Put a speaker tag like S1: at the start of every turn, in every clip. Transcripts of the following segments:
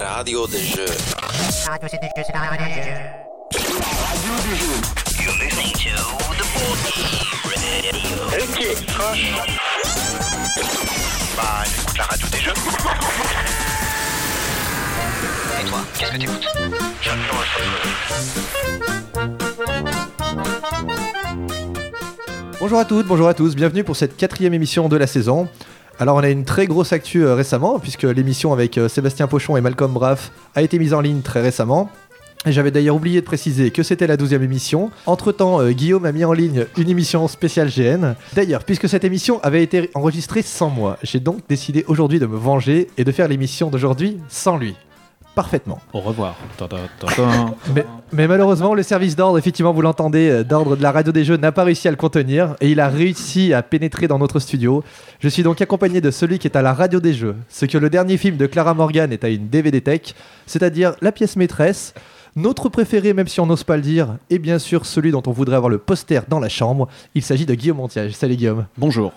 S1: radio de jeu.
S2: Radio, c'est des jeux, c'est la radio des jeux.
S3: Bah, écoute la radio des jeux. Et toi, qu'est-ce que t'écoutes J'entends
S4: Bonjour à toutes, bonjour à tous, bienvenue pour cette quatrième émission de la saison. Alors on a une très grosse actu euh, récemment, puisque l'émission avec euh, Sébastien Pochon et Malcolm Braff a été mise en ligne très récemment. Et j'avais d'ailleurs oublié de préciser que c'était la douzième émission. Entre-temps, euh, Guillaume a mis en ligne une émission spéciale GN. D'ailleurs, puisque cette émission avait été enregistrée sans moi, j'ai donc décidé aujourd'hui de me venger et de faire l'émission d'aujourd'hui sans lui. Parfaitement.
S5: Au revoir.
S4: Mais, mais malheureusement, le service d'ordre, effectivement, vous l'entendez, euh, d'ordre de la radio des jeux n'a pas réussi à le contenir et il a réussi à pénétrer dans notre studio. Je suis donc accompagné de celui qui est à la radio des jeux, ce que le dernier film de Clara Morgan est à une DVD Tech, c'est-à-dire la pièce maîtresse, notre préféré, même si on n'ose pas le dire, et bien sûr celui dont on voudrait avoir le poster dans la chambre. Il s'agit de Guillaume Montiage. Salut Guillaume.
S5: Bonjour.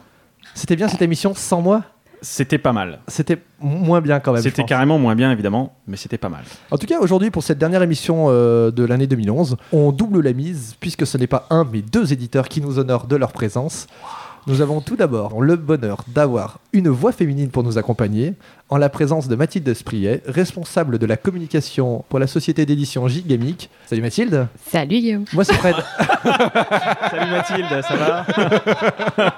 S4: C'était bien cette émission sans moi
S5: C'était pas mal.
S4: C'était moins bien quand même. je
S5: C'était
S4: pense.
S5: carrément moins bien, évidemment, mais c'était pas mal.
S4: En tout cas, aujourd'hui, pour cette dernière émission euh, de l'année 2011, on double la mise, puisque ce n'est pas un, mais deux éditeurs qui nous honorent de leur présence. Nous avons tout d'abord le bonheur d'avoir une voix féminine pour nous accompagner, en la présence de Mathilde Spriet, responsable de la communication pour la société d'édition Gigamic. Salut Mathilde
S6: Salut Guillaume.
S4: Moi c'est Fred.
S5: Salut Mathilde, ça va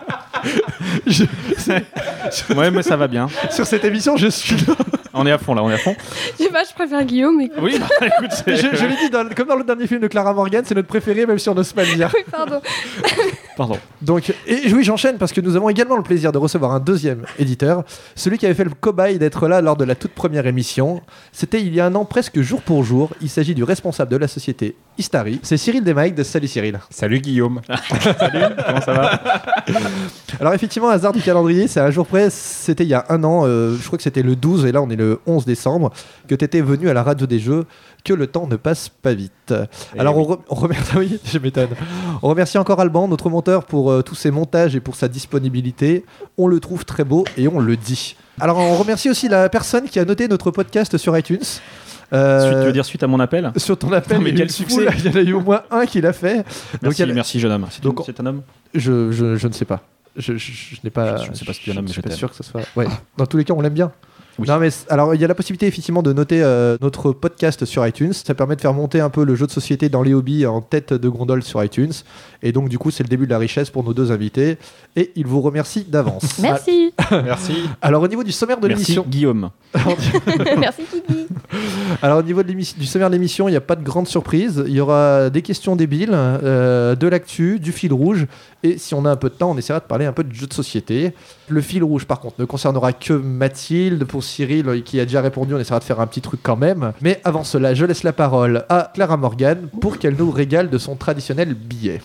S5: Ouais, mais ça va bien.
S4: Sur cette émission, je suis là.
S5: On est à fond là, on est à fond.
S6: Je sais pas, je préfère Guillaume, mais
S5: Oui, bah, écoute,
S4: Je,
S5: c'est-
S4: je l'ai dit, dans- comme dans le dernier film de Clara Morgan, c'est notre préféré, même si on n'ose pas le dire.
S6: oui, pardon.
S5: Pardon.
S4: Donc, et oui, j'enchaîne parce que nous avons également le plaisir de recevoir un deuxième éditeur, celui qui avait fait le cobaye d'être là lors de la toute première émission. C'était il y a un an, presque jour pour jour. Il s'agit du responsable de la société Istari. C'est Cyril Desmaïques de Salut Cyril.
S7: Salut Guillaume.
S5: Comment ça va
S4: Alors, effectivement, hasard du calendrier, c'est un jour près, c'était il y a un an, euh, je crois que c'était le 12 et là on est le 11 décembre, que tu étais venu à la radio des jeux, que le temps ne passe pas vite.
S5: Eh
S4: Alors on, re- on remercie, oui, je m'étonne. On remercie encore Alban, notre monteur, pour euh, tous ses montages et pour sa disponibilité. On le trouve très beau et on le dit. Alors on remercie aussi la personne qui a noté notre podcast sur iTunes. Euh,
S5: Suite- Tu veux dire suite à mon appel
S4: Sur ton appel,
S5: Putain, mais
S4: il y a
S5: quel
S4: une
S5: succès.
S4: foule, Il y en a eu au moins un qui l'a fait.
S5: Merci,
S4: elle-
S5: merci jeune homme. C'est
S4: Donc,
S5: une- c'est un homme
S4: je, je- je ne sais pas. Je, je- je n'ai pas.
S5: Je- je ne sais pas ce qu'il y en a,
S4: je
S5: mais
S4: suis
S5: je
S4: pas
S5: t'aime. Ah.
S4: sûr que ce soit. Ouais. Dans tous les cas, on l'aime bien.
S5: Oui.
S4: Non mais c- alors il y a la possibilité effectivement de noter euh, notre podcast sur iTunes. Ça permet de faire monter un peu le jeu de société dans les hobbies en tête de gondole sur iTunes. Et donc du coup c'est le début de la richesse pour nos deux invités. Et ils vous remercient d'avance.
S6: Merci.
S7: Merci.
S4: Alors au niveau du sommaire de
S5: Merci
S4: l'émission,
S5: Guillaume.
S6: Merci Kiki.
S4: alors au niveau de l'émission- du sommaire de l'émission, il n'y a pas de grande surprise. Il y aura des questions débiles, euh, de l'actu, du fil rouge. Et si on a un peu de temps, on essaiera de parler un peu de jeux de société. Le fil rouge, par contre, ne concernera que Mathilde. Pour Cyril, euh, qui a déjà répondu, on essaiera de faire un petit truc quand même. Mais avant cela, je laisse la parole à Clara Morgan pour qu'elle nous régale de son traditionnel billet.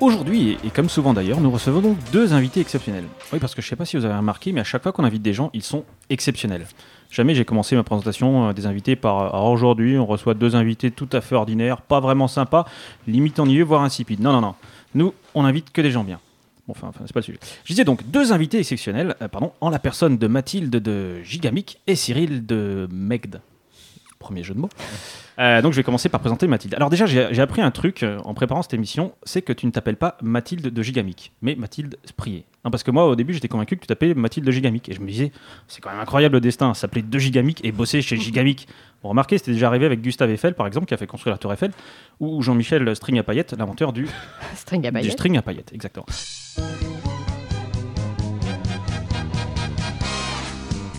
S5: Aujourd'hui, et et comme souvent d'ailleurs, nous recevons donc deux invités exceptionnels. Oui, parce que je ne sais pas si vous avez remarqué, mais à chaque fois qu'on invite des gens, ils sont exceptionnels. Jamais j'ai commencé ma présentation euh, des invités par euh, Alors aujourd'hui, on reçoit deux invités tout à fait ordinaires, pas vraiment sympas, limite ennuyeux, voire insipides. Non, non, non. Nous, on invite que des gens bien. Bon, enfin, enfin, c'est pas le sujet. Je disais donc deux invités exceptionnels, euh, pardon, en la personne de Mathilde de Gigamic et Cyril de Megd. Premier jeu de mots. Euh, donc je vais commencer par présenter Mathilde. Alors déjà, j'ai j'ai appris un truc euh, en préparant cette émission, c'est que tu ne t'appelles pas Mathilde de Gigamic, mais Mathilde Sprier. Non, parce que moi, au début, j'étais convaincu que tu t'appelais Mathilde de Gigamic. Et je me disais, c'est quand même incroyable le destin, s'appeler de Gigamic et bosser chez Gigamic. Bon, remarquez, c'était déjà arrivé avec Gustave Eiffel, par exemple, qui a fait construire la tour Eiffel, ou Jean-Michel String à paillettes, l'inventeur du
S6: String à
S5: du
S6: paillettes.
S5: string à paillettes, exactement.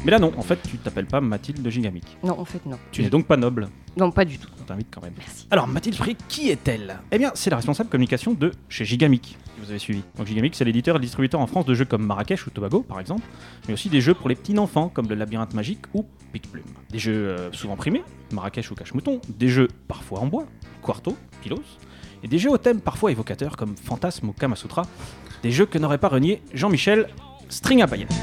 S5: Mais là non, en fait tu t'appelles pas Mathilde Gigamic.
S6: Non, en fait, non.
S5: Tu n'es donc pas noble,
S6: Non, pas du tout.
S5: on t'invite quand même.
S6: Merci.
S5: Alors Mathilde Fré, qui est-elle Eh bien c'est la responsable communication de chez Gigamic, si vous avez suivi. Donc Gigamic c'est l'éditeur et le distributeur en France de jeux comme Marrakech ou Tobago par exemple, mais aussi des jeux pour les petits enfants comme le labyrinthe magique ou Pic Plume. Des jeux euh, souvent primés, Marrakech ou Cache-Mouton, des jeux parfois en bois, Quarto, Pilos, et des jeux au thème parfois évocateurs comme Fantasme ou Kamasutra, des jeux que n'aurait pas renié Jean-Michel String à paillettes.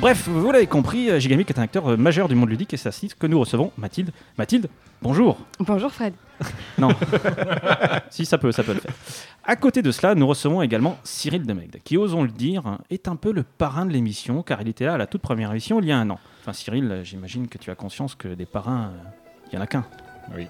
S5: Bref, vous l'avez compris, euh, Gigamic est un acteur euh, majeur du monde ludique et c'est ainsi que nous recevons Mathilde. Mathilde, bonjour
S6: Bonjour Fred.
S5: Si, ça peut, ça peut le faire. À côté de cela, nous recevons également Cyril Demegde, qui, osons le dire, est un peu le parrain de l'émission, car il était là à la toute première émission il y a un an. Enfin, Cyril, euh, j'imagine que tu as conscience que des parrains, euh, il n'y en a qu'un.
S1: Oui.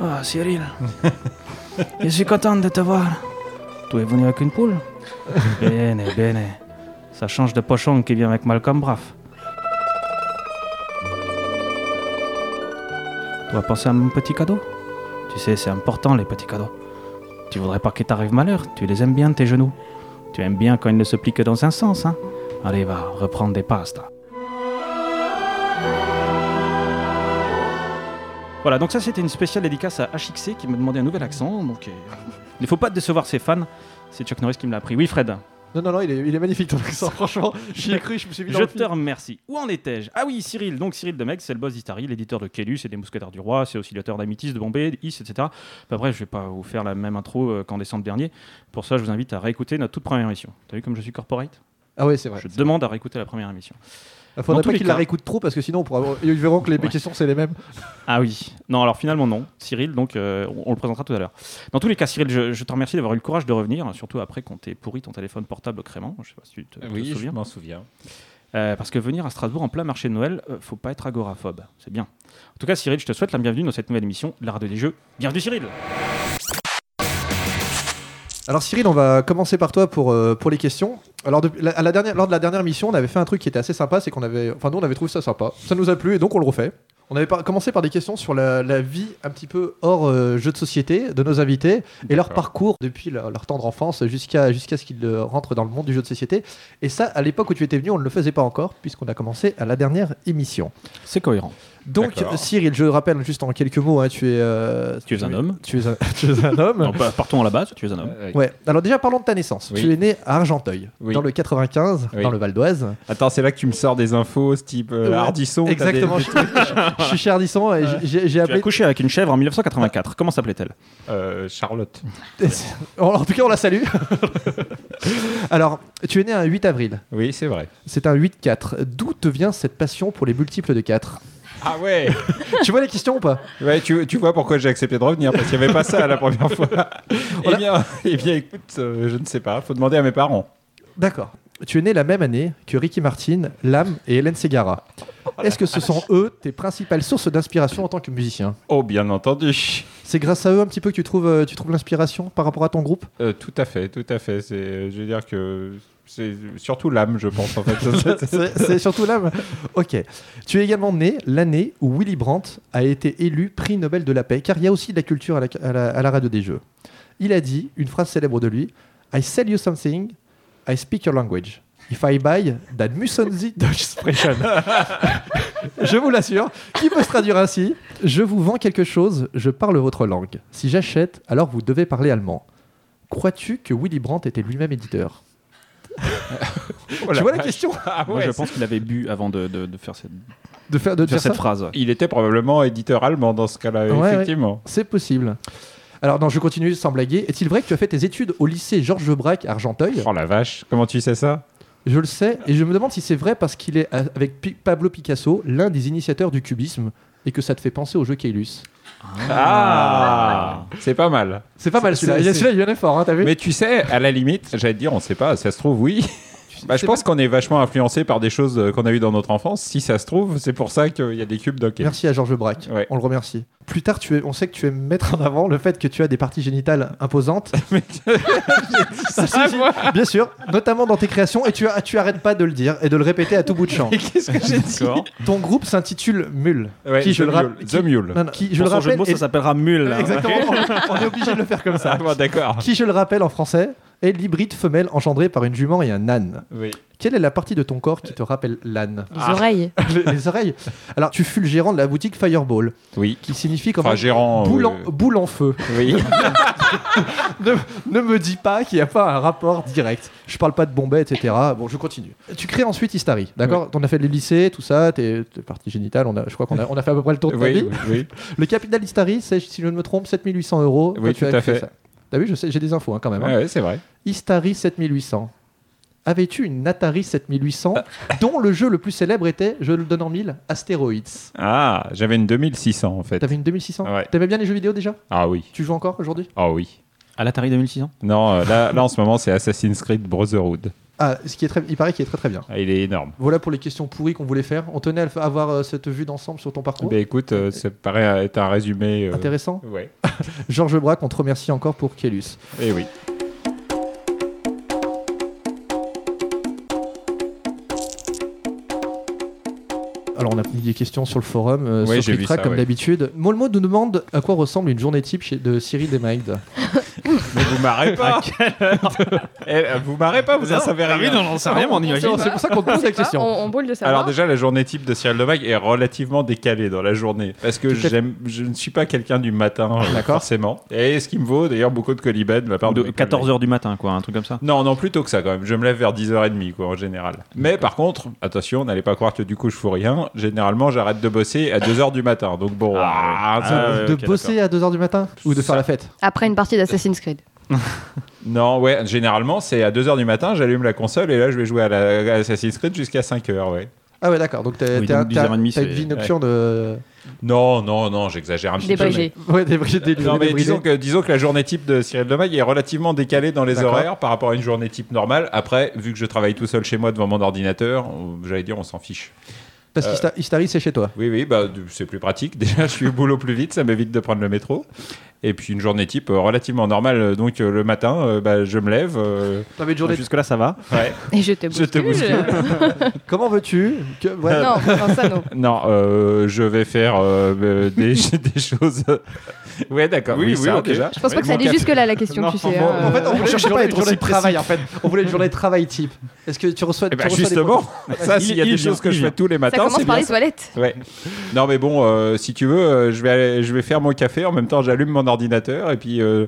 S5: Ah, Cyril, je suis contente de te voir. Tu es venu avec une poule Bene, bene. Ça change de pochon qui vient avec Malcolm Braff. Tu vas penser à mon petit cadeau Tu sais, c'est important les petits cadeaux. Tu voudrais pas qu'il t'arrive malheur, tu les aimes bien tes genoux. Tu aimes bien quand ils ne se plient que dans un sens, hein Allez, va, reprendre des pastes. Voilà, donc ça c'était une spéciale dédicace à HXC qui me demandait un nouvel accent. Donc euh, il ne faut pas décevoir ses fans. C'est Chuck Norris qui me l'a appris. Oui, Fred,
S4: Non, non, non, il est, il est magnifique ton accent, franchement. J'y ai cru, je me suis mis dans
S5: je
S4: le
S5: te remercie. Où en étais-je Ah oui, Cyril. Donc Cyril Demeg, c'est le boss d'Itari, l'éditeur de Kélus et des Mousquetaires du Roi, c'est aussi l'auteur d'Amitis, de Bombay, d'Is, etc. Bah, bref, je vais pas vous faire la même intro euh, qu'en décembre dernier. Pour ça, je vous invite à réécouter notre toute première émission. T'as vu comme je suis corporate
S4: Ah ouais, c'est vrai.
S5: Je demande à réécouter la première émission.
S4: Il
S5: Dans
S4: faudrait
S5: tous
S4: pas
S5: les
S4: qu'ils la
S5: cas-
S4: réécoutent trop parce que sinon on pourra avoir- ils verront que les
S5: Ouais.
S4: questions c'est les mêmes.
S5: Ah oui. Non, alors finalement non. Cyril, donc euh, on, on le présentera tout à l'heure. Dans tous les cas, Cyril, je, je te remercie d'avoir eu le courage de revenir, surtout après qu'on t'ait pourri ton téléphone portable au crément. Je sais pas si tu te, te
S1: Oui, je
S5: souviens.
S4: Ah,
S1: m'en souviens.
S5: Euh, parce que venir à Strasbourg en plein marché de Noël, euh, faut pas être agoraphobe. C'est bien. En tout cas, Cyril, je te souhaite la bienvenue dans cette nouvelle émission, de la radio des jeux. Bienvenue, Cyril
S4: Alors Cyril, on va commencer par toi pour, euh, pour les questions. Alors depuis- la- à la dernière, lors de la dernière mission, on avait fait un truc qui était assez sympa, c'est qu'on avait, enfin nous on avait trouvé ça sympa, ça nous a plu et donc on le refait. On avait par- commencé par des questions sur la, la vie un petit peu hors euh, jeu de société de nos invités et leur parcours depuis leur, leur tendre enfance jusqu'à jusqu'à ce qu'ils euh, rentrent dans le monde du jeu de société. Et ça, à l'époque où tu étais venu, on ne le faisait pas encore puisqu'on a commencé à la dernière émission.
S5: C'est cohérent.
S4: Donc
S1: D'accord.
S4: Cyril, je rappelle juste en quelques mots, hein, tu es euh,
S5: Tu es un homme.
S4: tu es un, tu es un homme.
S5: Non, bah, partons à la base, tu es un homme.
S1: Euh,
S4: Ouais, alors déjà parlons de ta naissance.
S1: Oui.
S4: Tu es né à Argenteuil,
S1: Oui.
S4: dans le 95,
S1: Oui.
S4: dans le Val d'Oise.
S1: Attends, c'est là que tu me sors des infos, ce type euh,
S4: Ouais,
S1: Hardisson. t'as
S4: Exactement,
S1: des-
S4: je, je- je suis chez Ardisson et j'ai- j'ai
S5: Tu as
S4: appelé.
S5: couché avec une chèvre en 1984. Comment s'appelait-elle
S1: Euh, Charlotte.
S4: En en tout cas, on la salue. alors, tu es né un 8 avril,
S1: Oui, c'est vrai.
S4: c'est un 8-4. D'où te vient cette passion pour les multiples de 4
S1: Ah ouais
S4: Tu vois les questions ou pas
S1: Ouais, tu, tu vois pourquoi j'ai accepté de revenir, parce qu'il n'y avait pas ça la première fois. eh, bien, eh bien, écoute, euh, je ne sais pas, faut demander à mes parents.
S4: D'accord. Tu es né la même année que Ricky Martin, Lam et Hélène Segara. Est-ce que ce sont eux tes principales sources d'inspiration en tant que musicien
S1: Oh, bien entendu.
S4: C'est grâce à eux un petit peu que tu trouves, euh, tu trouves l'inspiration par rapport à ton groupe
S1: Euh, tout à fait, tout à fait. C'est, euh, je veux dire que c'est surtout l'âme, je pense, en fait.
S4: C'est c'est surtout l'âme. Ok. Tu es également né l'année où Willy Brandt a été élu prix Nobel de la paix, car il y a aussi de la culture à la, à la- à la radio des jeux. Il a dit une phrase célèbre de lui I sell you something, I speak your language. If I buy, that müssen Sie Deutsch sprechen. je vous l'assure, qui peut se traduire ainsi Je vous vends quelque chose, je parle votre langue. Si j'achète, alors vous devez parler allemand. Crois-tu que Willy Brandt était lui-même éditeur Tu vois la question
S1: Ah
S5: Moi,
S1: ouais,
S5: je
S1: c'est-
S5: pense qu'il avait bu avant de, de- de faire cette, de
S4: de faire, de
S5: faire
S4: dire ça
S5: cette phrase.
S1: Il était probablement éditeur allemand dans ce cas-là,
S4: Ouais,
S1: effectivement.
S4: C'est possible. Alors non, je continue sans blaguer. Est-il vrai que tu as fait tes études au lycée Georges Braque à Argenteuil
S1: Oh la vache, comment tu sais ça
S4: Je le sais et je me demande si c'est vrai parce qu'il est a- avec Pi- Pablo Picasso, l'un des initiateurs du cubisme et que ça te fait penser au jeu Caylus.
S1: Ah, C'est pas mal.
S4: C'est pas mal
S1: C'est-
S4: celui-là. Il y a-
S1: c'est-
S4: Celui-là, il y en a fort, hein, t'as vu
S1: Mais tu sais, à la limite, j'allais te dire, on sait pas, ça se trouve, oui. Bah, je
S4: C'est
S1: pense qu'on est vachement influencé par des choses euh, qu'on a eues dans notre enfance. Si ça se trouve, c'est pour ça qu'il y a des cubes d'hockey.
S4: Merci à Georges Braque.
S1: Ouais.
S4: On le remercie. Plus tard, tu es- on sait que tu aimes mettre en avant le fait que tu as des parties génitales imposantes. Si, si, Bien sûr, notamment dans tes créations, et tu, as- tu arrêtes pas de le dire et de le répéter à tout bout de champ.
S1: Qu'est-ce que j'ai dit
S5: D'accord.
S4: Ton groupe s'intitule Mule.
S1: Ouais,
S4: qui, je
S1: The
S4: le rap-
S1: Mule. The Mule.
S4: Non, non, qui, je
S5: Pour
S4: le
S5: son jeu de
S4: rappelle,
S5: mots, ça
S4: est-
S5: s'appellera
S1: Bah,
S5: mule. hein.
S4: Exactement, on- on est obligé de le faire comme
S1: Ah,
S4: ça.
S1: bon, d'accord.
S4: Qui, je le rappelle en français, est l'hybride femelle engendrée par une jument et un âne.
S1: Oui.
S4: Quelle est la partie de ton corps qui te rappelle l'âne
S1: Ah.
S6: Les oreilles.
S4: les, les oreilles. Alors, tu fus le gérant de la boutique Fireball,
S1: Oui.
S4: qui signifie comment
S1: Enfin, gérant.
S4: boule, en,
S1: euh,
S4: boule en feu.
S1: Oui.
S4: ne, ne me dis pas qu'il n'y a pas un rapport direct. Je parle pas de Bombay, etc. Bon, je continue. Tu crées ensuite Istari, d'accord On a fait le lycée, tout ça, t'es t'es parti génital, on a, je crois qu'on a, on a fait à peu près le tour de ta vie.
S1: Oui, oui.
S4: Le capital Istari, c'est, si je ne me trompe, 7800 euros.
S1: Oui,
S4: Toi, tu
S1: tout
S4: as
S1: à
S4: créé
S1: fait.
S4: ça. T'as vu, je sais, j'ai des infos hein, quand même. hein.
S1: Ouais, ouais, c'est vrai.
S4: Istari 7800. Avais-tu une Atari 7800 dont le jeu le plus célèbre était, je le donne en mille, Asteroids
S1: Ah, j'avais une 2600 en fait.
S4: T'avais une 2600
S1: Ouais.
S4: T'aimais bien les jeux vidéo déjà
S1: Ah oui.
S4: Tu joues encore aujourd'hui
S1: Ah oui.
S5: À l'Atari 2600
S1: Non, euh, là, là en ce moment, c'est Assassin's Creed Brotherhood.
S4: Ah, ce qui est très, il paraît qu'il est très très bien.
S1: Ah, il est énorme.
S4: Voilà pour les questions pourries qu'on voulait faire. On tenait à le fa- avoir euh, cette vue d'ensemble sur ton parcours.
S1: Ben écoute, euh, ça paraît être un résumé. euh,
S4: Oh. Intéressant.
S1: Ouais.
S4: Georges Braque, on te remercie encore pour Kélus.
S1: Et oui.
S4: Alors, on a mis des questions sur le forum, euh,
S1: Ouais,
S4: sur
S1: j'ai vu
S4: Clicktrack,
S1: ça,
S4: comme
S1: ouais.
S4: d'habitude. Molmo nous demande à quoi ressemble une journée type chez, de Cyril Desmaigdes.
S1: Mais vous marrez pas. Eh, vous marrez pas, vous en savez rien.
S5: on n'en sait rien, mais on
S4: C'est c'est pour ça qu'on te pose la
S6: Pas, on,
S4: question.
S6: on boule de ça.
S1: Alors déjà, la journée type de Cyril Lemac est relativement décalée dans la journée. Parce que
S4: Tout à fait.
S1: j'aime, je ne suis pas quelqu'un du matin, euh,
S4: D'accord.
S1: forcément. Et ce qui me vaut d'ailleurs beaucoup de colibènes de la part de,
S5: De
S1: mes
S5: 14h du matin, quoi, un truc comme ça.
S1: Non, non, plutôt que ça quand même. Je me lève vers 10h30 quoi, en général. Mais par contre, attention, n'allez pas croire que du coup je fous rien. Généralement, j'arrête de bosser à 2h du matin. Donc bon,
S5: Ah,
S1: ah,
S5: ouais.
S1: ça-
S5: Ah, ouais,
S4: de
S5: ok,
S4: bosser à 2h du matin ou de faire la fête
S6: Après une partie d'Assassin's Creed.
S1: non, ouais, généralement, c'est à 2h du matin, j'allume la console et là, je vais jouer à, la, à Assassin's Creed jusqu'à 5h, ouais.
S4: Ah ouais, d'accord. Donc t'as
S5: Oui,
S4: t'as-
S5: donc 10 heures
S4: t'as-
S5: et demie,
S4: t'as une
S5: c'est-
S4: vie nocturne. euh,
S1: Non, non, non, j'exagère un petit peu.
S6: Débrigé.
S4: Ouais, des bris- des- des
S1: Non, mais
S4: bris-
S1: disons que, disons que la journée type de Cyril Demaille est relativement décalée dans les
S4: D'accord.
S1: horaires par rapport à une journée type normale. Après, vu que je travaille tout seul chez moi devant mon ordinateur, on- j'allais dire on s'en fiche.
S4: Parce
S5: euh,
S4: qu'Istari, c'est chez toi.
S1: Oui, oui, bah, du- c'est plus pratique. Déjà, je suis au boulot plus vite, ça m'évite de prendre le métro. Et puis une journée type euh, relativement normale. euh, Donc euh, le matin, euh, bah, je me lève. euh,
S4: T'avais une journée.
S5: Jusque-là, ça va.
S1: ouais.
S6: Et je te bouscule.
S1: Je te bouscule.
S4: Comment veux-tu que... ouais.
S6: non, non, ça non.
S1: Non, euh, je vais faire euh, euh, des, des choses. Ouais, d'accord.
S5: Oui, oui,
S1: ça,
S5: ok.
S1: déjà.
S6: Je pense pas que ça
S1: mon
S6: allait
S1: cap-
S6: jusque-là, la question,
S1: Non,
S6: tu sais.
S1: bon,
S6: hein.
S4: En fait, on
S5: Euh,
S4: voulait
S5: je cherchais
S4: cherchait
S5: pas à
S4: pas une
S5: être
S4: journée
S5: aussi
S4: de travail. En fait, on voulait une journée de travail type. Est-ce que tu reçois,
S1: Eh
S4: tu
S1: ben,
S4: reçois des
S1: justement,
S4: propositions
S1: ça, s'il y a
S5: Il
S1: des
S5: vient,
S1: choses que
S5: il
S1: je
S5: vient.
S1: fais tous les
S6: ça
S1: matins,
S6: commence
S1: c'est
S6: par
S1: bien
S6: les toilettes.
S1: Ouais. Non, mais bon, euh, si tu veux, euh, je, vais aller- je vais faire mon café. En même temps, j'allume mon ordinateur. Et puis, euh,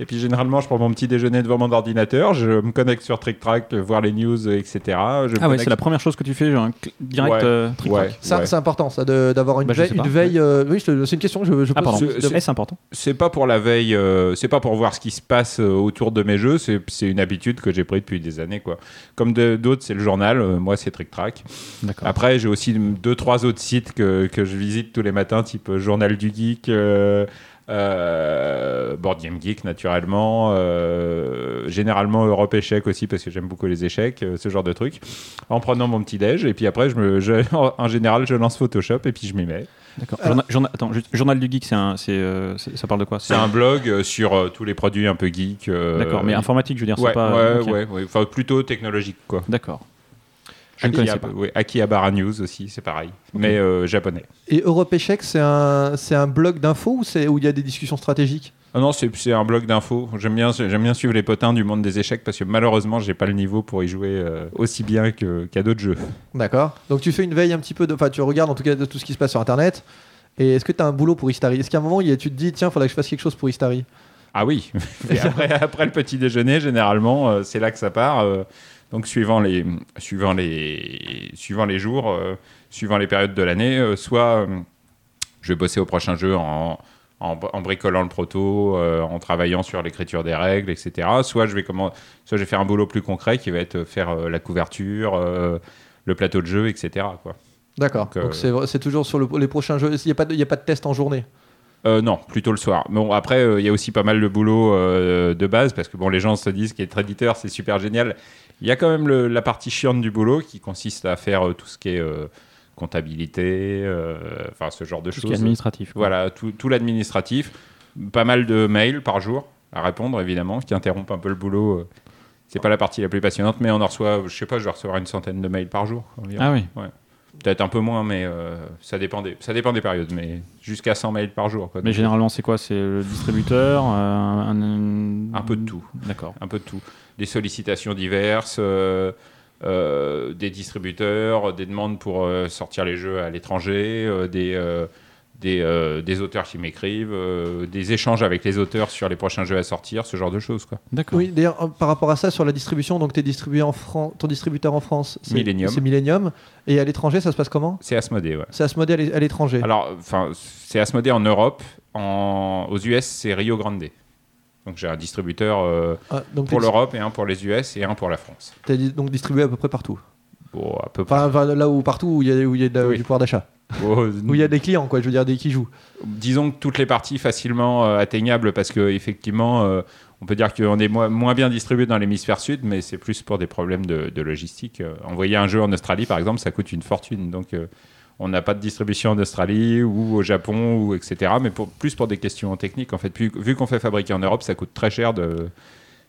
S1: et puis, généralement, je prends mon petit déjeuner devant mon ordinateur. Je me connecte sur TrickTrack, voir les news, euh, etc. Je me
S5: Ah ouais,
S1: connecte-
S5: c'est la première chose que tu fais, genre, cl- direct.
S1: Ouais.
S5: euh,
S1: Ouais,
S4: Ça,
S1: ouais.
S4: c'est important, ça, de- d'avoir une
S5: Bah, je
S4: veille.
S5: sais pas.
S4: une veille, euh, Oui, je te- c'est une question que je, je
S5: Ah,
S4: pose.
S5: pardon.
S1: C'est-
S5: Eh, C'est important.
S1: C'est pas pour la veille, euh, c'est pas pour voir ce qui se passe euh, autour de mes jeux, c'est c'est une habitude que j'ai prise depuis des années. quoi. Comme de- d'autres, c'est le journal, euh, moi c'est TrickTrack.
S5: D'accord.
S1: Après, j'ai aussi deux, trois autres sites que, que je visite tous les matins, type euh, Journal du Geek, euh, euh, Board Game Geek, naturellement, euh, généralement Europe Échec aussi, parce que j'aime beaucoup les échecs, euh, ce genre de trucs, en prenant mon petit-déj. Et puis après, je me, je- en général, je lance Photoshop et puis je m'y mets.
S5: D'accord. Journa- journa- Attends, juste, Journal du Geek, c'est un, c'est, euh, c'est- ça parle de quoi
S1: C'est un blog euh, sur euh, tous les produits un peu geek. euh,
S5: D'accord, mais
S1: et-
S5: informatique, je veux dire,
S1: Ouais,
S5: c'est pas.
S1: ouais,
S5: ok.
S1: ouais, ouais. Enfin, plutôt technologique, quoi.
S5: D'accord. Je ne
S1: Akihabara-
S5: connaissais pas.
S1: ouais, Akihabara News aussi, c'est pareil, mais euh, japonais.
S4: Et Europe Échec, c'est un, c'est un blog d'infos ou c'est où il y a des discussions stratégiques
S1: Ah non, c'est c'est un blog d'infos. J'aime bien, j'aime bien suivre les potins du monde des échecs parce que malheureusement, j'ai pas le niveau pour y jouer euh, aussi bien que- qu'à d'autres jeux.
S4: D'accord. Donc tu fais une veille un petit peu, de- enfin tu regardes en tout cas de tout ce qui se passe sur Internet. Et est-ce que tu as un boulot pour Istari Est-ce qu'à un moment, il y a- tu te dis, tiens, faudrait que je fasse quelque chose pour Istari
S1: Ah oui. Et après, après le petit déjeuner, généralement, euh, c'est là que ça part. euh, donc suivant les, suivant les, suivant les jours, euh, suivant les périodes de l'année, euh, soit euh, je vais bosser au prochain jeu en, en, en bricolant le proto, euh, en travaillant sur l'écriture des règles, etc. Soit je vais comment, soit je vais faire un boulot plus concret qui va être faire euh, la couverture, euh, le plateau de jeu, etc. Quoi.
S4: D'accord.
S1: Donc, euh,
S4: Donc c'est vrai- c'est toujours sur le- les prochains jeux. Il n'y a, pas de- il y a pas de test en journée.
S1: Euh, non, plutôt le soir. Bon, après, euh, il y a aussi pas mal de boulot euh, de base parce que bon, les gens se disent qu'être éditeur, c'est super génial. Il y a quand même le- la partie chiante du boulot qui consiste à faire euh, tout ce qui est euh, comptabilité, euh, enfin ce genre de
S5: Tout ce qui est
S1: choses.
S5: administratif. quoi.
S1: Voilà, tout, tout l'administratif. Pas mal de mails par jour à répondre, évidemment, qui interrompent un peu le boulot. euh. C'est pas la partie la plus passionnante, mais on en reçoit, je sais pas, je vais recevoir une centaine de mails par jour. environ.
S5: Ah oui.
S1: Peut-être un peu moins, mais euh, ça, dépend des, ça dépend des périodes, mais jusqu'à 100 mails par jour. Quoi.
S5: Mais
S1: Donc,
S5: généralement, c'est quoi C'est le distributeur euh, un,
S1: Un peu de tout.
S5: D'accord.
S1: un peu de tout. Des sollicitations diverses, euh, euh, des distributeurs, des demandes pour euh, sortir les jeux à l'étranger, euh, des, euh, des, euh, des auteurs qui m'écrivent, euh, des échanges avec les auteurs sur les prochains jeux à sortir, ce genre de choses. Quoi.
S5: D'accord.
S4: Oui, d'ailleurs, euh, par rapport à ça, sur la distribution, donc t'es distribué en Fran- ton distributeur en France, c'est
S1: Millennium.
S4: c'est Millennium. Et à l'étranger, ça se passe comment
S1: C'est Asmodée, ouais.
S4: C'est Asmodée à l'é- à l'étranger.
S1: Alors, enfin, c'est Asmodée en Europe. En... Aux US, c'est Rio Grande. Donc j'ai un distributeur euh,
S4: Ah, donc
S1: pour
S4: t'es-
S1: l'Europe et un pour les US et un pour la France.
S4: t'es di- donc distribué à peu près partout.
S1: Bon, à peu près.
S4: Enfin, enfin, là où partout où il y a, où il y a de la-
S1: Ah. Oui.
S4: du pouvoir d'achat,
S1: Bon,
S4: où il y a des clients, quoi. Je veux dire, des qui jouent.
S1: disons que toutes les parties facilement euh, atteignables parce que effectivement euh, on peut dire qu'on est moins- moins bien distribué dans l'hémisphère sud mais c'est plus pour des problèmes de, de logistique Euh, envoyer un jeu en Australie par exemple ça coûte une fortune donc euh, on n'a pas de distribution en Australie ou au Japon ou etc mais pour, plus pour des questions techniques en fait Puis, vu qu'on fait fabriquer en Europe ça coûte très cher de,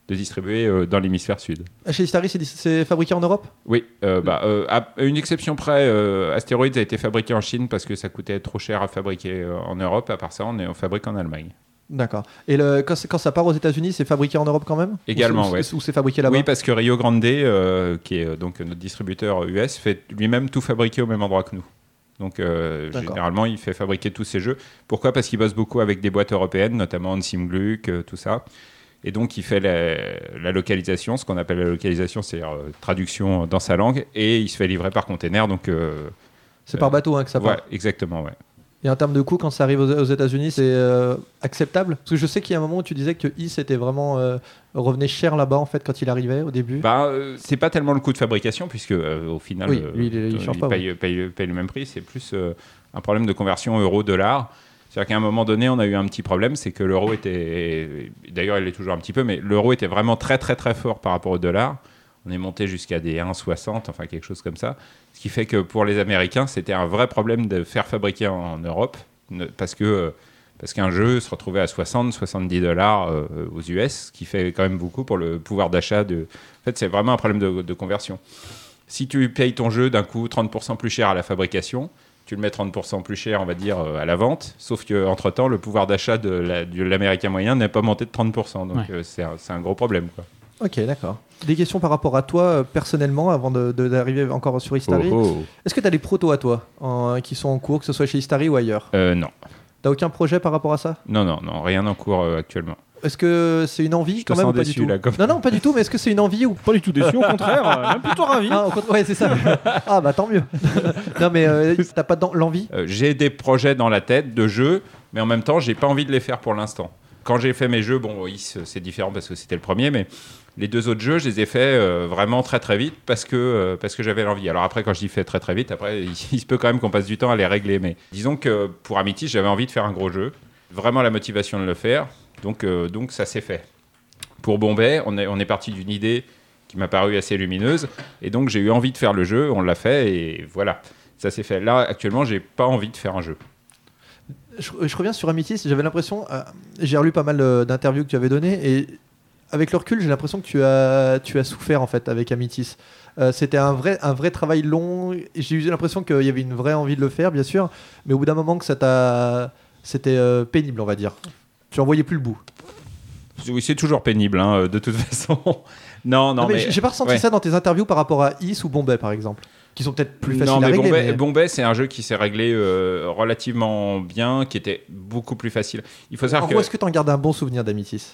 S1: de distribuer euh, dans l'hémisphère sud
S4: Ah, Chez Starry, c'est dis- c'est fabriqué en Europe
S1: oui, euh, bah, euh, à à une exception près, euh, Asteroids a été fabriqué en Chine parce que ça coûtait trop cher à fabriquer euh, en Europe. À part ça, on, est, on fabrique en Allemagne.
S4: D'accord. Et le, quand, c'est- quand ça part aux États-Unis, c'est fabriqué en Europe quand même Ou c'est-
S1: Également,
S4: ou
S1: ouais.
S4: c'est- Ou c'est fabriqué là-bas
S1: Oui, parce que Rio Grande, euh, qui est euh, donc notre distributeur US, fait lui-même tout fabriquer au même endroit que nous. Donc, euh,
S4: D'accord.
S1: généralement, il fait fabriquer tous ses jeux. Pourquoi Parce qu'il bosse beaucoup avec des boîtes européennes, notamment Ansim Gluck, euh, tout ça. Et donc, il fait la, la localisation, ce qu'on appelle la localisation, c'est-à-dire euh, traduction dans sa langue, et il se fait livrer par container. Donc, euh,
S4: C'est par bateau hein, que ça part.
S1: ouais, exactement, ouais.
S4: Et en termes de coût, quand ça arrive aux, aux États-Unis, c'est euh, acceptable Parce que je sais qu'il y a un moment où tu disais que Is était vraiment euh, revenait cher là-bas en fait quand il arrivait au début.
S1: Bah, euh, c'est pas tellement le coût de fabrication, puisque euh, au final,
S4: Oui,
S1: euh,
S4: lui, il- il change pas,
S1: paye, paye- paye le même prix. C'est plus euh, un problème de conversion euro-dollar. C'est-à-dire qu'à un moment donné, on a eu un petit problème, c'est que l'euro était. D'ailleurs, il est toujours un petit peu, mais l'euro était vraiment très, très, très fort par rapport au dollar. On est monté jusqu'à des 1,60, enfin quelque chose comme ça. Ce qui fait que pour les Américains, c'était un vrai problème de faire fabriquer en, en Europe, ne- parce que. euh, parce qu'un jeu se retrouvait à 60, 70 dollars euh, aux US, ce qui fait quand même beaucoup pour le pouvoir d'achat de, en fait, c'est vraiment un problème de, de conversion. Si tu payes ton jeu d'un coup 30% plus cher à la fabrication, tu le mets 30% plus cher, on va dire, euh, à la vente, sauf qu'entre-temps, le pouvoir d'achat de la- de l'américain moyen n'est pas monté de 30%. Donc,
S5: Ouais.
S1: euh, c'est un, c'est un gros problème. Quoi.
S4: Ok, d'accord. Des questions par rapport à toi euh, personnellement avant de- de- d'arriver encore sur Istari.
S1: Oh,
S4: Est-ce que tu as des protos à toi en- euh, qui sont en cours, que ce soit chez Istari ou ailleurs
S1: Euh, non.
S4: T'as aucun projet par rapport à ça
S1: non, non, non, rien en cours euh, actuellement.
S4: Est-ce que c'est une envie
S1: Je te
S4: quand même
S1: sens
S4: ou pas
S1: déçu,
S4: du tout
S1: là, comme-
S4: Non, non, pas du tout, mais est-ce que c'est une envie ou
S5: Pas du tout déçu, au contraire, euh, même plutôt ravi.
S4: Ah, au contraire, ouais, c'est ça. ah, bah tant mieux. non, mais euh, t'as pas d'en- l'envie
S1: Euh, j'ai des projets dans la tête de jeux, mais en même temps, j'ai pas envie de les faire pour l'instant. Quand j'ai fait mes jeux, bon, oui, c'est c'est différent parce que c'était le premier, mais les deux autres jeux, je les ai faits euh, vraiment très très vite parce que, euh, parce que j'avais l'envie. Alors après, quand je dis fait très très vite, après, il, il se peut quand même qu'on passe du temps à les régler. Mais disons que pour Amity, j'avais envie de faire un gros jeu, vraiment la motivation de le faire, donc, euh, donc ça s'est fait. Pour Bombay, on est, on est parti d'une idée qui m'a paru assez lumineuse, et donc j'ai eu envie de faire le jeu, on l'a fait, et voilà ça s'est fait. Là, actuellement, j'ai pas envie de faire un jeu.
S4: je, je reviens sur Amitis, j'avais l'impression, euh, j'ai relu pas mal euh, d'interviews que tu avais données et avec le recul, j'ai l'impression que tu as, tu as souffert en fait avec Amitis. Euh, C'était un vrai, un vrai travail long. et J'ai eu l'impression qu'il y avait une vraie envie de le faire, bien sûr, mais au bout d'un moment que ça t'a, c'était euh, pénible, on va dire. Tu en voyais plus le bout.
S1: Oui, c'est toujours pénible, hein, euh, de toute façon. non, non,
S4: Non, mais
S1: mais.
S4: j'ai- j'ai pas ressenti
S1: ouais.
S4: ça dans tes interviews par rapport à Is ou Bombay, par exemple, qui sont peut-être plus faciles
S1: non,
S4: à
S1: mais
S4: régler.
S1: Bombay,
S4: mais-
S1: Bombay, c'est un jeu qui s'est réglé euh, relativement bien, qui était beaucoup plus facile. Il faut
S4: en
S1: savoir que.
S4: gros, est-ce que tu en gardes un bon souvenir d'Amitis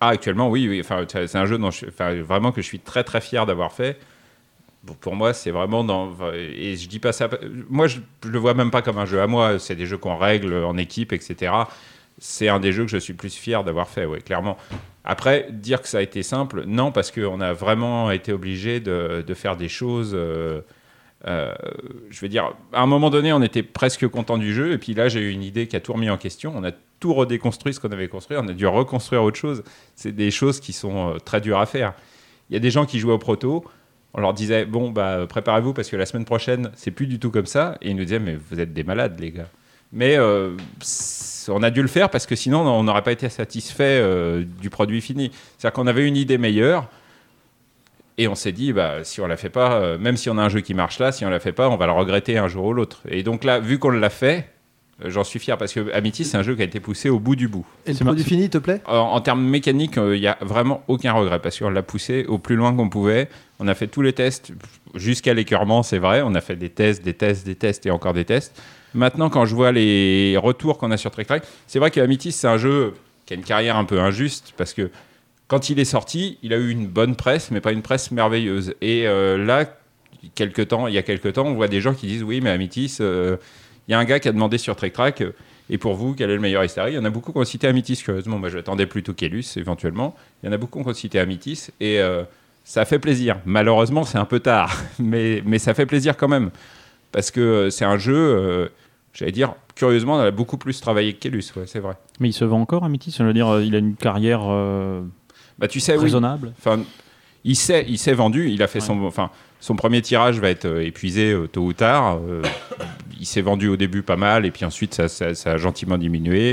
S1: Ah, actuellement, oui, oui. Enfin, ça- c'est un jeu dont je- enfin, vraiment que je suis très, très fier d'avoir fait. Bon, Pour moi, c'est vraiment dans. Et je dis pas ça. Moi, je, je le vois même pas comme un jeu à moi. C'est des jeux qu'on règle en équipe, etc. C'est un des jeux que je suis plus fier d'avoir fait, oui, clairement. Après, dire que ça a été simple, non, parce qu'on a vraiment été obligé de, de faire des choses. euh, euh, je veux dire, à un moment donné, on était presque content du jeu, et puis là, j'ai eu une idée qui a tout remis en question. On a tout redéconstruit ce qu'on avait construit, on a dû reconstruire autre chose c'est des choses qui sont euh, très dures à faire. Il y a des gens qui jouaient au proto, on leur disait bon bah préparez-vous parce que la semaine prochaine c'est plus du tout comme ça, et ils nous disaient mais vous êtes des malades les gars. Mais euh, c'est- on a dû le faire parce que sinon on n'aurait pas été satisfait euh, du produit fini. C'est-à-dire qu'on avait une idée meilleure. Et on s'est dit, bah, si on la fait pas, euh, même si on a un jeu qui marche là, si on la fait pas, on va le regretter un jour ou l'autre. Et donc là, vu qu'on l'a fait, Euh, J'en suis fier parce que Amity, c'est un jeu qui a été poussé au bout du bout.
S4: Et le
S5: C'est
S4: produit
S5: mar-
S4: fini, te plaît
S1: Euh, En, en termes mécaniques, euh, il n'y a vraiment aucun regret parce qu'on l'a poussé au plus loin qu'on pouvait. On a fait tous les tests jusqu'à l'écœurement, c'est vrai. On a fait des tests, des tests, des tests et encore des tests. Maintenant, quand je vois les retours qu'on a sur Trek Track, c'est vrai qu'Amitis, c'est un jeu qui a une carrière un peu injuste parce que quand il est sorti, il a eu une bonne presse, mais pas une presse merveilleuse. Et euh, là, quelque temps, il y a quelques temps, on voit des gens qui disent Oui, mais Amitis, euh, il y a un gars qui a demandé sur Trek Track. euh, et pour vous, quel est le meilleur Easter egg Il y en a beaucoup qui ont cité Amitis, curieusement. Moi, j'attendais plutôt Kélus, éventuellement. Il y en a beaucoup qui ont cité Amitis. Et euh, ça fait plaisir. Malheureusement, c'est un peu tard. Mais, mais ça fait plaisir quand même. Parce que euh, c'est un jeu, euh, j'allais dire, curieusement, on a beaucoup plus travaillé que Kélus. Ouais, c'est vrai.
S5: Mais il se vend encore, Amitis Je veux dire, euh, il a une carrière euh,
S1: Bah, tu sais, oui,
S5: raisonnable.
S1: Enfin, il s'est, il s'est vendu. Il a fait
S5: Ouais.
S1: son, enfin, son premier tirage va être euh, épuisé euh, tôt ou tard. Euh, il s'est vendu au début pas mal, et puis ensuite ça, ça- ça a gentiment diminué.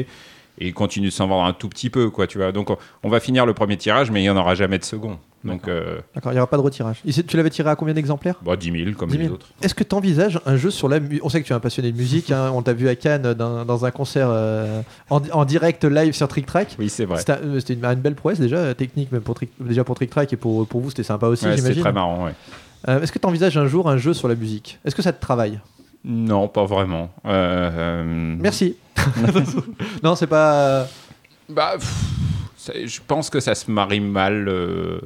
S1: Et il continue de s'en vendre un tout petit peu, quoi, tu vois. Donc on, on va finir le premier tirage, mais il n'y en aura jamais de second. Donc euh,
S4: D'accord, il n'y aura pas de retirage. Et c'est- tu l'avais tiré à combien d'exemplaires
S1: bah, 10 000 comme
S4: 10
S1: les
S4: 000.
S1: autres.
S4: Est-ce que tu envisages un jeu sur la musique On sait que tu es un passionné de musique, hein, on t'a vu à Cannes dans, dans un concert euh, en, en direct live sur Trick Track.
S1: Oui, c'est vrai.
S4: C'était un- euh, c'était une, une belle prouesse déjà, euh, technique, même pour Trick, déjà pour Trick Track et pour, pour vous c'était sympa aussi,
S1: Ouais, C'était
S4: j'imagine.
S1: très marrant. ouais.
S4: Euh, Est-ce que tu envisages un jour un jeu sur la musique Est-ce que ça te travaille
S1: Non, pas vraiment. Euh, euh,
S4: Merci. non, c'est pas.
S1: Bah, pff, ça- je pense que ça se marie mal. euh,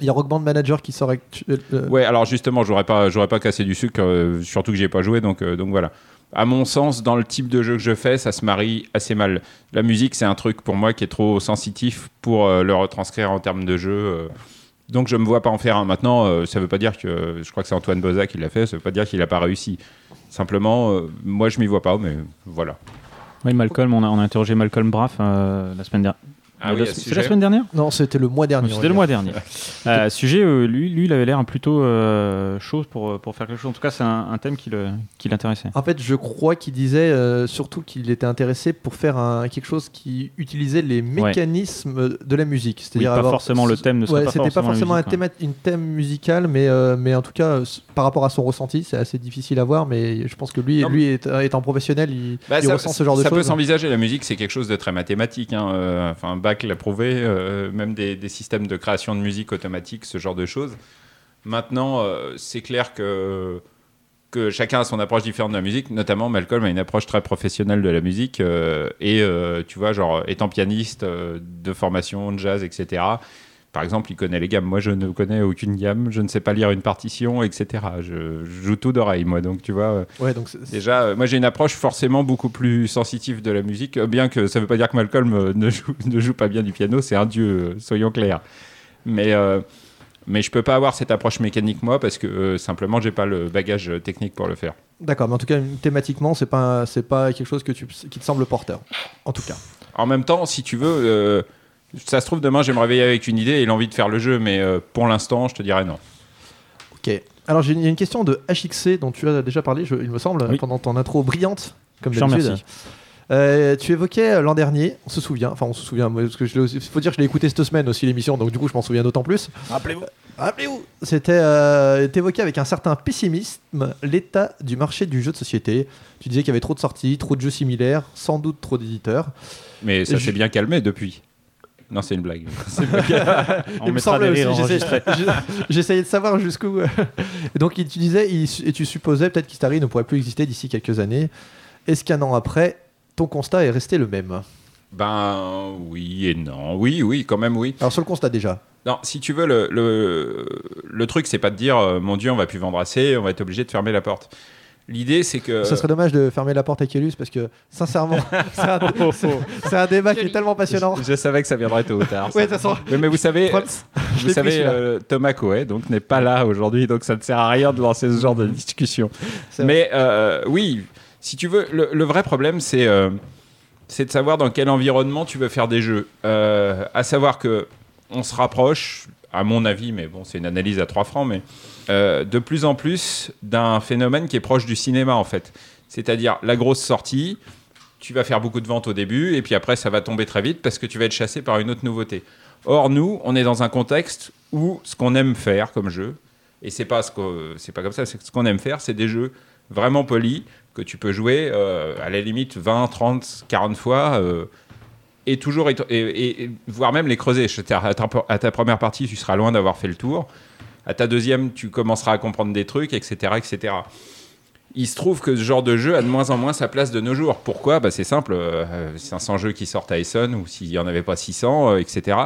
S4: Il y a Rock Band Manager qui sort. actu- euh, euh,
S1: Ouais, alors justement, j'aurais pas, j'aurais pas cassé du sucre, euh, surtout que j'ai pas joué, donc, euh, donc voilà. À mon sens, dans le type de jeu que je fais, ça se marie assez mal. La musique, c'est un truc pour moi qui est trop sensitif pour euh, le retranscrire en termes de jeu. euh. donc je me vois pas en faire un. Maintenant, euh, ça veut pas dire que. euh, je crois que c'est Antoine Boza qui l'a fait, ça veut pas dire qu'il a pas réussi. Simplement, euh, moi je m'y vois pas, mais voilà.
S5: Oui, Malcolm, on a, on a interrogé Malcolm Braff euh, la semaine dernière. La-
S1: Ah à ce
S5: c'est
S1: sujet.
S5: la semaine dernière
S4: Non, c'était le mois dernier.
S5: C'était le mois dernier. Euh, sujet, euh, lui, lui, il avait l'air plutôt euh, chaud pour, pour faire quelque chose. En tout cas, c'est un, un thème qui le- qui l'intéressait.
S4: En fait, je crois qu'il disait euh, surtout qu'il était intéressé pour faire un, quelque chose qui utilisait les mécanismes de la musique.
S5: Oui,
S4: C'est-à-dire
S5: pas
S4: avoir-
S5: forcément le thème ne serait
S4: Ouais,
S5: pas
S4: c'était pas
S5: forcément, la
S4: forcément un
S5: musique, hein.
S4: thème, une thème musicale, mais, euh, mais en tout cas, euh, c- par rapport à son ressenti, c'est assez difficile à voir. Mais je pense que lui,
S1: Non,
S4: lui est- euh, étant professionnel, il,
S1: Bah,
S4: il
S1: ça,
S4: ressent ce genre de
S1: ça peut
S4: choses.
S1: s'envisager, la musique c'est quelque chose de très mathématique. hein, euh, enfin, Bach l'a prouvé, euh, même des, des systèmes de création de musique automatique, ce genre de choses. Maintenant, euh, c'est clair que, que chacun a son approche différente de la musique, notamment Malcolm a une approche très professionnelle de la musique. euh, et euh, tu vois, genre, étant pianiste euh, de formation, de jazz, etc., par exemple, il connaît les gammes. Moi, je ne connais aucune gamme, je ne sais pas lire une partition, etc. Je, je joue tout d'oreille, moi, donc tu vois. euh,
S4: Ouais, donc c'est- c'est-
S1: Déjà, euh, moi j'ai une approche forcément beaucoup plus sensitive de la musique, euh, bien que ça ne veut pas dire que Malcolm euh, ne, joue, ne joue pas bien du piano, c'est un dieu, euh, soyons clairs. Mais, euh, mais je peux pas avoir cette approche mécanique moi parce que euh, simplement j'ai pas le bagage euh, technique pour le faire.
S4: D'accord, mais en tout cas, thématiquement, c'est pas, c'est pas quelque chose que tu, qui te semble porteur. En tout cas.
S1: En même temps, si tu veux, euh, ça se trouve demain je vais me réveiller avec une idée et l'envie de faire le jeu, mais euh, pour l'instant je te dirais non.
S4: Ok. Alors, j'ai une, il y a une question de HXC dont tu as déjà parlé, je- il me semble,
S5: Oui.
S4: pendant ton intro brillante, comme
S5: Je te
S4: d'habitude.
S5: remercie.
S4: Euh, tu évoquais euh, l'an dernier, on se souvient, enfin on se souvient, moi, parce que je l'ai aussi- faut dire que je l'ai écouté cette semaine aussi l'émission, donc du coup je m'en souviens d'autant plus. Rappelez-vous. Rappelez-vous. C'était euh, t'évoquais avec un certain pessimisme l'état du marché du jeu de société. Tu disais qu'il y avait trop de sorties, trop de jeux similaires, sans doute trop d'éditeurs.
S1: Mais ça
S4: Je-
S1: s'est bien calmé depuis. Non, c'est une blague.
S5: hein. On
S4: Il me euh,
S5: mettra
S4: semblait
S5: des rires
S4: aussi,
S5: enregistrés.
S4: j'essayais- je- J'essayais de savoir jusqu'où. Et Donc il- tu disais il su- et tu supposais peut-être qu'Istari ne pourrait plus exister d'ici quelques années. Est-ce qu'un an après, ton constat est resté le même
S1: Ben oui et non. Oui, oui, quand même oui.
S4: Alors sur le constat déjà.
S1: Non, si tu veux, le, le, le truc, c'est pas de dire, euh, mon Dieu, on va plus vendre assez, on va être obligé de fermer la porte. L'idée, c'est que.
S4: Ça serait dommage de fermer la porte à Kélus parce que, sincèrement, c'est un, c'est- c'est un débat qui est
S6: Joli.
S4: tellement passionnant.
S1: Oh, je, je savais que ça viendrait tôt ou tard. ça.
S4: Ouais, de toute façon,
S1: Oui, mais vous savez,
S4: Props. Je
S1: vous
S4: l'ai pris,
S1: savez
S4: celui-là.
S1: euh, Thomas Coe, donc n'est pas là aujourd'hui, donc ça ne sert à rien de lancer ce genre de discussion.
S4: C'est vrai.
S1: Mais euh, oui, si tu veux, le, le vrai problème, c'est euh, c'est de savoir dans quel environnement tu veux faire des jeux. Euh, à savoir que on se rapproche, à mon avis, mais bon, c'est une analyse à 3 francs, mais euh, de plus en plus d'un phénomène qui est proche du cinéma, en fait. C'est-à-dire la grosse sortie, tu vas faire beaucoup de ventes au début, et puis après, ça va tomber très vite parce que tu vas être chassé par une autre nouveauté. Or, nous, on est dans un contexte où ce qu'on aime faire comme jeu, et c'est pas, ce que, c'est pas comme ça, c'est que ce qu'on aime faire, c'est des jeux vraiment polis, que tu peux jouer euh, à la limite 20, 30, 40 fois. euh, et toujours, et, et- et- voire même les creuser. C'est-à-dire, À ta, à ta première partie, tu seras loin d'avoir fait le tour. À ta deuxième, tu commenceras à comprendre des trucs, etc., etc. Il se trouve que ce genre de jeu a de moins en moins sa place de nos jours. Pourquoi bah, C'est simple, euh, 500 jeux qui sortent à Essen, ou s'il n'y en avait pas 600, euh, etc.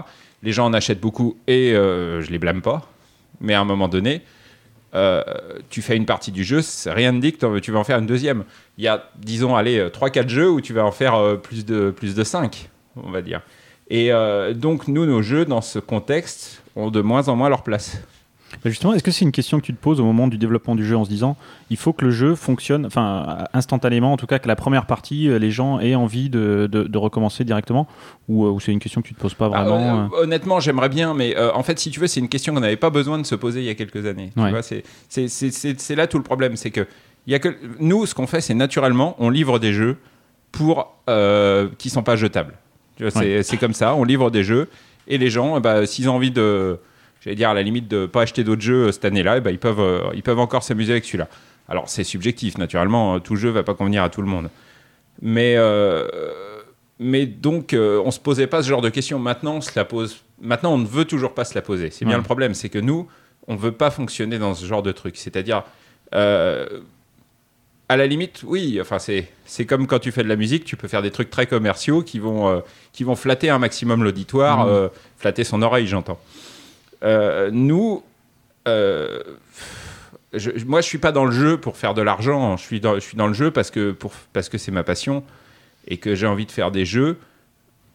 S1: Les gens en achètent beaucoup et euh, je les blâme pas. Mais à un moment donné, euh, tu fais une partie du jeu, c'est- rien ne dit que t'en- tu vas en faire une deuxième. Il y a, disons, allez, 3-4 jeux où tu vas en faire euh, plus, de, plus de 5, on va dire. Et euh, donc, nous, nos jeux, dans ce contexte, ont de moins en moins leur place.
S5: Bah justement, est-ce que c'est une question que tu te poses au moment du développement du jeu en se disant il faut que le jeu fonctionne, enfin euh, instantanément, en tout cas que la première partie, euh, les gens aient envie de, de- de recommencer directement Ou, euh, ou c'est une question que tu te poses pas vraiment
S1: Ah, euh,
S5: euh,
S1: Honnêtement, j'aimerais bien, mais euh, en fait, si tu veux, c'est une question qu'on n'avait pas besoin de se poser il y a quelques années. Tu
S5: Ouais.
S1: vois, c'est- c'est- c'est c'est- c'est là tout le problème, c'est que, il y a que nous, ce qu'on fait, c'est naturellement, on livre des jeux pour euh, qui sont pas jetables. Tu vois, C'est c'est comme ça, on livre des jeux et les gens, eh ben, s'ils ont envie de, j'allais dire à la limite de pas acheter d'autres jeux euh, cette année-là, eh ben, ils peuvent, euh, ils peuvent encore s'amuser avec celui-là. Alors c'est subjectif, naturellement, euh, tout jeu va pas convenir à tout le monde. Mais euh, mais donc, euh, on se posait pas ce genre de questions. Maintenant, on se la pose. Maintenant, on ne veut toujours pas se la poser. C'est bien
S5: Ouais.
S1: le problème, c'est que nous, on veut pas fonctionner dans ce genre de truc. C'est-à-dire, euh, à la limite, oui. Enfin, c'est c'est comme quand tu fais de la musique, tu peux faire des trucs très commerciaux qui vont euh, qui vont flatter un maximum l'auditoire,
S5: Mhm.
S1: euh, flatter son oreille, j'entends. Euh, nous, euh, je, moi, je suis pas dans le jeu pour faire de l'argent. Je suis dans je suis dans le jeu parce que pour parce que c'est ma passion et que j'ai envie de faire des jeux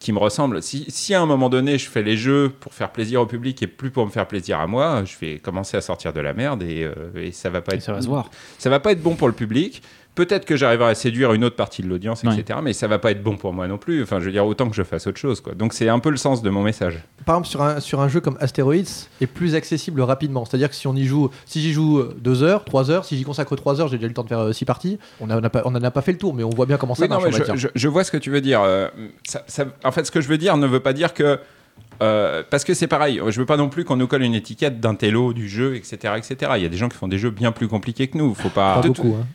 S1: qui me ressemblent. Si, si à un moment donné je fais les jeux pour faire plaisir au public et plus pour me faire plaisir à moi, je vais commencer à sortir de la merde et, euh, et ça va pas
S5: et
S1: être
S5: Ça va se voir.
S1: ça va pas être bon pour le public. Peut-être que j'arriverai à séduire une autre partie de l'audience,
S5: Ouais.
S1: etc. Mais ça va pas être bon pour moi non plus. Enfin, je veux dire autant que je fasse autre chose, quoi. Donc c'est un peu le sens de mon message.
S4: Par exemple, sur un, sur un jeu comme Asteroids, est plus accessible rapidement. C'est-à-dire que si on y joue, si j'y joue 2 heures, 3 heures, si j'y consacre 3 heures, j'ai déjà eu le temps de faire 6 parties. On n'en a, pas- on en a pas fait le tour, mais on voit bien comment ça
S1: Oui, non,
S4: marche.
S1: mais
S4: on va
S1: je,
S4: dire.
S1: je- je vois ce que tu veux dire. Euh, ça- ça- en fait, ce que je veux dire ne veut pas dire que. euh, parce que c'est pareil, je veux pas non plus qu'on nous colle une étiquette d'un télo, du jeu, etc., etc. Il y a des gens qui font des jeux bien plus compliqués que nous. Faut pas.
S4: Pas
S1: De Ah. tout-
S4: beaucoup. hein.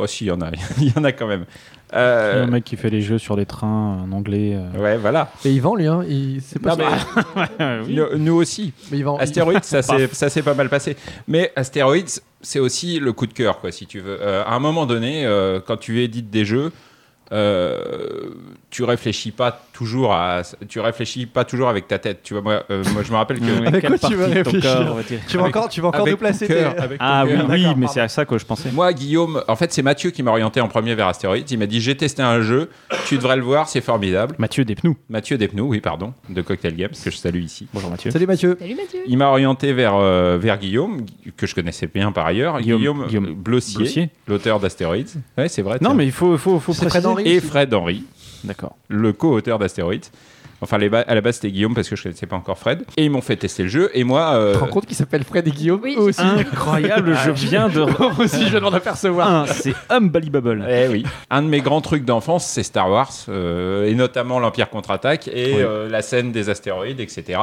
S1: Oh, si, il y en a, il y en a quand même. Euh,
S5: Le mec qui fait les jeux sur les trains en anglais. euh.
S1: ouais, voilà.
S4: Et il vend, lui, hein, il- c'est pas
S1: Non, mais-
S5: euh.
S1: Nous- nous aussi.
S4: mais il vend- il-
S1: Astéroïdes, ça s'est ça s'est pas mal passé. Mais Astéroïdes, c'est aussi le coup de cœur, quoi, si tu veux. Euh, à un moment donné, euh, quand tu édites des jeux, euh, tu réfléchis pas toujours à, tu réfléchis pas toujours avec ta tête. Tu vois, moi, euh, moi je me rappelle que
S4: Avec quoi tu vas
S5: partie de ton
S4: réfléchir
S5: corps va-t-il-
S4: Tu vas
S1: Avec-
S4: encore, tu vas encore
S1: avec
S4: nous placer.
S1: ton cœur,
S4: tes-
S1: avec ton
S5: Ah oui,
S1: cœur.
S5: oui,
S4: D'accord,
S5: mais
S4: pardon.
S5: c'est à ça que je pensais.
S1: Moi, Guillaume, en fait, c'est Mathieu qui m'a orienté en premier vers Astéroïdes. Il m'a dit J'ai testé un jeu, tu devrais le voir, c'est formidable.
S5: Mathieu Despnous.
S1: Mathieu Despnous, oui, pardon, de Cocktail Games, que je salue ici.
S5: Bonjour Mathieu.
S4: Salut Mathieu.
S6: Salut Mathieu.
S1: Il m'a orienté vers, euh, vers Guillaume, que je connaissais bien par ailleurs.
S5: Guillaume-
S1: Guillaume,
S5: Guillaume
S1: Blossier,
S5: Blossier.
S1: l'auteur d'Astéroïdes. Ouais, c'est vrai.
S5: Non,
S1: tiens.
S5: mais il faut, faut, faut
S4: C'est Fred
S5: préciser.
S4: Henry.
S1: Et Fred Henry,
S5: D'accord.
S1: le co-auteur d'Astéroïdes. Enfin, les ba- à la base, c'était Guillaume parce que je connaissais pas encore Fred. Et ils m'ont fait tester le jeu. Et moi. euh,
S4: Tu te rends compte qu'il s'appelle Fred et Guillaume
S6: Oui,
S4: eux aussi.
S5: Incroyable, je viens de.
S4: Eux aussi, je viens de m'en apercevoir.
S5: Un, c'est Unbelievable.
S1: eh oui. Un de mes grands trucs d'enfance, c'est Star Wars, euh, et notamment l'Empire contre-attaque et
S5: Oui.
S1: euh, la scène des astéroïdes, etc.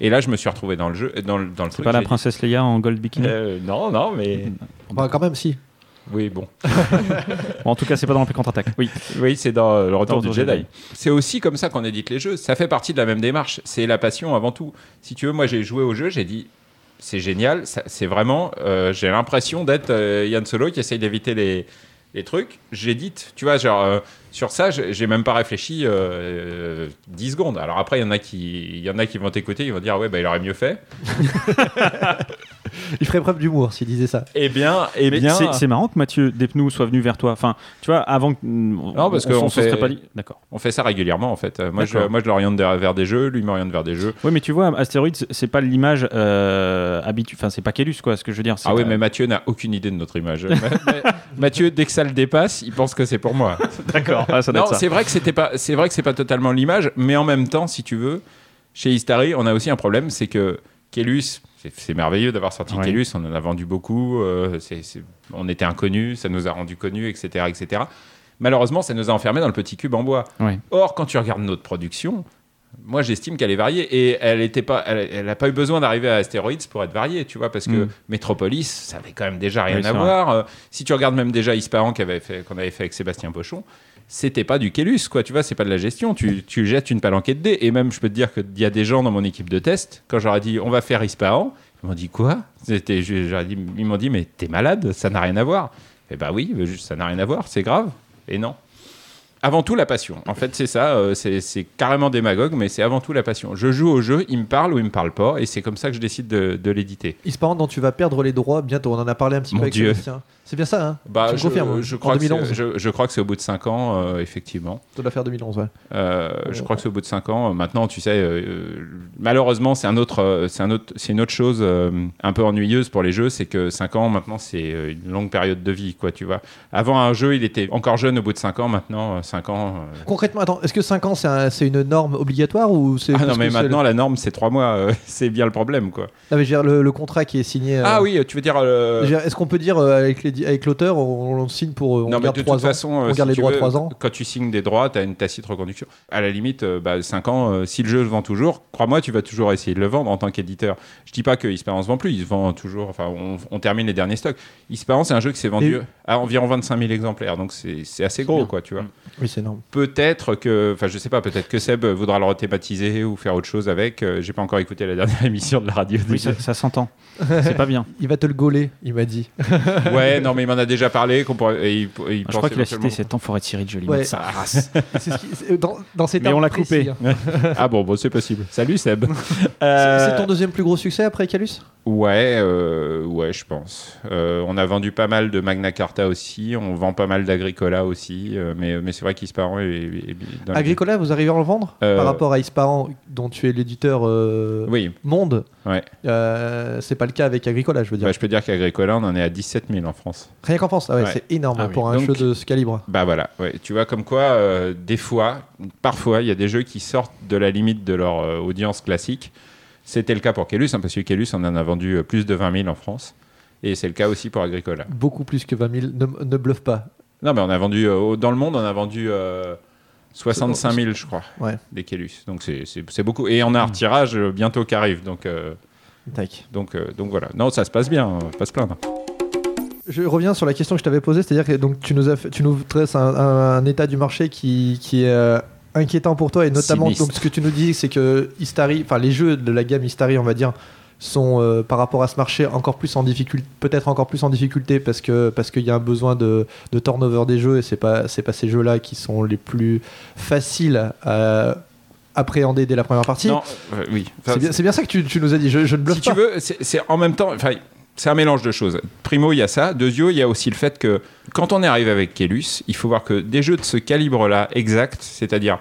S1: Et là, je me suis retrouvé dans le jeu, dans le, dans le
S5: C'est
S1: truc.
S5: pas la
S1: j'ai dit,
S5: princesse Leia en gold bikini.
S1: euh, non, non, mais
S4: Bah, quand même, si.
S1: oui, bon.
S5: Bon, en tout cas, c'est pas dans l'Empire contre-attaque. Oui.
S1: Oui, c'est dans euh, le retour
S5: Dans
S1: du
S5: le
S1: Jedi.
S5: Jedi.
S1: C'est aussi comme ça qu'on édite les jeux. Ça fait partie de la même démarche. C'est la passion avant tout. Si tu veux, moi j'ai joué au jeu, j'ai dit c'est génial. ça- C'est vraiment, euh, j'ai l'impression d'être euh, Yann Solo qui essaye d'éviter les, les trucs. J'édite, tu vois, genre euh, sur ça, j'ai j'ai même pas réfléchi euh, euh, 10 secondes. Alors après, il y en a qui, il y en a qui vont t'écouter, ils vont dire ouais, bah il aurait mieux fait.
S4: Il ferait preuve d'humour s'il disait ça.
S1: Eh bien, eh
S5: Mais
S1: bien.
S5: c'est- C'est marrant que Mathieu Despnous soit venu vers toi. Enfin, tu vois, avant que. Non,
S1: parce que
S5: qu'on
S1: on
S5: se
S1: fait-
S5: serait pas dit. D'accord.
S1: On fait ça régulièrement en fait. Euh, Moi, je,
S5: D'accord.
S1: moi, je l'oriente vers vers des jeux, lui m'oriente vers des jeux.
S5: Oui, mais tu vois, Astéroïdes, c'est pas l'image euh, habituelle. Enfin, c'est pas Kélus, quoi, ce que je veux dire. c'est-
S1: Ah oui, mais Mathieu n'a aucune idée de notre image. Ma- ma- Mathieu, dès que ça le dépasse, il pense que c'est pour moi.
S5: D'accord. Ah, ça doit
S1: non,
S5: être ça.
S1: c'est vrai que c'était pas, c'est vrai que c'est pas totalement l'image, mais en même temps, si tu veux, chez Istari, on a aussi un problème, c'est que Kélus, c'est, c'est merveilleux d'avoir sorti
S5: Ouais.
S1: Kélus, on en a vendu beaucoup, euh, c'est- c'est- on était inconnus, ça nous a rendu connus, etc., etc. Malheureusement, ça nous a enfermés dans le petit cube en bois.
S5: Ouais.
S1: Or, quand tu regardes notre production, moi j'estime qu'elle est variée et elle était pas, elle, elle a pas eu besoin d'arriver à Asteroids pour être variée, tu vois, parce que
S5: Mm.
S1: Metropolis, ça avait quand même déjà rien
S5: Oui, c'est
S1: à
S5: vrai.
S1: voir. Euh, si tu regardes même déjà Ispahan qu'on avait, fait- qu'on avait fait avec Sébastien Pochon, c'était pas du Kélus, quoi, tu vois, c'est pas de la gestion. Tu, tu jettes une palanquée de dés et même je peux te dire qu'il y a des gens dans mon équipe de test quand j'aurais dit on va faire Ispahan, ils m'ont dit quoi C'était, je- j'aurais dit, ils m'ont dit mais t'es malade, ça n'a rien à voir. Eh ben oui, mais juste, ça n'a rien à voir, c'est grave. Et non. Avant tout la passion. En fait, c'est ça, euh, c'est c'est carrément démagogue, mais c'est avant tout la passion. Je joue au jeu, il me parle ou il me parle pas, et c'est comme ça que je décide de, de l'éditer.
S4: Ispahan dont tu vas perdre les droits bientôt. On en a parlé un petit
S1: Mon
S4: peu avec
S1: Dieu.
S4: Sébastien. C'est bien ça, hein
S1: Bah,
S4: Tu me
S1: je,
S4: confirmes,
S1: je
S4: en
S1: crois que c'est-
S4: 2011.
S1: je, je crois que c'est au bout de 5 ans, euh, effectivement.
S4: De l'affaire 2011, ouais.
S1: Euh, je crois que c'est au bout de 5 ans. Maintenant, tu sais, euh, euh, malheureusement, c'est un autre, euh, c'est un autre, c'est une autre chose euh, un peu ennuyeuse pour les jeux, c'est que 5 ans maintenant, c'est euh, une longue période de vie, quoi. Tu vois. Avant un jeu, il était encore jeune au bout de 5 ans. Maintenant, 5 ans. euh,
S4: Concrètement, attends, est-ce que 5 ans c'est un- c'est une norme obligatoire ou c'est.
S1: Ah non,
S4: parce
S1: mais
S4: que c'est le-
S1: maintenant, la norme, c'est 3 mois. euh, c'est bien le problème, quoi.
S4: Non, mais je veux dire, le, le contrat qui est signé. euh,
S1: Ah oui, tu veux dire. euh,
S4: je veux dire, Est-ce qu'on peut dire euh, avec, les- avec l'auteur, on, on le signe pour. euh, On
S1: non, mais
S4: garde
S1: de
S4: 3
S1: toute
S4: ans
S1: façon, euh,
S4: on garde les
S1: tu
S4: droits
S1: veux,
S4: trois ans.
S1: Quand tu signes des droits, tu as une tacite reconduction. À la limite, euh, bah, 5 ans, euh, si le jeu se vend toujours, crois-moi, tu vas toujours essayer de le vendre en tant qu'éditeur. Je dis pas que Hispahan se vend plus, il se vend toujours. Enfin, on, on termine les derniers stocks. Hispahan, c'est un jeu qui s'est vendu
S4: Et-
S1: à environ 25 000 exemplaires, donc c'est c'est assez gros,
S5: bien.
S1: quoi, tu vois.
S5: Mm.
S4: Oui, c'est énorme.
S1: Peut-être que, enfin, je sais pas, peut-être que Seb voudra le rethématiser ou faire autre chose avec. Euh, J'ai pas encore écouté la dernière émission de la radio.
S5: Oui, ça, ça s'entend. C'est pas bien.
S4: Il va te le gauler, il m'a dit.
S1: ouais, non, mais il m'en a déjà parlé. qu'on pourrait- et il- il
S5: Je
S1: pense
S5: crois qu'il a
S1: éventuellement-
S5: cité cette temps forêt de Cyril, je lui
S4: Ouais.
S5: mets sa race.
S4: C'est ce qui- c'est- dans, dans ces
S5: Mais
S4: termes
S5: on l'a
S4: précis,
S5: coupé.
S4: hein.
S1: Ah bon, bon c'est possible. Salut Seb.
S4: C'est-
S1: Euh,
S4: C'est ton deuxième plus gros succès après Calus
S1: Ouais, euh, ouais, je pense. Euh, on a vendu pas mal de Magna Carta aussi, on vend pas mal d'Agricola aussi, euh, mais, mais c'est vrai qu'Isparan est, est- est- dans les-
S4: Agricola, vous arrivez à le vendre
S1: Euh,
S4: Par rapport à Ispahan, dont tu es l'éditeur euh,
S1: Oui,
S4: monde,
S1: Ouais.
S4: euh, c'est pas le cas avec Agricola, je veux dire.
S1: bah, je peux dire qu'Agricola, on en est à 17 000 en France.
S4: Rien qu'en France, ah ouais,
S1: Ouais.
S4: c'est énorme
S5: Ah oui.
S4: pour un
S1: Donc-
S4: jeu de ce calibre.
S1: Bah voilà, ouais. tu vois comme quoi, euh, des fois, parfois, il y a des jeux qui sortent de la limite de leur euh, audience classique. C'était le cas pour Kellus, hein, parce que Kellus, on en a vendu euh, plus de 20 000 en France. Et c'est le cas aussi pour Agricola.
S4: Beaucoup plus que 20 000, ne, ne bluffe pas.
S1: Non, mais on a vendu, euh, au- dans le monde, on a vendu euh, 65 000, je crois,
S4: Ouais.
S1: des Kélus. Donc c'est- c'est c'est beaucoup. Et on a un retirage euh, bientôt qui arrive. Donc, euh,
S4: Tac.
S1: donc, euh, donc voilà. Non, ça se passe bien, on va pas se plaindre.
S4: Je reviens sur la question que je t'avais posée, c'est-à-dire que donc, tu, nous as fait- tu nous dresses un, un- un état du marché qui, qui est euh, inquiétant pour toi, et notamment
S1: Sinistre.
S4: donc, ce que tu nous dis, c'est que Istari, enfin, les jeux de la gamme Istari, on va dire, sont euh, par rapport à ce marché encore plus en difficulté, peut-être encore plus en difficulté parce que parce qu'il y a un besoin de, de turnover des jeux et c'est pas c'est pas ces jeux-là qui sont les plus faciles à appréhender dès la première partie.
S1: Non, euh, oui. Enfin,
S4: c'est bien, c'est bien ça que tu, tu nous as dit. Je, je ne bluffe
S1: si
S4: pas.
S1: tu veux, c'est c'est en même temps. enfin, C'est un mélange de choses. Primo, il y a ça. Deuxio, il y a aussi le fait que quand on est arrivé avec Kélus, il faut voir que des jeux de ce calibre-là, exact, c'est-à-dire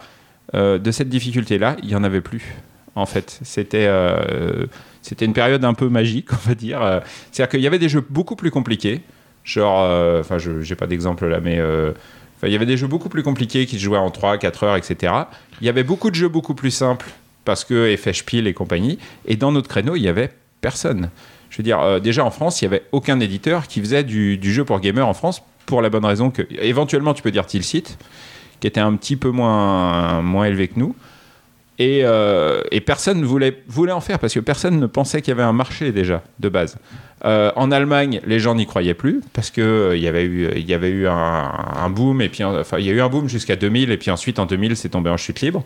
S1: euh, de cette difficulté-là, il n'y en avait plus. En fait, c'était euh, c'était une période un peu magique, on va dire. Euh, C'est-à-dire qu'il y avait des jeux beaucoup plus compliqués, genre, euh, enfin, je j'ai pas d'exemple là, mais euh, enfin, il y avait des jeux beaucoup plus compliqués qui se jouaient en 3, 4 heures, etc. Il y avait beaucoup de jeux beaucoup plus simples parce que effet Spiel et compagnie. Et dans notre créneau, il y avait personne. Je veux dire, euh, déjà en France, il n'y avait aucun éditeur qui faisait du, du jeu pour gamer en France pour la bonne raison que, éventuellement, tu peux dire Tilsit, qui était un petit peu moins, moins élevé que nous. Et, euh, et personne ne voulait, voulait en faire parce que personne ne pensait qu'il y avait un marché déjà de base. Euh, en Allemagne, les gens n'y croyaient plus parce que euh, il y avait eu, il y avait eu un, un boom et puis euh, enfin il y a eu un boom jusqu'à 2000 et puis ensuite en 2000 c'est tombé en chute libre.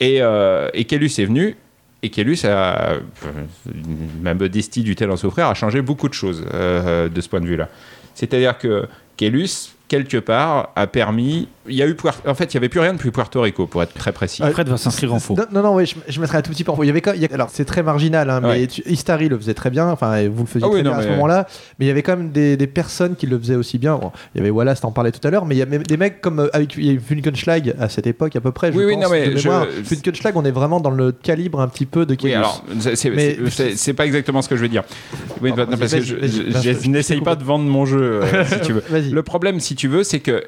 S1: Et, euh, et Kellus est venu et Kellus a, euh, même Desti du tel en souffrir, a changé beaucoup de choses euh, de ce point de vue-là. C'est-à-dire que Kellus, quelque part, a permis. Il y a eu, Puer- en fait, il n'y avait plus rien depuis Puerto Rico, pour être très précis.
S5: Fred va s'inscrire en faux.
S4: Non, non, non, oui, je, je mettrais un tout petit peu en faux. Il y avait quand- il y a- alors, c'est très marginal, hein, mais
S1: Ouais.
S4: tu- Istari le faisait très bien, enfin, et vous le faisiez
S1: Ah oui,
S4: très
S1: non,
S4: bien à ce
S1: mais-
S4: moment-là, mais il y avait quand même des, des personnes qui le faisaient aussi bien. Bon, il y avait Wallace, t'en parlais tout à l'heure, mais il y a même des mecs comme euh, avec il y a eu Funkenschlag à cette époque, à peu près, je
S1: Oui, oui,
S4: pense,
S1: non, mais
S4: de
S1: je-
S4: mémoire. Funkenschlag, on est vraiment dans le calibre un petit peu de
S1: Oui,
S4: Killus.
S1: alors, c'est- c'est-
S4: Mais-
S1: c'est- c'est c'est pas exactement ce que je veux dire. Oui,
S4: Pardon,
S1: non, parce que
S4: vas-y,
S1: je,
S4: vas-y,
S1: je-
S4: vas-y,
S1: je
S4: vas-y,
S1: n'essaye pas de vendre mon jeu, euh, si tu veux.
S4: Vas-y.
S1: Le problème, si tu veux, c'est que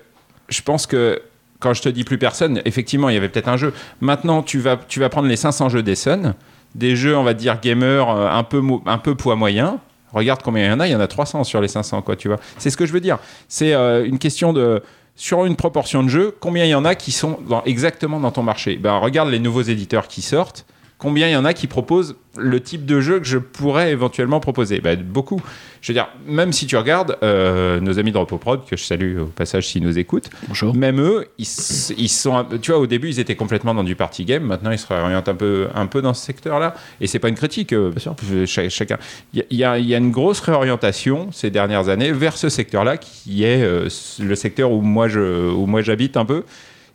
S1: je pense que quand je te dis plus personne, effectivement, il y avait peut-être un jeu. Maintenant, tu vas, tu vas prendre les 500 jeux d'Essen, des jeux, on va dire, gamers euh, un peu, mo- un peu poids moyen. Regarde combien il y en a, il y en a 300 sur les 500, quoi, tu vois. C'est ce que je veux dire. C'est euh, une question de. sur une proportion de jeux, combien il y en a qui sont dans- exactement dans ton marché ben, Regarde les nouveaux éditeurs qui sortent. Combien il y en a qui proposent le type de jeu que je pourrais éventuellement proposer Ben, Beaucoup. Je veux dire, même si tu regardes euh, nos amis de RepoProd, que je salue au passage s'ils nous écoutent,
S5: Bonjour.
S1: même eux, ils, s- ils sont. un peu- Tu vois, au début, ils étaient complètement dans du party game. Maintenant, ils se réorientent un peu, un peu dans ce secteur-là. Et c'est pas une critique. euh,
S4: sûr.
S1: je- cha- chacun. Il y a- il y, a- il y a une grosse réorientation ces dernières années vers ce secteur-là, qui est euh, s- le secteur où moi je, où moi j'habite un peu.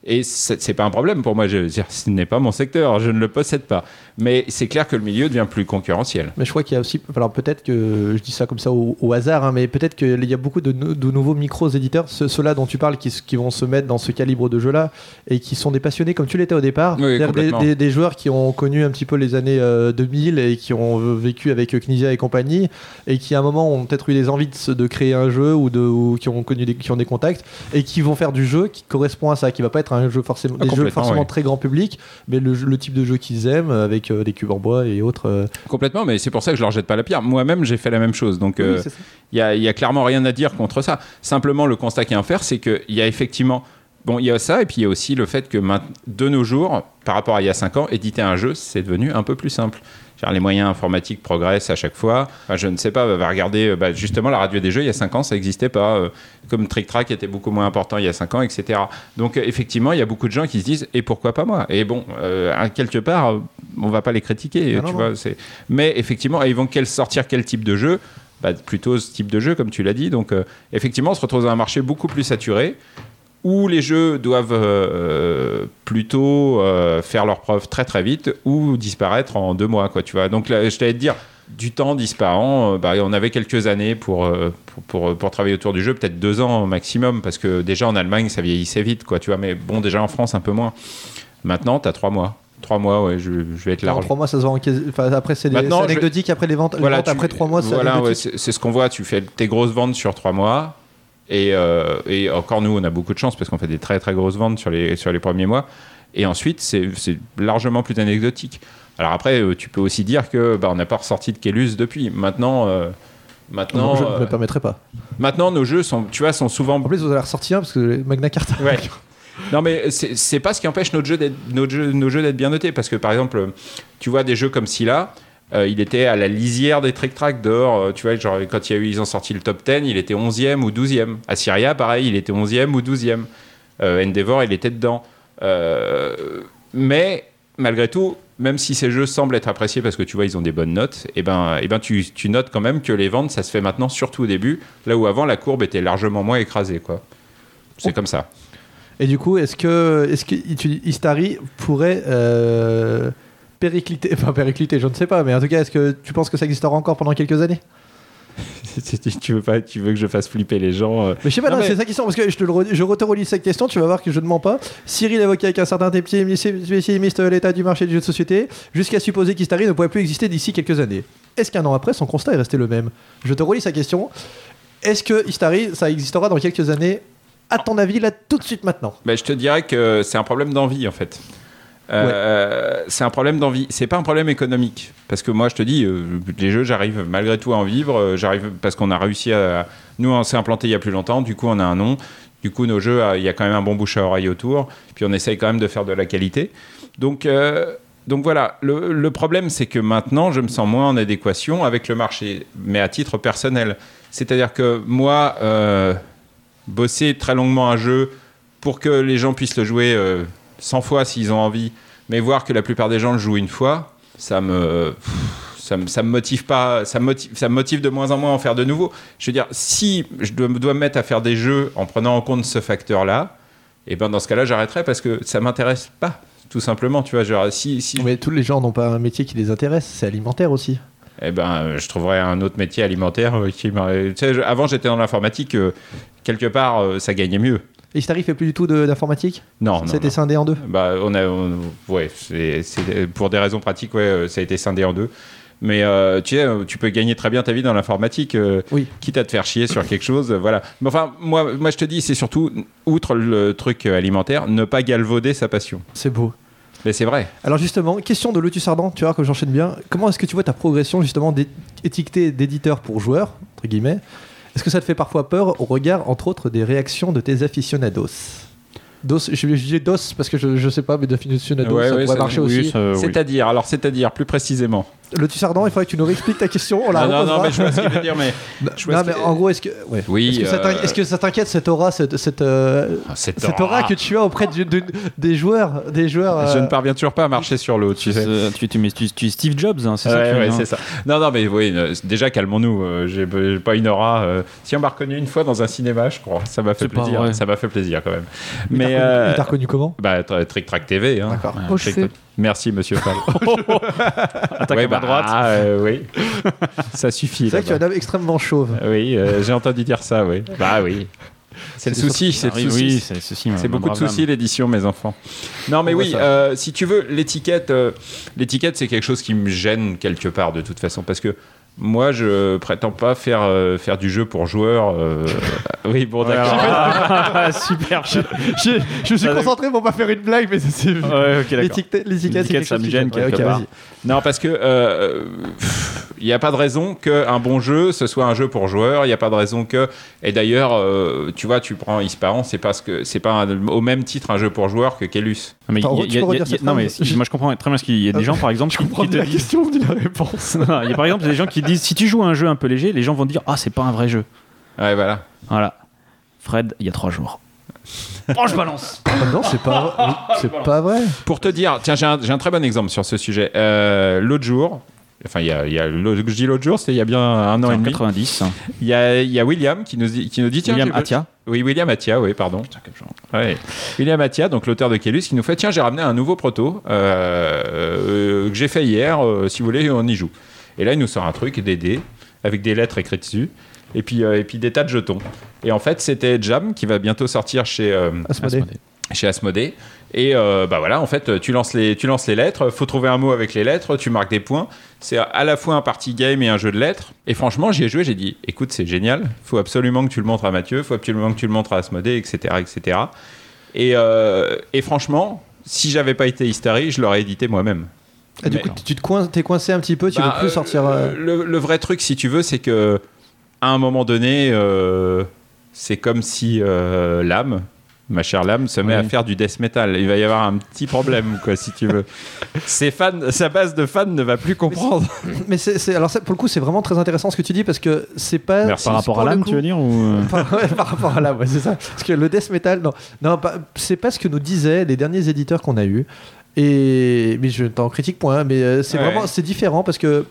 S1: Et c'est c'est pas un problème pour moi. Je, veux dire, ce n'est pas mon secteur. Je ne le possède pas. Mais c'est clair que le milieu devient plus concurrentiel.
S4: Mais je crois qu'il y a aussi. Alors peut-être que je dis ça comme ça au, au hasard, hein, mais peut-être qu'il y a beaucoup de, nou- de nouveaux micros éditeurs, ceux- ceux-là dont tu parles, qui, s- qui vont se mettre dans ce calibre de jeu-là et qui sont des passionnés comme tu l'étais au départ.
S1: Oui,
S4: C'est-à-dire des,
S1: complètement.
S4: des- des joueurs qui ont connu un petit peu les années euh, 2000 et qui ont euh, vécu avec euh, Knizia et compagnie et qui à un moment ont peut-être eu des envies de, se- de créer un jeu ou, de, ou qui ont connu des, qui ont des contacts et qui vont faire du jeu qui correspond à ça, qui va pas être un jeu forcément,
S1: Ah,
S4: des jeux
S1: complètement,
S4: forcément
S1: oui.
S4: très grand public, mais le, jeu- le type de jeu qu'ils aiment euh, avec euh, des cubes en bois et autres. euh,
S1: Complètement. Mais c'est pour ça que je leur jette pas la pierre. Moi-même, j'ai fait la même chose. Donc. euh,
S4: oui, c'est ça.
S1: Il y a, il y a clairement rien à dire contre ça. Simplement, le constat qu'il y a à faire, c'est qu'il y a effectivement. Bon, il y a ça, et puis il y a aussi le fait que maint- de nos jours, par rapport à il y a 5 ans, éditer un jeu, c'est devenu un peu plus simple. C'est-à-dire, les moyens informatiques progressent à chaque fois. Enfin, je ne sais pas, va regarder euh, bah, justement la radio des jeux, il y a 5 ans, ça n'existait pas. euh, comme Trick Track était beaucoup moins important il y a 5 ans, etc. Donc euh, effectivement, il y a beaucoup de gens qui se disent, et pourquoi pas moi Et bon, euh, à quelque part, euh, on va pas les critiquer,
S4: Ah,
S1: tu
S4: non,
S1: vois. c'est- Mais effectivement, et ils vont quel- sortir quel type de jeu bah, plutôt ce type de jeu, comme tu l'as dit. Donc, euh, effectivement, on se retrouve dans un marché beaucoup plus saturé où les jeux doivent euh, plutôt euh, faire leurs preuves très très vite ou disparaître en deux mois, quoi, tu vois. Donc, là, je t'allais te dire, du temps disparant, euh, bah, on avait quelques années pour, euh, pour, pour, pour travailler autour du jeu, peut-être deux ans au maximum, parce que déjà en Allemagne, ça vieillissait vite, quoi, tu vois. Mais bon, déjà en France, un peu moins. Maintenant, t'as trois mois. Trois mois, ouais, je, je vais être
S4: En
S1: large.
S4: trois mois, ça se vend en quasi- enfin, après, c'est des-
S1: Maintenant,
S4: c'est
S1: je-
S4: anecdotique. Après les ventes, les ventes
S1: tu-
S4: après trois mois, c'est
S1: voilà, ouais,
S4: anecdotique.
S1: c'est c'est ce qu'on voit. Tu fais tes grosses ventes sur trois mois. Et, euh, et encore, nous, on a beaucoup de chance parce qu'on fait des très très grosses ventes sur les, sur les premiers mois. Et ensuite, c'est c'est largement plus anecdotique. Alors après, euh, tu peux aussi dire que bah, on n'a pas ressorti de Kellus depuis. Maintenant, euh, maintenant,
S4: Non, je ne
S1: euh,
S4: me permettrai pas.
S1: maintenant, nos jeux sont, tu vois, sont souvent
S4: En plus, vous allez ressortir parce que Magna Carta.
S1: Ouais. Non, mais c'est c'est pas ce qui empêche notre jeu d'être, notre jeu, nos jeux d'être bien notés. Parce que par exemple, tu vois des jeux comme Scylla, euh, il était à la lisière des Trick Track dehors. euh, tu vois, genre, quand il y a eu, ils ont sorti le top 10, il était 11e ou 12e. Assyria, pareil, il était 11e ou 12e. Euh, Endeavor, il était dedans. Euh, mais malgré tout, même si ces jeux semblent être appréciés parce que tu vois, ils ont des bonnes notes, et ben, et ben tu, tu notes quand même que les ventes, ça se fait maintenant, surtout au début, là où avant la courbe était largement moins écrasée. quoi. C'est comme ça.
S4: Et du coup, est-ce que, est-ce que tu- Istari pourrait euh, péricliter Enfin, péricliter, je ne sais pas, mais en tout cas, est-ce que tu penses que ça existera encore pendant quelques années
S1: tu veux pas, tu veux que je fasse flipper les gens. euh.
S4: Mais je sais pas,
S1: Non,
S4: non,
S1: mais-
S4: c'est ça qui sent, parce que je te, le re- je te relis cette question, tu vas voir que je ne mens pas. Cyril évoquait avec un certain pessimiste l'état du marché du jeu de société, jusqu'à supposer qu'Istari ne pourrait plus exister d'ici quelques années. Est-ce qu'un an après, son constat est resté le même Je te relis sa question. Est-ce que Istari, ça existera dans quelques années À ton avis, là, tout de suite maintenant
S1: Ben, je te dirais que c'est un problème d'envie en fait. Euh, C'est un problème d'envie. C'est pas un problème économique parce que moi je te dis, euh, les jeux, j'arrive malgré tout à en vivre. euh, j'arrive parce qu'on a réussi à. Nous, on s'est implanté il y a plus longtemps. Du coup, on a un nom. Du coup, nos jeux, ah, il y a quand même un bon bouche à oreille autour. Puis on essaye quand même de faire de la qualité. Donc, euh, donc voilà. Le, le problème, c'est que maintenant, je me sens moins en adéquation avec le marché, mais à titre personnel. C'est-à-dire que moi, euh, bosser très longuement un jeu pour que les gens puissent le jouer euh, 100 fois s'ils ont envie, mais voir que la plupart des gens le jouent une fois, ça me pff, ça me, ça me motive pas, ça me motive, ça me motive de moins en moins à en faire de nouveau. Je veux dire, si je dois, dois me mettre à faire des jeux en prenant en compte ce facteur-là, et ben dans ce cas-là, j'arrêterai parce que ça m'intéresse pas, tout simplement. Tu vois, genre, si, si
S4: Mais tous les gens n'ont pas un métier qui les intéresse, c'est alimentaire aussi.
S1: eh ben, euh, je trouverais un autre métier alimentaire euh, qui m'a- tu sais, je- Avant, j'étais dans l'informatique, euh, quelque part, euh, ça gagnait mieux.
S4: Istari fait plus du tout de- d'informatique
S1: Non, non,
S4: C'était
S1: non.
S4: scindé en deux
S1: Bah, on a, on- ouais, c'est- c'est- pour des raisons pratiques, ouais, euh, ça a été scindé en deux. Mais euh, tu sais, euh, tu peux gagner très bien ta vie dans l'informatique, euh,
S4: Oui.
S1: quitte à te faire chier sur quelque chose, euh, voilà. Mais enfin, moi, moi, je te dis, c'est surtout outre le truc euh, alimentaire, ne pas galvauder sa passion.
S4: C'est beau.
S1: Mais c'est vrai.
S4: Alors justement, question de Lotus Ardent, tu vois que j'enchaîne bien. Comment est-ce que tu vois ta progression justement d'étiqueté d'éditeur pour joueur, entre guillemets Est-ce que ça te fait parfois peur au regard, entre autres, des réactions de tes aficionados Dos, je, je dis dos parce que je, je sais pas, mais d'aficionados,
S1: Ouais,
S4: ça
S1: ouais,
S4: pourrait
S1: ça-
S4: marcher
S5: oui,
S4: aussi.
S5: ça, oui.
S1: C'est-à-dire, alors c'est-à-dire plus précisément.
S4: Le Tussardan, il faudrait que tu nous réexpliques ta question. On la
S1: non, non, non,
S4: reposera.
S1: mais je vois ce qu'il veut dire, mais je vois
S4: Non,
S1: ce
S4: mais
S1: que-
S4: en gros, est-ce que, ouais.
S1: Oui,
S4: est-ce que ça
S1: euh,
S4: t'inqui- est-ce que ça t'inquiète cette aura, cette, cette, euh,
S1: Ah, cette
S4: cette aura
S1: aura.
S4: que tu as auprès du- du- des joueurs, des joueurs
S1: je
S4: euh,
S1: ne parviens toujours pas à marcher sur l'eau, tu sais.
S5: Euh, tu, tu, mais tu- tu es Steve Jobs, hein, c'est ça que
S1: Ouais,
S5: tu veux
S1: ouais,
S5: dire,
S1: c'est
S5: hein.
S1: ça. Non, non, mais oui, euh, déjà calmons-nous. euh, J'ai j'ai pas une aura. euh, si on m'a reconnu une fois dans un cinéma, je crois, ça m'a fait
S5: C'est pas
S1: plaisir.
S5: vrai.
S1: Ça m'a fait plaisir quand même.
S4: il t'a
S1: Mais
S4: reconnu-
S1: euh,
S4: il t'a reconnu comment
S1: bah, tra- Trick Track TV. Hein.
S4: D'accord.
S6: Aux
S1: Trick-
S6: cheveux.
S1: Merci, Monsieur Fall. oh.
S5: Attaque à
S1: Ouais,
S5: ma
S1: bah,
S5: droite.
S1: ah, euh, oui. ça suffit.
S4: C'est vrai que tu es un
S1: là-bas.
S4: homme extrêmement chauve.
S1: Oui, euh, j'ai entendu dire ça. Oui. Bah oui. C'est le souci. C'est le
S5: oui,
S1: souci.
S5: oui, c'est souci, ma-
S1: C'est
S5: ma
S1: beaucoup de
S5: brave
S1: soucis
S5: dame.
S1: l'édition, mes enfants. Non, mais
S4: On voit
S1: oui,
S4: ça.
S1: euh, si tu veux, l'étiquette, euh, l'étiquette, c'est quelque chose qui me gêne quelque part de toute façon, parce que moi, je prétends pas faire euh, faire du jeu pour joueurs. euh, oui, bon, d'accord.
S5: Ah, super. Je,
S4: Je suis concentré pour pas faire une blague, mais c'est.
S5: Ah, Ouais, ok, d'accord.
S4: L'étiquette, l'étiquette, c'est
S5: L'étiquette,
S4: quelque
S5: ça
S4: chose
S5: me
S4: qui
S5: gêne
S4: Ouais,
S5: quelque
S4: ok,
S5: part.
S4: vas-y.
S1: Non, parce que euh, pff, il n'y a pas de raison qu'un bon jeu, ce soit un jeu pour joueurs. Il n'y a pas de raison que. Et d'ailleurs, euh, tu vois, tu prends Ispahan, c'est parce que c'est pas un- au même titre un jeu pour joueurs que Kellus.
S5: Non, mais
S4: Attends,
S5: il y a-
S4: tu
S5: il y
S4: peux
S5: a- il y a-
S4: redire cette
S5: non, mais
S4: phrase
S5: si- moi je comprends très bien ce qu'il y a des gens par exemple qui, qui te
S4: la
S5: disent.
S4: question, on dit la réponse.
S5: Non, Il y a par exemple des gens qui disent si tu joues à un jeu un peu léger, les gens vont te dire ah c'est pas un vrai jeu.
S1: Ouais, voilà.
S5: Voilà. Fred, il y a trois jours. Oh, je balance.
S4: Ah non, c'est pas, c'est pas vrai.
S1: Pour te dire, tiens, j'ai un, j'ai un très bon exemple sur ce sujet. Euh, l'autre jour, enfin, il y a, il y a l'autre- je dis l'autre jour, c'était il y a bien un an et
S5: En
S1: demi.
S5: 90.
S1: Il y a, il y a William qui nous dit, qui nous dit tiens,
S5: William
S1: j'ai-
S5: Attia.
S1: Oui, William Attia, oui, pardon. Ouais. William Attia, donc l'auteur de Kellus, qui nous fait tiens, j'ai ramené un nouveau proto euh, euh, que j'ai fait hier. euh, si vous voulez, on y joue. Et là, il nous sort un truc, des dés, avec des lettres écrites dessus, et puis, euh, et puis des tas de jetons. Et en fait, c'était Jam qui va bientôt sortir chez. euh,
S4: Asmodée.
S1: chez Asmodée. Et euh, bah voilà, en fait, tu lances les, tu lances les lettres, faut trouver un mot avec les lettres, tu marques des points. C'est à la fois un party game et un jeu de lettres. Et franchement, j'y ai joué, j'ai dit, écoute, c'est génial, faut absolument que tu le montres à Mathieu, faut absolument que tu le montres à Asmodée, etc., etc. Et, euh, et franchement, si j'avais pas été Hystary, je l'aurais édité moi-même.
S4: Ah, du
S1: Mais-
S4: coup, tu te coin- t'es coincé un petit peu, tu
S1: Bah,
S4: veux plus
S1: euh,
S4: sortir. euh,
S1: Le, le vrai truc, si tu veux, c'est que à un moment donné, euh, c'est comme si euh, l'âme, ma chère l'âme, se met
S5: Oui.
S1: à faire du death metal. Il va y avoir un petit problème, quoi, si tu veux. Ses fans, sa base de fans ne va plus comprendre.
S4: Mais c'est, c'est- alors ça, pour le coup, c'est vraiment très intéressant ce que tu dis parce que c'est pas
S1: Merci.
S5: Par rapport à l'âme, tu veux dire ou... euh,
S4: par, ouais, par rapport à l'âme, ouais, c'est ça. Parce que le death metal, non, non, pas- c'est pas ce que nous disaient les derniers éditeurs qu'on a eu. Et mais je ne t'en critique point, hein, mais euh, c'est
S1: Ouais.
S4: vraiment c'est différent parce que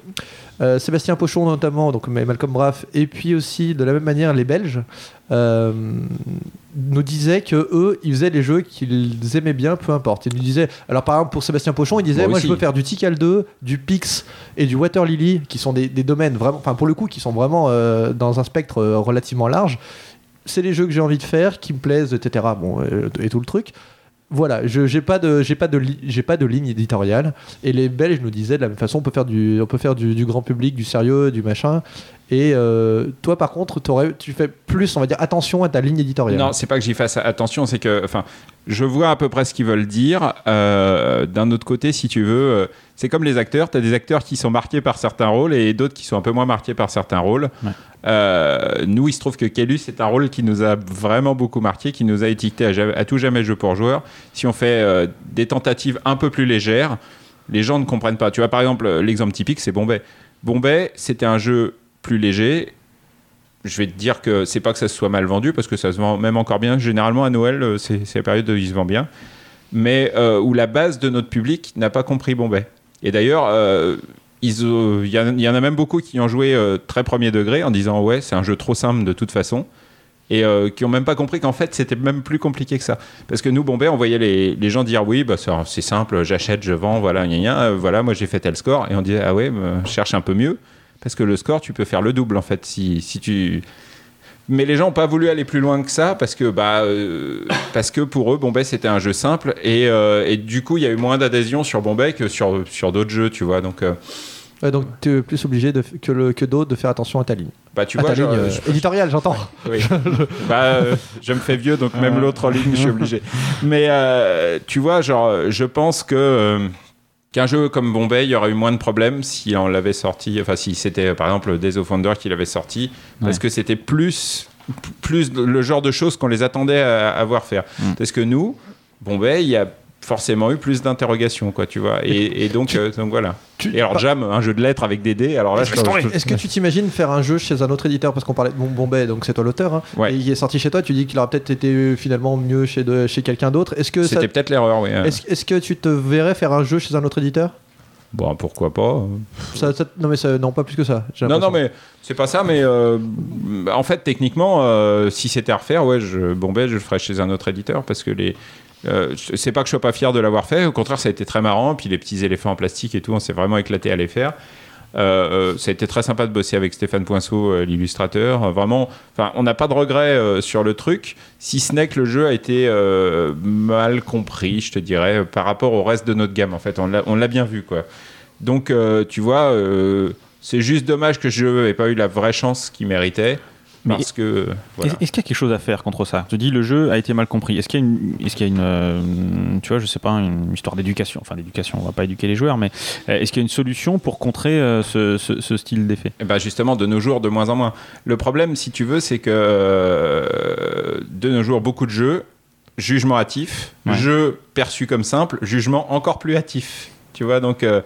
S4: euh, Sébastien Pochon notamment, donc mais Malcolm Braff, et puis aussi de la même manière les Belges euh, nous disaient que eux ils faisaient les jeux qu'ils aimaient bien, peu importe. Ils nous disaient, alors par exemple pour Sébastien Pochon, il disait
S1: Moi
S4: moi
S1: aussi.
S4: je veux faire du Tical 2, du Pix et du Water Lily, qui sont des, des domaines vraiment, enfin pour le coup, qui sont vraiment euh, dans un spectre euh, relativement large. C'est les jeux que j'ai envie de faire, qui me plaisent, etc. Bon, euh, et tout le truc. Voilà, je j'ai pas de j'ai pas de li- j'ai pas de ligne éditoriale et les Belges nous disaient de la même façon on peut faire du on peut faire du, du grand public, du sérieux, du machin et euh, toi par contre t'aurais- tu fais plus on va dire attention à ta ligne éditoriale.
S1: Non, c'est pas que j'y fasse attention, c'est que, enfin, je vois à peu près ce qu'ils veulent dire. Euh, D'un autre côté, si tu veux, euh, c'est comme les acteurs. T'as des acteurs qui sont marqués par certains rôles et d'autres qui sont un peu moins marqués par certains rôles.
S5: Ouais.
S1: Euh, nous, il se trouve que Kellus c'est un rôle qui nous a vraiment beaucoup marqué, qui nous a étiqueté à, ja- à tout jamais jeu pour joueur. Si on fait euh, des tentatives un peu plus légères, les gens ne comprennent pas. Tu vois, par exemple, euh, l'exemple typique, c'est Bombay. Bombay, c'était un jeu plus léger. Je vais te dire que c'est pas que ça se soit mal vendu, parce que ça se vend même encore bien. Généralement, à Noël, euh, c'est c'est la période où il se vend bien. Mais euh, où la base de notre public n'a pas compris Bombay. Et d'ailleurs, euh, ils ont- il y, en- il y en a même beaucoup qui ont joué euh, très premier degré en disant ouais, c'est un jeu trop simple de toute façon. Et euh, qui ont même pas compris qu'en fait c'était même plus compliqué que ça. Parce que nous, Bombay, on voyait les, les gens dire oui, bah, ça, c'est simple, j'achète, je vends, voilà, gna gna, euh, voilà, moi j'ai fait tel score. Et on disait ah ouais, bah, cherche un peu mieux. Parce que le score, tu peux faire le double en fait si, si tu. Mais les gens n'ont pas voulu aller plus loin que ça parce que, bah, euh, parce que pour eux, Bombay c'était un jeu simple et, euh, et du coup il y a eu moins d'adhésion sur Bombay que sur, sur d'autres jeux, tu vois. Donc, euh,
S4: Ouais, donc tu es plus obligé de, f- que le que d'autres de faire attention à ta ligne.
S1: bah, tu
S4: à
S1: vois,
S4: ta
S1: genre,
S4: ligne euh,
S1: je-
S4: éditoriale, j'entends.
S1: Oui. bah, euh, je me fais vieux, donc
S4: Ah.
S1: même l'autre ligne, je suis obligé. Mais euh, tu vois, genre, je pense que euh, qu'un jeu comme Bombay, il y aurait eu moins de problèmes si on l'avait sorti, enfin si c'était euh, par exemple Days of Wonder qui l'avait sorti, parce
S5: Ouais.
S1: que c'était plus, plus le genre de choses qu'on les attendait à, à voir faire.
S5: Mm.
S1: Parce que nous, Bombay, il y a forcément eu plus d'interrogations, quoi, tu vois. Et, et donc, euh, donc voilà.
S4: Tu-
S1: Et alors Jam, un jeu de lettres avec des dés, alors là, je
S3: Laisse tomber.
S4: Est-ce que tu t'imagines faire un jeu chez un autre éditeur Parce qu'on parlait de Bon- Bombay, donc c'est toi l'auteur. hein,
S1: Ouais.
S4: Et il est sorti chez toi, tu dis qu'il aurait peut-être été euh, finalement mieux chez, de- chez quelqu'un d'autre. Est-ce que, ça-
S1: c'était euh, peut-être l'erreur, oui.
S4: est-ce, est-ce que tu te verrais faire un jeu chez un autre éditeur
S1: Bon, pourquoi pas
S4: Ça- ça- Non, mais ça- non, pas plus que ça. j'ai
S1: Non, non,
S4: l'impression.
S1: mais c'est pas ça, mais euh, en fait, techniquement, euh, si c'était à refaire, ouais, je, Bombay, je le ferais chez un autre éditeur parce que les. euh, je- c'est pas que je sois pas fier de l'avoir fait, au contraire, ça a été très marrant. Puis les petits éléphants en plastique et tout, on s'est vraiment éclaté à les faire. Euh, euh, ça a été très sympa de bosser avec Stéphane Poinceau, euh, l'illustrateur. Euh, Vraiment, enfin, on n'a pas de regrets euh, sur le truc, si ce n'est que le jeu a été euh, mal compris, je te dirais, euh, par rapport au reste de notre gamme. En fait, on l'a- on l'a bien vu, quoi. Donc, euh, tu vois, euh, c'est juste dommage que je n'ai pas eu la vraie chance qu'il méritait.
S5: Mais-
S1: Parce que. euh, voilà.
S5: Est-ce qu'il y a quelque chose à faire contre ça Tu dis le jeu a été mal compris. Est-ce qu'il y a une, est-ce qu'il y a une, euh, tu vois, je sais pas, une histoire d'éducation. Enfin, d'éducation, on va pas éduquer les joueurs, mais euh, est-ce qu'il y a une solution pour contrer euh, ce, ce- ce style d'effet
S1: Eh ben, justement, de nos jours, de moins en moins. Le problème, si tu veux, c'est que euh, de nos jours, beaucoup de jeux, jugement hâtif,
S5: Ouais.
S1: jeu perçu comme simple, jugement encore plus hâtif. Tu vois, donc euh,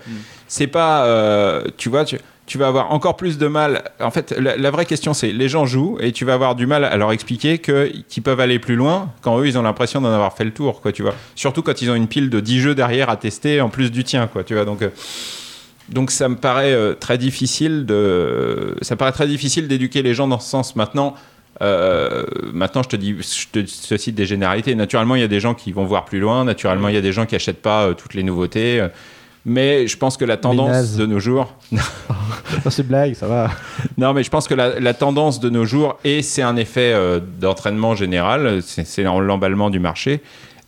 S1: c'est pas. euh, tu vois, tu, tu vas avoir encore plus de mal. En fait, la, la vraie question, c'est les gens jouent et tu vas avoir du mal à leur expliquer que- qu'ils peuvent aller plus loin quand eux, ils ont l'impression d'en avoir fait le tour, quoi, tu vois. Surtout quand ils ont une pile de 10 jeux derrière à tester en plus du tien, quoi, tu vois. Donc. euh, donc ça me paraît euh, très difficile de ça paraît très difficile d'éduquer les gens dans ce sens maintenant. euh, maintenant, je te dis, je te cite des généralités. Naturellement, il y a des gens qui vont voir plus loin. Naturellement, il y a des gens qui achètent pas euh, toutes les nouveautés. euh, mais je pense que la tendance
S4: nazes.
S1: de nos jours,
S4: Non, c'est blague, ça va.
S1: non, mais je pense que la, la tendance de nos jours, et c'est un effet euh, d'entraînement général, c'est c'est en l'emballement du marché,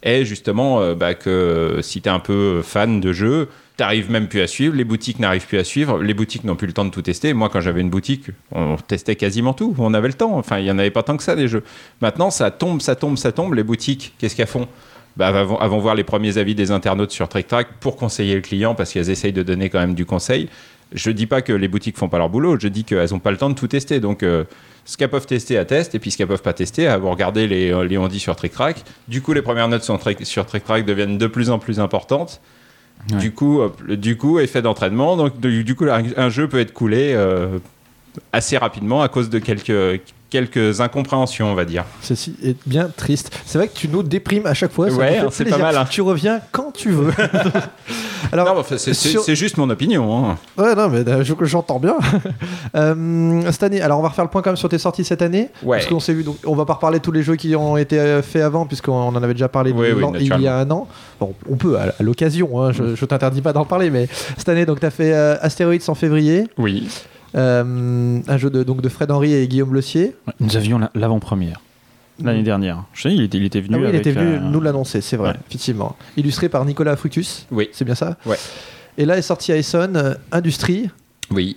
S1: est justement euh, bah, que euh, si tu es un peu fan de jeu, t'arrives même plus à suivre, les boutiques n'arrivent plus à suivre, les boutiques n'ont plus le temps de tout tester. Moi, quand j'avais une boutique, on testait quasiment tout, on avait le temps, enfin, il n'y en avait pas tant que ça des jeux. Maintenant, ça tombe, ça tombe, ça tombe, les boutiques, qu'est-ce qu'elles font bah, avant, avant voir les premiers avis des internautes sur TrickTrack pour conseiller le client parce qu'elles essayent de donner quand même du conseil. Je dis pas que les boutiques font pas leur boulot, je dis qu'elles ont pas le temps de tout tester. Donc, euh, ce qu'elles peuvent tester, à test, et puis ce qu'elles peuvent pas tester, à vous regarder les, euh, les on-dit sur TrickTrack. Du coup, les premières notes sur Trick- sur TrickTrack deviennent de plus en plus importantes.
S5: Ouais.
S1: Du, coup, euh, le- du coup, effet d'entraînement. Donc, du, du coup, la- un jeu peut être coulé euh, assez rapidement à cause de quelques, quelques incompréhensions, on va dire.
S4: Ceci est bien triste. C'est vrai que tu nous déprimes à chaque fois. ça
S1: Ouais,
S4: nous fait
S1: c'est
S4: plaisir.
S1: pas mal, hein.
S4: Tu reviens quand tu veux. Alors,
S1: Non, mais enfin, c'est c'est-
S4: sur-
S1: c'est juste mon opinion. hein.
S4: Ouais, non, mais euh, je- j'entends bien. Euh, cette année, alors on va refaire le point quand même sur tes sorties cette année.
S1: Ouais.
S4: Parce qu'on s'est vu, donc on va pas reparler de tous les jeux qui ont été euh, faits avant, puisqu'on en avait déjà parlé
S1: Oui, oui,
S4: l'an- il y a un an. Bon, on peut, à, à l'occasion, hein,
S1: Mm.
S4: je, je t'interdis pas d'en parler, mais cette année, donc t'as fait euh, Astéroïdes en février,
S1: Oui.
S4: euh, un jeu de, donc, de Fred Henry et Guillaume Lecier.
S5: Nous avions la- l'avant-première l'année dernière. Je sais, il était, il était venu.
S4: Ah oui, il
S5: avec,
S4: était venu
S5: euh,
S4: nous l'annoncer, c'est vrai,
S5: ouais.
S4: effectivement. Illustré par Nicolas Fructus,
S1: Oui.
S4: c'est bien ça
S1: Ouais.
S4: Et là est sorti Ison, euh, Industrie.
S1: Oui.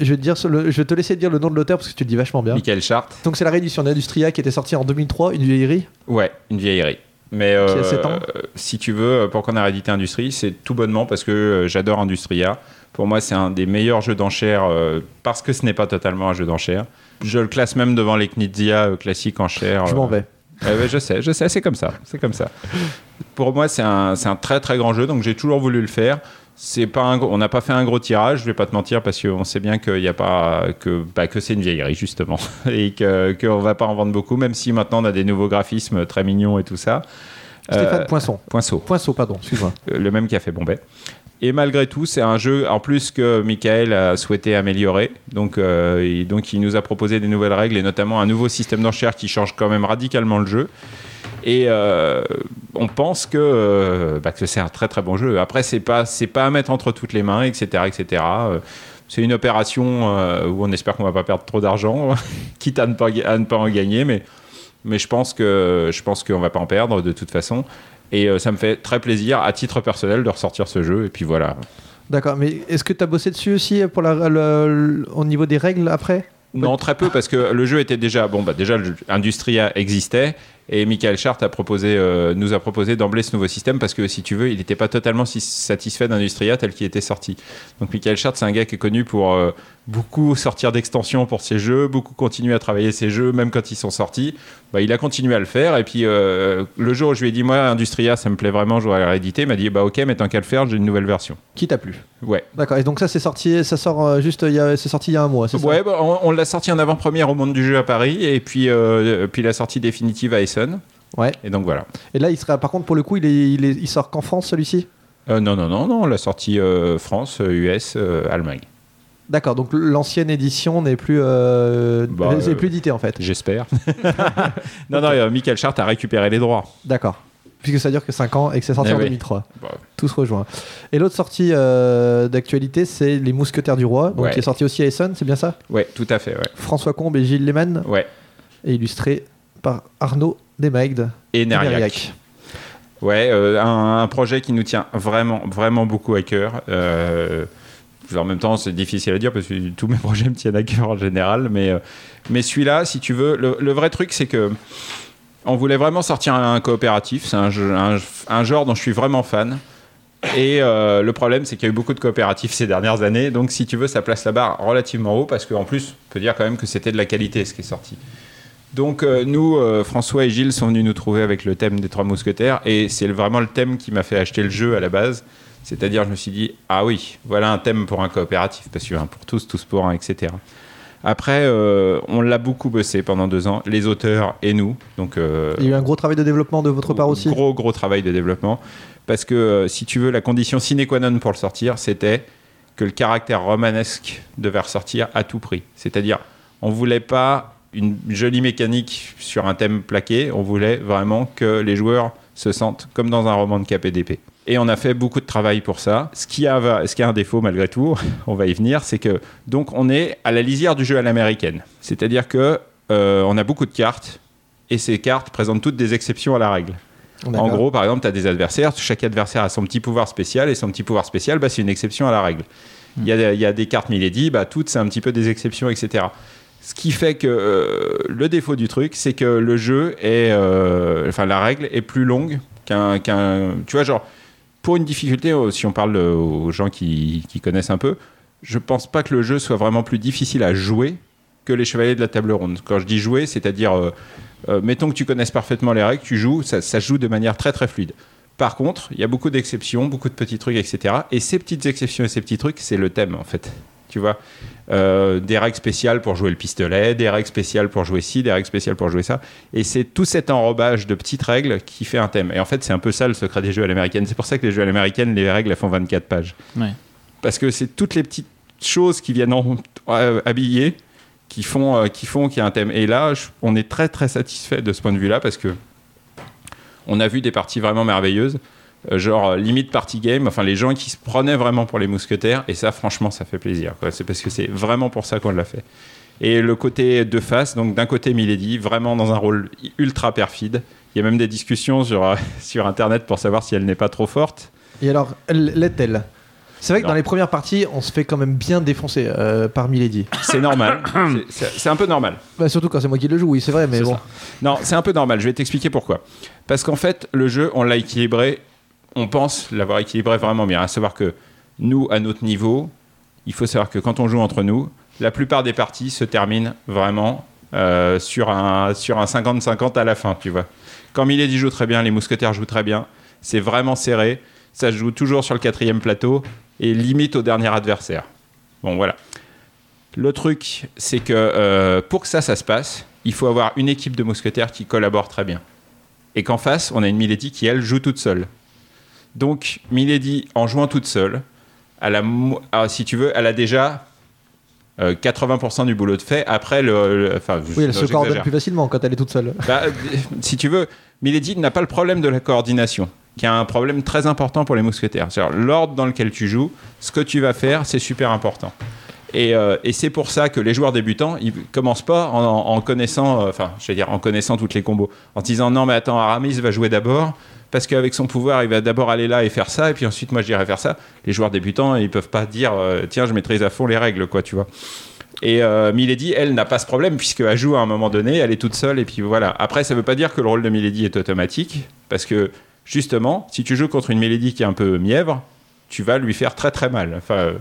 S4: Je vais, te dire, sur le- je vais te laisser dire le nom de l'auteur parce que tu le dis vachement bien.
S1: Michael Chart.
S4: Donc c'est la réédition d'Industria qui était sortie en 2003, une vieillerie.
S1: Ouais, une vieillerie. Mais
S4: Qui a
S1: euh,
S4: sept ans
S1: euh, si tu veux, euh, pourquoi on a réédité Industrie C'est tout bonnement parce que euh, j'adore Industria. Pour moi, c'est un des meilleurs jeux d'enchères euh, parce que ce n'est pas totalement un jeu d'enchères. Je le classe même devant les Knizia euh, classiques enchères.
S4: Je m'en vais.
S1: Euh, ouais, je sais, je sais, c'est comme ça, c'est comme ça. Pour moi, c'est un, c'est un très très grand jeu, donc j'ai toujours voulu le faire. C'est pas un gros- on n'a pas fait un gros tirage, je vais pas te mentir, parce qu'on sait bien qu'il y a pas que bah, que c'est une vieillerie justement et que qu'on va pas en vendre beaucoup, même si maintenant on a des nouveaux graphismes très mignons et tout ça.
S4: Stéphane
S1: Euh,
S4: Poinçon.
S1: Poinceau
S4: Poinçon, pardon, excuse-moi.
S1: Euh, le même qui a fait Bombay. Et malgré tout, c'est un jeu en plus que Michael a souhaité améliorer. Donc, euh, il, donc il nous a proposé des nouvelles règles et notamment un nouveau système d'enchères qui change quand même radicalement le jeu. Et euh, on pense que, euh, bah, que c'est un très très bon jeu. Après, c'est pas c'est pas à mettre entre toutes les mains, etc., etc. Euh, C'est une opération euh, où on espère qu'on va pas perdre trop d'argent, quitte à ne pas à ne pas en gagner, mais mais je pense que je pense qu'on va pas en perdre de toute façon. Et euh, ça me fait très plaisir, à titre personnel, de ressortir ce jeu. Et puis voilà.
S4: D'accord, mais est-ce que tu as bossé dessus aussi pour la, le- le- au niveau des règles après
S1: Non, très peu, parce que le jeu était déjà. Bon, bah, déjà, le- Industria existait. Et Michael Chart a proposé, euh, nous a proposé d'emblée ce nouveau système parce que, si tu veux, il n'était pas totalement si satisfait d'Industria tel qu'il était sorti. Donc, Michael Chart, c'est un gars qui est connu pour euh, beaucoup sortir d'extensions pour ses jeux, beaucoup continuer à travailler ses jeux, même quand ils sont sortis. Bah, il a continué à le faire. Et puis, euh, le jour où je lui ai dit, moi, Industria, ça me plaît vraiment, je voudrais le rééditer, il m'a dit, bah, ok, mais tant qu'à le faire, j'ai une nouvelle version.
S4: Qui t'a plu
S1: Ouais.
S4: D'accord. Et donc ça c'est sorti, ça sort euh, juste, il y a- c'est sorti il y a un mois, c'est ça
S1: Ouais, bah, on, on l'a sorti en avant-première au monde du jeu à Paris, et puis, euh, puis la sortie définitive à Essen.
S4: Ouais.
S1: Et donc voilà.
S4: Et là, il sera, par contre, pour le coup, il, est- il, est- il sort qu'en France celui-ci
S1: Euh, non, non, non, non, on l'a sorti euh, France, euh, US, euh, Allemagne.
S4: D'accord, donc l'ancienne édition n'est plus, euh,
S1: Bah,
S4: n'est
S1: euh,
S4: plus éditée en fait.
S1: J'espère. non, non, euh, Michael Chart a récupéré les droits.
S4: D'accord. Puisque ça dure que 5 ans et que c'est sorti
S1: Eh
S4: en
S1: oui.
S4: 2003.
S1: Bah.
S4: Tout se rejoint. Et l'autre sortie euh, d'actualité, c'est Les Mousquetaires du Roi, donc
S1: Ouais.
S4: qui est sorti aussi à Essen, c'est bien ça
S1: Ouais, tout à fait, ouais.
S4: François Combe et Gilles Lehmann,
S1: ouais.
S4: et illustré par Arnaud Desmaigdes.
S1: Et Neriac.
S4: Nériac.
S1: Ouais, euh, un, un projet qui nous tient vraiment, vraiment beaucoup à cœur. Euh, en même temps, c'est difficile à dire parce que tous mes projets me tiennent à cœur en général. Mais, euh, mais celui-là, si tu veux, le, le vrai truc, c'est que on voulait vraiment sortir un, un coopératif. C'est un, jeu- un- un genre dont je suis vraiment fan. Et euh, le problème, c'est qu'il y a eu beaucoup de coopératifs ces dernières années. Donc, si tu veux, ça place la barre relativement haut parce qu'en plus, on peut dire quand même que c'était de la qualité ce qui est sorti. Donc euh, nous, euh, François et Gilles sont venus nous trouver avec le thème des Trois Mousquetaires et c'est le- vraiment le thème qui m'a fait acheter le jeu à la base. C'est-à-dire, je me suis dit, ah oui, voilà un thème pour un coopératif, parce que un pour tous, tous pour un, etc. Après, euh, on l'a beaucoup bossé pendant deux ans, les auteurs et nous. Donc, euh,
S4: Il y a eu un gros travail de développement de votre part aussi
S1: Gros, gros travail de développement. Parce que, euh, si tu veux, la condition sine qua non pour le sortir, c'était que le caractère romanesque devait ressortir à tout prix. C'est-à-dire, on voulait pas une jolie mécanique sur un thème plaqué, on voulait vraiment que les joueurs se sentent comme dans un roman de KPDP. Et on a fait beaucoup de travail pour ça. Ce qui a, ce qui a un défaut malgré tout, on va y venir, c'est que donc on est à la lisière du jeu à l'américaine. C'est-à-dire que euh, on a beaucoup de cartes et ces cartes présentent toutes des exceptions à la règle. En
S4: D'accord.
S1: gros, par exemple, tu as des adversaires, chaque adversaire a son petit pouvoir spécial, et son petit pouvoir spécial, bah, c'est une exception à la règle. Il y, a, des- il y a des cartes Milady, bah, toutes, c'est un petit peu des exceptions, etc. Ce qui fait que euh, le défaut du truc, c'est que le jeu est. euh, Enfin, la règle est plus longue qu'un. qu'un- tu vois, genre, pour une difficulté, euh, si on parle euh, aux gens qui, qui connaissent un peu, je pense pas que le jeu soit vraiment plus difficile à jouer que les chevaliers de la table ronde. Quand je dis jouer, c'est-à-dire. euh, euh, mettons que tu connaisses parfaitement les règles, tu joues, ça, ça se joue de manière très très fluide. Par contre, il y a beaucoup d'exceptions, beaucoup de petits trucs, etc. Et ces petites exceptions et ces petits trucs, c'est le thème en fait. Tu vois, Euh, des règles spéciales pour jouer le pistolet, des règles spéciales pour jouer ci, des règles spéciales pour jouer ça. Et c'est tout cet enrobage de petites règles qui fait un thème. Et en fait, c'est un peu ça le secret des jeux à l'américaine. C'est pour ça que les jeux à l'américaine, les règles, elles font 24 pages.
S5: Ouais.
S1: Parce que c'est toutes les petites choses qui viennent en, euh, habiller qui font euh, qui font qu'il y a un thème. Et là, je- on est très très satisfait de ce point de vue-là parce que on a vu des parties vraiment merveilleuses, euh, genre euh, limite party game. Enfin, les gens qui se prenaient vraiment pour les mousquetaires et ça, franchement, ça fait plaisir. quoi. C'est parce que c'est vraiment pour ça qu'on l'a fait. Et le côté de face, donc d'un côté Milady, vraiment dans un rôle ultra perfide. Il y a même des discussions sur, euh, sur Internet pour savoir si elle n'est pas trop forte.
S4: Et alors, l- l'est-elle C'est vrai que
S1: Non.
S4: dans les premières parties, on se fait quand même bien défoncer euh, par Milady.
S1: C'est normal. C'est- c'est c'est un peu normal.
S4: Bah, surtout quand c'est moi qui le joue, oui, c'est vrai, mais
S1: C'est
S4: bon.
S1: ça. Non, c'est un peu normal. Je vais t'expliquer pourquoi. Parce qu'en fait, le jeu, on l'a équilibré. On pense l'avoir équilibré vraiment bien. À savoir que nous, à notre niveau, il faut savoir que quand on joue entre nous, la plupart des parties se terminent vraiment euh, sur un sur un 50-50 à la fin, tu vois. Quand Milady joue très bien, les mousquetaires jouent très bien. C'est vraiment serré. Ça se joue toujours sur le quatrième plateau et limite au dernier adversaire. Bon, voilà. Le truc, c'est que euh, pour que ça, ça se passe, il faut avoir une équipe de mousquetaires qui collabore très bien. Et qu'en face, on a une Milady qui, elle, joue toute seule. Donc, Milady, en jouant toute seule, elle a mo- ah, si tu veux, elle a déjà euh, 80% du boulot de fait. Après, le. le- enfin,
S4: Oui, elle se
S1: j'exagère.
S4: coordonne plus facilement quand elle est toute seule.
S1: Bah, euh, si tu veux, Milady n'a pas le problème de la coordination, qui est un problème très important pour les mousquetaires. C'est-à-dire l'ordre dans lequel tu joues, ce que tu vas faire, c'est super important. Et, euh, et c'est pour ça que les joueurs débutants, ils commencent pas en, en- en connaissant, euh, enfin, je vais dire, en connaissant toutes les combos, en se disant non mais attends, Aramis va jouer d'abord parce qu'avec son pouvoir, il va d'abord aller là et faire ça, et puis ensuite moi je dirais faire ça. Les joueurs débutants, ils peuvent pas dire euh, tiens, je maîtrise à fond les règles, quoi, tu vois. Et euh, Milady, elle, n'a pas ce problème, puisqu'elle joue à un moment donné, elle est toute seule, et puis voilà. Après, ça ne veut pas dire que le rôle de Milady est automatique, parce que justement, si tu joues contre une Milady qui est un peu mièvre, tu vas lui faire très très mal. Enfin, euh,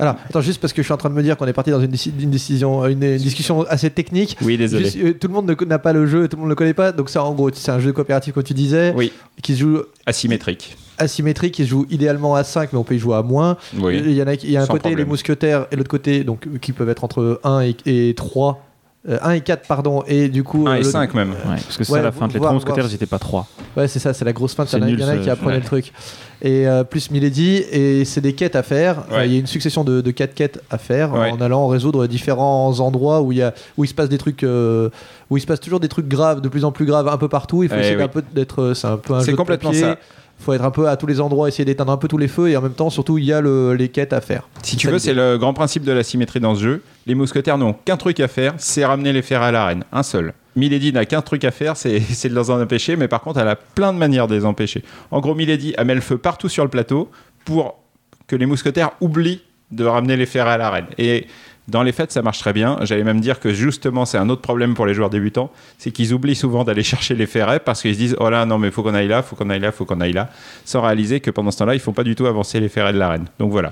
S4: Alors, attends, juste parce que je suis en train de me dire qu'on est parti dans une, déci- une décision, euh, une, une discussion assez technique.
S1: oui, désolé.
S4: Juste, euh, tout le monde ne co- n'a pas le jeu, tout le monde ne le connaît pas. Donc, ça, en gros, c'est un jeu coopératif, comme tu disais,
S1: Oui,
S4: qui se joue
S1: asymétrique.
S4: asymétrique, qui se joue idéalement à 5, mais on peut y jouer à moins.
S1: Oui.
S4: Il y en a, qui- il y a un
S1: Sans
S4: côté
S1: problème.
S4: les mousquetaires et l'autre côté donc euh, qui peuvent être entre 1 et, et 3 euh, 1 et 4 pardon et du coup
S1: 1
S4: euh,
S1: et
S4: le-
S1: 5 même.
S5: Ouais, parce que c'est
S4: Ouais,
S5: ça la fin de les
S4: voir-
S5: trois mousquetaires,
S4: voir-
S5: ils étaient pas trois.
S4: Ouais, c'est ça, c'est la grosse fin.
S5: C'est
S4: Il y en a- il y en a
S5: nul,
S4: qui
S5: ça,
S4: apprennent
S5: ouais.
S4: le truc. Et euh, plus Milady, et c'est des quêtes à faire.
S1: Ouais.
S4: Euh, Il y a une succession de, de quatre quêtes à faire
S1: Ouais.
S4: en allant résoudre différents endroits où il, y a, où il se passe des trucs, euh, où il se passe toujours des trucs graves, de plus en plus graves, un peu partout. Il faut
S1: Eh
S4: essayer
S1: oui.
S4: d'un peu d'être, euh, c'est un peu un
S1: C'est
S4: jeu de
S1: complètement
S4: papier.
S1: ça.
S4: Faut être un peu à tous les endroits, essayer d'éteindre un peu tous les feux, et en même temps, surtout, il y a le- les quêtes à faire.
S1: Si tu veux,
S4: l'idée.
S1: c'est le grand principe de la symétrie dans ce jeu. Les mousquetaires n'ont qu'un truc à faire, c'est ramener les fers à l'arène. Un seul. Milady n'a qu'un truc à faire, c'est c'est de les en empêcher, mais par contre, elle a plein de manières de les empêcher. En gros, Milady, elle met le feu partout sur le plateau pour que les mousquetaires oublient de ramener les fers à l'arène. Et dans les fêtes, ça marche très bien. J'allais même dire que justement, c'est un autre problème pour les joueurs débutants, c'est qu'ils oublient souvent d'aller chercher les ferrets parce qu'ils se disent Oh là, non, mais faut qu'on aille là, faut qu'on aille là, faut qu'on aille là, sans réaliser que pendant ce temps-là, ils font pas du tout avancer les ferrets de l'arène. Donc voilà.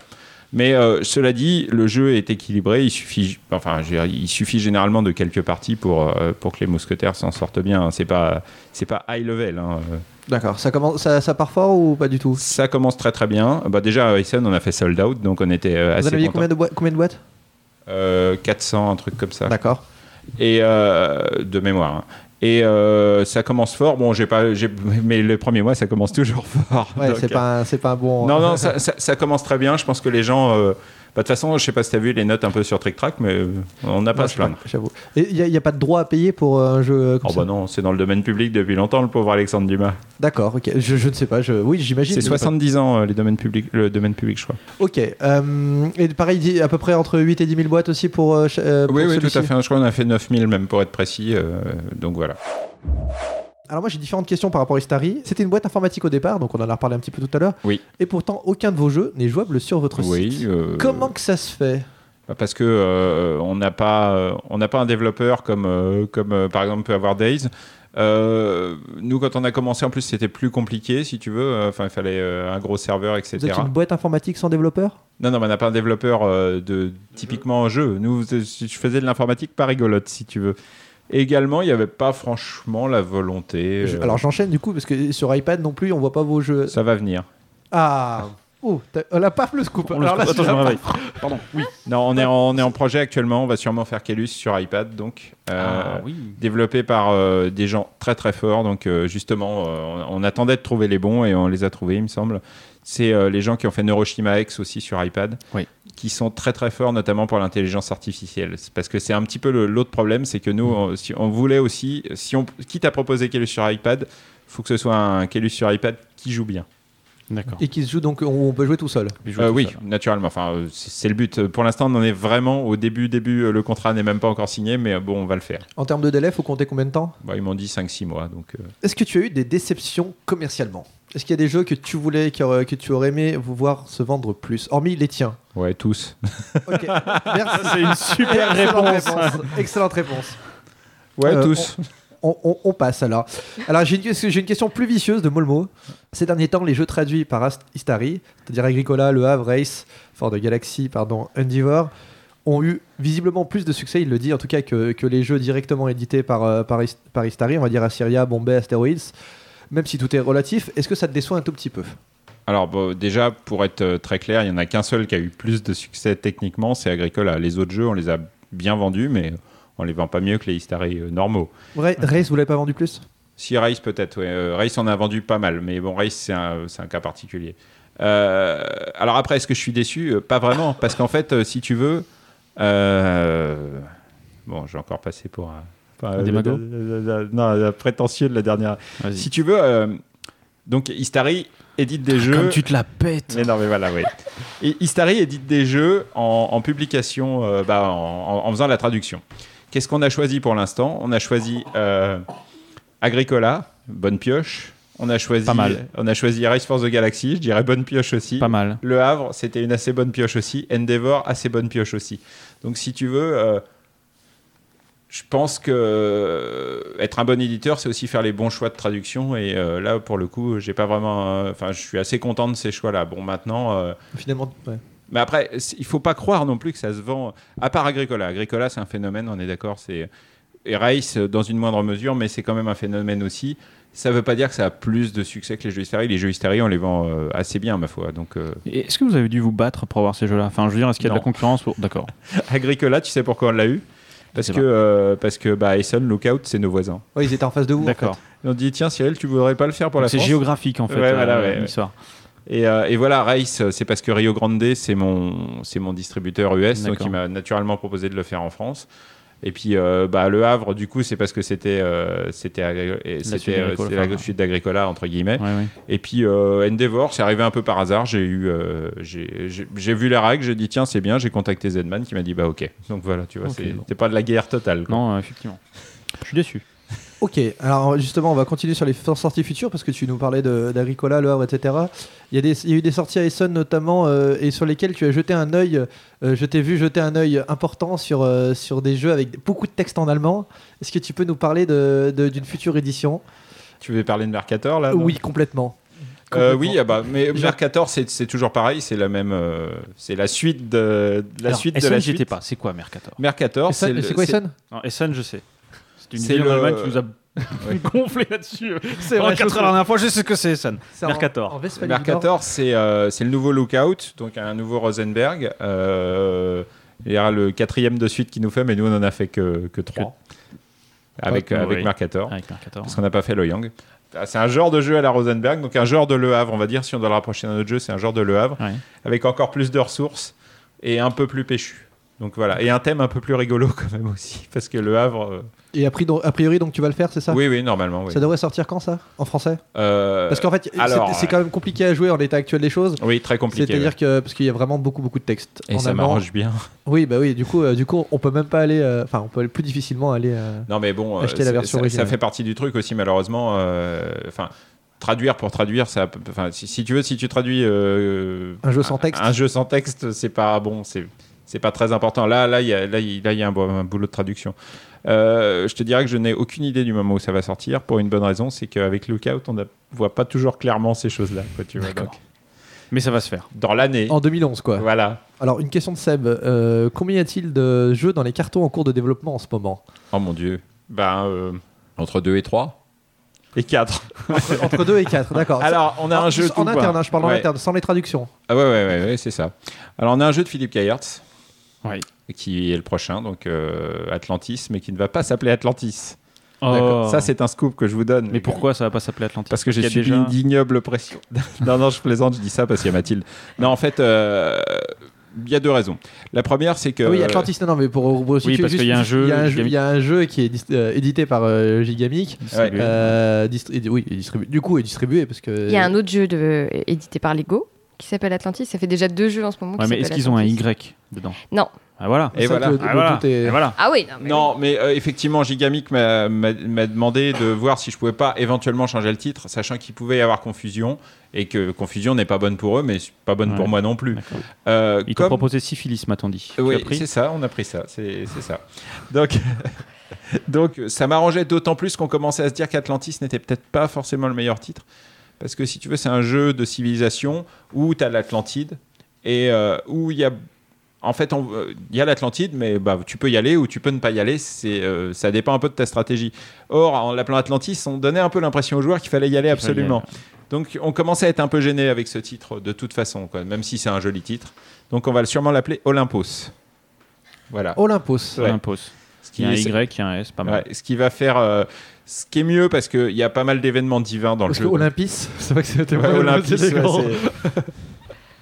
S1: Mais euh, cela dit, le jeu est équilibré. Il suffit, enfin, je veux dire, il suffit généralement de quelques parties pour, euh, pour que les mousquetaires s'en sortent bien. C'est pas, c'est pas high level. hein.
S4: D'accord. Ça commence, ça, ça part fort ou pas du tout
S1: Ça commence très très bien. Bah, déjà, à Essen, on a fait sold out, donc on était euh,
S4: Vous en
S1: assez
S4: aviez
S1: content.
S4: combien de, boi- combien de boîtes
S1: Euh, 400, un truc comme ça.
S4: D'accord.
S1: et euh, de mémoire. hein. Et euh, ça commence fort. Bon, j'ai pas, j'ai- mais le premier mois, ça commence toujours fort.
S4: Ouais,
S1: Donc, euh,
S4: c'est pas, un- c'est pas un bon.
S1: Non, non, ça, ça- ça commence très bien. Je pense que les gens. euh, bah, De toute façon, je sais pas si tu as vu les notes un peu sur Trick Track, mais euh, on n'a pas à se plaindre.
S4: J'avoue. Et il n'y a, pas de droit à payer pour euh, un jeu euh, comme
S1: Oh
S4: ça
S1: bah non, c'est dans le domaine public depuis longtemps, le pauvre Alexandre Dumas.
S4: D'accord, ok. Je, je ne sais pas. Je... Oui, j'imagine.
S1: C'est 70 ans, euh, les domaines publics, le domaine public, je crois.
S4: Ok. euh, et pareil, dit à peu près entre 8 et 10 000 boîtes aussi pour. euh, ch- euh, pour
S1: Oui, oui, tout
S4: celui-ci.
S1: à fait. Je crois qu'on a fait 9000 même, pour être précis. euh, donc voilà.
S4: Alors, moi, j'ai différentes questions par rapport à Istari. C'était une boîte informatique au départ, donc on en a reparlé un petit peu tout à l'heure.
S1: Oui.
S4: Et pourtant, aucun de vos jeux n'est jouable sur votre
S1: Oui.
S4: site.
S1: euh,
S4: Comment que ça se fait
S1: Bah, Parce que euh, on n'a pas, euh, on n'a pas un développeur comme, euh, comme euh, par exemple peut avoir Days. Euh, nous, quand on a commencé, en plus, c'était plus compliqué, si tu veux. Enfin, il fallait euh, un gros serveur, etc.
S4: Vous êtes une boîte informatique sans développeur
S1: Non, non, mais on n'a pas un développeur euh, de, typiquement en jeu. Nous, euh, si je faisais de l'informatique pas rigolote, si tu veux. Et également, il n'y avait pas franchement la volonté.
S4: Je-
S1: euh,
S4: Alors, j'enchaîne du coup, parce que sur iPad non plus, on voit pas vos jeux.
S1: ça va venir.
S4: Ah Oh, t'as- on a pas le scoop.
S5: On le-
S4: Alors là,
S5: Attends, je me réveille.
S1: Non, on est, en, on est en projet actuellement. On va sûrement faire Calus sur iPad, donc. euh,
S5: Ah oui.
S1: Développé par euh, des gens très très forts. Donc, euh, justement, euh, on, on attendait de trouver les bons et on les a trouvés, il me semble. C'est euh, les gens qui ont fait Neuroshima X aussi sur iPad,
S5: Oui.
S1: qui sont très très forts, notamment pour l'intelligence artificielle. C'est Parce que c'est un petit peu le- l'autre problème, c'est que nous, on, si on voulait aussi, si on quitte à proposer Calus sur iPad, faut que ce soit un Calus sur iPad qui joue bien.
S5: D'accord.
S4: Et qui se joue donc, on on peut jouer tout seul.
S1: Euh, oui, naturellement. Enfin, euh, c'est c'est le but. Euh, Pour l'instant, on en est vraiment au début. Début, Euh, le contrat n'est même pas encore signé, mais euh, bon, on va le faire.
S4: En termes de délai, faut compter combien de temps
S1: Bah, ils m'ont dit 5-6 mois, donc. euh,
S4: Est-ce que tu as eu des déceptions commercialement Est-ce qu'il y a des jeux que tu voulais, qui auraient- que tu aurais aimé voir se vendre plus Hormis les tiens.
S1: ouais, tous.
S4: Ok, merci.
S5: C'est une super
S4: Excellente
S5: réponse.
S4: réponse. Excellente réponse.
S1: Ouais,
S4: Euh,
S1: tous.
S4: On, on- on passe alors. Alors j'ai une, j'ai une question plus vicieuse de Molmo. Ces derniers temps, les jeux traduits par Ast- Istari, c'est-à-dire Agricola, Le Havre, Race, Ford Galaxy, pardon, Endeavor, ont eu visiblement plus de succès, il le dit en tout cas, que, que les jeux directement édités par, euh, par, Ist- par Istari, on va dire Assyria, Bombay, Asteroids. Même si tout est relatif, est-ce que ça te déçoit un tout petit peu
S1: Alors bon, déjà, pour être euh, très clair, il n'y en a qu'un seul qui a eu plus de succès techniquement, c'est Agricola. Les autres jeux, on les a bien vendus, mais on les vend pas mieux que les Istari euh, normaux.
S4: Ra- Race, vous l'avez pas vendu plus
S1: Si Race peut-être, ouais. Euh, Race en a vendu pas mal, mais bon, Race c'est un, c'est un cas particulier. Euh, alors après, est-ce que je suis déçu Euh, Pas vraiment, parce qu'en fait, euh, si tu veux, euh, bon, j'ai encore passé pour un, enfin, euh,
S5: démago
S1: le- le- le- le- non, le prétentieux de la dernière.
S5: Vas-y.
S1: Si tu veux, euh, donc Istari édite des jeux.
S5: Ah, Comme tu te la pètes.
S1: Mais non, mais voilà, oui. Et Istari édite des jeux en, en publication, euh, bah, en, en- en faisant la traduction. Qu'est-ce qu'on a choisi pour l'instant On a choisi euh, Agricola, Bonne Pioche, On a choisi,
S5: Pas mal.
S1: on a choisi Race for the Galaxy. Je dirais bonne pioche aussi.
S5: Pas mal.
S1: Le Havre, c'était une assez bonne pioche aussi. Endeavor, assez bonne pioche aussi. Donc, si tu veux, euh, je pense que euh, être un bon éditeur, c'est aussi faire les bons choix de traduction. Et euh, là, pour le coup, j'ai pas vraiment. euh, Enfin, je suis assez content de ces choix-là. Bon, maintenant. euh,
S4: Finalement, ouais.
S1: mais après, c- il faut pas croire non plus que ça se vend. À part Agricola. Agricola, c'est un phénomène, on est d'accord. C'est et Rice euh, dans une moindre mesure, mais c'est quand même un phénomène aussi. Ça veut pas dire que ça a plus de succès que les jeux hystérie. Les jeux hystérie, on les vend euh, assez bien, ma foi. Donc euh,
S5: Et Est-ce que vous avez dû vous battre pour avoir ces jeux-là Enfin, je veux dire, est-ce qu'il y a de
S1: Non.
S5: la concurrence pour- D'accord.
S1: Agricola, tu sais pourquoi on l'a eu Parce
S5: C'est
S1: que euh, parce que bah Essen, Lookout, c'est nos voisins.
S4: Ouais, ils étaient en face de vous. en
S5: D'accord.
S1: Et on dit tiens Cyril, tu voudrais pas le faire pour la
S5: C'est
S1: France
S5: géographique en fait
S1: Ouais, voilà,
S5: euh,
S1: ouais, ouais.
S5: l'histoire.
S1: Et, euh, et voilà, Rice, euh, c'est parce que Rio Grande, c'est mon, c'est mon distributeur US, donc
S5: D'accord.
S1: il m'a naturellement proposé de le faire en France. Et puis, euh, bah, Le Havre, du coup, c'est parce que c'était euh, c'était agri- et
S5: suite
S1: c'était, euh,
S5: d'Agricola,
S1: c'est la
S5: enfin,
S1: suite d'Agricola, entre guillemets.
S5: Ouais, ouais.
S1: Et puis, euh, Endeavor, c'est arrivé un peu par hasard. J'ai eu, euh, j'ai j'ai- j'ai vu les règles, j'ai dit, tiens, c'est bien. J'ai contacté Zedman qui m'a dit, bah, ok. Donc voilà, tu vois,
S5: Ok,
S1: c'est
S5: bon.
S1: c'est pas de la guerre totale. quoi.
S5: Non, euh, effectivement. Je suis déçu.
S4: Ok, alors justement, on va continuer sur les f- sorties futures parce que tu nous parlais de- d'Agricola, Le Havre, etc. Il y, a des- il y a eu des sorties à Essonne notamment euh, et sur lesquelles tu as jeté un œil, euh, je t'ai vu jeter un œil important sur, euh, sur des jeux avec beaucoup de textes en allemand. Est-ce que tu peux nous parler de- de- d'une future édition
S1: Tu veux parler de Mercator, là Ah non
S4: Oui, complètement.
S1: Euh,
S4: Complètement.
S1: oui, ah bah, mais
S4: J'ai-
S1: Mercator, c'est c'est toujours pareil, c'est la même, euh, c'est la suite de de la
S5: Alors,
S1: suite de
S5: Essen,
S1: la
S5: j'étais
S1: suite.
S5: pas. C'est quoi Mercator
S1: Mercator,
S4: Essonne-
S1: c'est le-
S4: C'est quoi Essonne
S5: Non, Essen, je sais. C'est une
S1: C'est
S5: ville en
S1: le-
S5: Allemagne qui nous a gonflé là-dessus.
S4: C'est
S5: Pendant
S4: vrai,
S5: 4
S4: je-
S5: heures la dernière fois, je sais ce que c'est Essen.
S4: c'est en-
S5: Mercator.
S4: en
S1: c'est-
S4: Westphalie du Nord.
S1: Mercator, c'est euh, c'est le nouveau Lookout, donc un nouveau Rosenberg. Euh, il y aura le quatrième de suite qui nous fait, mais nous on en a fait que, que trois avec
S5: Ouais,
S1: avec
S5: oui.
S1: Mercator,
S5: Ah, Avec Mercator.
S1: parce qu'on n'a pas fait Le Yang. Ah, C'est un genre de jeu à la Rosenberg, donc un genre de Le Havre, on va dire. Si on doit le rapprocher d'un autre jeu, c'est un genre de Le Havre
S5: Ouais.
S1: avec encore plus de ressources et un peu plus péchu. Donc voilà, et un thème un peu plus rigolo quand même aussi, parce que Le Havre. euh,
S4: Et a pri- donc- a priori, donc tu vas le faire, c'est ça
S1: Oui, oui, normalement. Oui.
S4: Ça devrait sortir quand ça En français
S1: Euh,
S4: Parce qu'en fait, c'est-
S1: alors,
S4: c'est quand même compliqué à jouer en l'état actuel des choses.
S1: oui, très compliqué.
S4: C'est-à-dire
S1: ouais.
S4: que parce qu'il y a vraiment beaucoup beaucoup de textes
S1: Et
S4: en
S1: ça
S4: allemand.
S1: m'arrange bien.
S4: Oui, bah oui, du coup, euh, du coup, on peut même pas aller. euh, Enfin, on peut aller plus difficilement aller. euh,
S1: Non, mais bon, euh,
S4: Acheter la
S1: c'est-
S4: version
S1: ça, ça
S4: originale.
S1: fait partie du truc aussi, malheureusement. euh, Enfin, traduire pour traduire, ça. peut- Enfin, si, si tu veux, si tu traduis euh,
S4: Un jeu sans texte.
S1: un, jeu sans texte, c'est pas bon. C'est c'est pas très important. Là, là, il y a, là, il là, il y a un, bo- un boulot de traduction. Euh, je te dirais que je n'ai aucune idée du moment où ça va sortir pour une bonne raison, c'est qu'avec Lookout, on ne voit pas toujours clairement ces choses-là. quoi, tu vois,
S5: D'accord.
S1: donc.
S5: Mais ça va se faire.
S1: dans l'année,
S4: En 2011, quoi.
S1: voilà.
S4: Alors, une question de Seb. euh, combien y a-t-il de jeux dans les cartons en cours de développement en ce moment
S1: Oh mon dieu. Ben, euh, entre 2 et 3 Et 4.
S4: Entre 2 et 4, d'accord.
S1: Alors, on a
S4: Ah,
S1: un jeu.
S4: en
S1: tout,
S4: interne,
S1: quoi.
S4: hein, je parle en
S1: Ouais.
S4: interne, sans les traductions.
S1: Ah ouais, ouais, ouais, ouais, c'est ça. Alors, on a un jeu de Philippe Kayertz.
S5: Oui.
S1: Qui est le prochain, donc euh, Atlantis, mais qui ne va pas s'appeler Atlantis.
S5: Oh.
S1: Ça, c'est un scoop que je vous donne.
S5: Mais pourquoi ça va pas s'appeler Atlantique
S1: Parce que j'ai
S5: Il y a
S1: subi une ignoble pression. non, non, je plaisante, je dis ça parce qu'il y a Mathilde. Non, en fait, euh, il y a deux raisons. La première, c'est que. euh,
S4: Ah oui, Atlantis, non, non, mais pour
S5: Oui, parce qu'il y a un jeu,
S4: Il y a un jeu,
S5: Gigamic.
S4: il y a un jeu qui est dis- euh, édité par euh, Gigamic.
S1: Ouais.
S5: distribué.
S4: Euh, distri- et- oui, et distribué- du coup, est distribué parce que.
S6: Il y a un autre jeu de- édité par Lego qui s'appelle Atlantis. Ça fait déjà deux jeux en ce moment.
S5: Ouais,
S6: qui
S5: mais est-ce
S6: s'appellent
S5: qu'ils ont un
S6: Atlantis.
S5: Y dedans
S6: Non.
S5: Ah voilà.
S1: Euh, Et
S4: C'est vrai
S1: voilà.
S4: que le-
S5: Ah,
S4: le
S5: voilà.
S4: doute est-
S5: Et voilà.
S6: Ah oui, non, mais
S1: Non, mais euh, effectivement, Gigamic m'a m'a- m'a demandé de voir si je pouvais pas éventuellement changer le titre, sachant qu'il pouvait y avoir confusion et que confusion n'est pas bonne pour eux, mais c'est pas bonne
S5: Ouais.
S1: pour moi non plus.
S5: D'accord.
S1: Euh,
S5: Ils t'ont
S1: comme-
S5: proposé syphilis, m'a-t-on dit. Tu
S1: Oui,
S5: as pris
S1: c'est ça, on a pris ça, c'est c'est ça. Donc, donc ça m'arrangeait d'autant plus qu'on commençait à se dire qu'Atlantis n'était peut-être pas forcément le meilleur titre, parce que si tu veux, c'est un jeu de civilisation où tu as l'Atlantide et euh, où il y a... En fait, on- euh, il y a l'Atlantide, mais bah, tu peux y aller ou tu peux ne pas y aller. C'est, euh, ça dépend un peu de ta stratégie. Or, en l'appelant Atlantis, on donnait un peu l'impression aux joueurs qu'il fallait y aller absolument. Donc, on commençait à être un peu gêné avec ce titre de toute façon, quoi, même si c'est un joli titre. Donc, on va sûrement l'appeler Olympos. Voilà.
S4: Oh. Olympos.
S1: Ouais.
S5: Olympos. Il
S1: Ce qui,
S5: y a un
S1: est-
S5: Y, il y a un S, pas mal.
S1: ouais, ce qui va faire. euh, ce qui est mieux parce qu'il y a pas mal d'événements divins dans
S4: Parce que
S1: le jeu.
S4: Olympis, c'est vrai que c'était
S1: Ouais,
S4: pas le
S1: Olympus,
S4: mot élégant.
S1: ouais, c'est-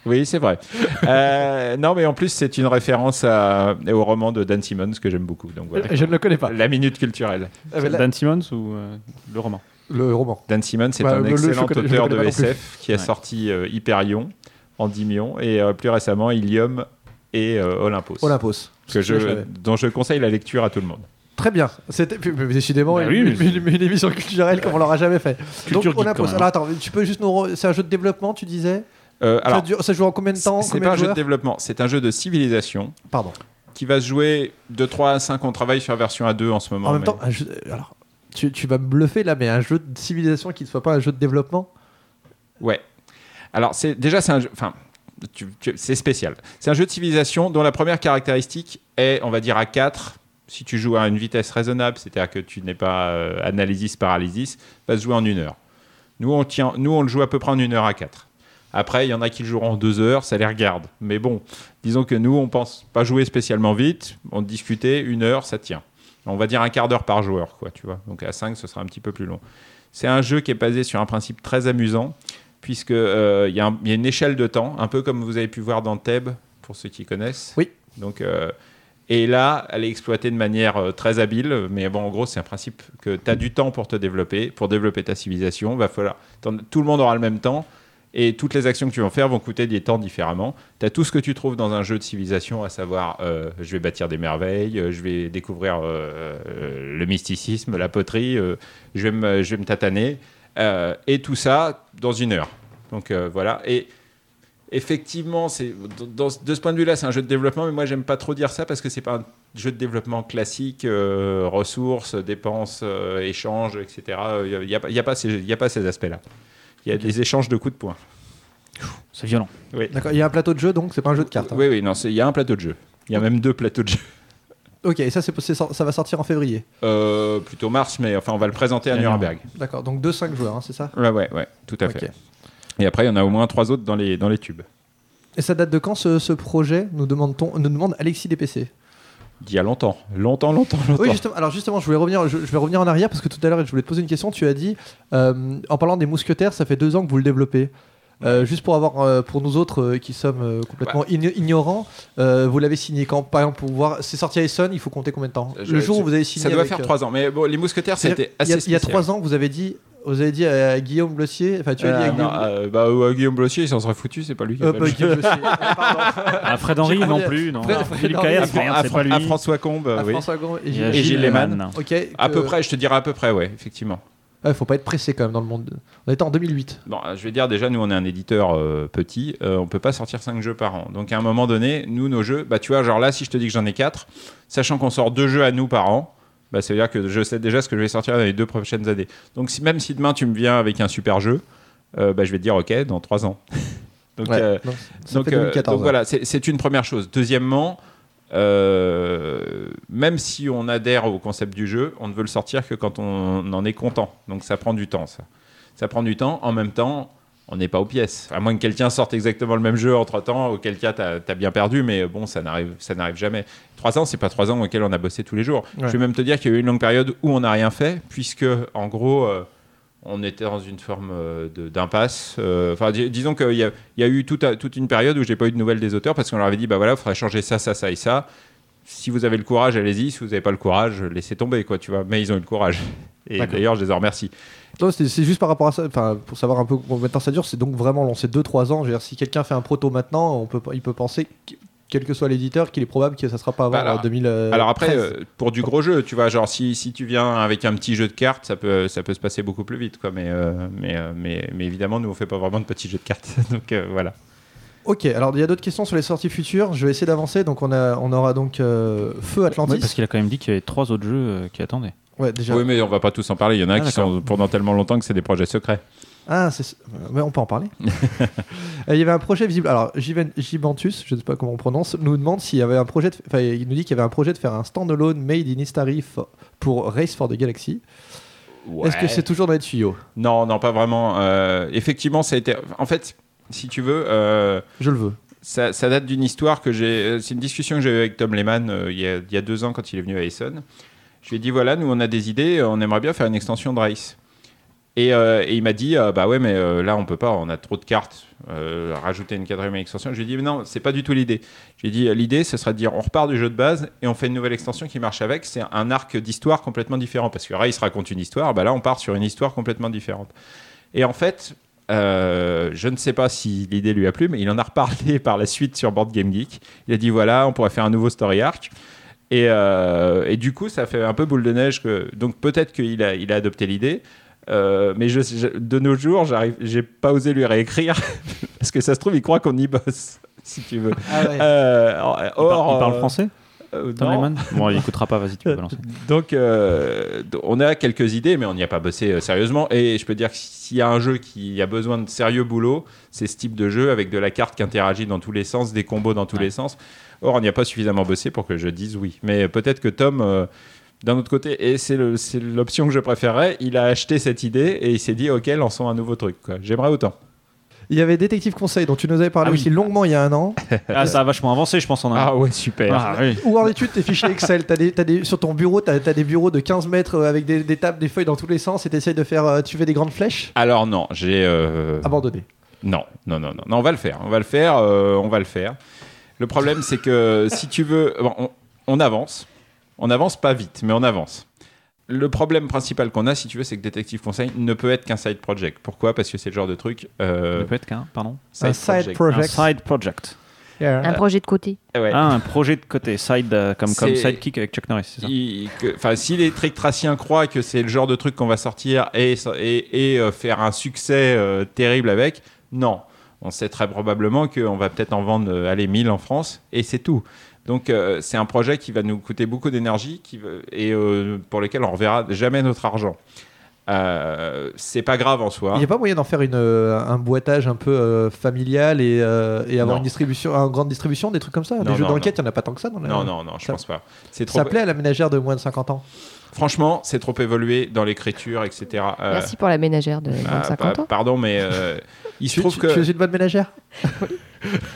S1: Oui, c'est vrai. Euh, non, mais en plus, c'est une référence à- au roman de Dan Simmons que j'aime beaucoup. Donc voilà.
S4: Je ne le connais pas.
S1: La minute culturelle.
S4: Ah, mais là-
S5: Dan Simmons ou euh, le roman
S4: Le roman.
S1: Dan Simmons c'est
S4: Bah,
S1: un
S4: le- le- je
S1: excellent
S4: connais- je
S1: auteur
S4: connais
S1: de
S4: pas non plus.
S1: SF qui a
S5: Ouais.
S1: sorti euh, Hyperion, Endymion et euh, plus récemment Ilium et euh, Olympos,
S4: Olympos.
S1: que
S4: Je
S1: je,
S4: savais.
S1: dont je conseille la lecture à tout le monde.
S4: Très bien. C'était puis- puis décidément
S5: Bah
S4: une,
S5: oui, mais-
S4: une- une émission culturelle comme on l'aura jamais fait.
S5: Culture
S4: Donc on
S5: geek,
S4: a
S5: quand
S4: posé-
S5: même.
S4: Alors attends, tu peux juste nous re- c'est un jeu de développement, tu disais
S1: Euh,
S4: ça,
S1: alors,
S4: dure- ça joue en combien de temps
S1: c'est
S4: Combien
S1: pas un
S4: de
S1: jeu de
S4: joueurs
S1: développement, c'est un jeu de civilisation
S4: Pardon.
S1: qui va se jouer de 3 à 5. On travaille sur la version A2 en ce moment.
S4: en même
S1: mais-
S4: temps, un jeu- alors tu, tu vas me bluffer là, mais un jeu de civilisation qui ne soit pas un jeu de développement
S1: Ouais. Alors, c'est déjà, c'est un jeu. Enfin, tu- tu- c'est spécial. C'est un jeu de civilisation dont la première caractéristique est, on va dire, à 4. Si tu joues à une vitesse raisonnable, c'est-à-dire que tu n'es pas euh, analysis paralysis, va se jouer en une heure. Nous on, tient, nous, on le joue à peu près en une heure à 4. Après, il y en a qui le joueront en deux heures, ça les regarde. Mais bon, disons que nous, on pense pas jouer spécialement vite, on discutait, une heure, ça tient. On va dire un quart d'heure par joueur, quoi, tu vois. Donc à 5, ce sera un petit peu plus long. C'est un jeu qui est basé sur un principe très amusant puisque euh, il y, a un- il y a une échelle de temps, un peu comme vous avez pu voir dans Thèbes, pour ceux qui connaissent.
S4: Oui.
S1: Donc, euh, et là, elle est exploitée de manière euh, très habile, mais bon, en gros, c'est un principe que tu as du temps pour te développer, pour développer ta civilisation, va falloir, t'en- tout le monde aura le même temps, et toutes les actions que tu vas faire vont coûter des temps différemment. Tu as tout ce que tu trouves dans un jeu de civilisation, à savoir, euh, je vais bâtir des merveilles, euh, je vais découvrir euh, euh, le mysticisme, la poterie, euh, je, vais me, je vais me tataner, euh, et tout ça dans une heure. Donc euh, voilà. Et effectivement, c'est dans- de ce point de vue-là, c'est un jeu de développement, mais moi, j'aime pas trop dire ça parce que c'est pas un jeu de développement classique, euh, ressources, dépenses, euh, échanges, etc. Il n'y a, pas- y a pas ces- y a pas ces aspects-là. Il y a des échanges de coups de poing.
S5: C'est violent.
S4: D'accord, il y a un plateau de jeu donc c'est pas un jeu de cartes. hein.
S1: Oui, oui, non, c'est- il y a un plateau de jeu. Il y a même deux plateaux de jeu.
S4: Ok, et ça, c'est, c'est- ça va sortir en février.
S1: Euh, plutôt mars, mais enfin, on va le présenter à
S5: Il y en a un.
S1: Nuremberg.
S4: D'accord, donc 2-5 joueurs, hein, c'est ça
S1: Ouais, ouais, ouais, tout à
S4: Ok.
S1: fait. Et après, il y en a au moins trois autres dans les, dans les tubes.
S4: Et ça date de quand ce, ce projet nous, demande-t-on- nous demande Alexis DPC.
S1: Il y a longtemps, longtemps, longtemps, longtemps.
S4: Oui, justement, alors justement, je voulais revenir, je, je vais revenir en arrière parce que tout à l'heure, je voulais te poser une question. Tu as dit, euh, en parlant des mousquetaires, ça fait deux ans que vous le développez. Euh, juste pour avoir, euh, pour nous autres euh, qui sommes euh, complètement ign- ignorants, euh, vous l'avez signé quand Par exemple, pour voir, c'est sorti à Essen, il faut compter combien de temps
S1: Je-
S4: Le jour
S1: ça-
S4: où vous avez signé.
S1: Ça doit
S4: avec,
S1: faire
S4: euh,
S1: trois ans. Mais bon, les mousquetaires,
S4: c'est-à-dire,
S1: c'était assez
S4: il y a- Il y a
S1: spécial.
S4: trois ans, vous avez dit, vous avez dit à Guillaume Blossier, enfin tu as dit à
S1: Euh,
S4: Guillaume.
S1: non, euh, bah, euh, Guillaume Blossier, il s'en serait foutu, c'est pas lui. qui
S4: Euh,
S1: a
S4: pas
S1: fait le
S4: Guillaume Blossier, euh, pardon,
S1: Ah
S5: À Ah, Fred Henry,
S4: J'ai
S5: non
S4: demandé à-
S5: plus. Non.
S4: Fred-
S5: Non.
S4: Fred
S5: Philippe
S4: Henry,
S5: Caillard,
S1: jeu.
S5: c'est merde,
S1: à,
S5: c'est
S1: Fran-
S5: pas lui.
S1: à François Combe, euh,
S4: à
S1: oui.
S4: François euh, Grand et
S5: Il y a
S1: Et
S4: Gilles-
S1: Gilles Lehmann.
S5: Lehmann.
S4: Ok,
S1: À
S4: que-
S1: peu près, je te dirais à peu près, ouais, effectivement.
S4: Ouais, faut pas être pressé quand même dans le monde. On était en 2008.
S1: Bon, euh, je vais dire déjà, nous, on est un éditeur euh, petit, euh, on peut pas sortir cinq jeux par an. Donc à un moment donné, nous, nos jeux, bah tu vois, genre là, si je te dis que j'en ai quatre, sachant qu'on sort deux jeux à nous par an, bah ça veut dire que je sais déjà ce que je vais sortir dans les deux prochaines années. Donc si, même si demain tu me viens avec un super jeu, euh, bah je vais te dire ok, dans trois ans. Donc
S4: Ouais,
S1: euh,
S4: donc, ça
S1: Donc,
S4: fait
S1: euh,
S4: 2014,
S1: donc
S4: ouais.
S1: voilà, c'est c'est une première chose. Deuxièmement, euh, même si on adhère au concept du jeu, on ne veut le sortir que quand on en est content. Donc ça prend du temps, ça. Ça prend du temps. En même temps, on n'est pas aux pièces. À moins que quelqu'un sorte exactement le même jeu entre temps, auquel cas t'as as bien perdu, mais bon, ça n'arrive ça n'arrive jamais. Trois ans, c'est pas trois ans auxquels on a bossé tous les jours.
S4: Ouais.
S1: Je vais même te dire qu'il y a eu une longue période où on n'a rien fait, puisque en gros. euh, on était dans une forme euh, de- d'impasse. Euh, Enfin, dis- disons qu'il y a, il y a eu toute, toute une période où j'ai pas eu de nouvelles des auteurs parce qu'on leur avait dit, bah voilà, il faudrait changer ça, ça, ça et ça. Si vous avez le courage, allez-y. Si vous n'avez pas le courage, laissez tomber, quoi, tu vois. Mais ils ont eu le courage. Et
S4: D'accord.
S1: d'ailleurs, je les en remercie.
S4: Non, c'est c'est juste par rapport à ça, enfin, pour savoir un peu combien de temps ça dure, c'est donc vraiment lancé 2-3 ans. Je veux dire, si quelqu'un fait un proto maintenant, on peut, pas- il peut penser, que- quel que soit l'éditeur, qu'il est probable que ça sera pas avant
S1: Bah alors-
S4: euh, 2000. euh,
S1: Alors après,
S4: 13.
S1: euh, pour du gros jeu, tu vois, genre si, si tu viens avec un petit jeu de cartes, ça peut, ça peut se passer beaucoup plus vite, quoi. Mais, euh, mais, euh, mais, mais évidemment, nous, on fait pas vraiment de petits jeux de cartes. Donc euh, voilà.
S4: Ok, alors il y a d'autres questions sur les sorties futures. Je vais essayer d'avancer. Donc on, a, on aura donc euh, Feu Atlantis.
S5: Ouais, parce qu'il a quand même dit qu'il y avait trois autres jeux euh, qui attendaient.
S4: Ouais, déjà.
S1: Oui, mais on va pas tous en parler. Il y en a
S5: Ah,
S1: qui sont pendant tellement longtemps que c'est des projets secrets.
S4: Ah, c'est... euh, ouais, on peut en parler. Euh, Il y avait un projet visible. Alors, Jiven- Jibantus, je ne sais pas comment on prononce, nous demande s'il y avait un projet. de- Enfin, il nous dit qu'il y avait un projet de faire un standalone made in Istari fo- pour Race for the Galaxy. Est-ce que
S1: Ouais.
S4: c'est toujours dans les tuyaux
S1: Non, non, pas vraiment. Euh, effectivement, ça a été. En fait, si tu veux, euh,
S4: Je le veux.
S1: ça, ça date d'une histoire que j'ai. euh, C'est une discussion que j'ai eue avec Tom Lehman euh, il, y a, il y a deux ans quand il est venu à Essen. Je lui ai dit voilà, nous on a des idées, euh, on aimerait bien faire une extension de Race. Et, euh, et il m'a dit euh, bah ouais, mais euh, là on peut pas, on a trop de cartes, euh, rajouter une quatrième extension. Je lui ai dit mais non, c'est pas du tout l'idée. J'ai dit euh, l'idée, ce serait de dire on repart du jeu de base et on fait une nouvelle extension qui marche avec. C'est un arc d'histoire complètement différent parce que Race raconte une histoire, bah là on part sur une histoire complètement différente. Et en fait, euh, je ne sais pas si l'idée lui a plu, mais il en a reparlé par la suite sur Board Game Geek. Il a dit voilà, on pourrait faire un nouveau story arc. Et, euh, et du coup, ça fait un peu boule de neige. Que, donc peut-être qu'il a, il a adopté l'idée. Euh, mais je, je- de nos jours, j'arrive, j'ai pas osé lui réécrire parce que ça se trouve, il croit qu'on y bosse, si tu veux.
S4: Ah ouais.
S1: Euh, or,
S5: Il, par- il parle français,
S1: euh,
S5: Tom
S1: non.
S5: Lehman Bon, il écoutera pas, vas-y, tu peux balancer.
S1: Donc, euh, d- on a quelques idées, mais on n'y a pas bossé euh, sérieusement. Et je peux dire que s'il y a un jeu qui a besoin de sérieux boulot, c'est ce type de jeu avec de la carte qui interagit dans tous les sens, des combos dans tous
S5: Ouais.
S1: les sens. Or, on n'y a pas suffisamment bossé pour que je dise oui. Mais peut-être que Tom, euh, d'un autre côté, et c'est le- c'est l'option que je préférais, il a acheté cette idée et il s'est dit Ok, lançons un nouveau truc. quoi. J'aimerais autant.
S4: Il y avait Détective Conseil dont tu nous avais parlé
S5: Ah oui.
S4: aussi longuement il y a un an.
S5: Ah, ça a vachement avancé, je pense, en un.
S1: Ah ouais, super.
S5: Ah, oui.
S4: Ou en étude, tes fichiers Excel. T'as des, t'as des- sur ton bureau, t'as as des bureaux de 15 mètres euh, avec des, des tables, des feuilles dans tous les sens et t'essayes de faire. euh, tu fais des grandes flèches
S1: Alors, non, j'ai. euh,
S4: Abandonné.
S1: Non, non, non, non, non, on va le faire, on va le faire, euh, on va le faire. Le problème, c'est que si tu veux, bon, on, on avance, on avance pas vite, mais on avance. Le problème principal qu'on a, si tu veux, c'est que Détective Conseil ne peut être qu'un side project. Pourquoi Parce que c'est le genre de truc. euh,
S5: Ça peut être qu'un, pardon.
S4: Un
S1: side
S4: side
S5: Un
S1: project.
S4: project.
S5: side project.
S4: Yeah.
S6: Un projet de côté.
S1: Ouais.
S5: Ah, un projet de côté, side euh, comme, comme
S1: C'est-
S5: sidekick avec Chuck Norris, c'est ça
S1: Il- que- Enfin, si les trictraciens croient que c'est le genre de truc qu'on va sortir et, so- et, et, euh, faire un succès euh, terrible avec, non. On sait très probablement qu'on va peut-être en vendre, euh, allez, 1000 en France, et c'est tout. Donc, euh, c'est un projet qui va nous coûter beaucoup d'énergie qui va- et euh, pour lequel on ne reverra jamais notre argent. Euh, c'est pas grave en soi.
S4: Ah. Il n'y a pas moyen d'en faire une, euh, un boitage un peu euh, familial et, euh, et avoir
S1: Non.
S4: une distribution, une grande distribution, des trucs comme ça. des
S1: Non,
S4: jeux
S1: non,
S4: d'enquête, il n'y en a pas tant que ça dans la-
S1: Non, non, non, je
S4: Ça-
S1: pense pas. C'est trop.
S4: Ça plaît à la ménagère de moins de 50 ans.
S1: Franchement, c'est trop évolué dans l'écriture, etc. Euh,
S6: Merci pour la ménagère de
S1: ah,
S6: 50
S1: pa-
S6: ans.
S1: Pardon, mais euh, il se
S4: Tu,
S1: trouve
S4: tu-
S1: que
S4: tu es une bonne ménagère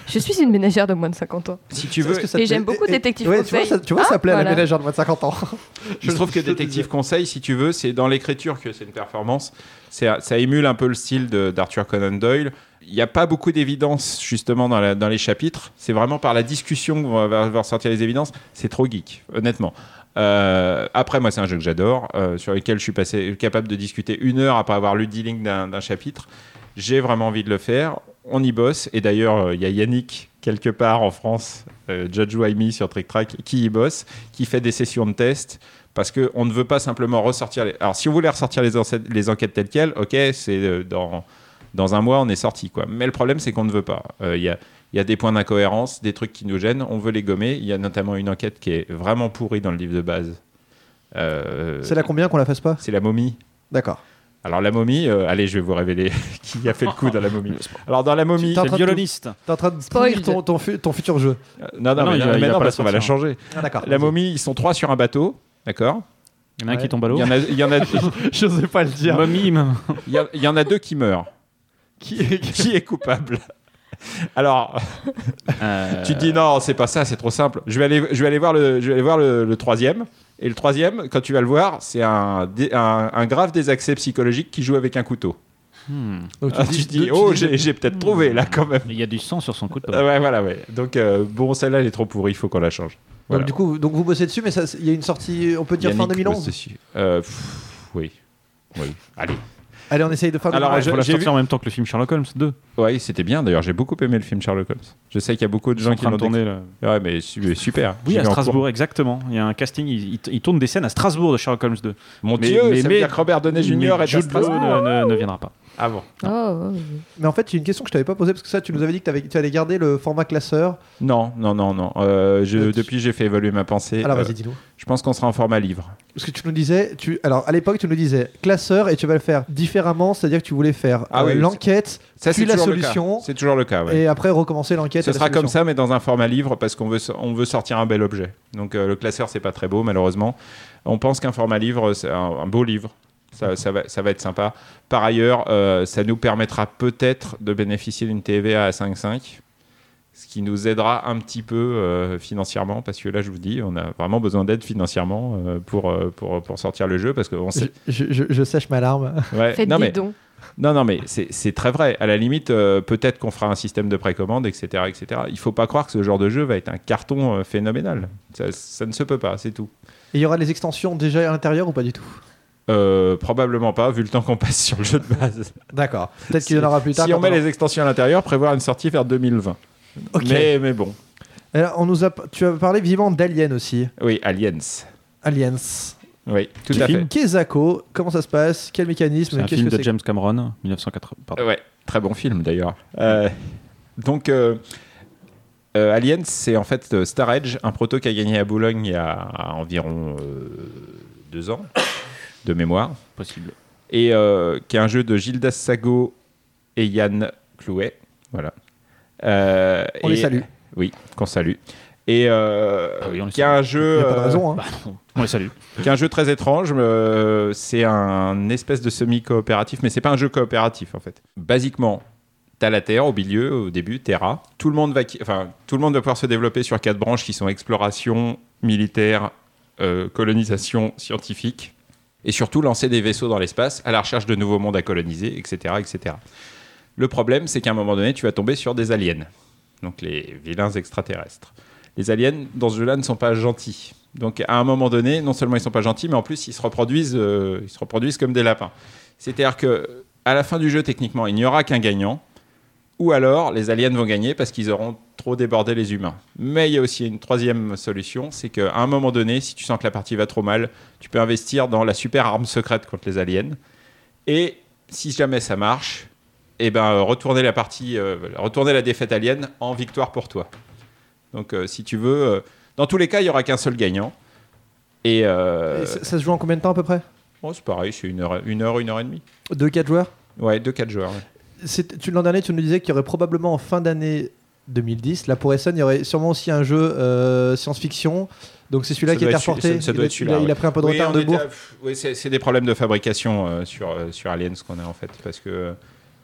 S6: Je suis une ménagère de moins de 50 ans.
S1: si tu veux,
S4: Est-ce que ça te
S6: Et j'aime
S4: plaît
S6: beaucoup Détective
S4: ouais, tu vois,
S6: Conseil.
S4: ça, tu vois,
S6: Ah,
S4: ça plaît à la
S6: voilà.
S4: ménagère de moins de 50 ans.
S1: Je trouve que
S4: Je te
S1: Détective
S4: disais.
S1: Conseil, si tu veux, c'est dans l'écriture que c'est une performance. C'est- Ça émule un peu le style de- d'Arthur Conan Doyle. Il n'y a pas beaucoup d'évidence, justement, dans, la- dans les chapitres. C'est vraiment par la discussion qu'on va, va ressortir les évidences. C'est trop geek, honnêtement. Euh, après, moi, c'est un jeu que j'adore, euh, sur lequel je suis passé, capable de discuter une heure après avoir lu 10 lignes d'un d'un chapitre. J'ai vraiment envie de le faire. On y bosse. Et d'ailleurs, euh, il y a Yannick, quelque part en France, euh, Judge Waimi sur Trick Track, qui y bosse, qui fait des sessions de tests parce qu'on ne veut pas simplement ressortir les... Alors si on voulait ressortir les, ense- les enquêtes telles quelles, ok, c'est euh, dans, dans un mois, on est sorti, quoi. Mais le problème, c'est qu'on ne veut pas. Euh, Il y, a, il y a des points d'incohérence, des trucs qui nous gênent, on veut les gommer. Il y a notamment une enquête qui est vraiment pourrie dans le livre de base. Euh,
S4: C'est la combien qu'on la fasse pas
S1: c'est la momie.
S4: D'accord.
S1: Alors la momie, euh, allez, je vais vous révéler qui a fait le coup dans la momie. Alors dans la momie...
S4: T'es en
S5: C'est le
S4: train de-
S5: violoniste.
S4: T'es en train de
S6: Spoil.
S4: pourrir ton, ton, fu- ton futur jeu.
S1: Euh, Non, non,
S5: Non,
S1: mais,
S5: il y a-
S1: non,
S5: il y
S1: mais
S5: a
S1: non,
S5: pas
S1: parce
S5: la
S1: qu'on va la
S5: sortir.
S1: changer.
S4: Ah, D'accord.
S1: La
S4: Vas-y.
S1: momie, ils sont trois sur un bateau, d'accord
S5: Il y en a un
S4: Ouais.
S5: qui tombe à
S1: Il
S5: l'eau.
S1: y en a- il y en a-
S4: Je sais pas le dire.
S5: Mommy, même.
S1: il y a- il y en a deux qui meurent.
S4: Qui-
S1: qui est coupable alors,
S5: Euh,
S1: tu te dis non, c'est pas ça, c'est trop simple. Je vais aller, je vais aller voir le, je vais aller voir le, le troisième. Et le troisième, quand tu vas le voir, c'est un, dé- un, un grave désaccès psychologique qui joue avec un couteau.
S5: hmm.
S4: Donc,
S1: Ah, tu te dis, oh, j'ai j'ai peut-être trouvé là quand même.
S5: Euh, Il y a du sang sur son couteau.
S1: Ouais, voilà, ouais. Donc, euh, bon, celle-là, elle est trop pourrie, il faut qu'on la change. Voilà.
S4: Donc du coup, donc vous bossez dessus, mais ça, c'est- il y a une sortie, on peut dire fin
S1: Yannick
S4: 2011.
S1: bosse dessus. Euh, pff, oui. Oui. Allez.
S4: Allez, on essaye de fin 2011.
S5: Il
S1: Alors,
S5: faut
S1: ah, je-
S5: la
S1: j'ai
S5: sortir
S1: vu-
S5: en même temps que le film Sherlock Holmes 2.
S1: Ouais, c'était bien d'ailleurs, j'ai beaucoup aimé le film Sherlock Holmes. Je sais qu'il y a beaucoup de
S5: Ils sont
S1: gens
S5: en
S1: qui
S5: train
S1: l'ont
S5: de tourner. là.
S1: décrit. Ouais, mais su- super. J'y
S5: Oui, à
S1: vais en cours.
S5: Strasbourg, exactement. Il y a un casting. Ils, ils- ils tournent des scènes à Strasbourg de Sherlock Holmes 2.
S1: Mon
S5: Mais-
S1: Dieu,
S5: mais-
S1: ça veut
S5: mais-
S1: dire que Robert Downey Jr.
S5: Mais
S1: est à
S5: Jude Law
S1: Strasbourg.
S5: ne, ne- ne viendra pas.
S1: Ah bon
S6: Oh, oh,
S4: Mais en fait, il y a une question que je t'avais pas posée parce que ça, tu nous avais dit que t'avais- tu allais garder le format classeur.
S1: Non, non, non, non. Euh, je-
S4: Euh, tu-
S1: depuis, j'ai fait évoluer ma pensée.
S4: Alors
S1: Euh,
S4: vas-y, dis-nous.
S1: je pense qu'on sera en format livre.
S4: Parce que tu nous disais, tu, alors à l'époque, tu nous disais classeur et tu vas le faire différemment, c'est-à-dire que tu voulais faire
S1: Ah
S4: euh,
S1: oui,
S4: l'enquête,
S1: Ça,
S4: puis
S1: c'est
S4: la
S1: toujours le cas.
S4: solution,
S1: C'est toujours le cas, ouais.
S4: et après recommencer l'enquête.
S1: Ce
S4: et la
S1: sera comme
S4: solution.
S1: ça, mais dans un format livre, parce qu'on veut, so- on veut sortir un bel objet. Donc euh, le classeur, c'est pas très beau, malheureusement. On pense qu'un format livre, c'est un, un beau livre.
S4: Mm-hmm.
S1: Ça, ça va, ça va être sympa. Par ailleurs, euh, ça nous permettra peut-être de bénéficier d'une TVA à 5,5, ce qui nous aidera un petit peu euh, financièrement, parce que là, je vous dis, on a vraiment besoin d'aide financièrement euh, pour, euh, pour, pour sortir le jeu, parce qu'on sait.
S4: Je, je- je sèche ma larme.
S1: Ouais.
S6: Faites
S1: non,
S6: des
S1: mais,
S6: dons.
S1: non, non, mais c'est c'est très vrai. À la limite, euh, peut-être qu'on fera un système de précommande, etc., etc. Il faut pas croire que ce genre de jeu va être un carton euh, phénoménal. Ça, ça ne se peut pas, c'est tout.
S4: Et il y aura les extensions déjà à l'intérieur ou pas du tout
S1: Euh, probablement pas, vu le temps qu'on passe sur le jeu de base.
S4: D'accord. Peut-être qu'il y en aura plus tard.
S1: si
S4: quand
S1: on met
S4: aura-
S1: les extensions à l'intérieur, prévoir une sortie vers 2020.
S4: Ok.
S1: Mais, mais bon.
S4: Et là, on nous a, tu as parlé vivant d'Alien aussi.
S1: Oui, Aliens.
S4: Aliens.
S1: Oui, tout
S5: Petit
S1: à
S5: film.
S1: fait.
S4: Kezako, comment ça se passe Quel
S5: C'est
S4: mécanisme
S5: un
S4: Qu'est-ce
S5: film
S4: que
S5: de
S4: c'est
S5: James Cameron, 1980. pardon.
S1: Ouais, très bon film d'ailleurs. Euh, donc, euh, euh, Aliens, c'est en fait euh, Star Edge, un proto qui a gagné à Boulogne il y a environ euh, deux ans, de mémoire,
S4: Euh,
S5: Possible.
S1: et euh, qui est un jeu de Gildas Sago et Yann Clouet. Voilà. Euh,
S4: On les
S1: et-
S4: salue.
S1: Oui, qu'on salue. Et euh,
S5: Ah oui, on les
S1: qui a un
S4: Il n'y
S1: jeu.
S4: a pas de
S1: euh,
S4: raison. hein.
S5: On les salue.
S1: qui est un jeu très étrange. euh, c'est un espèce de semi-coopératif, mais c'est pas un jeu coopératif en fait. Basiquement, t'as la Terre au milieu, au début, Terra. Tout le monde va, qui- enfin, tout le monde va pouvoir se développer sur quatre branches qui sont exploration, militaire, euh, colonisation, scientifique, et surtout lancer des vaisseaux dans l'espace à la recherche de nouveaux mondes à coloniser, etc., etc. Le problème, c'est qu'à un moment donné, tu vas tomber sur des aliens, donc les vilains extraterrestres. Les aliens dans ce jeu-là ne sont pas gentils. Donc à un moment donné, non seulement ils sont pas gentils, mais en plus ils se reproduisent, euh, ils se reproduisent comme des lapins. C'est-à-dire que à la fin du jeu, techniquement, il n'y aura qu'un gagnant, ou alors les aliens vont gagner parce qu'ils auront trop débordé les humains. Mais il y a aussi une troisième solution, c'est qu'à un moment donné, si tu sens que la partie va trop mal, tu peux investir dans la super arme secrète contre les aliens. Et si jamais ça marche, eh ben euh, retourner la partie, euh, retourner la défaite alien en victoire pour toi. Donc euh, si tu veux, euh, dans tous les cas, il y aura qu'un seul gagnant. Et, euh,
S4: Et ça, ça se joue en combien de temps à peu près
S1: oh, c'est pareil, c'est une heure, une heure, une heure et demie.
S4: Deux, quatre joueurs
S1: Ouais, deux, quatre joueurs. ouais.
S4: C'est- tu- L'an dernier, tu nous disais qu'il y aurait probablement en fin d'année 2010, là pour Essen, il y aurait sûrement aussi un jeu euh, science-fiction. Donc c'est celui-là
S1: Ça
S4: qui a
S1: doit
S4: été
S1: être celui-
S4: reporté.
S1: ça- ça
S4: il,
S1: doit
S4: a,
S1: être celui-là,
S4: il a- il a
S1: ouais.
S4: pris un peu de
S1: Oui,
S4: retard
S1: on
S4: de
S1: était
S4: bourg.
S1: à- pff, oui, c'est c'est des problèmes de fabrication euh, sur, euh, sur Aliens qu'on a en fait, parce que euh,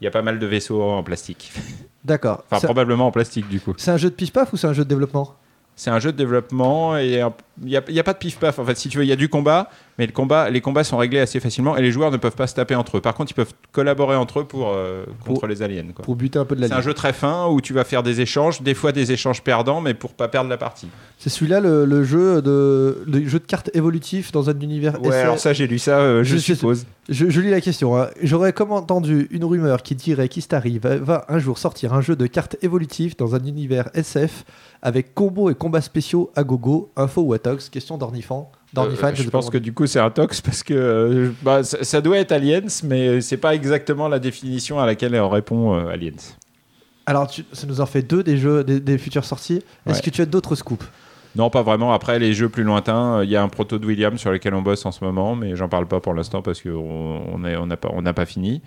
S1: il y a pas mal de vaisseaux en plastique.
S4: D'accord.
S1: Enfin,
S4: C'est-
S1: probablement en plastique du coup.
S4: c'est un jeu de pif-paf ou c'est un jeu de développement
S1: C'est un jeu de développement et un- il n'y a, il y a pas de pif-paf. En fait, si tu veux, il y a du combat, mais le combat, les combats sont réglés assez facilement et les joueurs ne peuvent pas se taper entre eux. Par contre, ils peuvent collaborer entre eux pour, euh, contre
S4: Pour-
S1: les aliens. quoi.
S4: pour buter un peu de la
S1: C'est un
S4: ligne
S1: jeu très fin où tu vas faire des échanges, des fois des échanges perdants, mais pour pas perdre la partie.
S4: C'est celui-là le, le jeu de le jeu de cartes évolutif dans un univers.
S1: Ouais,
S4: SF.
S1: alors ça, j'ai lu ça, euh, je,
S4: Je sais-
S1: suppose.
S4: Je, je lis la question. hein. J'aurais comme entendu une rumeur qui dirait qu'Istari va, va un jour sortir un jeu de cartes évolutif dans un univers SF avec combos et combats spéciaux à gogo. Info ou atox Question d'Ornifan. D'Ornifan.
S1: Euh, je
S4: sais
S1: pense
S4: pas
S1: que du coup c'est un tox parce que euh, bah, ça, ça doit être aliens, mais c'est pas exactement la définition à laquelle on répond euh, aliens.
S4: Alors, tu- ça nous en fait deux des jeux, des, des futures sorties. Est-ce
S1: Ouais.
S4: que tu as d'autres scoops
S1: Non, pas vraiment. Après les jeux plus lointains, euh, il y a un proto de William sur lequel on bosse en ce moment, mais j'en parle pas pour l'instant parce qu'on on est- on n'a pas on n'a pas fini.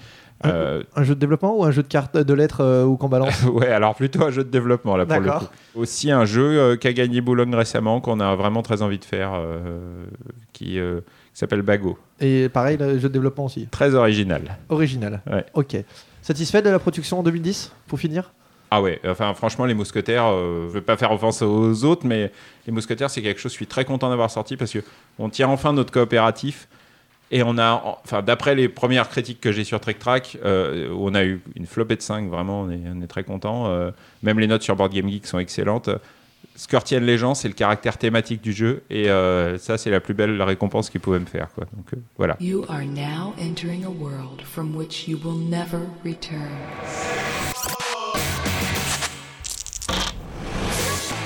S1: Euh,
S4: Un jeu de développement ou un jeu de cartes, de lettres euh, ou qu'on balance
S1: ouais, alors plutôt un jeu de développement là pour le coup.
S4: D'accord.
S1: Aussi un jeu euh, qu'a gagné Boulogne récemment qu'on a vraiment très envie de faire, euh, qui, euh, qui s'appelle Bago.
S4: Et pareil, le jeu de développement aussi.
S1: Très original.
S4: Original.
S1: Ouais.
S4: Ok. Satisfait de la production en 2010 pour finir
S1: Ah ouais, enfin franchement les mousquetaires, euh, je veux pas faire offense aux autres, mais les mousquetaires c'est quelque chose que je suis très content d'avoir sorti parce que on tient enfin notre coopératif et on a, en- enfin d'après les premières critiques que j'ai sur Trek Track, euh, on a eu une flopée de 5, vraiment on est, on est très content. euh, même les notes sur Board Game Geek sont excellentes. Ce que retiennent les gens, c'est le caractère thématique du jeu et euh, ça c'est la plus belle récompense qu'ils pouvaient me faire. Quoi. Donc euh, voilà.
S7: You are now entering a world from which you will never return.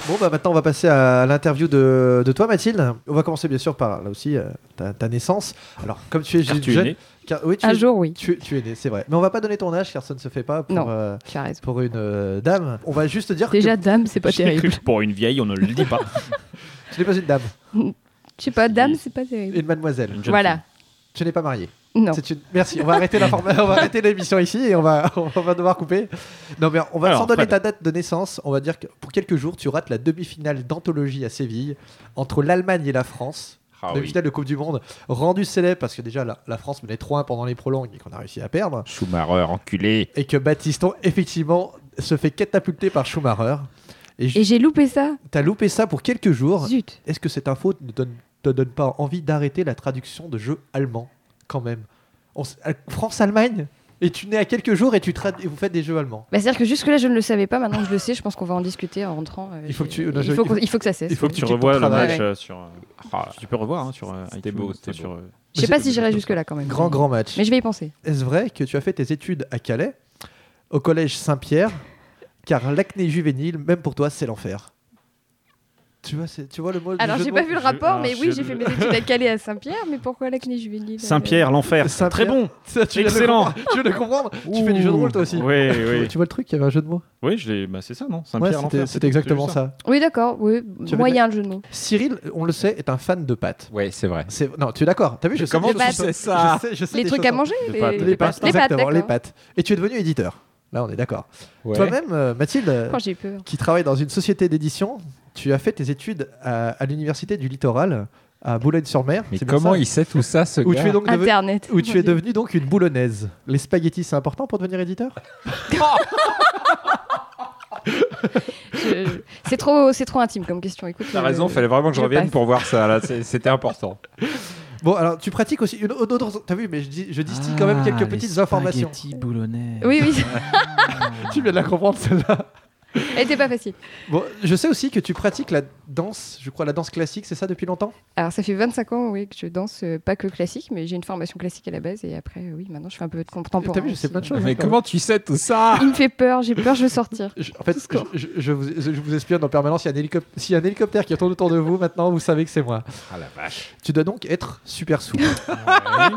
S4: Bon, bah maintenant, on va passer à l'interview de, de toi, Mathilde. On va commencer bien sûr par là aussi, euh, ta, ta naissance. Alors, comme tu es
S5: Car
S4: jeune.
S5: tu es né.
S4: car- oui, tu
S6: Un
S4: es-
S6: jour, oui.
S4: Tu, tu es né, c'est vrai. Mais on va pas donner ton âge car ça ne se fait pas pour,
S6: Non.
S4: euh,
S6: Tu as raison.
S4: pour une euh, dame. On va juste dire
S6: Déjà,
S4: que
S6: dame, c'est pas terrible.
S5: Pour une vieille, on ne le dit pas.
S4: tu n'es pas une dame,
S6: Je sais pas, dame, c'est pas terrible.
S4: une mademoiselle.
S5: Une jeune
S6: Voilà.
S4: Tu n'es pas mariée.
S6: Non.
S4: C'est une- Merci, on va arrêter l'informa- on va arrêter l'émission ici et on va, on va devoir couper. Non, mais on va
S5: Alors,
S4: sans donner
S5: Fred.
S4: ta date de naissance. On va dire que pour quelques jours, tu rates la demi-finale d'anthologie à Séville entre l'Allemagne et la France.
S1: Ah oui.
S4: demi-finale de Coupe du Monde, rendue célèbre parce que déjà la, la France menait 3-1 pendant les prolongues et qu'on a réussi à perdre.
S1: Schumacher, enculé.
S4: Et que Baptiston, effectivement, se fait catapulter par Schumacher. Et,
S6: Et
S4: ju-
S6: j'ai loupé ça.
S4: t'as loupé ça pour quelques jours.
S6: Zut.
S4: Est-ce que cette info ne donne- te donne pas envie d'arrêter la traduction de jeux allemands, quand même On s- euh, France-Allemagne Et tu nais à quelques jours et, tu trad- et vous faites des jeux allemands.
S6: Bah, C'est-à-dire que jusque-là, je ne le savais pas. Maintenant que je le sais, je pense qu'on va en discuter en rentrant. euh,
S4: Il faut que tu-
S6: et-
S4: non, je-
S6: il, faut qu'on- il faut que ça cesse.
S4: il
S5: Il faut que tu
S4: Critique ton
S5: revoies le
S4: travail.
S5: match
S6: Ouais.
S5: euh, sur. euh,
S1: Ah,
S5: Tu peux revoir hein, sur. euh,
S1: C'était
S5: iTunes,
S1: beau,
S5: c'était
S1: c'était beau.
S5: euh,
S6: Je sais pas
S4: C'est-
S6: si j'irai jusque-là quand même.
S4: Grand, grand match.
S6: Mais je vais y penser.
S4: Est-ce vrai que tu as fait tes études à Calais, au collège Saint-Pierre Car l'acné juvénile, même pour toi, c'est l'enfer. Tu vois, c'est- tu vois le mot.
S6: Alors,
S4: jeu
S6: j'ai
S4: de
S6: pas
S4: mots
S6: vu le
S5: Je-
S6: rapport,
S5: alors,
S6: mais
S5: je-
S6: oui, j'ai fait mes études à Calais à Saint-Pierre, mais pourquoi l'acné juvénile euh,
S5: Saint-Pierre, l'enfer.
S4: Saint-Pierre.
S5: Très bon.
S4: Ça, tu viens de le
S5: Excellent.
S4: comprendre. Tu veux le comprendre Tu fais du jeu de rôle toi aussi.
S5: Oui,
S4: Tu vois-
S5: oui.
S4: Tu vois le truc, il y avait un jeu de mots
S5: Oui, je l'ai- bah, c'est ça, non
S4: Ouais,
S5: Saint-Pierre,
S4: c'était-
S5: l'enfer.
S4: c'était exactement
S5: juste
S4: ça.
S6: Oui, d'accord, oui.
S4: Tu
S6: Moyen le jeu de mots.
S4: Cyril, on le sait, est un fan de pâtes.
S1: Ouais, c'est vrai.
S4: C'est- Non, tu es d'accord T'as vu, je sais
S1: Comment
S4: des choses
S1: tu
S6: pâtes.
S4: sur-
S1: sais ça
S4: je sais- je sais
S6: Les
S4: des
S6: trucs
S4: choses
S6: à
S4: sur-
S6: manger
S5: Les
S6: Les
S5: pâtes,
S6: les
S4: Les pâtes,
S6: Les pâtes,
S4: exactement, les
S6: d'accord.
S4: pâtes. Et tu es devenu éditeur. Là, on est d'accord.
S1: Ouais.
S4: Toi-même, euh, Mathilde,
S6: Quand j'ai peur.
S4: qui travaille dans une société d'édition, tu as fait tes études à, à l'université du littoral à Boulogne-sur-Mer.
S1: Mais
S4: c'est bien
S1: comment
S4: ça
S1: il sait tout ça, ce
S4: où
S1: gars
S4: tu es donc devenu-
S6: Internet.
S4: où tu es devenu donc une boulonnaise. Les spaghettis, c'est important pour devenir éditeur
S6: Je- C'est trop, c'est trop intime comme question. Écoute,
S1: T'as
S6: euh,
S1: raison, fallait vraiment que je
S6: je
S1: revienne
S6: passe.
S1: pour voir ça. Là, c'est- c'était important.
S4: Bon, alors tu pratiques aussi une autre- autre. T'as vu, mais je, dis- je distille quand
S1: Ah,
S4: même quelques petites informations.
S5: boulonnais.
S6: Oui, oui.
S4: Tu viens de la comprendre celle-là.
S6: Elle était pas facile.
S4: Bon, je sais aussi que tu pratiques la danse, je crois la danse classique, c'est ça depuis longtemps
S6: Alors, ça fait 25 ans oui, que je danse euh, pas que classique, mais j'ai une formation classique à la base. Et après, euh, oui, maintenant, je fais un peu de contemporain.
S4: T'as vu, je sais
S6: aussi. euh,
S4: plein de choses.
S1: Mais
S4: hein, quand
S1: comment tu sais tout ça
S6: Il me fait peur, j'ai peur, je veux sortir.
S4: Je- en fait, je, je- je vous, je vous espionne en permanence. Il y a un hélicoptère, s'il y a un hélicoptère qui tourne autour de vous, maintenant, vous savez que c'est moi.
S1: Ah la vache.
S4: Tu dois donc être super souple.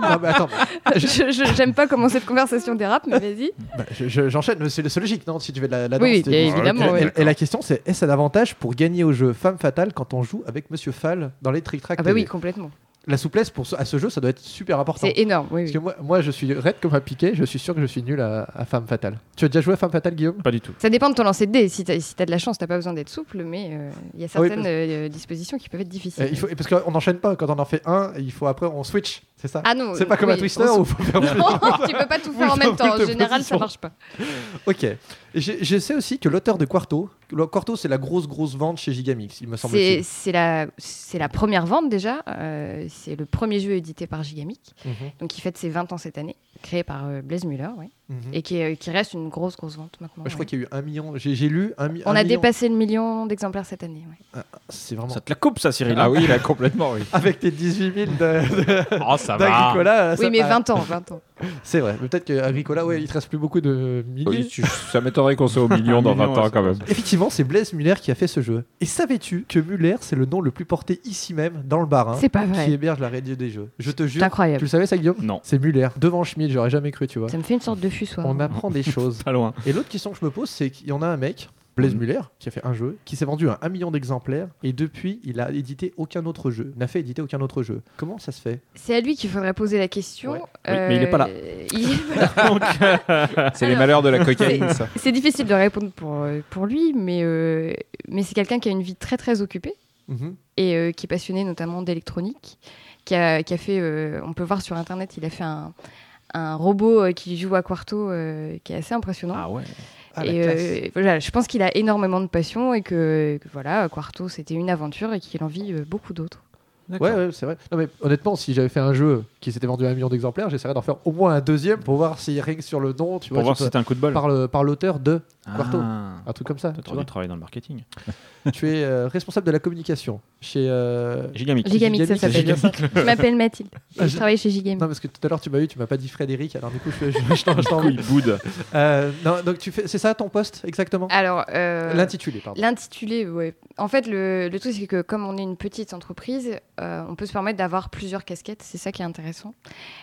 S4: Non, mais attends,
S6: Je- je- J'aime pas comment cette conversation dérape, mais vas-y.
S4: bah, je- je- j'enchaîne. mais C'est c'est logique, Bah non Si tu fais de la, la danse.
S6: Oui, oui,
S4: t'es-
S6: bien évidemment.
S1: ok.
S6: ouais.
S4: Et la question, c'est est-ce un avantage pour gagner au jeu Femme Fatale quand on joue avec Monsieur Fall dans les Trick Track
S6: Ah, bah
S4: TV?
S6: oui, complètement.
S4: La souplesse pour ce- à ce jeu, ça doit être super important.
S6: C'est énorme, oui,
S4: Parce que
S6: oui.
S4: moi, moi, je suis raide comme un piquet, je suis sûr que je suis nul à, à Femme Fatale. Tu as déjà joué à Femme Fatale, Guillaume
S5: Pas du tout.
S6: Ça dépend de ton lancer de dés. Si t'as si t'as de la chance, t'as pas besoin d'être souple, mais euh, il y a
S4: Ah oui,
S6: certaines euh, dispositions qui peuvent être difficiles.
S4: Eh, il faut, Parce qu'on n'enchaîne pas, quand on en fait un, il faut après, on switch, c'est ça
S6: Ah non,
S4: C'est pas comme
S6: oui,
S4: un Twister
S6: on
S4: où faut faire plus.
S6: tu peux pas tout faire en même temps. En
S4: Multiple
S6: général, ça
S4: position.
S6: marche pas.
S4: Ok. Et j'ai- Je sais aussi que l'auteur de Quarto, le- Quarto c'est la grosse grosse vente chez Gigamix, il me semble.
S6: C'est c'est la, c'est la première vente déjà. euh, c'est le premier jeu édité par Gigamic,
S1: Mhm,
S6: donc qui fête ses 20 ans cette année, créé par euh, Blaise Muller, ouais,
S1: mhm.
S6: et qui, est- qui reste une grosse, grosse vente maintenant.
S4: Mm. je crois
S6: ouais.
S4: qu'il y a eu un million. J'ai j'ai lu un, mi-
S6: On
S4: un
S6: a
S4: million.
S6: dépassé le million d'exemplaires cette année. ouais.
S4: C'est vraiment.
S5: Ça te la coupe, ça, Cyril.
S1: Ah oui, là complètement oui.
S4: Avec tes 18 000 de- de-
S1: Oh ça va.
S4: d'Agricola. ça-
S6: Oui, mais
S4: ah,
S6: 20 ans, 20 ans.
S4: C'est vrai. Mais peut-être qu'Agricola, ouais, il te reste plus beaucoup de milliers.
S1: Oui, tu- ça m'étonnerait qu'on soit au million dans
S5: Un million,
S1: 20 ans
S5: ouais,
S1: quand
S5: c'est
S1: même.
S4: Effectivement, c'est Blaise Muller qui a fait ce jeu. Et savais-tu que Muller, c'est le nom le plus porté ici même, dans le bar,
S6: C'est pas
S4: hein. qui
S6: vrai.
S4: héberge la radio des jeux Je te
S6: C'est
S4: jure. Tu
S6: incroyable.
S4: le savais ça, Guillaume
S5: Non.
S4: C'est Muller. Devant Schmidt, j'aurais jamais cru, tu vois.
S6: Ça me fait une sorte de hein. fussoir.
S4: On apprend des choses.
S5: Pas loin.
S4: Et l'autre question que je me pose, c'est qu'il y en a un mec, Blaise
S5: Mhm.
S4: Muller, qui a fait un jeu, qui s'est vendu à un million d'exemplaires, et depuis, il a édité aucun autre jeu, n'a fait éditer aucun autre jeu. Comment ça se fait
S6: C'est à lui qu'il faudrait poser la question.
S4: Ouais.
S5: Oui, mais il est pas là.
S6: Euh, il est pas là.
S5: Donc, euh,
S1: C'est les malheurs de la cocaïne ça.
S6: C'est difficile de répondre pour, euh, pour lui, mais, euh, mais c'est quelqu'un qui a une vie très, très occupée.
S5: Mhm.
S6: et euh, qui est passionné notamment d'électronique, qui a, qui a fait, euh, on peut voir sur internet, il a fait un, un robot euh, qui joue à Quarto euh, qui est assez impressionnant.
S5: Ah ouais.
S4: Ah, la
S6: et
S4: classe.
S6: euh, voilà, je pense qu'il a énormément de passion et que, que voilà, Quarto c'était une aventure et qu'il en vit euh, beaucoup d'autres.
S4: Ouais, ouais, c'est vrai. Non, mais honnêtement, si j'avais fait un jeu qui s'était vendu à un million d'exemplaires, j'essaierais d'en faire au moins un deuxième pour voir si rien que sur le nom, tu
S5: Pour
S4: vois,
S5: voir
S4: je
S5: si
S4: sais
S5: c'était un coup de
S4: pas,
S5: bol.
S4: par, le- par l'auteur de Quarto.
S5: Ah.
S4: un truc comme ça.
S5: T'as
S4: Tu,
S5: trop du
S4: vois.
S5: travail dans le marketing.
S4: Tu es euh, responsable de la communication chez. euh,
S5: Gigamic.
S6: Gigamic, ça
S4: Gigamic, c'est
S6: s'appelle. Je m'appelle Mathilde.
S4: Ah,
S6: et
S4: je-
S6: je travaille chez
S4: Non,
S6: Gigamic.
S4: parce que tout à l'heure tu m'as eu, tu m'as pas dit Frédéric, alors du coup je, je, je t'en- je t'en-
S5: Il boude.
S4: Euh, non, donc tu fais, c'est ça ton poste exactement
S6: Alors, euh,
S4: L'intitulé, pardon.
S6: L'intitulé, ouais. En fait, le, le truc, c'est que comme on est une petite entreprise, euh, on peut se permettre d'avoir plusieurs casquettes. C'est ça qui est intéressant.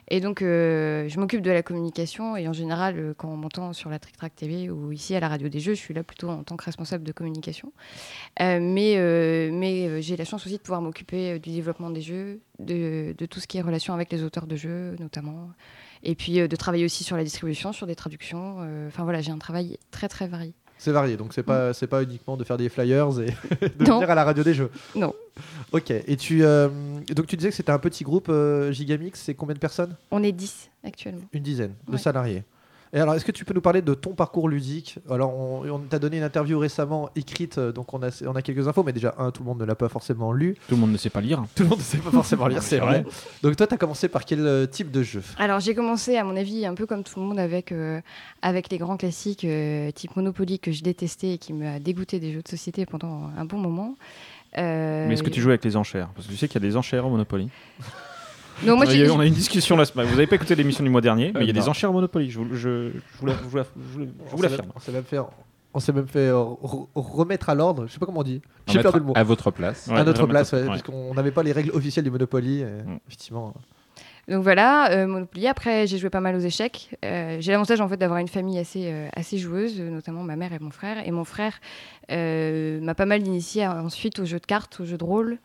S6: Et donc, euh, je m'occupe de la communication. Et en général, euh, quand on m'entend sur la Trick Track TV ou ici à la radio des jeux, je suis là plutôt en tant que responsable de communication. Euh, mais euh, mais euh, j'ai la chance aussi de pouvoir m'occuper euh, du développement des jeux, de, de tout ce qui est relation avec les auteurs de jeux, notamment. Et puis, euh, de travailler aussi sur la distribution, sur des traductions. Euh, Enfin, voilà, j'ai un travail très, très varié.
S4: C'est varié, donc c'est pas c'est pas uniquement de faire des flyers et de
S6: Mm. Non.
S4: venir à la radio des jeux.
S6: Non.
S4: Ok. Et tu euh, donc tu disais que c'était un petit groupe euh, Gigamix, c'est combien de personnes
S6: On est 10 actuellement.
S4: Une dizaine de
S6: Ouais.
S4: salariés. Et alors, est-ce que tu peux nous parler de ton parcours ludique Alors, on, on t'a donné une interview récemment écrite, euh, donc on a, on a quelques infos, mais déjà, un, tout le monde ne l'a pas forcément lu.
S5: Tout le monde ne sait pas lire.
S4: Tout le monde ne sait pas forcément lire, c'est vrai. Donc, toi, t'as commencé par quel euh, type de jeu
S6: Alors j'ai commencé à mon avis un peu comme tout le monde avec, euh, avec les grands classiques euh, type Monopoly que je détestais et qui m'a dégoûté des jeux de société pendant un bon moment. Euh,
S5: Mais est-ce que tu joues avec les enchères Parce que tu sais qu'il y a des enchères au Monopoly.
S6: Non, moi,
S5: Il y a eu-
S6: j'ai-
S5: on a eu une discussion la semaine. Vous n'avez pas écouté l'émission du mois dernier, mais il y a
S1: Euh, non.
S5: des enchères au Monopoly. Je vous, je, je vous la- je vous la- je vous la- je vous
S4: On s'est même-
S5: l'affirme.
S4: On s'est même fait, on s'est même fait euh, re- remettre à l'ordre. Je sais pas comment on dit. J'ai
S1: Mettre
S4: perdu le mot.
S1: À votre place.
S5: Ouais,
S4: à notre
S5: remettre-
S4: place, ouais,
S5: ouais.
S4: parce qu'on n'avait pas les règles officielles du Monopoly. et
S1: Mm.
S4: Effectivement. euh,
S6: Donc voilà, euh, Monopoly. Après, j'ai joué pas mal aux échecs. Euh, j'ai l'avantage en fait d'avoir une famille assez, euh, assez joueuse, euh, notamment ma mère et mon frère. Et mon frère euh, m'a pas mal initié à- ensuite aux jeux de cartes, aux jeux de rôle.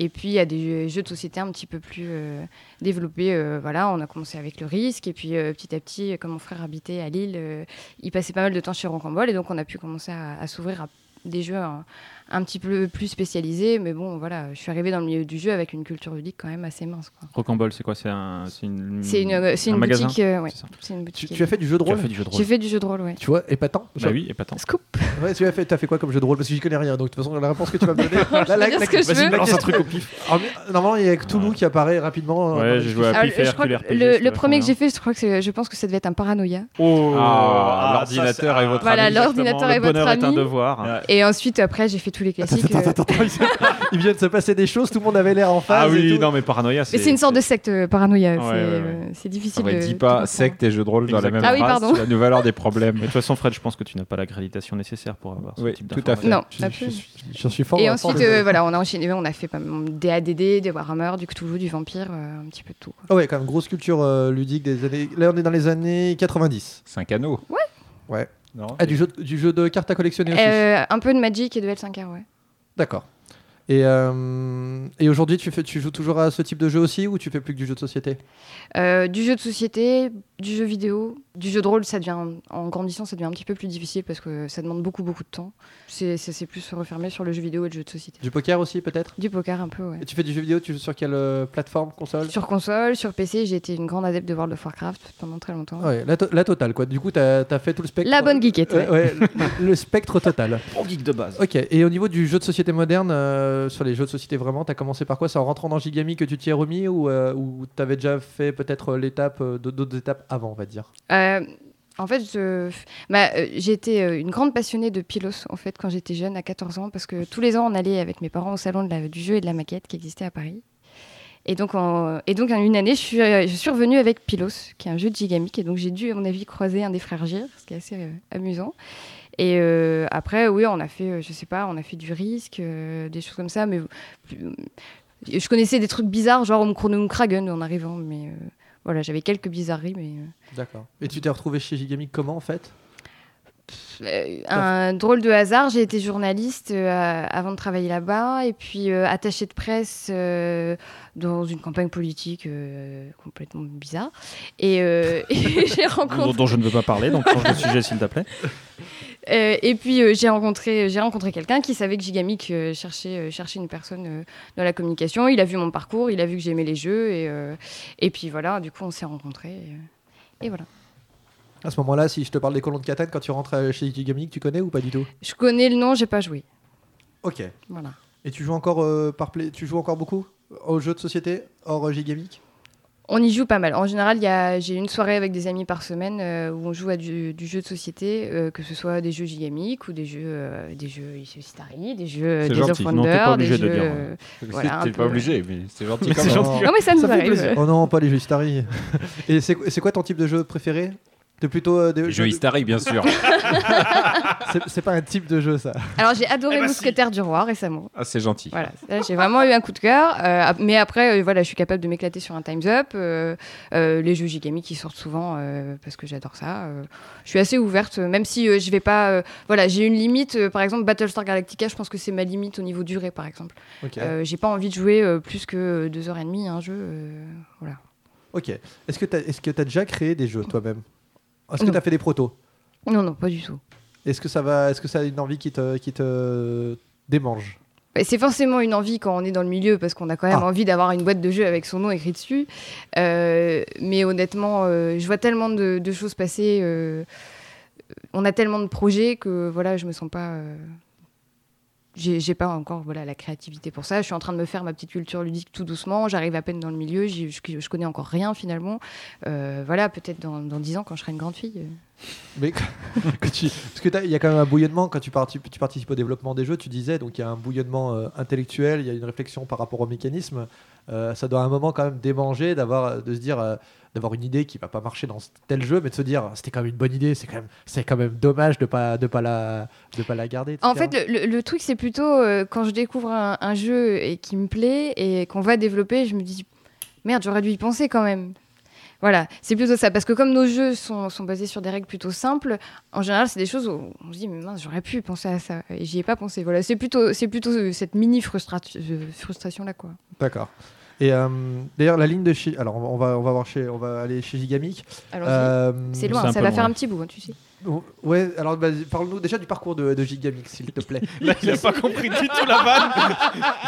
S6: Et puis à des jeux- jeux de société un petit peu plus euh, développés. Euh, voilà, on a commencé avec le risque. Et puis euh, petit à petit, euh, comme mon frère habitait à Lille, euh, il passait pas mal de temps chez Roncambole. Et donc on a pu commencer à, à s'ouvrir à des jeux un, un petit peu plus spécialisés. Mais bon, voilà, je suis arrivée dans le milieu du jeu avec une culture ludique quand même assez mince. Quoi.
S5: Rocambole, c'est quoi C'est un, c'est une,
S6: C'est une, euh, c'est
S5: Hmm. un
S6: une
S5: magasin
S6: boutique. euh, ouais,
S5: C'est ça.
S6: c'est une
S4: Tu,
S6: boutique.
S4: tu as fait du jeu de
S5: qui a
S4: rôle
S5: fait du jeu de
S6: J'ai
S5: rôle.
S6: fait du jeu de rôle, ouais.
S4: Tu vois, épatant
S5: Bah oui, et pas tant.
S6: Scoop.
S4: Ouais, tu as fait, t'as fait quoi comme jeu de rôle Parce que j'y connais rien, donc de toute façon, la réponse que tu vas me donner. là,
S6: vais dire ce que je veux.
S4: balance un truc au pif. Alors, mais, euh, normalement, il y a que Toulouse
S5: Ouais.
S4: qui apparaît rapidement. euh,
S5: Ouais,
S4: dans les
S5: j'ai joué à-
S6: Ah,
S5: puis
S6: je
S5: faire
S6: crois
S5: que les
S6: que
S5: RPG,
S6: le,
S5: c'était
S6: le premier
S4: hein.
S5: vachement
S6: que j'ai fait, je crois que c'est- je pense que ça devait être un paranoïa.
S5: Oh,
S1: Ah, l'ordinateur
S5: ça, c'est-
S1: est votre
S6: Voilà,
S5: ami,
S6: l'ordinateur
S5: exactement.
S6: est
S5: Le
S6: votre
S5: bonheur est un
S6: ami.
S5: devoir.
S1: Ouais.
S6: Et ensuite, après, j'ai fait tous les classiques. euh,
S4: Attends, attends, il- il vient de se passer des choses, tout le monde avait l'air en phase.
S5: Ah
S4: et
S5: oui,
S4: tout.
S5: non, mais paranoïa, c'est.
S6: Mais c'est une sorte de secte euh, paranoïa.
S5: Ouais,
S6: c'est,
S5: ouais, ouais.
S6: euh, c'est difficile.
S1: ne
S6: de-
S1: dis
S6: de
S1: pas
S6: comprendre.
S1: secte et jeu de rôle dans la
S5: Exactement.
S1: même
S6: Ah oui,
S1: phrase,
S6: pardon.
S1: la nouvelle heure des problèmes.
S5: Mais de toute façon, Fred, je pense que tu n'as pas l'accréditation nécessaire pour avoir ce
S1: Oui,
S5: type
S1: tout à fait.
S6: Non,
S4: Je, je-
S6: absolument.
S4: je- je suis fort.
S6: Et
S4: en
S6: ensuite,
S4: forme.
S6: euh, voilà, on a enchaîné, on a fait pas mal- des ADD, des Warhammer, du Cthulhu, du Vampire, euh, un petit peu de tout. quoi.
S4: Ah ouais, quand même, grosse culture euh, ludique des années. Là, on est dans les années 90.
S1: 5 anneaux. Ouais.
S4: Ouais.
S1: Non,
S4: Ah, du jeu, du jeu de cartes à collectionner aussi.
S6: Euh, un peu de Magic et de L5R, ouais.
S4: D'accord. Et, euh, et aujourd'hui, tu, fais- tu joues toujours à ce type de jeu aussi ou tu fais plus que du jeu de société
S6: Euh, du jeu de société, du jeu vidéo, du jeu de rôle, ça devient en grandissant, ça devient un petit peu plus difficile parce que ça demande beaucoup beaucoup de temps. C'est ça s'est plus refermé sur le jeu vidéo et le jeu de société.
S4: Du poker aussi, peut-être
S6: Du poker un peu, ouais.
S4: Et tu fais du jeu vidéo, tu joues sur quelle euh, plateforme, console
S6: Sur console, sur PC, j'ai été une grande adepte de World of Warcraft pendant très longtemps.
S4: Ouais, la, to- la totale, quoi. Du coup, t'as as fait tout le spectre.
S6: La bonne geekette,
S4: Euh, ouais, le- le spectre total.
S5: Bon geek de base.
S4: Ok, et au niveau du jeu de société moderne, euh, sur les jeux de société vraiment, t'as commencé par quoi C'est en rentrant dans Gigami que tu t'y es remis ou, euh, ou t'avais déjà fait peut-être l'étape, euh, d- d'autres étapes avant, on va dire
S6: Euh, en fait, je- bah, euh, j'ai été euh, une grande passionnée de Pilos en fait quand j'étais jeune à 14 ans parce que tous les ans on allait avec mes parents au salon de la- du jeu et de la maquette qui existait à Paris. Et donc, en- et donc en une année, je suis, euh, je suis revenue avec Pilos, qui est un jeu de gigamique. Et donc j'ai dû, à mon avis, croiser un des frères Gir, ce qui est assez euh, amusant. Et euh, après, oui, on a fait, euh, je sais pas, on a fait du risque, euh, des choses comme ça. Mais euh, je connaissais des trucs bizarres, genre Omkronum Kragen en arrivant. Mais euh, voilà, j'avais quelques bizarreries, mais... euh,
S4: D'accord. Et tu t'es retrouvé chez Gigami comment en fait
S6: Euh, un drôle de hasard, j'ai été journaliste euh, à- avant de travailler là-bas et puis euh, attachée de presse euh, dans une campagne politique euh, complètement bizarre. Et, euh, et j'ai
S5: Dont,
S6: rencontré
S5: dont je ne veux pas parler, donc change de sujet s'il te plaît.
S6: euh, et puis euh, j'ai rencontré, j'ai rencontré quelqu'un qui savait que Gigamic euh, cherchait, euh, cherchait une personne euh, dans la communication. Il a vu mon parcours, il a vu que j'aimais les jeux et, euh, et puis voilà, du coup on s'est rencontrés. Et, euh, et voilà.
S4: À ce moment-là, si je te parle des colons de Catane, quand tu rentres euh, chez Gigami, tu connais ou pas du tout
S6: Je connais le nom, j'ai pas joué.
S4: Ok.
S6: Voilà.
S4: Et tu joues encore euh, par play- tu joues encore beaucoup aux jeux de société hors euh, Gigamic
S6: On y joue pas mal. En général, il y a- j'ai une soirée avec des amis par semaine euh, où on joue à du, du jeu de société, euh, que ce soit des jeux gigamiques ou des jeux, euh, des jeux Isusitari, des jeux euh,
S1: C'est
S6: Days of
S1: gentil.
S5: Non, t'es
S6: Wonder,
S5: pas
S6: des
S5: obligé
S6: jeux.
S5: de dire,
S6: euh, Voilà, un
S1: T'es
S6: peu,
S1: pas
S6: ouais.
S1: obligé, mais c'est gentil
S5: Mais
S1: quand
S5: c'est
S1: même.
S5: gentil.
S4: Oh,
S6: Non mais ça nous
S4: fait
S6: arrive.
S4: plaisir. Oh non, pas les jeux Starry. Et c'est qu- c'est quoi ton type de jeu préféré T'es plutôt euh, des
S1: Les jeux Istari, bien sûr.
S4: C'est- C'est pas un type de jeu ça.
S6: euh, Alors j'ai adoré
S5: Eh ben,
S6: Mousquetaire du Roi récemment.
S1: Ah, c'est gentil.
S6: Voilà, Là, j'ai vraiment eu un coup de cœur. Euh, ap- mais après, euh, voilà, je suis capable de m'éclater sur un Times Up, euh, euh, les jeux gigamiques qui sortent souvent euh, parce que j'adore ça. euh. je suis assez ouverte, euh, même si euh, je vais pas. euh, voilà, j'ai une limite. euh, par exemple, Battlestar Galactica, je pense que c'est ma limite au niveau durée, par exemple.
S4: Ok.
S6: Euh, j'ai pas envie de jouer euh, plus que euh, deux heures et demie à un jeu. euh, voilà.
S4: Ok. Est-ce que t'as est-ce que t'as déjà créé des jeux toi-même Est-ce que
S6: Non.
S4: t'as fait des protos
S6: Non, non, pas du tout.
S4: Est-ce que ça va Est-ce que ça a une envie qui te qui te démange
S6: Bah, C'est forcément une envie quand on est dans le milieu parce qu'on a quand même
S4: Ah.
S6: envie d'avoir une boîte de jeu avec son nom écrit dessus. Euh, mais honnêtement, euh, je vois tellement de, de choses passer. euh, on a tellement de projets que voilà, je me sens pas. euh, j'ai j'ai pas encore voilà la créativité pour ça. Je suis en train de me faire ma petite culture ludique tout doucement. J'arrive à peine dans le milieu. j'y- Je, je connais encore rien finalement. Euh, voilà, peut-être dans dans dix ans quand je serai une grande fille. euh,
S4: Mais que tu- parce que t'as- il y a quand même un bouillonnement quand tu, parti- tu participes au développement des jeux. Tu disais donc il y a un bouillonnement euh, intellectuel, il y a une réflexion par rapport au mécanisme. Euh, ça doit à un moment quand même démanger d'avoir de se dire euh, d'avoir une idée qui va pas marcher dans tel jeu, mais de se dire c'était quand même une bonne idée, c'est quand même, c'est quand même dommage de pas, de pas la, de pas la garder.
S6: En
S4: etc.
S6: fait, le, le- le truc, c'est plutôt euh, quand je découvre un, un jeu et qui me plaît et qu'on va développer, je me dis merde, j'aurais dû y penser quand même. Voilà, c'est plutôt ça. Parce que comme nos jeux sont, sont basés sur des règles plutôt simples, en général, c'est des choses où on se dit mais mince, j'aurais pu penser à ça et j'y ai pas pensé. Voilà, c'est plutôt, c'est plutôt euh, cette mini frustration là quoi.
S4: D'accord. Et euh, d'ailleurs, la ligne de chez. Alors, on va, on va, voir chez, on va aller chez Gigamic.
S6: Allons-y.
S4: Euh,
S6: c'est
S5: c'est
S6: loin,
S5: un
S6: ça
S5: peu
S6: va faire
S5: loin.
S6: un petit bout, hein, tu sais.
S4: bon, Ouais, alors bah, parle-nous déjà du parcours de, de Gigamic, s'il te plaît.
S5: Là, il a pas compris du tout la vanne.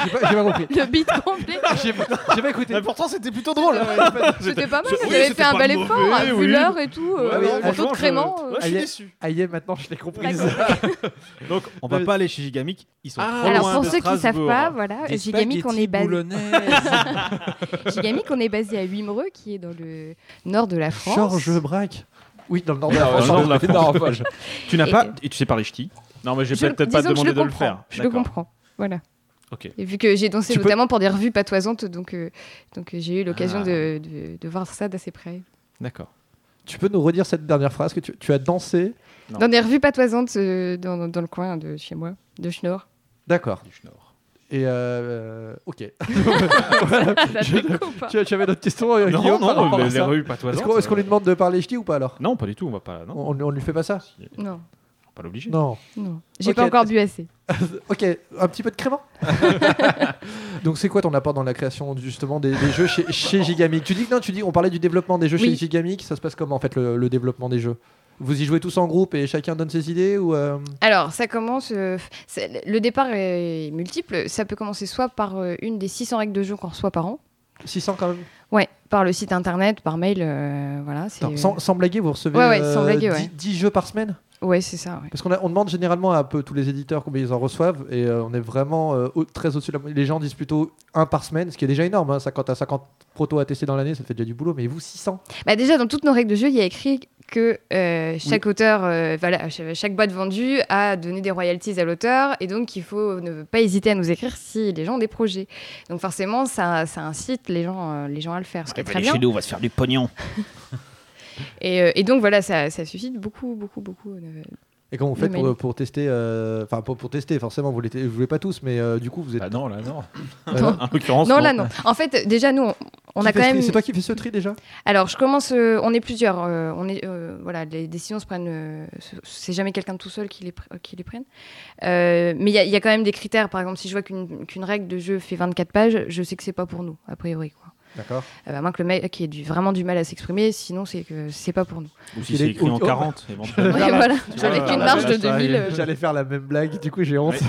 S4: J'ai pas, j'ai pas compris.
S6: Le beat complet,
S4: J'ai pas, j'ai pas écouté.
S8: Mais pourtant, c'était plutôt drôle. hein.
S6: c'était pas mal.
S8: Oui,
S6: Vous avez
S8: c'était
S6: fait un
S8: pas
S6: bel
S8: mauvais,
S6: effort, hein, vu
S8: oui.
S6: l'heure et tout, euh,
S4: oui,
S6: en taux
S5: franchement, je-
S6: de crément. euh,
S8: Moi, je suis
S4: Allez.
S8: déçu.
S4: Ah, yeah, maintenant je l'ai compris.
S6: D'accord.
S5: Donc, on va pas aller chez Gigamic. Ils sont
S8: Ah.
S5: trop
S6: Alors
S5: loin
S6: pour
S5: de
S6: ceux qui ne savent
S5: Strasbourg.
S6: pas, voilà, Gigamic on est basé. Gigamic on est basé à Wimereux qui est dans le nord de la France.
S4: Georges Braque. Oui, dans le nord de la
S5: Dans le
S4: France.
S5: nord de la France.
S4: Non, enfin, je-
S5: Tu n'as
S6: Et-
S5: pas. Et tu sais parler ch'ti Non, mais j'ai
S6: Je-
S5: peut-être pas
S6: disons que je
S5: demandé de le
S6: comprends,
S5: faire.
S6: Je le
S5: D'accord.
S6: comprends. Voilà.
S5: Ok.
S6: Et vu que j'ai dansé
S5: Tu peux-
S6: notamment pour des revues patoisantes, donc, euh, donc euh, j'ai eu l'occasion
S5: Ah.
S6: de, de- de voir ça d'assez près.
S5: D'accord.
S4: Tu peux nous redire cette dernière phrase que tu, tu as dansé
S5: Non.
S6: Dans des revues patoisantes euh, dans, dans le coin de chez moi, de Schnorr.
S4: D'accord.
S5: Du schnorr.
S4: Et euh, ok.
S5: Ah,
S6: Ça
S4: Je-
S6: te coupe, hein.
S4: tu, tu avais d'autres questions euh,
S5: Non,
S4: Guillaume, par
S5: non,
S4: rapport à
S5: les, les
S4: ça
S5: rues patoisantes.
S4: Est-ce qu'on est-ce qu'on lui
S5: euh,
S4: demande de parler ch'ti ou pas alors
S5: Non, pas du tout. On va pas. Non,
S4: on, on lui fait pas ça
S6: Non,
S5: on est pas l'obliger.
S4: Non.
S6: non. J'ai
S4: Ok.
S6: pas encore bu assez.
S4: Ok, un petit peu de crément. Donc c'est quoi ton apport dans la création justement des, des jeux chez, chez Gigamic Tu dis que non, tu dis on parlait du développement des jeux
S6: Oui.
S4: chez Gigamic, ça se passe comment en fait le, le développement des jeux Vous y jouez tous en groupe et chacun donne ses idées ou euh,
S6: Alors, ça commence. euh, c'est- le départ est multiple. Ça peut commencer soit par euh, une des 600 règles de jeu qu'on reçoit par an,
S4: 600 quand même
S6: Ouais, par le site internet, par mail, euh, voilà. c'est-
S4: Attends, sans, sans blaguer, vous recevez
S6: Ouais, ouais, sans blaguer,
S4: 10,
S6: ouais.
S4: jeux par semaine
S6: euh, Ouais, c'est ça. ouais.
S4: Parce qu'on a- on demande généralement à un peu tous les éditeurs combien ils en reçoivent et euh, on est vraiment euh, au- très au-dessus de la moyenne. Les gens disent plutôt un par semaine, ce qui est déjà énorme. Hein, 50 à 50 protos à tester dans l'année, ça fait déjà du boulot, mais vous 600
S6: Bah, déjà, dans toutes nos règles de jeu, il y a écrit que euh, chaque auteur, euh, voilà, ch- chaque boîte vendue a donné des royalties à l'auteur et donc il faut ne pas hésiter à nous écrire si les gens ont des projets. Donc forcément, ça, ça incite les gens, euh, les gens à le faire, ce qui est très bien.
S5: bah, on va se faire du pognon.
S6: Et, euh, et donc voilà, ça, ça suscite beaucoup, beaucoup, beaucoup. euh,
S4: Et comment vous
S6: Le
S4: faites pour,
S6: mail.
S4: pour tester euh, Enfin, pour, pour tester, forcément, vous ne les, vous les pas tous, mais euh, du coup, vous êtes.
S1: Bah non, là, non.
S5: En l'occurrence.
S6: Non, là, non. En fait, déjà, nous, on, on
S4: Qui
S6: a
S4: fait
S6: quand
S4: ce tri
S6: même.
S4: C'est toi qui fais ce tri déjà
S6: Alors, je commence. euh, on est plusieurs. euh, on est, euh, voilà, les décisions se prennent. euh, se- c'est jamais quelqu'un de tout seul qui les, pr- euh, qui les prenne. Euh, mais il y, a- il y a quand même des critères. Par exemple, si je vois qu'une qu'une règle de jeu fait 24 pages, je sais que c'est pas pour nous, a priori. Quoi.
S4: D'accord.
S6: Euh, à moins que le mec ait du, vraiment du mal à s'exprimer, sinon c'est que c'est pas pour nous.
S5: Ou
S4: Il
S5: si c'est
S4: est-
S5: écrit en
S4: oh.
S5: 40, éventuellement.
S4: Voilà.
S6: Ouais, voilà,
S5: vois,
S4: Ah,
S6: avec
S5: voilà,
S6: une marge de
S5: voilà,
S6: 2000. euh,
S4: J'allais faire la même blague, du coup, j'ai honte.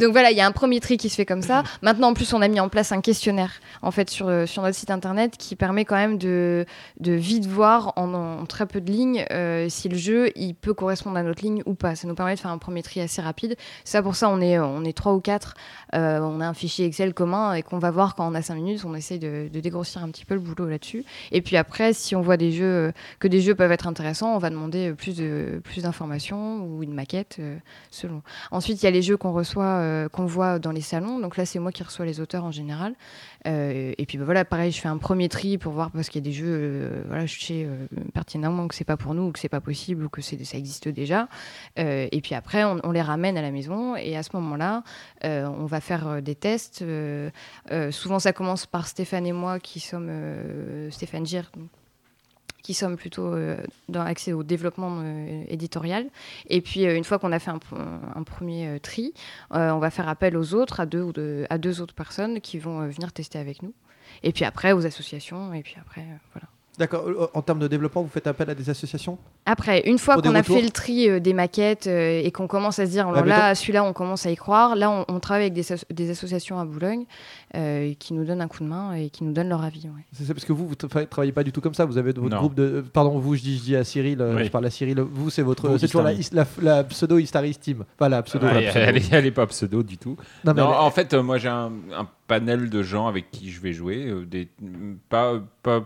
S6: Donc voilà, il y a un premier tri qui se fait comme ça. Maintenant, en plus, on a mis en place un questionnaire en fait sur, euh, sur notre site internet qui permet quand même de, de vite voir en, en très peu de lignes euh, si le jeu il peut correspondre à notre ligne ou pas. Ça nous permet de faire un premier tri assez rapide. Ça, pour ça, on est on est trois ou quatre. Euh, on a un fichier Excel commun et qu'on va voir quand on a cinq minutes. On essaye de, de dégrossir un petit peu le boulot là-dessus. Et puis après, si on voit des jeux euh, que des jeux peuvent être intéressants, on va demander euh, plus de plus d'informations ou une maquette euh, selon. Ensuite, il y a les jeux qu'on reçoit, euh, qu'on voit dans les salons. Donc là, c'est moi qui reçois les auteurs en général. Euh, et puis bah, voilà, pareil, je fais un premier tri pour voir parce qu'il y a des jeux, euh, voilà, je sais euh, pertinemment que c'est pas pour nous, ou que c'est pas possible, ou que c'est- ça existe déjà. Euh, et puis après, on, on les ramène à la maison. Et à ce moment-là, euh, on va faire euh, des tests. Euh, euh, souvent, ça commence par Stéphane et moi qui sommes euh, Stéphane Gir. donc, qui sommes plutôt euh, dans accès au développement euh, éditorial. Et puis, euh, une fois qu'on a fait un, pr- un premier euh, tri, euh, on va faire appel aux autres, à deux, ou deux- à deux autres personnes qui vont euh, venir tester avec nous. Et puis après, aux associations. Et puis après, euh, voilà.
S4: D'accord. euh, En termes de développement, vous faites appel à des associations
S6: Après, une fois
S4: Pour des
S6: qu'on a
S4: retours Bah,
S6: fait le tri euh, des maquettes euh, et qu'on commence à se dire, alors
S4: mais
S6: là, celui-là, on commence à y croire, là, on, on travaille avec des, as- des associations à Boulogne euh, qui nous donnent un coup de main et qui nous donnent leur avis. ouais.
S4: C'est c'est parce que vous, vous ne travaillez pas du tout comme ça. Vous avez votre
S1: Non.
S4: groupe de. euh, Pardon, vous, je dis, je dis à Cyril, euh,
S1: Oui.
S4: je parle à Cyril. Vous, c'est votre.
S5: Vous,
S4: C'est toujours la,
S5: Istari.
S4: is- la- la pseudo Histaris Team. Pas la pseudo.
S1: Ouais,
S4: la pseudo.
S1: elle, est, elle est pas pseudo du tout.
S4: Non, mais
S1: Non,
S4: elle est-
S1: en fait, euh, moi j'ai un, un panel de gens avec qui je vais jouer, euh, des, mm, pas, pas,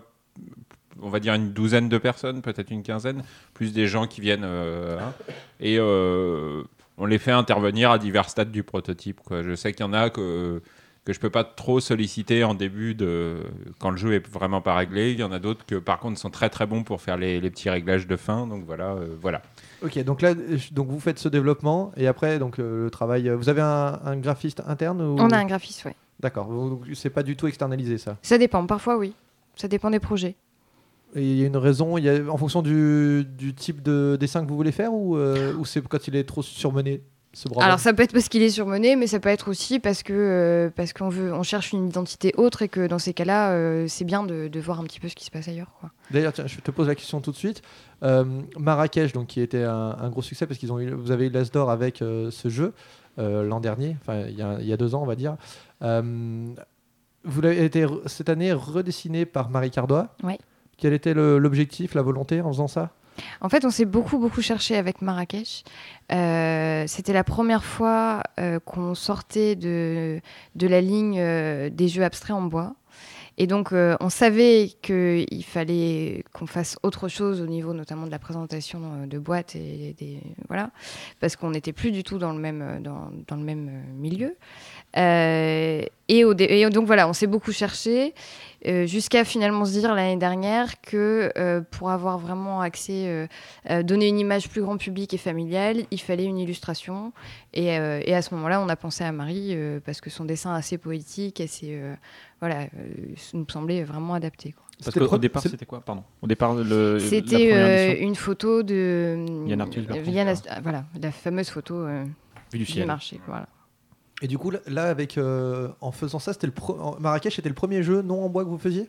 S1: on va dire une douzaine de personnes, peut-être une quinzaine, plus des gens qui viennent euh, hein. et euh, on les fait intervenir à divers stades du prototype. Quoi. Je sais qu'il y en a que que je peux pas trop solliciter en début de quand le jeu est vraiment pas réglé. Il y en a d'autres que par contre sont très très bons pour faire les, les petits réglages de fin. Donc voilà, euh, voilà.
S4: Ok, donc là, euh, donc vous faites ce développement et après, donc euh, le travail. euh, Vous avez un, un graphiste interne ou...
S6: On a un graphiste, ouais.
S4: D'accord, donc c'est pas du tout externalisé ça.
S6: Ça dépend, parfois oui. Ça dépend des projets.
S4: Et il y a une raison, il y a, en fonction du, du type de dessin que vous voulez faire ou, euh, ou c'est quand il est trop surmené ce bras
S6: Alors ça peut être parce qu'il est surmené, mais ça peut être aussi parce que euh, parce qu'on veut, on cherche une identité autre et que dans ces cas-là, euh, c'est bien de, de voir un petit peu ce qui se passe ailleurs. Quoi.
S4: D'ailleurs, tiens, je te pose la question tout de suite. Euh, Marrakech, donc, qui était un, un gros succès parce qu'ils ont eu, vous avez eu l'As d'or avec euh, ce jeu euh, l'an dernier, enfin il y, a- il y a deux ans, on va dire. Euh, vous l'avez été re- cette année redessiné par Marie Cardois.
S6: Oui.
S4: Quel était le- l'objectif, la volonté en faisant ça
S6: En fait, on s'est beaucoup, beaucoup cherché avec Marrakech. Euh, C'était la première fois euh, qu'on sortait de, de la ligne euh, des jeux abstraits en bois. Et donc, euh, on savait qu'il fallait qu'on fasse autre chose au niveau notamment de la présentation euh, de boîtes et des. Voilà. Parce qu'on n'était plus du tout dans le même, euh, dans, dans le même euh, milieu. Euh, et, au dé- et donc, voilà, on s'est beaucoup cherché. Euh, jusqu'à finalement se dire l'année dernière que euh, pour avoir vraiment accès, euh, euh, donner une image plus grand public et familiale, il fallait une illustration. Et, euh, et à ce moment-là, on a pensé à Marie euh, parce que son dessin assez poétique, assez euh, voilà, euh, nous semblait vraiment adapté. quoi.
S5: Parce
S4: C'était
S5: qu'au
S4: pro-
S5: départ,
S4: c'est-
S5: c'était quoi Pardon. Au départ, le. la
S6: C'était
S5: première
S6: euh,
S5: édition,
S6: une photo de
S5: Yann Arthus Bertrand.
S6: Yann Ast- ah, voilà, la fameuse photo euh,
S5: vue du
S6: du
S5: ciel.
S6: marché. Voilà.
S4: Et du coup, là- là, avec, euh, en faisant ça, c'était le pro- en- Marrakech était le premier jeu non en bois que vous faisiez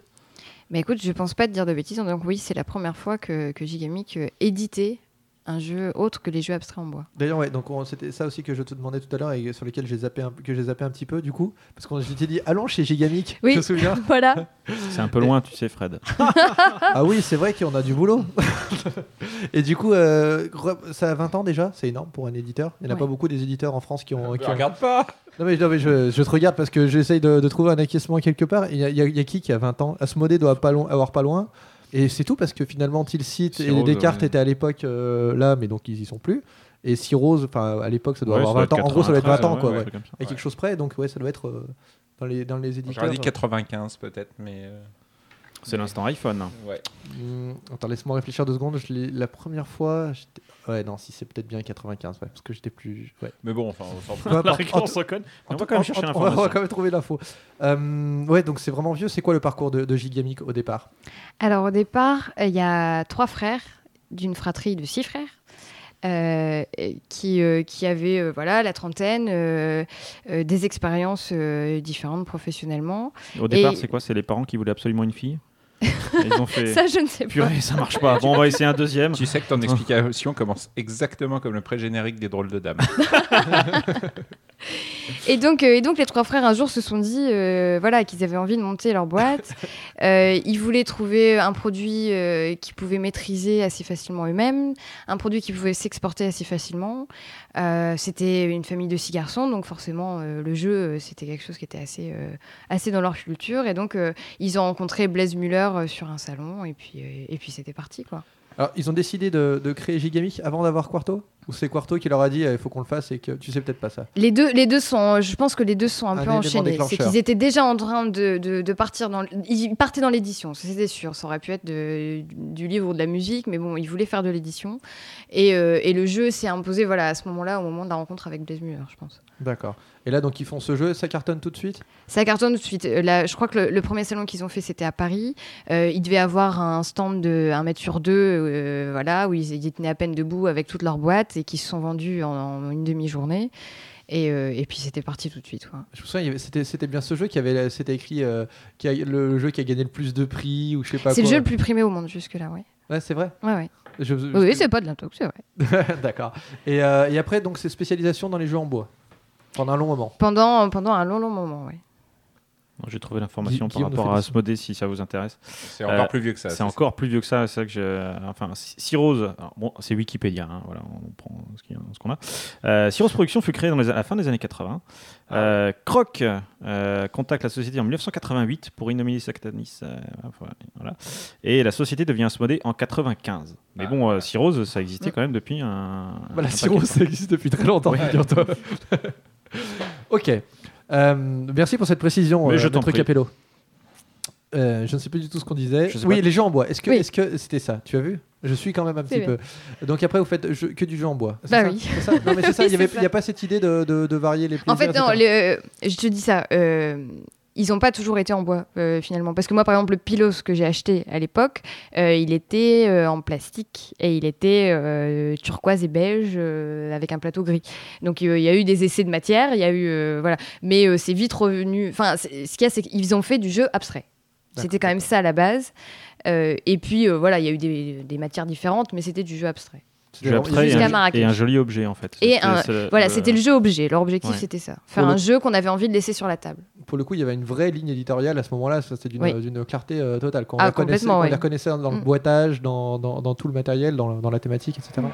S6: Mais écoute, je pense pas te dire de bêtises. Donc oui, c'est la première fois que, que Gigamic euh, éditait un jeu autre que les jeux abstraits en bois.
S4: D'ailleurs, ouais, donc on- c'était ça aussi que je te demandais tout à l'heure et sur lequel j'ai zappé un, que j'ai zappé un petit peu, du coup, parce qu'on s'était dit allons chez Gigamic,
S6: Oui.
S4: je me souviens.
S6: Voilà.
S5: C'est un peu loin, tu sais, Fred.
S4: Ah oui, c'est vrai qu'on a du boulot. et du coup, euh, re- ça a 20 ans déjà, c'est énorme pour un éditeur. Il n'y en a
S6: Ouais.
S4: pas beaucoup des éditeurs en France qui ont. qui ont-
S1: regarde pas.
S4: Non, mais, non, mais je, je te regarde parce que j'essaye de, de trouver un acquiescement quelque part. Il y, a- il y a- il y a qui qui a 20 ans Asmodée doit pas loin, avoir pas loin. Et c'est tout parce que finalement, Tilsit et
S5: Cyrose,
S4: Descartes
S5: ouais.
S4: étaient à l'époque euh, là, mais donc ils y sont plus. Et Cyrose, enfin à l'époque, ça doit
S5: Ouais,
S4: avoir
S5: ça
S4: 20
S5: doit
S4: ans.
S5: être
S4: En gros, ça doit être 20 ans,
S5: 93,
S4: quoi.
S5: ouais,
S4: ouais.
S5: un truc comme ça.
S4: Et quelque chose près, donc ouais, ça doit être euh, dans, les, dans les éditeurs.
S1: J'aurais dit 95 peut-être, mais euh,
S5: C'est l'instant iPhone.
S1: ouais.
S4: Hmm, attends, laisse-moi réfléchir deux secondes. Je l'ai- la première fois, j'étais- ouais, non, si c'est peut-être bien 95, ouais, parce que j'étais plus. Ouais.
S1: Mais bon, enfin, on s'en
S4: Peu
S1: fout.
S4: importe.
S5: La
S4: En
S5: récurrence
S4: tout-
S5: au code.
S4: en
S5: On
S4: tout-
S5: va quand même
S4: en-
S5: chercher
S4: en- on va- on va
S5: l'information.
S4: quand même trouver l'info. Euh, ouais, donc c'est vraiment vieux. C'est quoi le parcours de, de Gigamic au départ
S6: Alors au départ, il y a trois frères d'une fratrie de six frères. euh, et qui, euh, qui avaient euh, voilà, la trentaine, euh, euh, des expériences euh, différentes professionnellement.
S5: Au départ,
S6: Et-
S5: c'est quoi C'est les parents qui voulaient absolument une fille Et Ils ont fait.
S6: Ça, je ne sais pas.
S5: Purée, ça marche pas. Bon, on va essayer un deuxième.
S1: Tu sais que ton explication commence exactement comme le pré-générique des drôles de dames.
S6: Et donc, euh, et donc, les trois frères, un jour, se sont dit euh, voilà, qu'ils avaient envie de monter leur boîte. Euh, ils voulaient trouver un produit euh, qu'ils pouvaient maîtriser assez facilement eux-mêmes, un produit qui pouvait s'exporter assez facilement. Euh, c'était une famille de six garçons, donc forcément, euh, le jeu, euh, c'était quelque chose qui était assez, euh, assez dans leur culture. Et donc, euh, ils ont rencontré Blaise Muller euh, sur un salon, et puis, euh, et puis c'était parti, quoi.
S4: Alors, ils ont décidé de, de créer Gigamic avant d'avoir Quarto Ou c'est Quarto qui leur a dit il faut qu'on le fasse et que tu sais peut-être pas ça
S6: Les deux, les deux sont, je pense que les deux sont un,
S4: Un
S6: peu
S4: élément
S6: enchaînés. C'est
S4: déclencheur.
S6: qu'ils étaient déjà en train de, de- de partir dans, l- ils partaient dans l'édition, ça, c'était sûr. Ça aurait pu être de- du livre ou de la musique, mais bon, ils voulaient faire de l'édition. Et, euh, et le jeu s'est imposé, voilà, à ce moment-là, au moment de la rencontre avec Blaise Muller, je pense.
S4: D'accord. Et là, donc ils font ce jeu, ça cartonne tout de suite
S6: Ça cartonne tout de suite. Euh, Là, je crois que le, le premier salon qu'ils ont fait, c'était à Paris. Euh, il devait avoir un stand de 1 mètre sur 2, euh, voilà, où ils, ils tenaient à peine debout avec toutes leurs boîtes et qui se sont vendus en, en une demi-journée. Et, euh, et puis c'était parti tout de suite, quoi.
S4: Je me souviens, il y avait- c'était c'était bien ce jeu qui avait, c'était écrit euh, qui a- le, le jeu qui a gagné le plus de prix ou je sais pas
S6: C'est le
S4: quoi.
S6: jeu le plus primé au monde jusque-là, ouais.
S4: Ouais, c'est vrai.
S6: Ouais, ouais.
S4: Je-
S6: Oui, c'est pas de l'intox, c'est vrai.
S4: D'accord. Et, euh, et après, donc, c'est spécialisation dans les jeux en bois pendant un long moment.
S6: Pendant, pendant un long, long moment, ouais.
S5: Bon, J'ai trouvé l'information
S4: Guy-
S5: par
S4: Guillaume nous
S5: rapport
S4: fait
S5: à
S4: des signes.
S5: Asmodée si ça vous intéresse.
S1: C'est encore
S5: Euh,
S1: plus vieux que ça.
S5: c'est
S1: ça,
S5: encore plus vieux que ça. C'est ça que je. Enfin, Cyrose. alors Bon, c'est Wikipédia. hein, voilà, on prend ce qu'il y a- ce qu'on a. Euh, Cyrose Productions fut créé dans les- à la fin des années 80. Euh, Croc euh, contacte la société en 1988 pour innominer Satanis. euh, enfin, voilà. Et la société devient Asmodée en 95. Mais
S1: Ah,
S5: bon, euh, Cyrose, ça existait quand même depuis un.
S4: Bah,
S5: un
S4: la
S5: paquet
S4: cirrhose, ça existe depuis très longtemps, figure-toi. ok. Euh, merci pour cette précision,
S5: Mais je t'en
S4: Maître
S5: prie.
S4: Capello. Euh, je ne sais plus du tout ce qu'on disait.
S5: Je sais
S4: Oui,
S5: pas.
S4: les jeux en bois. Est-ce que
S6: Oui.
S4: est-ce que c'était ça Tu as vu Je suis quand même un
S6: C'est
S4: petit peu. Donc après, vous faites jeu- que du jeu en bois. c'est
S6: Bah
S4: ça
S6: oui.
S4: C'est ça Non, mais c'est ça. Il
S6: Oui,
S4: n'y avait
S6: c'est ça.
S4: il y a pas cette idée de, de- de varier les plaisirs.
S6: En fait, non,
S4: etc.
S6: le- je te dis ça. euh, ils n'ont pas toujours été en bois, euh, finalement. Parce que moi, par exemple, le pilos que j'ai acheté à l'époque, euh, il était euh, en plastique et il était euh, turquoise et beige euh, avec un plateau gris. Donc, euh, il y a eu des essais de matière, il y a eu. euh, voilà. Mais euh, c'est vite revenu. Enfin, c'est- ce qu'il y a, c'est qu'ils ont fait du jeu abstrait. C'était quand même ça à la base. Euh, et puis, euh, voilà, il y a eu des, des matières différentes, mais c'était du jeu abstrait.
S4: C'était
S5: Jeu
S4: vraiment-
S5: abstrait et
S6: Jusqu'à
S5: un,
S6: Marrakech.
S5: hein, et un joli objet, en fait.
S6: Et
S5: C'était
S6: un-
S5: ce-
S6: Voilà,
S5: euh,
S6: c'était le jeu objet. Leur objectif,
S5: ouais.
S6: c'était ça. Faire
S4: Pour le-
S6: un jeu qu'on avait envie de laisser sur la table.
S4: Pour le coup, il y avait une vraie ligne éditoriale à ce moment-là. ça, C'était d'une
S6: Oui.
S4: euh, d'une clarté euh, totale. Quand on
S6: Ah,
S4: la connaissait,
S6: complètement,
S4: qu'on
S6: oui.
S4: la connaissait dans le
S6: Mm.
S4: boitage, dans, dans- dans tout le matériel, dans, la- dans la thématique, etc.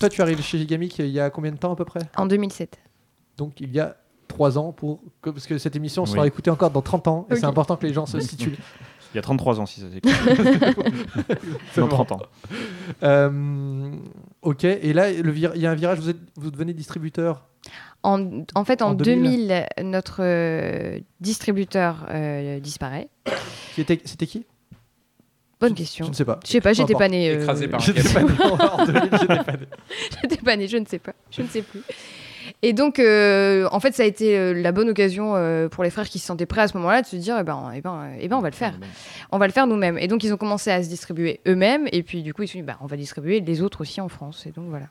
S4: Toi, tu arrives chez Gigamic euh, il y a combien de temps à peu près
S6: En 2007.
S4: Donc il y a trois ans pour que- parce que cette émission sera
S5: Oui.
S4: écoutée encore dans 30 ans et
S6: Ok.
S4: c'est important que les gens se situent.
S5: Il y a 33 ans, si ça s'écrit. non, 30 ans.
S4: Euh, ok, et là le vir- il y a un virage, vous, êtes, vous devenez distributeur.
S6: En, en fait, en,
S4: En
S6: 2000,
S4: 2000,
S6: notre euh, distributeur euh, disparaît.
S4: Qui était- C'était qui
S6: Bonne
S4: Je
S6: question.
S4: ne sais pas.
S6: Je sais pas,
S4: Peu
S6: j'étais
S4: importe.
S6: pas née. euh,
S1: Écrasé par un
S4: Je ne sais pas. En 2000, j'étais pas né.
S6: J'étais pas née, je ne sais pas. Je ne sais plus. Et donc, euh, en fait, ça a été euh, la bonne occasion euh, pour les frères qui se sentaient prêts à ce moment-là de se dire, eh ben, eh ben, eh ben, on va le faire. On va le faire nous-mêmes. Et donc, ils ont commencé à se distribuer eux-mêmes. Et puis, du coup, ils se sont dit, bah, on va distribuer les autres aussi en France. Et donc, voilà.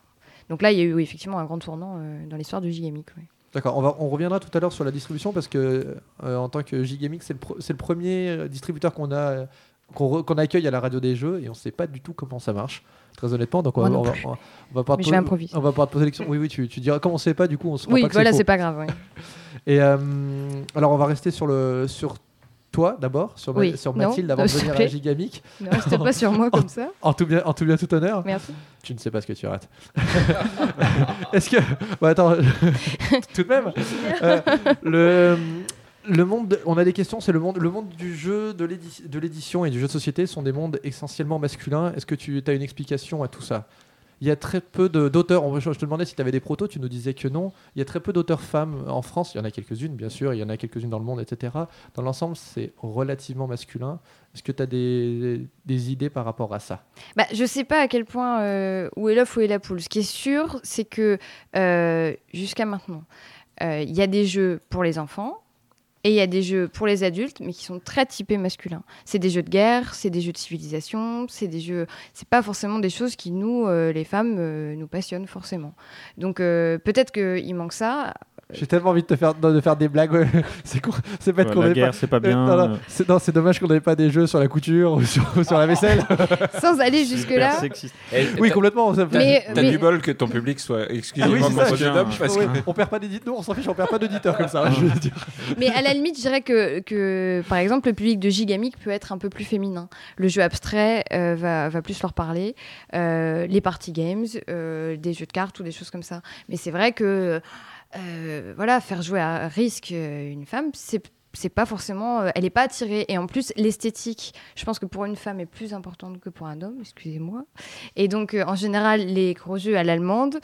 S6: Donc là, il y a eu oui, effectivement un grand tournant euh, dans l'histoire du Gigamic. oui.
S4: D'accord, on, va- on reviendra tout à l'heure sur la distribution parce que euh, en tant que Gigamic, c'est le, pro- c'est le premier euh, distributeur qu'on a euh, qu'on re- qu'on accueille à la radio des jeux et on ne sait pas du tout comment ça marche. Très honnêtement, donc on va,
S6: Moi non
S4: on va,
S6: plus.
S4: on va- on va pouvoir
S6: Mais
S4: te
S6: je vais improviser.
S4: on va pouvoir te poser la question. Oui, oui, tu, tu diras. Comme on ne sait pas, du coup, on se rend
S6: Oui,
S4: pas que
S6: voilà,
S4: faux.
S6: c'est pas grave. oui.
S4: Et euh, alors, on va rester sur le sur toi d'abord, sur, Ma-
S6: Oui,
S4: sur
S6: non,
S4: Mathilde, avant de
S6: s'il te
S4: venir à
S6: plaît.
S4: Gigamic.
S6: Ne reste pas sur moi comme ça.
S4: En tout bien, en tout bien, tout honneur.
S6: Merci.
S4: Tu ne sais pas ce que tu rates. Est-ce que, bah, attends, tout de même, euh, le le monde, de- on a des questions. C'est le monde, le monde du jeu, de l'édi- de l'édition et du jeu de société sont des mondes essentiellement masculins. Est-ce que tu as une explication à tout ça Il y a très peu de- d'auteurs. on- Je je te demandais si tu avais des protos, tu nous disais que non. Il y a très peu d'auteurs femmes en France. Il y en a quelques-unes, bien sûr. Il y en a quelques-unes dans le monde, etc. Dans l'ensemble, c'est relativement masculin. Est-ce que tu as des, des idées par rapport à ça
S6: Bah, je sais pas à quel point euh, où est l'œuf, où est la poule. Ce qui est sûr, c'est que euh, jusqu'à maintenant, euh, il y a des jeux pour les enfants et il y a des jeux pour les adultes, mais qui sont très typés masculins. C'est des jeux de guerre, c'est des jeux de civilisation, c'est des jeux. C'est pas forcément des choses qui nous, euh, les femmes, euh, nous passionnent forcément. Donc euh, peut-être qu'il manque ça.
S4: J'ai tellement envie de te faire, de faire des blagues. ouais. C'est con- c'est bête qu'on
S5: la
S4: ait pas.
S5: guerre, c'est pas
S4: Euh,
S5: bien.
S4: non, non, c'est non, c'est dommage qu'on n'ait pas des jeux sur la couture ou sur, ou sur la vaisselle.
S6: Sans aller jusque là.
S5: sexiste.
S4: oui, complètement. ça-
S6: Mais,
S1: T'as
S6: mais-
S1: du bol que ton public soit.
S4: Ah oui,
S1: Excusez-moi
S4: c'est
S1: de mon
S4: ça,
S1: propos
S5: tiens.
S1: d'homme, parce que.
S4: Ouais, on perd pas d'éditeurs, on s'en fiche, on perd pas d'auditeurs comme ça. hein, je veux dire.
S6: Mais à la limite, je dirais que, que, par exemple, le public de Gigamic peut être un peu plus féminin. Le jeu abstrait euh, va, va plus leur parler. Euh, les party games, euh, des jeux de cartes ou des choses comme ça. Mais c'est vrai que, euh, voilà, faire jouer à risque euh, une femme, c'est c'est pas forcément euh, elle n'est pas attirée et en plus l'esthétique je pense que pour une femme est plus importante que pour un homme excusez-moi et donc euh, en général les gros jeux à l'allemande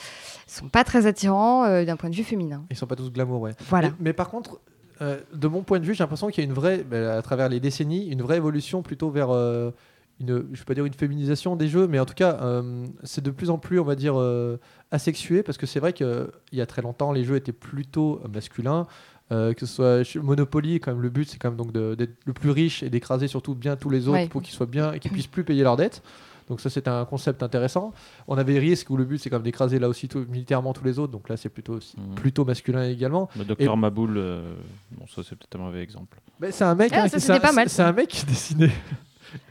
S6: sont pas très attirants euh, d'un point de vue féminin
S4: Ils sont pas tous glamour, ouais.
S6: voilà
S4: Mais, mais par contre, euh, de mon point de vue, j'ai l'impression qu'il y a une vraie, bah, à travers les décennies, une vraie évolution plutôt vers euh, une, je vais pas dire une féminisation des jeux, mais en tout cas, euh, c'est de plus en plus, on va dire, euh, asexué, parce que c'est vrai qu'il y a très longtemps, les jeux étaient plutôt euh, masculins. euh, que ce soit chez Monopoly, quand même, le but c'est quand même donc de- d'être le plus riche et d'écraser surtout bien tous les autres
S6: Ouais.
S4: pour qu'ils soient bien et qu'ils puissent plus payer leurs dettes. Donc ça c'est un concept intéressant. On avait risque où le but c'est quand même d'écraser là aussi tout- militairement tous les autres. Donc là c'est plutôt aussi-
S5: Mhm.
S4: plutôt masculin également.
S5: Le docteur Maboul, euh, bon, ça c'est peut-être un mauvais exemple.
S4: Mais c'est un mec, hein,
S6: Ah, ça,
S4: qui-
S6: c'était
S4: c'est un-
S6: pas mal,
S4: c'est
S6: ça.
S4: un mec qui dessinait.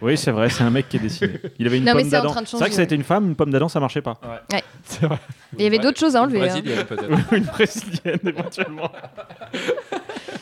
S5: Oui, c'est vrai, c'est un mec qui est dessiné. Il avait une
S6: Non, mais
S5: pomme
S6: c'est en
S5: d'Adam.
S6: train de
S5: C'est vrai que
S6: changer.
S5: ça a été une femme, une pomme d'Adam, ça marchait pas.
S4: C'est vrai.
S6: il y avait d'autres choses à enlever hein.
S1: Brésilienne, peut-être.
S5: une brésilienne éventuellement.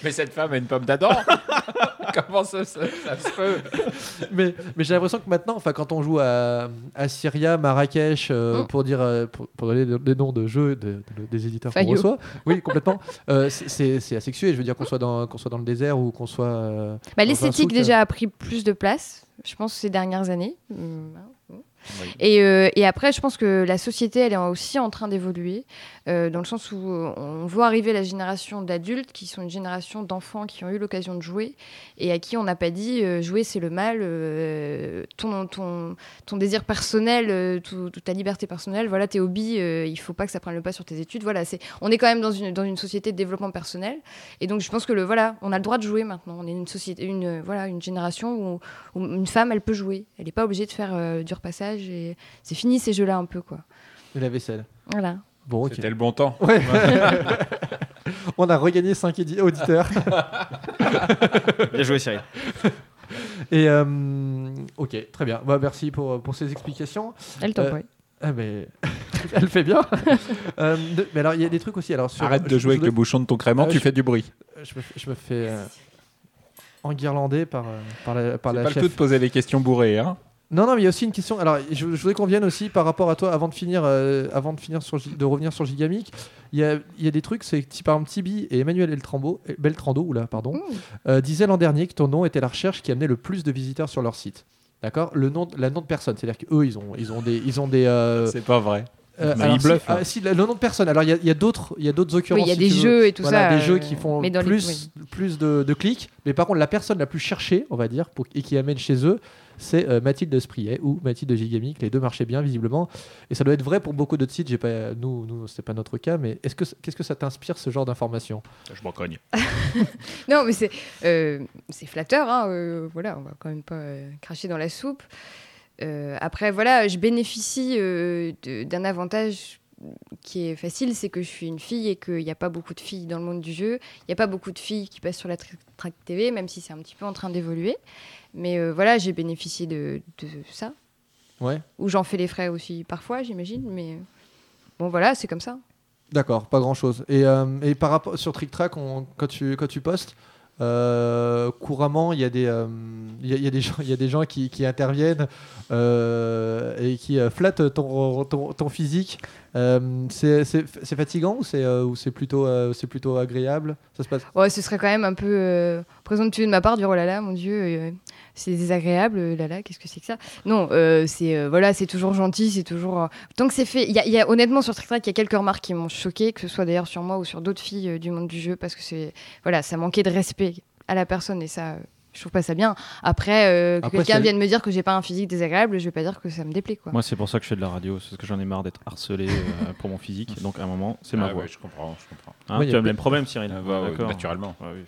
S1: Mais cette femme a une pomme d'Adam Comment ça, ça- ça se peut
S4: Mais, mais j'ai l'impression que maintenant, enfin, quand on joue à, à Syria, Marrakech, euh,
S6: Mm.
S4: pour dire, euh, pour, pour donner des- des noms de jeux de- de- des éditeurs qu'on
S6: Fayot.
S4: reçoit, oui, complètement. euh, c'est- c'est c'est asexué. Je veux dire qu'on soit dans qu'on soit dans le désert ou qu'on soit. euh, Dans
S6: Bah,
S4: un euh.
S6: L'esthétique
S4: souk,
S6: déjà a pris plus de place, je pense, ces dernières années. Hum, hein, hum.
S5: Oui.
S6: Et, euh, et après, je pense que la société, elle est aussi en train d'évoluer, euh, dans le sens où euh, on voit arriver la génération d'adultes qui sont une génération d'enfants qui ont eu l'occasion de jouer et à qui on n'a pas dit euh, jouer c'est le mal, euh, ton, ton, ton désir personnel, euh, tout- toute ta liberté personnelle, voilà tes hobbies, euh, il faut pas que ça prenne le pas sur tes études. Voilà, c'est, on est quand même dans une, dans une société de développement personnel et donc je pense que le voilà, on a le droit de jouer maintenant. On est une société, une euh, voilà, une génération où où une femme, elle peut jouer. Elle n'est pas obligée de faire euh, du repassage. Et... C'est fini ces jeux-là un peu, quoi.
S4: La vaisselle.
S6: Voilà.
S4: Bon, ok.
S1: C'était le bon temps.
S4: Ouais. On a regagné 5 auditeurs.
S5: Bien joué, Cyril.
S4: Et euh, ok, très bien. Bah, merci pour, pour ces explications.
S6: Elle
S4: t'en Euh, prie. Ah, mais elle fait bien. Euh, de- mais alors, il y a des trucs aussi. Alors, sur-
S1: Arrête
S4: je-
S1: de jouer
S4: je-
S1: avec le bouchon de ton crément,
S4: Euh,
S1: tu
S4: je-
S1: fais du bruit.
S4: Je me, je me fais euh, enguirlander par, euh, par la, par
S1: C'est
S4: la
S1: pas
S4: chef.
S1: le tout de poser les questions bourrées. Hein.
S4: Non, non, mais il y a aussi une question. Alors, je, je voudrais qu'on vienne aussi par rapport à toi, avant de finir, euh, avant de finir sur, Gi- de revenir sur Gigamic. Il y a, il y a des trucs, c'est que type, par exemple Tibi et Emmanuel Eltrambo, eh, Beltrando, oula, pardon,
S6: Mmh.
S4: euh, disaient l'an dernier que ton nom était la recherche qui amenait le plus de visiteurs sur leur site. D'accord Le nom, de- la nom de personne, c'est-à-dire qu'eux, ils ont, ils ont des, ils ont des. euh,
S1: C'est hein. pas vrai.
S4: euh,
S1: mais
S4: alors,
S1: ils bluffent,
S4: si- ah, si, le nom de personne. Alors, il y a- il y a d'autres, il y a d'autres
S6: Oui,
S4: occurrences.
S6: il y a
S4: si
S6: des
S4: tu veux.
S6: jeux et tout
S4: Voilà,
S6: ça.
S4: des jeux
S6: euh,
S4: qui font
S6: mais dans les-
S4: plus,
S6: oui.
S4: plus de, de clics. Mais par contre, la personne la plus cherchée, on va dire, pour- et qui amène chez eux, c'est euh, Mathilde Spriet ou Mathilde Gigamic. Les deux marchaient bien, visiblement. Et ça doit être vrai pour beaucoup d'autres sites. J'ai Pas, nous, nous c'est pas notre cas, mais est-ce que, qu'est-ce que ça t'inspire, ce genre d'information
S1: Je m'en cogne.
S6: Non, mais c'est euh, c'est flatteur. Hein, euh, voilà, on va quand même pas euh, cracher dans la soupe. Euh, après, voilà, je bénéficie euh, de- d'un avantage qui est facile, c'est que je suis une fille et qu'il n'y a pas beaucoup de filles dans le monde du jeu. Il n'y a pas beaucoup de filles qui passent sur la tra- Track TV, même si c'est un petit peu en train d'évoluer. Mais euh, voilà, j'ai bénéficié de, de ça.
S4: Ouais.
S6: Ou j'en fais les frais aussi parfois, j'imagine. Mais bon, voilà, c'est comme ça.
S4: D'accord, pas grand-chose. Et, euh, et par rapport sur TrickTrack, on- quand, tu, quand tu postes, euh, couramment, il y, a des, euh, il y, a- il y a des gens, il y a des gens qui, qui interviennent euh, et qui euh, flattent ton, ton, ton physique. Euh, c'est c'est- c'est fatigant ou c'est euh, ou c'est plutôt, euh, c'est plutôt agréable Ça se passe
S6: Ouais, ce serait quand même un peu euh, présomptueux de ma part de dire oh là là, mon Dieu, euh, c'est désagréable, euh, là là, qu'est-ce que c'est que ça Non, euh, c'est euh, voilà, c'est toujours gentil, c'est toujours euh, tant que c'est fait. Il y a, il y a- honnêtement sur TrickTrack, il y a quelques remarques qui m'ont choqué, que ce soit d'ailleurs sur moi ou sur d'autres filles euh, du monde du jeu, parce que c'est voilà, ça manquait de respect à la personne et ça. euh, je trouve pas ça bien. Après, euh, que
S4: Après,
S6: quelqu'un
S4: c'est-
S6: vienne me dire que j'ai pas un physique désagréable, je vais pas dire que ça me déplaît. Quoi.
S5: Moi, c'est pour ça que je fais de la radio, c'est parce que j'en ai marre d'être harcelé euh, pour mon physique. Donc, à un moment, c'est ma voix.
S1: Ah je comprends. Je comprends.
S5: Hein,
S4: Ouais, y
S5: tu
S4: a euh,
S5: as le
S4: plus-
S5: même problème, Cyril.
S1: Ah, bah, ouais,
S5: D'accord.
S1: naturellement.
S5: Ah oui.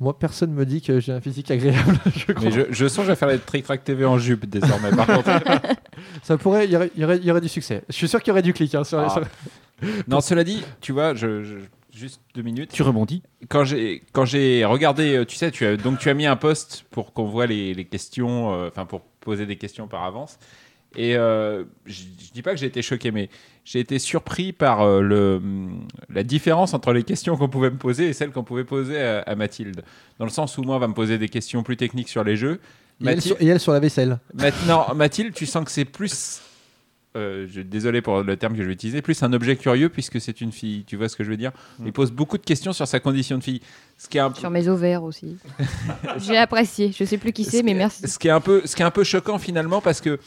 S4: Moi, personne me dit que j'ai un physique agréable. je crois.
S1: Mais je, je songe à faire les Trick Track TV en jupe désormais. Par contre,
S4: Ça pourrait, il y aurait, il y aurait- il y aurait du succès. Je suis sûr qu'il y aurait du clic. hein, sur-
S1: Ah.
S4: sur-
S1: non, cela dit, tu vois, je, je- juste deux minutes.
S5: Tu rebondis
S1: quand j'ai quand j'ai regardé, euh, tu sais, tu as donc tu as mis un post pour qu'on voit les, les questions, euh, enfin pour poser des questions par avance. Et euh, je, je dis pas que j'ai été choqué, mais j'ai été surpris par euh, le hum, la différence entre les questions qu'on pouvait me poser et celles qu'on pouvait poser à, à Mathilde. Dans le sens où moi, on va me poser des questions plus techniques sur les jeux.
S4: et, elle sur,
S1: Mathilde-
S4: et elle sur la vaisselle.
S1: Maintenant, Mathilde, tu sens que c'est plus. euh, je, désolé pour le terme que je vais utiliser, plus un objet curieux puisque c'est une fille. Tu vois ce que je veux dire Il pose beaucoup de questions sur sa condition de fille. Ce qui est un peu,
S6: Sur mes ovaires aussi. j'ai apprécié. Je sais plus qui
S1: ce
S6: c'est, mais
S1: qui-
S6: merci.
S1: Ce qui est un peu, ce qui est un peu choquant finalement parce que,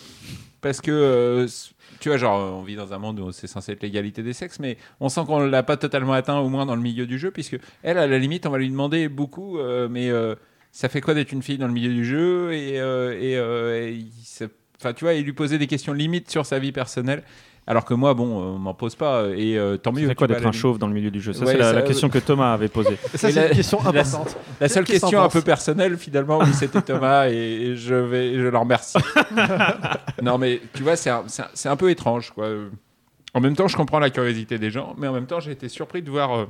S1: parce que euh, s- tu vois, genre, on vit dans un monde où c'est censé être l'égalité des sexes, mais on sent qu'on l'a pas totalement atteint, au moins dans le milieu du jeu, puisque elle, à la limite, on va lui demander beaucoup, euh, mais euh, ça fait quoi d'être une fille dans le milieu du jeu et, euh, et, euh, et il se- enfin, tu vois, et lui poser des questions limites sur sa vie personnelle. Alors que moi, bon, euh, on m'en pose pas, et euh, tant mieux.
S5: C'est quoi
S1: tu vois,
S5: d'être
S1: à la
S5: un chauve dans le milieu du jeu Ça,
S1: Ouais,
S5: c'est la,
S1: ça,
S5: la
S1: euh,
S5: question que Thomas avait posée.
S4: Ça,
S1: Et
S4: c'est
S1: la-
S4: une question
S1: la-
S4: importante.
S1: La seule
S4: Qu'est-ce que
S1: question
S4: t'en
S1: un
S4: penses
S1: peu personnelle, finalement, oui, c'était Thomas et, et je, vais, je le remercie. non, mais tu vois, c'est un, c'est un- c'est un peu étrange. Quoi. Euh, En même temps, je comprends la curiosité des gens, mais en même temps, j'ai été surpris de voir euh,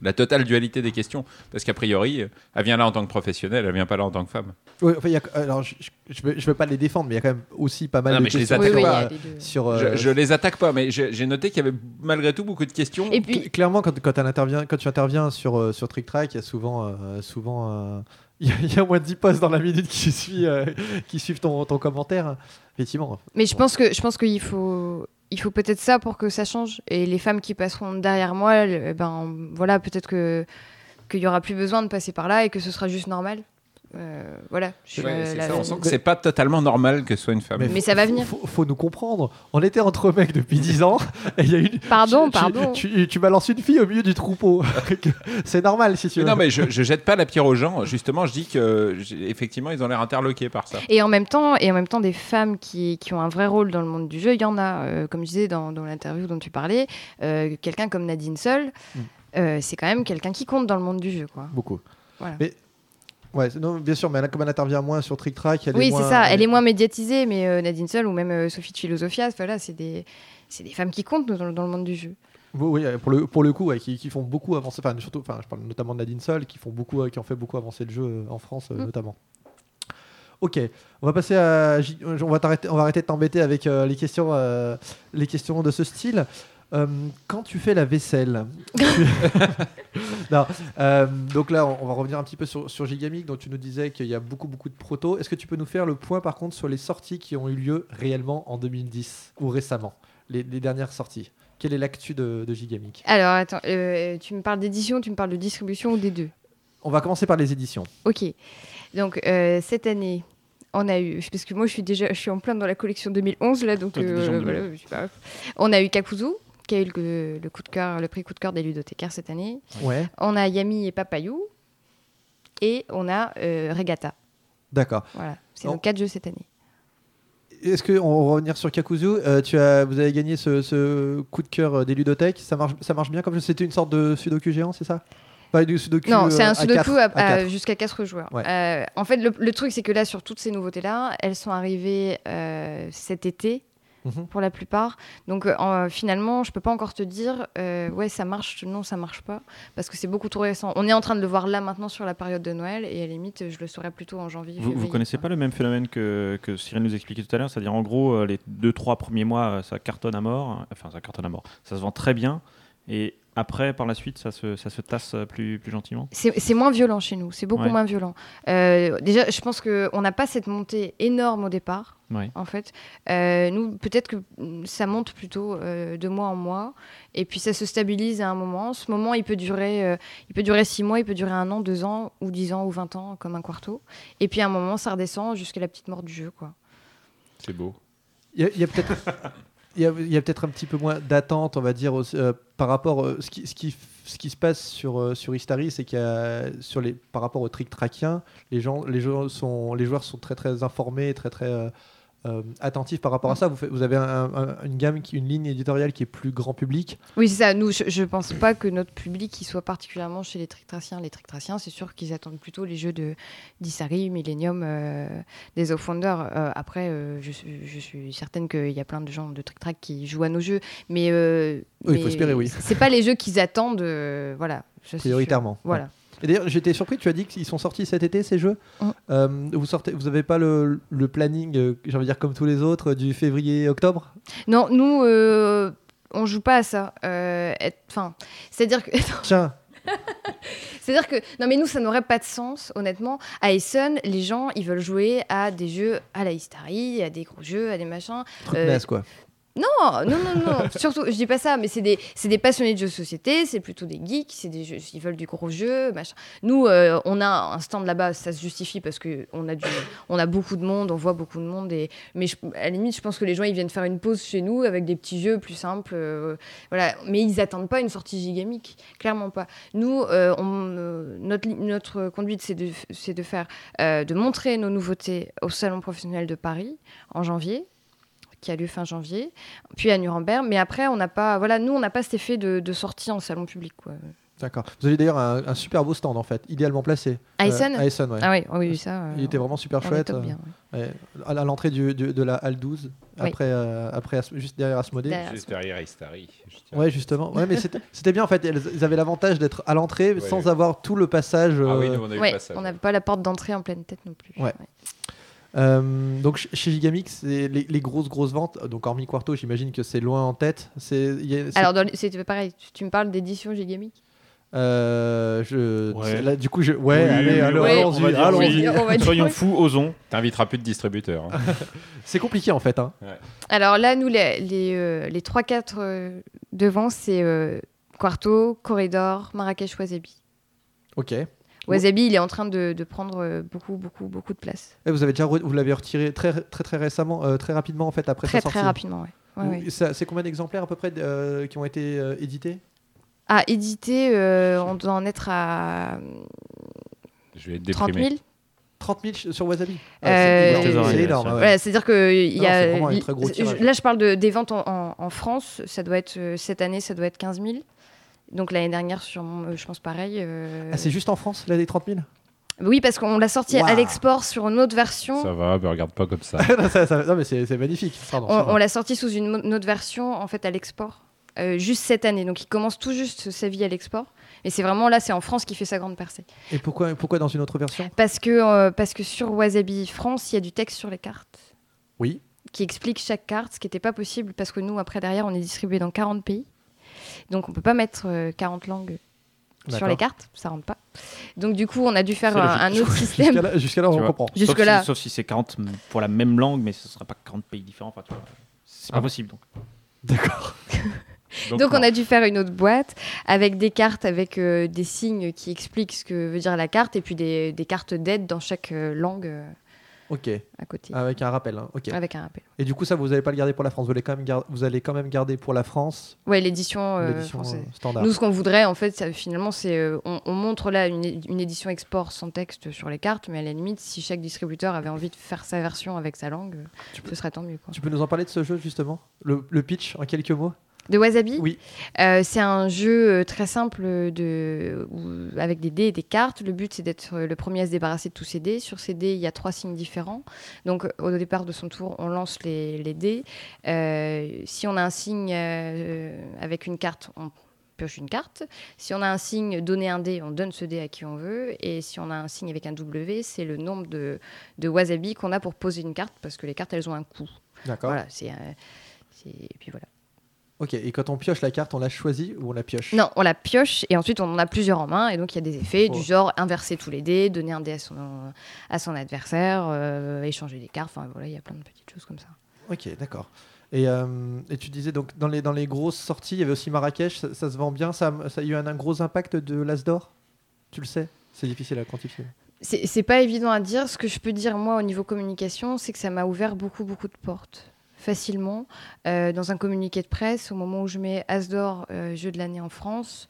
S1: la totale dualité des questions. Parce qu'a priori, euh, elle vient là en tant que professionnelle, elle vient pas là en tant que femme.
S4: Ouais, enfin, il y a- alors, je ne veux, je veux pas les défendre, mais il y a quand même aussi pas mal
S1: Non,
S4: de
S1: mais je les
S4: questions
S1: attaque
S4: sur,
S1: pas.
S4: euh,
S6: Oui, oui, il y a les deux.
S4: sur, euh,
S1: Je, je les attaque pas, mais j'ai j'ai noté qu'il y avait malgré tout beaucoup de questions.
S6: Et
S4: cl-
S6: puis,
S4: Clairement, quand, quand, elle intervient, quand tu interviens sur, euh, sur Trick Track, il y a souvent. euh, souvent euh, il y a- il y a au moins 10 posts dans la minute qui, suit, euh, qui suivent ton, ton commentaire. Effectivement.
S6: Mais je pense que je pense qu'il faut il faut peut-être ça pour que ça change et les femmes qui passeront derrière moi, elles, eh ben voilà peut-être que qu'il y aura plus besoin de passer par là et que ce sera juste normal. euh, voilà. je suis,
S1: Ouais,
S6: euh,
S1: c'est
S6: la-
S1: ça, on sent que c'est pas totalement normal que ce soit une femme.
S6: Mais ça va venir.
S4: Faut, faut nous comprendre. On était entre mecs depuis 10 ans et il y a une. tu-
S6: Pardon,
S4: tu-
S6: pardon.
S4: Tu, tu balances une fille au milieu du troupeau. c'est normal si tu
S1: Mais
S4: veux.
S1: non, mais je, je jette pas la pierre aux gens. Justement, je dis que j'ai- effectivement, ils ont l'air interloqués par ça.
S6: Et en même temps, et en même temps, des femmes qui, qui ont un vrai rôle dans le monde du jeu, il y en a. Euh, comme je disais dans, dans l'interview dont tu parlais, euh, quelqu'un comme Nadine Seul,
S4: Mm.
S6: euh, c'est quand même quelqu'un qui compte dans le monde du jeu, quoi.
S4: Beaucoup.
S6: Voilà.
S4: Mais ouais, c'est- non, bien sûr, mais elle, comme elle intervient moins sur Trick Track, elle est
S6: Oui,
S4: moins-
S6: c'est ça. Elle est moins médiatisée, mais euh, Nadine Seul ou même euh, Sophie de Philosophia, voilà, c'est des, c'est des femmes qui comptent dans, dans le monde du jeu.
S4: Oui, oui, pour le pour le coup, ouais, qui, qui font beaucoup avancer. Enfin, surtout, enfin, je parle notamment de Nadine Sol, qui font beaucoup, euh, qui ont fait beaucoup avancer le jeu euh, en France, euh,
S6: Mm.
S4: notamment. Ok, on va passer à, J- on va t'arrêter, on va arrêter de t'embêter avec euh, les questions, euh, les questions de ce style. Euh, quand tu fais la vaisselle, tu- Non, euh, donc là on on va revenir un petit peu sur, sur Gigamic, dont tu nous disais qu'il y a beaucoup beaucoup de protos. Est-ce que tu peux nous faire le point par contre sur les sorties qui ont eu lieu réellement en 2010 ou récemment, les, les dernières sorties Quelle est l'actu de, de Gigamic
S6: Alors, attends, euh, tu me parles d'édition, tu me parles de distribution ou des deux
S4: On va commencer par les éditions.
S6: Ok. Donc euh, cette année, on a eu, parce que moi je suis déjà, je suis en plein dans la collection 2011 là, donc
S5: Toi, t'es
S6: euh,
S5: déjà en
S6: voilà, je suis pas- on a eu Kakuzu qui a eu le, le coup de cœur, le prix coup de cœur des ludothécaires cette année.
S4: Ouais.
S6: On a Yami et Papayou et on a euh, Regatta.
S4: D'accord.
S6: Voilà, c'est
S4: Non.
S6: nos quatre jeux cette année.
S4: Est-ce que on va revenir sur Kakuzu Euh, Tu as, vous avez gagné ce, ce coup de cœur euh, des ludothèques. Ça marche, ça marche bien comme jeu. C'était une sorte de sudoku géant, c'est ça Pas du sudoku.
S6: Non, c'est
S4: euh,
S6: un
S4: à
S6: sudoku
S4: quatre,
S6: à-
S4: à
S6: à-
S4: quatre.
S6: jusqu'à 4 joueurs.
S4: Ouais.
S6: Euh, en fait, le, le truc, c'est que là, sur toutes ces nouveautés-là, elles sont arrivées euh, cet été.
S4: Mhm.
S6: Pour la plupart. Donc euh, en- finalement, je peux pas encore te dire, euh, ouais, ça marche, non, ça marche pas, parce que c'est beaucoup trop récent. On est en train de le voir là maintenant sur la période de Noël, et à la limite, je le saurai plutôt en janvier.
S5: Vous, vous
S6: février,
S5: connaissez
S6: quoi.
S5: pas le même phénomène que, que Cyril nous expliquait tout à l'heure, c'est-à-dire en gros euh, les deux trois premiers mois euh, ça cartonne à mort, enfin ça cartonne à mort, ça se vend très bien et après par la suite ça se, ça se tasse euh, plus, plus gentiment.
S6: C'est c'est moins violent chez nous, c'est beaucoup
S5: Ouais.
S6: moins violent. Euh, déjà, je pense qu'on n'a pas cette montée énorme au départ,
S5: Ouais.
S6: en fait. Euh, nous, peut-être que mm, ça monte plutôt euh, de mois en mois, et puis ça se stabilise à un moment. Ce moment, il peut durer, euh, il peut durer six mois, il peut durer un an, deux ans, ou dix ans, ou vingt ans, comme un quarto. Et puis à un moment, ça redescend jusqu'à la petite mort du jeu, quoi.
S1: C'est beau.
S4: Il y a, il y a peut-être. Il y a, il y a peut-être un petit peu moins d'attente, on va dire, aussi, euh, par rapport euh, ce qui ce qui f- ce qui se passe sur euh, sur Istari, c'est qu'il y a sur les par rapport au trick trackien, les gens les gens sont les joueurs sont très très informés, très très euh, euh, attentifs par rapport à ça. Vous, faites- vous avez un- un- une gamme, qui- une ligne éditoriale qui est plus grand public.
S6: Oui, c'est ça. Nous, je, je pense pas que notre public il soit particulièrement chez les trictraciens. Les trictraciens, c'est sûr qu'ils attendent plutôt les jeux de d'Issari, Millennium, euh, des of Wonder. Euh, après, euh, je, suis- je suis certaine qu'il y a plein de gens de trick-track qui jouent à nos jeux, mais, euh,
S4: Oui, il faut
S6: mais
S4: espérer, oui.
S6: C'est pas les jeux qu'ils attendent, euh, voilà. ça, c'est sûr.
S4: Prioritairement.
S6: Voilà.
S4: Et d'ailleurs, j'étais surpris, tu as dit qu'ils sont sortis cet été, ces jeux.
S6: Mm.
S4: Euh, vous sortez, vous avez pas le, le planning, euh, j'ai envie de dire comme tous les autres, du février-octobre
S6: Non, nous, euh, on joue pas à ça. Euh, être- Enfin, c'est-à-dire que
S4: Tiens,
S6: C'est-à-dire que, non mais nous, ça n'aurait pas de sens, honnêtement. À Essen, les gens, ils veulent jouer à des jeux à la Histari, à des gros jeux, à des machins.
S4: truc
S6: Euh,
S4: naze, quoi.
S6: Non, non, non, non. Surtout, je dis pas ça, mais c'est des, c'est des passionnés de jeux de société, c'est plutôt des geeks, c'est des jeux, ils veulent du gros jeu, machin. Nous, euh, on a un stand là-bas, ça se justifie parce que on a du, on a beaucoup de monde, on voit beaucoup de monde, et mais je- à la limite, je pense que les gens ils viennent faire une pause chez nous avec des petits jeux plus simples, euh, voilà. Mais ils attendent pas une sortie gigamique, clairement pas. Nous, euh, on, euh, notre, li- notre conduite, c'est de, c'est de faire, euh, de montrer nos nouveautés au salon professionnel de Paris en janvier qui a lieu fin janvier, puis à Nuremberg. Mais après, on n'a pas, voilà, nous, on n'a pas cet effet de, de sortie en salon public. Quoi.
S4: D'accord. Vous avez d'ailleurs un, un super beau stand, en fait, idéalement placé.
S6: À Essen
S4: Euh, à Essen, ouais.
S6: Ah oui, oui, oui, ça. euh,
S4: Il était vraiment super
S6: on les
S4: chouette.
S6: toque bien,
S4: euh,
S6: ouais.
S4: ouais. À à l'entrée du- du- de la Halle 12,
S6: Oui.
S4: après, euh, après As- juste derrière Asmodée.
S6: Derrière.
S1: Juste derrière Istari. je tiens.
S4: Ouais, justement. Ouais, mais c'était c'était bien en fait. Elles, elles avaient l'avantage d'être à l'entrée
S1: Ouais,
S4: sans
S1: ouais.
S4: avoir tout le passage.
S1: Ah oui,
S4: euh,
S1: nous, on a eu
S6: Ouais,
S1: pas ça.
S6: on n'avait pas la porte d'entrée en pleine tête non plus.
S4: Ouais. Euh, donc ch- chez Gigamic, c'est les, les grosses grosses ventes. Donc hormis Quarto, j'imagine que c'est loin en tête. C'est il y a- c'est-
S6: Alors, dans les- c'était pareil, tu, tu me parles d'édition gigamique
S4: euh, je
S5: Ouais.
S4: c'est- là du coup je ouais
S5: Oui,
S4: allez
S5: oui,
S4: alors,
S6: oui,
S5: on va
S4: allons-y
S5: dire
S4: allons-y.
S5: oui.
S6: On va dire-
S5: Soyons fous, osons.
S1: T'inviteras plus de hein. distributeur.
S4: C'est compliqué en fait. Hein.
S6: Alors là, nous, les, les, euh, les 3-4 euh, devant, c'est euh, Quarto, Corridor, Marrakech, Wasabi.
S4: Ok.
S6: Wasabi, il est en train de, de prendre euh, beaucoup, beaucoup, beaucoup de place.
S4: Et Eh, vous avez déjà re- vous l'avez retiré très très très récemment, euh, très rapidement en fait après
S6: très,
S4: sa sortie.
S6: très rapidement, ouais. Ouais, ouais.
S4: Ou- ça- C'est combien d'exemplaires à peu près euh, qui ont été euh, édités
S6: Ah, édité, euh, on doit en être à
S1: Je vais être
S6: 30 000.
S1: déprimé.
S4: 30 000 sur Wasabi. Ah,
S6: Euh,
S4: c'est
S5: Tes
S4: énorme.
S5: oreilles,
S4: C'est énorme,
S5: ça.
S4: ouais.
S6: Voilà, c'est-à-dire que il y
S4: Non, c'est
S6: a,
S4: vraiment un très gros tirage.
S6: là je parle de, des ventes en, en- en France, ça doit être euh, cette année ça doit être 15 000. Donc l'année dernière sur je pense pareil. euh,
S4: Ah, c'est juste en France, là, les 30 000
S6: Oui parce qu'on l'a sorti
S4: Waouh.
S6: à l'export sur une autre version.
S1: Ça va, me regarde pas comme ça.
S4: non, ça- ça- non, mais c'est c'est magnifique. Pardon,
S6: On,
S4: pardon.
S6: on l'a sorti sous une, mo- une autre version en fait à l'export euh, juste cette année. Donc il commence tout juste sa vie à l'export et c'est vraiment là c'est en France qui fait sa grande percée.
S4: Et pourquoi, pourquoi dans une autre version
S6: Parce que euh, parce que sur Wasabi France il y a du texte sur les cartes.
S4: Oui.
S6: qui explique chaque carte, ce qui n'était pas possible parce que nous, après, derrière, on est distribué dans 40 pays. Donc, on peut pas mettre euh, 40 langues sur
S4: D'accord.
S6: les cartes, ça rentre pas. Donc, du coup, on a dû faire
S5: C'est
S6: un, un autre
S4: Jusqu'à
S6: système.
S4: là, jusqu'à là,
S5: Tu
S4: on
S5: vois.
S4: comprend.
S5: Sauf
S6: Jusque-là.
S5: si- Sauf si c'est 40 pour la même langue, mais ce ne sera pas 40 pays différents. Enfin, tu vois, c'est pas
S4: Ah.
S5: possible. Donc.
S4: D'accord.
S6: Donc, on a dû faire une autre boîte avec des cartes, avec euh, des signes qui expliquent ce que veut dire la carte et puis des, des cartes d'aide dans chaque euh, langue euh,
S4: Ok.
S6: à côté.
S4: Avec un rappel. hein. Ok.
S6: Avec un rappel.
S4: Et du coup, ça, vous n'allez pas le garder pour la France. Vous allez quand même, gar- vous allez quand même garder pour la France
S6: Ouais, l'édition euh,
S4: l'édition euh,
S6: française.
S4: standard.
S6: Nous, ce qu'on voudrait, en fait, ça, finalement, c'est. euh, on, on montre là une, é- une édition export sans texte sur les cartes, mais à la limite, si chaque distributeur avait envie de faire sa version avec sa langue, euh,
S4: Tu
S6: ce serait tant mieux. quoi.
S4: Tu peux nous en parler de ce jeu, justement le, le pitch, en quelques mots
S6: De Wasabi
S4: Oui.
S6: Euh, c'est un jeu euh, très simple euh, de, où- avec des dés et des cartes. Le but, c'est d'être euh, le premier à se débarrasser de tous ces dés. Sur ces dés, il y a trois signes différents. Donc, au départ de son tour, on lance les, les dés. Euh, si on a un signe euh, avec une carte, on pioche une carte. Si on a un signe donner un dé, on donne ce dé à qui on veut. Et si on a un signe avec un W, c'est le nombre de, de wasabi qu'on a pour poser une carte, parce que les cartes, elles ont un coût.
S4: D'accord.
S6: Voilà, c'est... euh, c'est- et puis voilà.
S4: Ok. Et quand on pioche la carte, on la choisit ou on la pioche
S6: Non, on la pioche et ensuite on en a plusieurs en main et donc il y a des effets
S4: Oh.
S6: du genre inverser tous les dés, donner un dé à son, à son adversaire, euh, échanger des cartes, enfin voilà, il y a plein de petites choses comme ça.
S4: Ok, d'accord. Et, euh, et tu disais donc dans les, dans les grosses sorties, il y avait aussi Marrakech, ça, ça se vend bien, ça, a- ça a eu un, un gros impact de l'Asdor Tu le sais C'est difficile à quantifier.
S6: C'est c'est pas évident à dire. Ce que je peux dire moi au niveau communication, c'est que ça m'a ouvert beaucoup beaucoup de portes facilement. Euh, dans un communiqué de presse, au moment où je mets Asdor euh, jeu de l'année en France,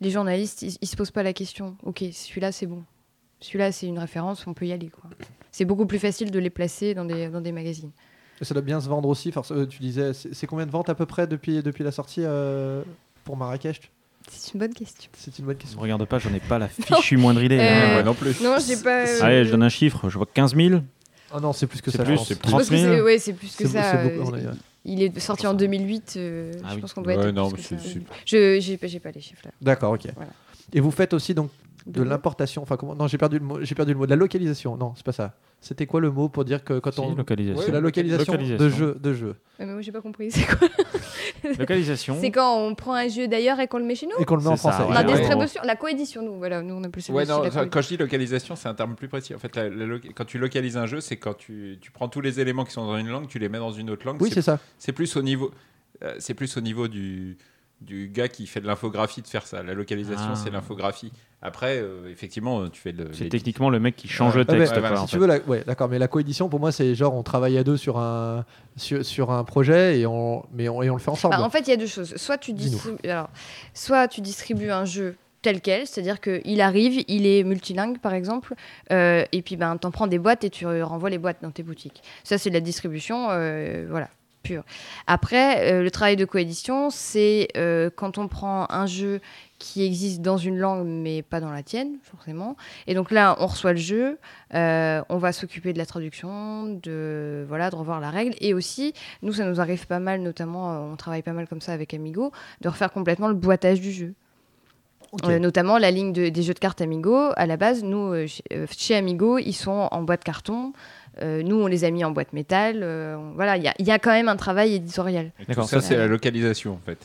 S6: les journalistes ils, ils se posent pas la question. Ok, celui-là c'est bon, celui-là c'est une référence, on peut y aller quoi. C'est beaucoup plus facile de les placer dans des, dans des magazines.
S4: Et ça doit bien se vendre aussi, force- euh, tu disais, c'est c'est combien de ventes à peu près depuis, depuis la sortie euh, pour Marrakech
S6: C'est une bonne question.
S4: C'est une bonne
S5: Je
S4: question.
S5: ne regarde pas, j'en ai pas la fichue moindre idée.
S6: Euh,
S5: hein.
S1: Moi non plus.
S6: Non, j'ai pas. euh,
S5: Allez, Ah je donne un chiffre. Je vois 15 000.
S4: Ah non, c'est plus que
S5: C'est
S4: ça.
S5: plus,
S4: je pense.
S1: c'est plus.
S6: Je pense
S5: 30
S6: que
S5: 000.
S6: c'est ouais, c'est plus que
S4: C'est-
S6: ça.
S4: c'est beaucoup, on
S6: euh,
S4: est-
S6: Il est sorti en 2008. euh,
S5: Ah
S6: je
S5: oui.
S6: pense qu'on doit être.
S1: Ouais,
S6: à
S1: non,
S6: plus
S1: mais
S6: que
S1: c'est-
S6: ça.
S1: c'est-
S6: Je j'ai pas, j'ai pas les chiffres là.
S4: D'accord, ok.
S6: Voilà.
S4: Et vous faites aussi donc de l'importation, enfin comment Non, j'ai perdu le mot, j'ai perdu le mot de la localisation. Non, c'est pas ça. C'était quoi le mot pour dire que quand
S5: Si,
S4: on
S5: localisation.
S4: c'est la localisation, de
S5: Localisation.
S4: jeux, de jeux.
S6: Ouais, mais moi j'ai pas compris. C'est quoi
S5: Localisation.
S6: C'est quand on prend un jeu d'ailleurs et qu'on le met chez nous.
S4: et qu'on le met en
S5: C'est ça,
S4: français.
S5: ouais.
S6: On a
S5: Ouais,
S6: des
S5: ouais.
S6: distributions, la coédition nous. Voilà, nous on appelle ça.
S1: Ouais,
S6: aussi
S1: non,
S6: la
S1: quand
S6: coédition.
S1: quand je dis localisation, c'est un terme plus précis. En fait, la- la loca- quand tu localises un jeu, c'est quand tu, tu prends tous les éléments qui sont dans une langue, tu les mets dans une autre langue.
S4: Oui,
S1: C'est-
S4: c'est ça.
S1: c'est plus au niveau, euh, c'est plus au niveau du, du gars qui fait de l'infographie de faire ça. La localisation,
S5: Ah.
S1: c'est l'infographie. Après, euh, effectivement, euh, tu fais de.
S5: C'est
S1: les-
S5: techniquement le mec qui change le
S4: Ah, mais-
S5: texte.
S1: ouais,
S5: quoi,
S1: voilà,
S5: en
S4: Si
S5: fait.
S4: tu veux, la- ouais, d'accord, mais la coédition pour moi c'est genre on travaille à deux sur un sur, sur un projet et on mais on, et on le fait ensemble.
S6: Bah, en fait, il y a deux choses. Soit tu,
S4: Dis-nous.
S6: distribues, alors, soit tu distribues un jeu tel quel, c'est-à-dire qu'il arrive, il est multilingue par exemple, euh, et puis ben, t'en prends des boîtes et tu euh, renvoies les boîtes dans tes boutiques. Ça, c'est de la distribution, euh, voilà, pure. Après, euh, le travail de coédition, c'est euh, quand on prend un jeu qui existe dans une langue mais pas dans la tienne, forcément. Et donc là, on reçoit le jeu, euh, on va s'occuper de la traduction, de, voilà, de revoir la règle, et aussi nous, ça nous arrive pas mal, notamment, euh, on travaille pas mal comme ça avec Amigo, de refaire complètement le boitage du jeu.
S4: Ok.
S6: Euh, notamment la ligne de- des jeux de cartes Amigo. À la base, nous, euh, chez, euh, chez Amigo, ils sont en boîte carton. Euh, nous, on les a mis en boîte métal. euh, on- voilà, il y a, il y a quand même un travail éditorial.
S1: Et tout
S5: D'accord.
S1: ça, c'est la localisation, en fait.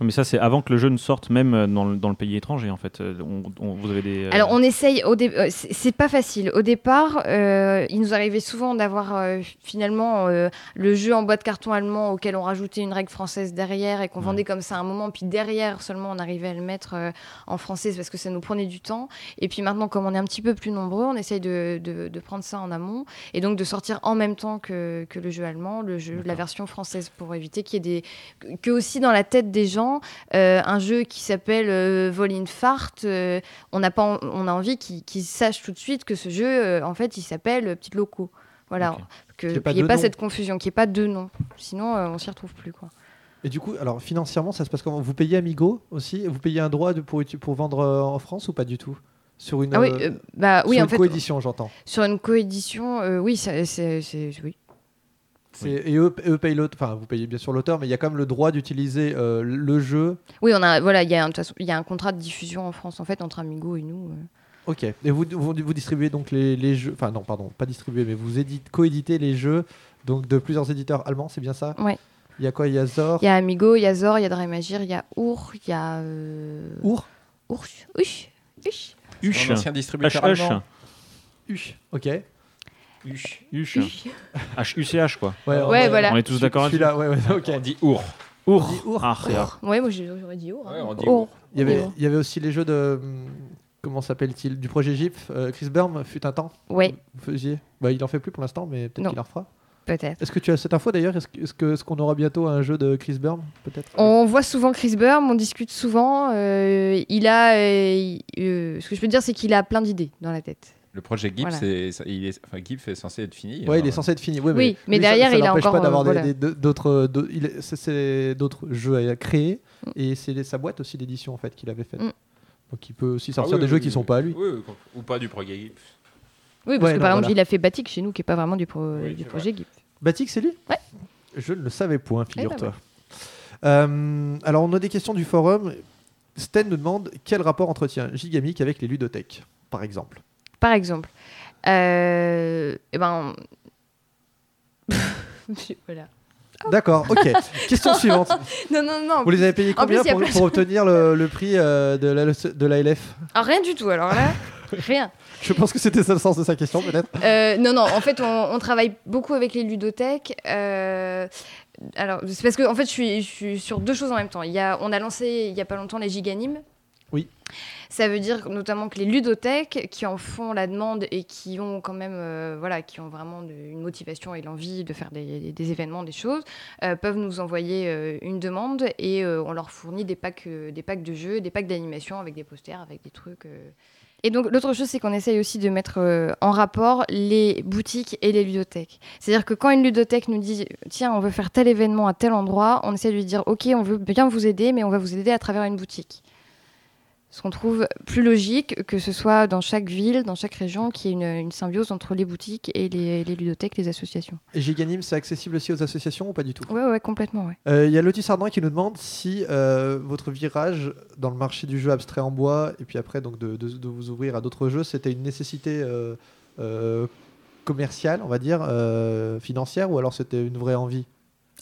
S5: Mais ça, c'est avant que le jeu ne sorte, même euh, dans le, dans le pays étranger, en fait. Euh, on- on- vous avez des. euh,
S6: Alors on essaye, au dé- euh, c'est c'est pas facile. Au départ, euh, il nous arrivait souvent d'avoir euh, finalement euh, le jeu en boîte carton allemand auquel on rajoutait une règle française derrière et qu'on
S5: Ouais.
S6: vendait comme ça à un moment, puis derrière seulement on arrivait à le mettre euh, en français parce que ça nous prenait du temps. Et puis maintenant, comme on est un petit peu plus nombreux, on essaye de, de- de prendre ça en amont et donc de sortir en même temps que, que le jeu allemand, le jeu, la
S5: D'accord.
S6: version française pour éviter qu'il y ait des... que aussi dans la tête des gens, euh, un jeu qui s'appelle euh, Volin Fart, euh, on a, pas en- on a envie qu'ils qu'ils sachent tout de suite que ce jeu, euh, en fait, il s'appelle euh, Petite Loco. Voilà,
S5: Ok.
S6: que-
S4: Qu'il y ait
S6: qu'il
S4: pas
S6: n'y ait
S4: deux
S6: pas
S4: noms.
S6: cette confusion, qu'il n'y ait pas deux noms. Sinon, euh, on s'y retrouve plus. Quoi.
S4: Et du coup, alors financièrement, ça se passe comment Vous payez Amigo aussi Vous payez un droit de, pour, uti- pour vendre euh, en France ou pas du tout Sur une,
S6: Ah oui,
S4: euh,
S6: euh, bah, oui
S4: sur
S6: en
S4: une
S6: fait,
S4: coédition, j'entends.
S6: sur une coédition, euh, oui, ça- c'est. c'est- Oui.
S4: C'est- Et eux, eux payent l'auteur, enfin vous payez bien sûr l'auteur, mais il y a quand même le droit d'utiliser euh, le jeu.
S6: oui, on a, voilà, il y, a un- de toute façon, il y a un contrat de diffusion en France, en fait, entre Amigo et nous. euh.
S4: Ok. Et vous, vous, vous distribuez donc les, les jeux, enfin non, pardon, pas distribuer, mais vous édite, coéditez les jeux donc de plusieurs éditeurs allemands, c'est bien ça
S6: Ouais.
S4: Il y a quoi Il y a Zor
S6: Il y a Amigo, il y a Zor, il y a Dremagir, il y a Our, il y a. euh,
S4: Our
S6: Ours Ush Ush
S5: Huche.
S1: Un ancien distributeur
S5: H-H.
S1: allemand.
S4: U. Ok. Ouais,
S1: Huche.
S5: Huche.
S6: Ush
S5: H-U-C-H, quoi.
S4: ouais,
S6: voilà.
S5: On est tous d'accord là-dessus
S4: Celui-là, ouais, ouais, ok.
S1: On dit our.
S5: Our.
S4: On dit our.
S5: Ah, c'est
S6: Our. Ouais, moi j'ai- j'aurais dit Our. hein.
S1: Ouais, on dit
S6: Our.
S1: Our.
S4: Il y, avait,
S6: Our.
S4: il y avait aussi les jeux de. hum, Comment s'appelle-t-il Du projet GIF, euh, Chris Berm fut un temps.
S6: Ouais,
S4: Vous faisiez bah, Il en fait plus pour l'instant, mais peut-être
S6: Non.
S4: qu'il en refera.
S6: peut-être.
S4: Est-ce que tu as cette info d'ailleurs Est-ce que- est-ce que- est-ce qu'on aura bientôt un jeu de Chris Berm Peut-être
S6: On voit souvent Chris Burm, on discute souvent. euh, il a, euh, il- euh, ce que je peux dire, c'est qu'il a plein d'idées dans la tête.
S1: Le projet GIF,
S6: Voilà.
S1: c'est, ça- il est, enfin, GIF est censé être fini. hein.
S4: Ouais, il est
S1: Alors,
S4: censé être fini. Ouais,
S6: Oui, mais
S4: lui, ça-
S6: derrière,
S4: ça
S6: il a
S4: l'empêche pas
S6: encore,
S4: d'avoir
S6: euh,
S4: des-
S6: voilà.
S4: des- de- d'autres de- il est- c'est- c'est d'autres jeux à créer et c'est les- sa boîte aussi d'édition en fait qu'il avait faite.
S6: Mm.
S4: Donc il peut aussi
S1: Ah
S4: sortir
S1: oui,
S4: des
S1: oui,
S4: jeux
S1: oui,
S4: qui sont
S1: oui.
S4: pas à lui.
S1: Oui, oui, ou pas du projet GIF.
S4: Ouais,
S6: Oui, parce que
S4: non,
S6: par exemple,
S4: voilà.
S6: il a fait Batik chez nous, qui est pas vraiment du, pro-
S1: Oui,
S6: du
S1: c'est
S6: projet GIP.
S4: Batik, c'est lui
S6: Ouais.
S4: Je ne le savais point,
S6: ben
S4: figure-toi. Euh, alors on a des questions du forum. Sten nous demande quel rapport entretient Gigamic avec les ludothèques, par exemple.
S6: Par exemple, euh, eh ben, voilà. Ah.
S4: D'accord, ok. Question suivante.
S6: Non, non, non.
S4: Vous les avez payés
S6: En plus,
S4: combien
S6: il y a
S4: pour,
S6: plein de
S4: pour
S6: gens.
S4: obtenir le, le prix euh, de la- de l'ALF
S6: Ah, rien du tout. Alors là, rien.
S4: Je pense que c'était ça le sens de sa question, peut-être.
S6: Euh, non, non, en fait, on, on travaille beaucoup avec les ludothèques. euh, alors, c'est parce que, en fait, je suis, je suis sur deux choses en même temps. Il y a, on a lancé il n'y a pas longtemps les giganimes.
S4: Oui.
S6: Ça veut dire notamment que les ludothèques qui en font la demande et qui ont quand même, euh, voilà, qui ont vraiment de- une motivation et l'envie de faire des, des- des événements, des choses, euh, peuvent nous envoyer euh, une demande et euh, on leur fournit des packs, euh, des packs de jeux, des packs d'animation avec des posters, avec des trucs. euh, et donc l'autre chose, c'est qu'on essaye aussi de mettre euh, en rapport les boutiques et les ludothèques. C'est-à-dire que quand une ludothèque nous dit tiens, on veut faire tel événement à tel endroit, on essaie de lui dire ok, on veut bien vous aider, mais on va vous aider à travers une boutique. Ce qu'on trouve plus logique que ce soit dans chaque ville, dans chaque région, qu'il y ait une, une symbiose entre les boutiques et les, les ludothèques, les associations.
S4: Et Giganim, c'est accessible aussi aux associations ou pas du tout
S6: Ouais, ouais, complètement, ouais.
S4: Euh, Il y a Lotus Ardent qui nous demande si euh, votre virage dans le marché du jeu abstrait en bois et puis après donc de, de- de vous ouvrir à d'autres jeux, c'était une nécessité euh, euh, commerciale, on va dire, euh, financière ou alors c'était une vraie envie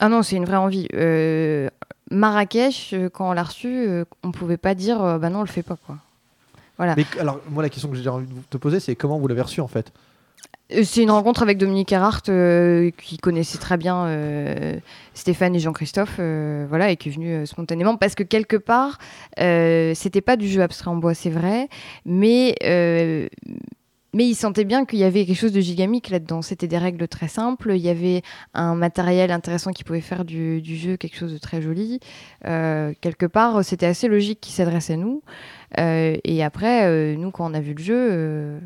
S6: Ah non, c'est une vraie envie. Euh, Marrakech, euh, quand on l'a reçu, euh, on pouvait pas dire euh, bah non, on le fait pas quoi. Ah.
S4: Mais alors, moi, la question que j'ai envie de vous- te poser, c'est comment vous l'avez reçu en fait
S6: Euh, C'est une rencontre avec Dominique Erhardt euh, qui connaissait très bien euh, Stéphane et Jean-Christophe, euh, voilà, et qui est venu euh, spontanément parce que quelque part, euh, c'était pas du jeu abstrait en bois, c'est vrai, mais euh, mais il sentait bien qu'il y avait quelque chose de gigamique là-dedans. C'était des règles très simples, il y avait un matériel intéressant qui pouvait faire du, du jeu quelque chose de très joli. Euh, quelque part, c'était assez logique qu'il s'adresse à nous. Euh, et après, euh, nous, quand on a vu le jeu. euh,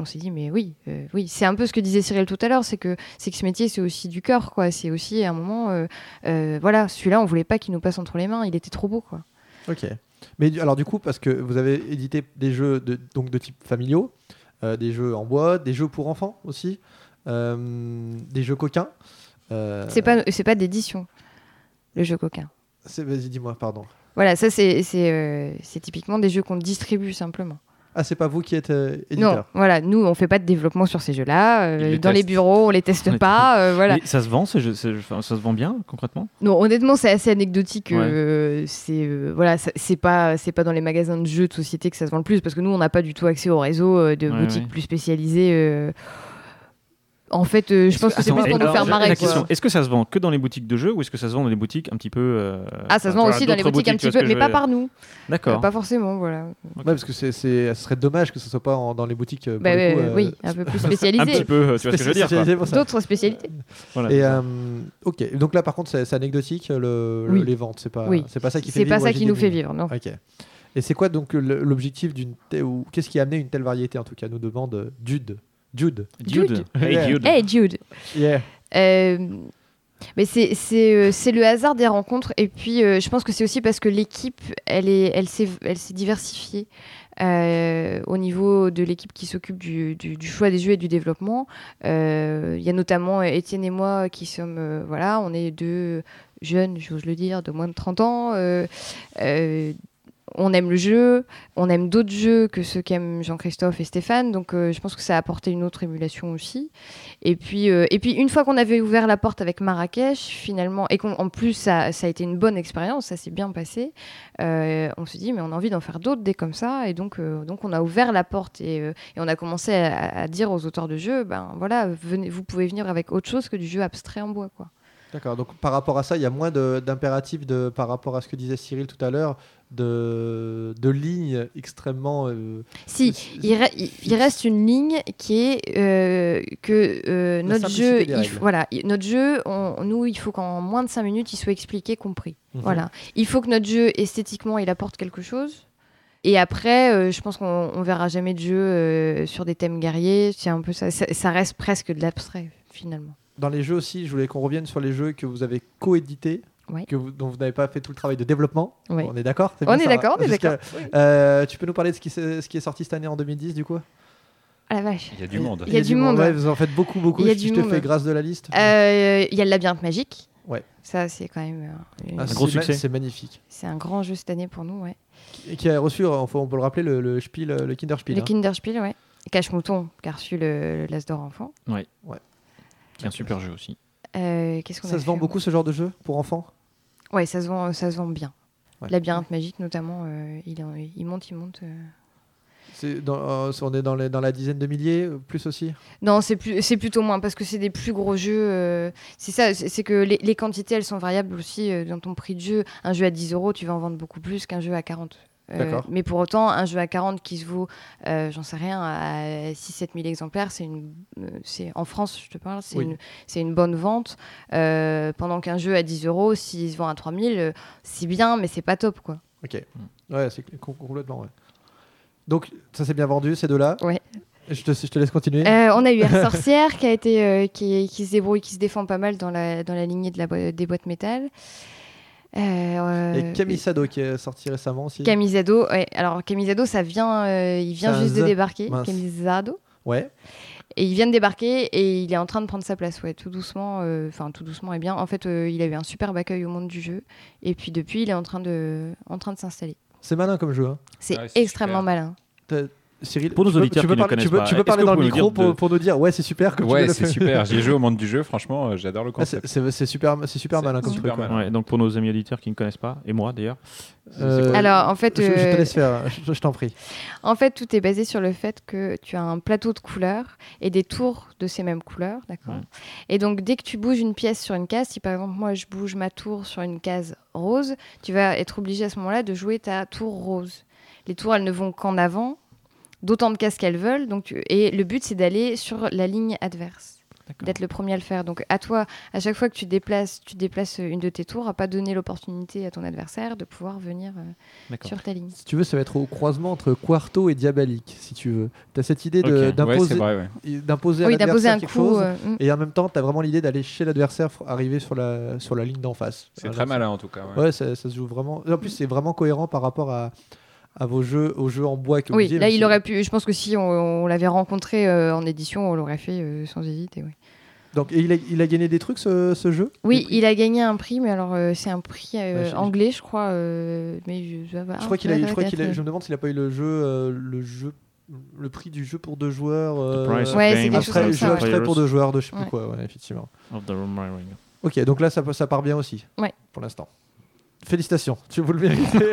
S6: on s'est dit mais oui, euh, oui, c'est un peu ce que disait Cyril tout à l'heure, c'est que c'est que ce métier c'est aussi du cœur quoi, c'est aussi à un moment, euh, euh, voilà, celui-là on voulait pas qu'il nous passe entre les mains, il était trop beau quoi.
S4: Ok. Mais du- alors du coup, parce que vous avez édité des jeux de, donc de type familiaux, euh, des jeux en bois, des jeux pour enfants aussi, euh, des jeux coquins. euh,
S6: C'est pas c'est pas d'édition, le jeu coquin.
S4: c'est- Vas-y, dis-moi, pardon.
S6: Voilà, ça c'est c'est euh, c'est typiquement des jeux qu'on distribue simplement.
S4: Ah, c'est pas vous qui êtes euh, éditeur
S6: Non, voilà, nous, on fait pas de développement sur ces jeux-là. euh,
S1: Ils les
S6: dans les
S1: testent.
S6: bureaux, on les teste
S5: On les
S6: pas. euh, voilà.
S5: Mais ça se vend, ce jeu- ce- enfin, ça se vend bien concrètement
S6: Non, honnêtement, c'est assez anecdotique.
S5: Ouais.
S6: euh, c'est euh, voilà, ça- c'est pas c'est pas dans les magasins de jeux de société que ça se vend le plus parce que nous, on n'a pas du tout accès au réseau euh, de
S5: Ouais,
S6: boutiques
S5: ouais.
S6: plus spécialisées. euh. En fait, euh, je pense que c'est
S5: Attends,
S6: plus pour
S5: alors,
S6: nous faire
S5: j'ai
S6: marrer.
S5: La
S6: quoi.
S5: question, est-ce que ça se vend que dans les boutiques de jeux ou est-ce que ça se vend dans les boutiques un petit peu euh,
S6: Ah, ça
S5: enfin,
S6: se vend
S5: tu vois,
S6: aussi dans les
S5: d'autres
S6: boutiques, un
S5: tu
S6: petit
S5: vois
S6: peu,
S5: ce que
S6: mais
S5: je
S6: pas
S5: veux dire
S6: par nous. Euh,
S5: D'accord.
S6: Pas forcément, voilà.
S4: Ouais, parce que c'est, c'est- ce serait dommage que ce soit pas en- dans les boutiques. euh, pour
S6: Bah,
S4: le coup,
S6: euh,
S4: euh,
S6: oui, un peu plus
S5: Un petit
S6: spécialisé.
S5: peu, euh, tu vois ce que je veux dire. quoi.
S4: spécialisé pour ça.
S6: D'autres spécialités.
S5: Voilà,
S4: Et
S5: c'est ça.
S4: euh, ok, donc là par contre c'est, c'est anecdotique le, le-
S6: Oui.
S4: les ventes, c'est pas
S6: Oui.
S4: c'est pas ça qui fait
S6: C'est pas
S4: vivre
S6: ça qui nous
S4: JDD.
S6: fait vivre, non.
S4: Ok. Et c'est quoi donc le- l'objectif d'une te- ou qu'est-ce qui a amené une telle variété en tout cas nous demande euh, Jude. Jude.
S5: Dude.
S6: Dude.
S5: Hey,
S4: Ouais.
S5: Dude.
S6: Hey Eh, Jude,
S4: Yeah.
S6: Euh, mais c'est c'est, euh, c'est le hasard des rencontres et puis euh, je pense que c'est aussi parce que l'équipe elle est elle s'est elle s'est diversifiée euh, au niveau de l'équipe qui s'occupe du, du- du choix des jeux et du développement. Euh, Il y a notamment Étienne et moi qui sommes euh, voilà on est deux jeunes j'ose le dire de moins de 30 ans. euh, euh, on aime le jeu, on aime d'autres jeux que ceux qu'aiment Jean-Christophe et Stéphane, donc euh, je pense que ça a apporté une autre émulation aussi. Et puis, euh, et puis une fois qu'on avait ouvert la porte avec Marrakech, finalement, et qu'en plus ça, ça a été une bonne expérience, ça s'est bien passé, euh, on se dit mais on a envie d'en faire d'autres des comme ça, et donc, euh, donc on a ouvert la porte et, euh, et on a commencé à, à dire aux auteurs de jeux, ben voilà, venez, vous pouvez venir avec autre chose que du jeu abstrait en bois, quoi.
S4: D'accord. Donc par rapport à ça, il y a moins de- d'impératifs de par rapport à ce que disait Cyril tout à l'heure de de lignes extrêmement euh,
S6: Si, il, re- il- il reste une ligne qui est euh, que euh,
S4: La
S6: notre
S4: simplicité
S6: jeu,
S4: des
S6: il-
S4: règles.
S6: voilà, il- notre jeu, on- nous, il faut qu'en moins de 5 minutes, il soit expliqué, compris.
S4: Mhm.
S6: Voilà. Il faut que notre jeu, esthétiquement, il apporte quelque chose. Et après, euh, je pense qu'on on verra jamais de jeu euh, sur des thèmes guerriers. C'est un peu ça. Ça, ça reste presque de l'abstrait, finalement.
S4: dans les jeux aussi, je voulais qu'on revienne sur les jeux que vous avez coédités,
S6: Ouais.
S4: que vous, dont vous n'avez pas fait tout le travail de développement.
S6: Ouais.
S4: On est d'accord c'est
S6: On
S4: bien ça,
S6: est
S4: hein,
S6: d'accord, on est
S4: jusqu'à-
S6: d'accord.
S4: Euh, tu peux nous parler de ce qui, s'est- ce qui est sorti cette année en 2010 du coup
S6: Ah la vache.
S1: Il y a du monde.
S6: Il y a du monde,
S4: ouais,
S6: ouais.
S4: vous en faites beaucoup, beaucoup.
S6: Il y a
S4: si
S6: du
S4: je te
S6: monde.
S4: fais grâce de la liste.
S6: Euh, Il y a le labyrinthe magique.
S4: Ouais.
S6: Ça, c'est quand même. euh, une-
S4: Ah, c'est
S5: gros
S4: ma-
S5: succès.
S4: C'est magnifique.
S6: c'est un grand jeu cette année pour nous, ouais.
S4: Et qui a reçu, euh, enfin, on peut le rappeler, le, le Spiel, euh, le Kinderspiel.
S6: Le
S4: hein.
S6: Kinderspiel, ouais. Cache-mouton, qui a reçu le, le Las d'or enfant.
S5: Qui est un super jeu aussi.
S6: Euh, Qu'est-ce qu'on
S4: Ça
S6: a
S4: se vend
S6: fait
S4: beaucoup ce genre de jeu pour enfants
S6: Ouais, ça se vend, ça se vend bien.
S4: Ouais.
S6: Labyrinthe magique, notamment, euh, il, en- il monte, il monte. euh.
S4: C'est dans- euh, On est dans, les- dans la dizaine de milliers, euh, plus aussi
S6: Non, c'est plus, c'est plutôt moins parce que c'est des plus gros jeux. euh, c'est ça, c'est c'est que les, les quantités, elles sont variables aussi euh, dans ton prix de jeu. Un jeu à 10 euros, tu vas en vendre beaucoup plus qu'un jeu à 40. Euh,
S4: D'accord.
S6: mais pour autant, un jeu à 40 qui se vaut, euh, j'en sais rien, à 6-7 000 exemplaires, c'est une, euh, c'est en France, je te parle, c'est
S4: Oui.
S6: une, c'est une bonne vente. Euh, pendant qu'un jeu à 10 euros, s'il se vend à 3 000, euh, c'est bien, mais c'est pas top, quoi.
S4: Ok.
S5: Mm.
S4: Ouais, c'est com- complètement, ouais. Donc, ça s'est bien vendu, ces deux-là.
S6: Ouais.
S4: Je te, je te laisse continuer.
S6: Euh, on a eu Air Sorcière qui, a été, euh, qui, qui se débrouille, qui se défend pas mal dans la, dans la lignée de la boi- des boîtes métal. Euh, euh,
S4: Et Camisado qui est sorti récemment aussi.
S6: Camisado, ouais. alors Camisado, ça vient, euh, il vient
S4: C'est un
S6: juste de
S4: Z.
S6: débarquer,
S4: Mince.
S6: Camisado,
S4: Ouais.
S6: et il vient de débarquer et il est en train de prendre sa place, ouais, tout doucement, euh, enfin tout doucement et bien. En fait, euh, il a eu un superbe accueil au monde du jeu et puis depuis, il est en train de, en train de s'installer.
S4: C'est malin comme jeu. hein.
S6: C'est
S1: Ah ouais, c'est
S6: extrêmement
S1: super.
S6: malin.
S4: Cyril,
S5: Pour nos
S4: tu peux-
S5: auditeurs
S4: tu peux,
S5: qui ne
S4: parler-
S5: connaissent
S4: tu peux-
S5: pas,
S4: tu peux
S5: est-ce
S4: parler
S5: que
S4: dans
S5: vous
S4: le
S5: pouvez nous
S4: micro
S5: dire
S4: pour,
S5: de-
S4: pour nous dire ouais c'est super comme tu
S1: Ouais,
S4: viens de
S1: c'est
S4: le faire.
S1: super. J'y ai joué au monde du jeu, franchement, euh, j'adore le
S4: Ah, c'est
S1: concept.
S4: c'est- c'est super, c'est super
S1: C'est
S4: malin comme
S1: super
S4: truc. hein. ouais.
S1: malin.
S5: Ouais, donc pour nos amis auditeurs qui ne connaissent pas, et moi d'ailleurs. c'est-
S4: Euh,
S5: c'est quoi
S6: Alors en fait,
S4: Je, je
S6: euh,
S4: te laisse faire, je, je t'en prie.
S6: En fait, tout est basé sur le fait que tu as un plateau de couleurs et des tours de ces mêmes couleurs, d'accord
S5: Ouais.
S6: Et donc, dès que tu bouges une pièce sur une case, si par exemple moi je bouge ma tour sur une case rose, tu vas être obligé à ce moment-là de jouer ta tour rose. Les tours, elles ne vont qu'en avant, d'autant de cases qu'elles veulent, donc tu- et le but c'est d'aller sur la ligne adverse
S5: D'accord.
S6: d'être le premier à le faire. Donc à toi, à chaque fois que tu déplaces, tu déplaces une de tes tours, à pas donner l'opportunité à ton adversaire de pouvoir venir euh,
S5: D'accord.
S6: sur ta ligne.
S4: Si tu veux, ça va être au croisement entre Quarto et Diabolique, si tu veux. T'as cette idée de-
S5: Ok.
S1: Ouais, c'est
S4: d'imposer
S1: vrai, ouais.
S4: d'imposer à
S6: Oui, d'imposer
S4: l'adversaire
S6: un
S4: quelque
S6: coup.
S4: chose,
S6: euh, mm.
S4: et en même temps, t'as vraiment l'idée d'aller chez l'adversaire, faut arriver sur la sur la ligne d'en face.
S1: C'est
S4: Alors,
S1: très malin en tout cas. ouais.
S4: Ouais, ça, ça se joue vraiment. En plus, c'est vraiment cohérent par rapport à, à vos jeux, aux jeux en bois que vous
S6: Oui,
S4: disiez,
S6: là,
S4: même
S6: il
S4: si-
S6: aurait pu. Je pense que si on, on l'avait rencontré euh, en édition, on l'aurait fait euh, sans hésiter. Oui,
S4: Donc, et il a, il a gagné des trucs ce, ce jeu
S6: oui
S4: Des prix
S6: il a gagné un prix, mais alors euh, c'est un prix euh,
S4: Ouais, je-
S6: anglais, je crois. euh, mais je,
S4: Je crois qu'il a, je crois qu'il a- je me demande s'il a pas eu le jeu, euh, le jeu le prix du jeu pour deux joueurs. euh,
S5: price of
S6: Ouais, c'est
S5: game
S6: quelque chose
S4: Après,
S6: comme
S4: le
S6: ça,
S4: jeu
S6: ouais.
S4: abstrait pour deux joueurs, de je sais plus
S6: Ouais.
S4: quoi, ouais, effectivement.
S5: of the Romaring.
S4: Ok, donc là, ça, peut- ça part bien aussi.
S6: Ouais.
S4: Pour l'instant. Félicitations, tu vous le méritez.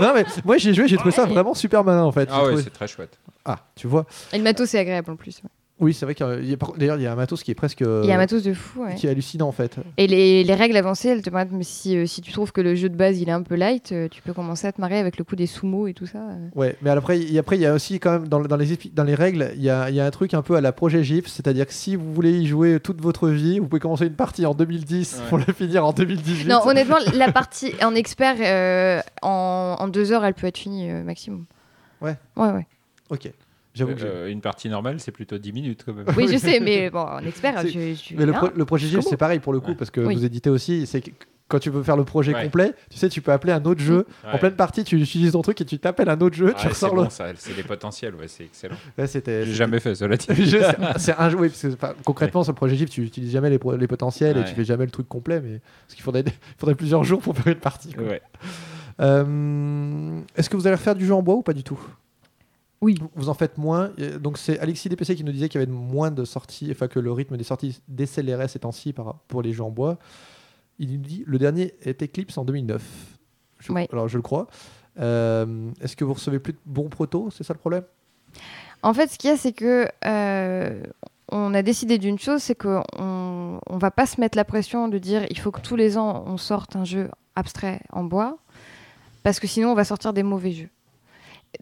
S4: non, mais moi, j'ai joué, j'ai trouvé ça vraiment super malin, en fait. J'ai
S1: Ah ouais,
S4: trouvé-
S1: c'est très chouette.
S4: ah, tu vois.
S6: euh, Et le matos, c'est agréable en plus. ouais.
S4: Oui, c'est vrai qu'il y a- par- d'ailleurs, il y a un matos qui est presque.
S6: Il y a un matos de fou. ouais.
S4: Euh, Qui est hallucinant, en fait.
S6: Et les, les règles avancées, elles te permettent, mais si, euh, si tu trouves que le jeu de base il est un peu light, euh, tu peux commencer à te marrer avec le coup des sumo et tout ça. euh.
S4: Ouais, mais après, il y, après, il y a aussi quand même dans, le- dans les, expli- dans les règles, il y a, il y a un truc un peu à la projet GIF, c'est-à-dire que si vous voulez y jouer toute votre vie, vous pouvez commencer une partie en 2010
S1: Ouais.
S4: pour la finir en 2018.
S6: Non, honnêtement, la partie en expert, euh, en, en deux heures, elle peut être finie euh, maximum.
S4: Ouais.
S6: Ouais, ouais.
S4: Ok, j'avoue que j'ai-
S1: Euh, une partie normale, c'est plutôt 10 minutes quand même.
S6: Oui, je sais, mais bon, en expert,
S4: C'est-
S6: tu. tu-
S4: Mais le,
S6: hein.
S4: pro- le projet GIF,
S6: Comment
S4: c'est pareil pour le coup,
S1: Ouais.
S4: parce que
S6: Oui.
S4: vous éditez aussi. C'est que quand tu veux faire le projet
S1: Ouais.
S4: complet, tu sais, tu peux appeler un autre jeu. En
S1: Ouais.
S4: pleine partie, tu utilises ton truc et tu t'appelles un autre jeu,
S1: Ah,
S4: tu
S1: c'est
S4: ressors
S1: bon,
S4: le.
S1: ça, c'est des potentiels, ouais, c'est excellent.
S4: Ouais, c'était.
S1: J'ai jamais fait, cela dit.
S4: c'était- Je- c'est- c'est un jeu, oui, parce que enfin, concrètement, sur le projet GIF, tu utilises jamais les, pro- les potentiels et
S1: Ouais.
S4: tu fais jamais le truc complet, mais parce qu'il faudrait, il faudrait plusieurs jours pour faire une partie. quoi.
S1: Ouais.
S4: Euh, Est-ce que vous allez refaire du jeu en bois ou pas du tout
S6: Oui.
S4: Vous- Vous en faites moins. Et Donc c'est Alexis DPC qui nous disait qu'il y avait moins de sorties, enfin que le rythme des sorties décélérait ces temps-ci par- pour les jeux en bois. Il nous dit le dernier est Eclipse en 2009. Je-
S6: Ouais.
S4: Alors je le crois. Euh, Est-ce que vous recevez plus de bons protos C'est ça le problème
S6: En fait, ce qu'il y a, c'est que euh, on a décidé d'une chose, c'est qu'on on va pas se mettre la pression de dire il faut que tous les ans on sorte un jeu abstrait en bois, parce que sinon on va sortir des mauvais jeux.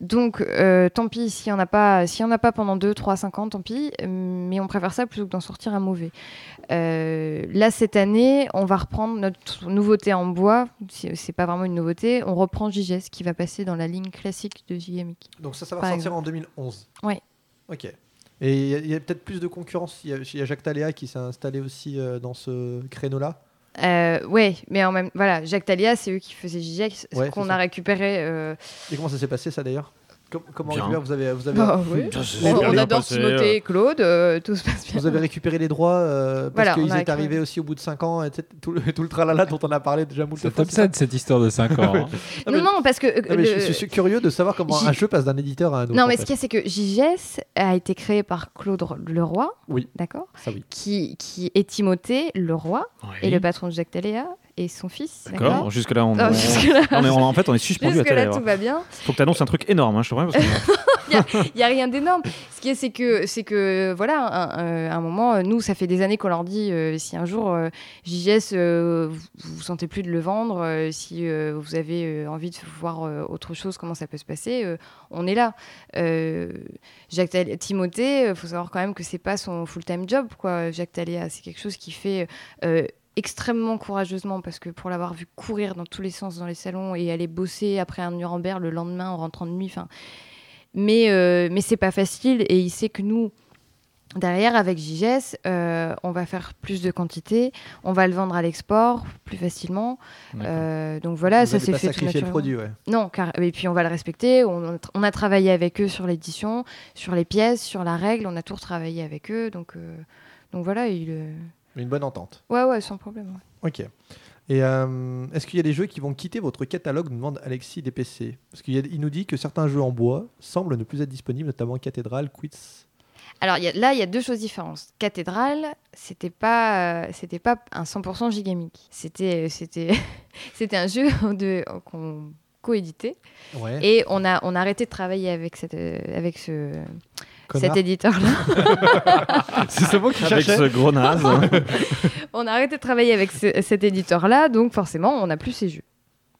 S6: Donc, euh, tant pis, s'il n'y en, a pas- s'il y en a pas pendant 2, 3, 5 ans, tant pis, mais on préfère ça plutôt que d'en sortir un mauvais. Euh, là, cette année, on va reprendre notre nouveauté en bois, c'est c'est pas vraiment une nouveauté, on reprend JGS qui va passer dans la ligne classique de Gigamic.
S4: Donc ça, ça va
S6: Par
S4: sortir en 2011.
S6: Ouais.
S4: Ok. Et il y a- il y a, peut-être plus de concurrence. Il y a, il y a Jacques Taléa qui s'est installé aussi euh, dans ce créneau-là.
S6: Euh, ouais, mais en même voilà, Jacques Talia, c'est eux qui faisaient Jack,
S4: Ouais, c'est
S6: qu'on
S4: ça.
S6: a récupéré. euh,
S4: Et comment ça s'est passé ça d'ailleurs Com- Comment
S5: Bien.
S4: Hubert, vous avez, vous avez
S6: bah, ouais.
S5: c'est
S6: On,
S5: super
S6: on
S5: bien
S6: adore
S5: passé,
S6: Timothée et Claude, euh, tout se passe bien.
S4: Vous avez récupéré les droits euh, parce
S6: Voilà, on
S4: qu'ils
S6: a
S4: étaient
S6: récupéré.
S4: arrivés aussi au bout de 5 ans, et tout tout le, tout le tralala dont on a parlé déjà moult
S1: C'est
S4: fois,
S1: top
S4: c'est ça
S1: 7 cette histoire de 5 ans. hein.
S4: Ah, mais-
S6: Non, non, parce que. euh,
S4: Non, mais je,
S6: le-
S4: je suis curieux de savoir comment
S6: J-
S4: un jeu passe d'un éditeur à un autre.
S6: Non,
S4: en
S6: mais
S4: fait.
S6: ce qu'il y a, c'est que JGS a été créé par Claude Leroy,
S4: Oui.
S6: d'accord,
S4: Ça, Ah oui.
S6: qui, qui est Timothée Leroy, et le patron de Jacques Taléa, et son fils,
S5: D'accord,
S6: d'accord
S5: jusque là euh, on.
S6: Non, jusque-là-
S5: Non, mais on- en fait on est suspendu à ta
S6: Jusque-là,
S5: lèvre.
S6: tout va bien.
S5: Faut que t'annonces un truc énorme, hein, je te remercie, parce que-
S6: Il n'y a rien d'énorme. Ce qui est, c'est que, c'est que, voilà, un- euh, à un, moment, euh, nous, ça fait des années qu'on leur dit euh, si un jour euh, JGS, euh, vous vous sentez plus de le vendre, euh, si euh, vous avez euh, envie de voir euh, autre chose, comment ça peut se passer, euh, on est là. Euh, Jacques Tal- Timothée, il faut savoir quand même que c'est pas son full-time job, quoi. Jacques Taléa, c'est quelque chose qui fait. euh, extrêmement courageusement parce que pour l'avoir vu courir dans tous les sens dans les salons et aller bosser après un Nuremberg le lendemain en rentrant de nuit, enfin mais, euh, mais c'est pas facile et il sait que nous, derrière, avec JGS, euh, on va faire plus de quantité, on va le vendre à l'export plus facilement. Euh, donc voilà,
S4: Vous
S6: ça
S4: avez
S6: s'est
S4: pas
S6: fait tout
S4: sacrifier le
S6: naturellement.
S4: produit, ouais.
S6: Non, car, et puis on va le respecter. On, on a travaillé avec eux sur l'édition, sur les pièces, sur la règle, on a tout retravaillé avec eux. Donc, euh, donc voilà, il. euh,
S4: Une bonne entente.
S6: Ouais, ouais, sans problème. ouais.
S4: Ok. Et euh, est-ce qu'il y a des jeux qui vont quitter votre catalogue nous demande Alexis DPC. Parce qu'il y a- il nous dit que certains jeux en bois semblent ne plus être disponibles, notamment Cathédrale, Quits.
S6: Alors il y a- là, il y a deux choses différentes. Cathédrale, c'était pas, euh, c'était pas un 100% gigamique. C'était, euh, c'était, c'était un jeu de qu'on coéditait.
S4: Ouais.
S6: Et on a, on a arrêté de travailler avec, cette, euh, avec ce,
S4: Connard.
S6: cet éditeur-là.
S4: C'est ce mot qu'il
S5: avec
S4: cherchait.
S5: ce gros naze.
S6: on a arrêté de travailler avec ce- cet éditeur-là, donc forcément, on n'a plus ces jeux.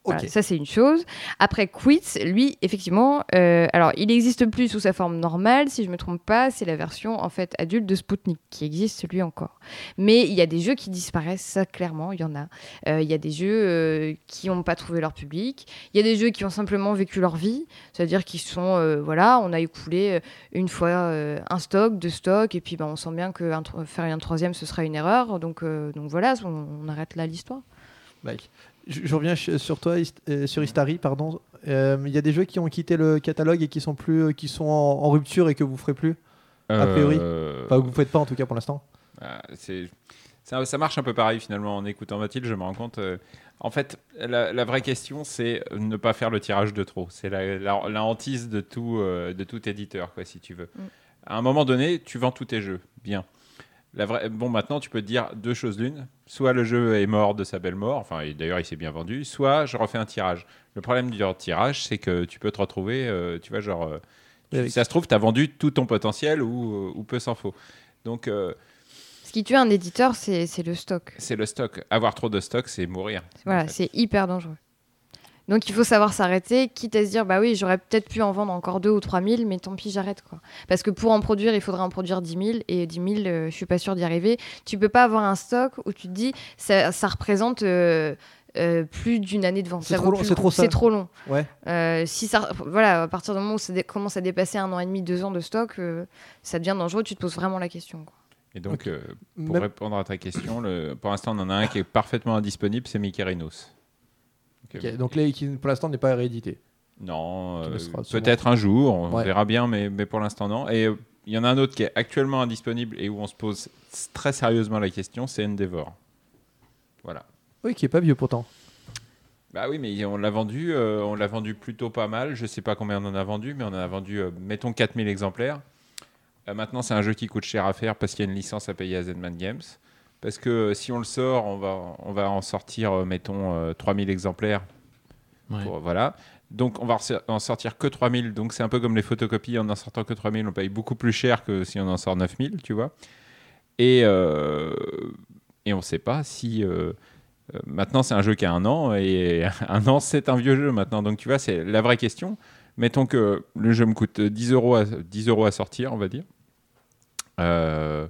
S4: Ok.
S6: Voilà, ça, c'est une chose. Après, Quits, lui, effectivement, euh, alors, il n'existe plus sous sa forme normale, si je ne me trompe pas, c'est la version, en fait, adulte de Spoutnik qui existe, lui, encore. Mais il y a des jeux qui disparaissent, ça, clairement, il y en a. Euh, Il y a des jeux euh, qui n'ont pas trouvé leur public. Il y a des jeux qui ont simplement vécu leur vie, c'est-à-dire qu'ils sont, euh, voilà, on a écoulé euh, une fois euh, un stock, deux stocks, et puis ben, on sent bien que un tro- faire un troisième, ce sera une erreur. Donc, euh, donc voilà, on, on arrête là l'histoire.
S4: Mike. Je, je reviens ch- sur toi, Hist- euh, sur Istari, pardon. Euh, Il y a des jeux qui ont quitté le catalogue et qui sont plus, euh, qui sont en, en rupture et que vous ferez plus. A priori.
S1: Euh,
S4: Enfin, que vous faites pas en tout cas pour l'instant.
S1: ah, c'est- Ça, ça marche un peu pareil finalement. En écoutant Mathilde, je me rends compte. euh, en fait, la, la vraie question, c'est ne pas faire le tirage de trop. C'est la, la- la hantise de tout, euh, de tout éditeur, quoi, si tu veux.
S6: Mm.
S1: À un moment donné, tu vends tous tes jeux. Bien. La vraie... Bon, maintenant, tu peux te dire deux choses l'une. Soit le jeu est mort de sa belle mort, enfin, et d'ailleurs, il s'est bien vendu, soit je refais un tirage. Le problème du tirage, c'est que tu peux te retrouver, euh, tu vois, genre. euh, tu-
S4: Avec-
S1: Ça se trouve, tu as vendu tout ton potentiel ou, ou peu s'en faut. Donc, euh,
S6: Ce qui tue un éditeur, c'est c'est le stock.
S1: c'est le stock. Avoir trop de stock, c'est mourir.
S6: Voilà,
S1: En fait.
S6: c'est hyper dangereux. Donc il faut savoir s'arrêter, quitte à se dire, bah oui, j'aurais peut-être pu en vendre encore deux ou trois mille, mais tant pis, j'arrête quoi. Parce que pour en produire, il faudrait en produire 10 000, et 10 000, euh, je suis pas sûre d'y arriver. Tu peux pas avoir un stock où tu te dis, ça, ça représente euh, euh, plus d'une année de vente.
S4: C'est
S6: Ça
S4: trop
S6: vaut
S4: long,
S6: plus
S4: c'est
S6: le
S4: trop
S6: coup.
S4: ça.
S6: C'est trop long.
S4: Ouais.
S6: Euh, si ça, voilà, à partir du moment où ça dé- commence à dépasser un an et demi, deux ans de stock, euh, ça devient dangereux, tu te poses vraiment la question. quoi.
S1: Et donc,
S4: Ok.
S1: euh, pour
S4: Même-
S1: répondre à ta question, le- pour l'instant, on en a un qui est parfaitement indisponible, c'est Mickey Rhinos. Ok.
S4: Ok, Donc là, qui pour l'instant n'est pas réédité.
S1: Non,
S4: Qui
S1: euh,
S4: le sera sûrement.
S1: peut-être un jour, on
S4: Ouais.
S1: verra bien, mais, mais pour l'instant non. Et euh, il y en a un autre qui est actuellement indisponible et où on se pose s- très sérieusement la question, c'est Endeavor. Voilà.
S4: Oui, qui est pas vieux pourtant.
S1: Bah oui, mais on l'a vendu, euh, on l'a vendu plutôt pas mal. Je sais pas combien on en a vendu, mais on en a vendu, euh, mettons, 4000 exemplaires. Euh, maintenant, c'est un jeu qui coûte cher à faire parce qu'il y a une licence à payer à Zenman Games. Parce que euh, si on le sort, on va, on va en sortir, euh, mettons, euh, 3000 exemplaires.
S5: Ouais.
S1: Pour- voilà. Donc, on va rece- en sortir que 3000. Donc, c'est un peu comme les photocopies. En en sortant que 3000, on paye beaucoup plus cher que si on en sort 9000, tu vois. Et, euh, et on ne sait pas si. euh, euh, maintenant, c'est un jeu qui a un an. Et un an, c'est un vieux jeu maintenant. Donc, tu vois, c'est la vraie question. Mettons que le jeu me coûte 10 euros à, 10 euros à sortir, on va dire. Euh,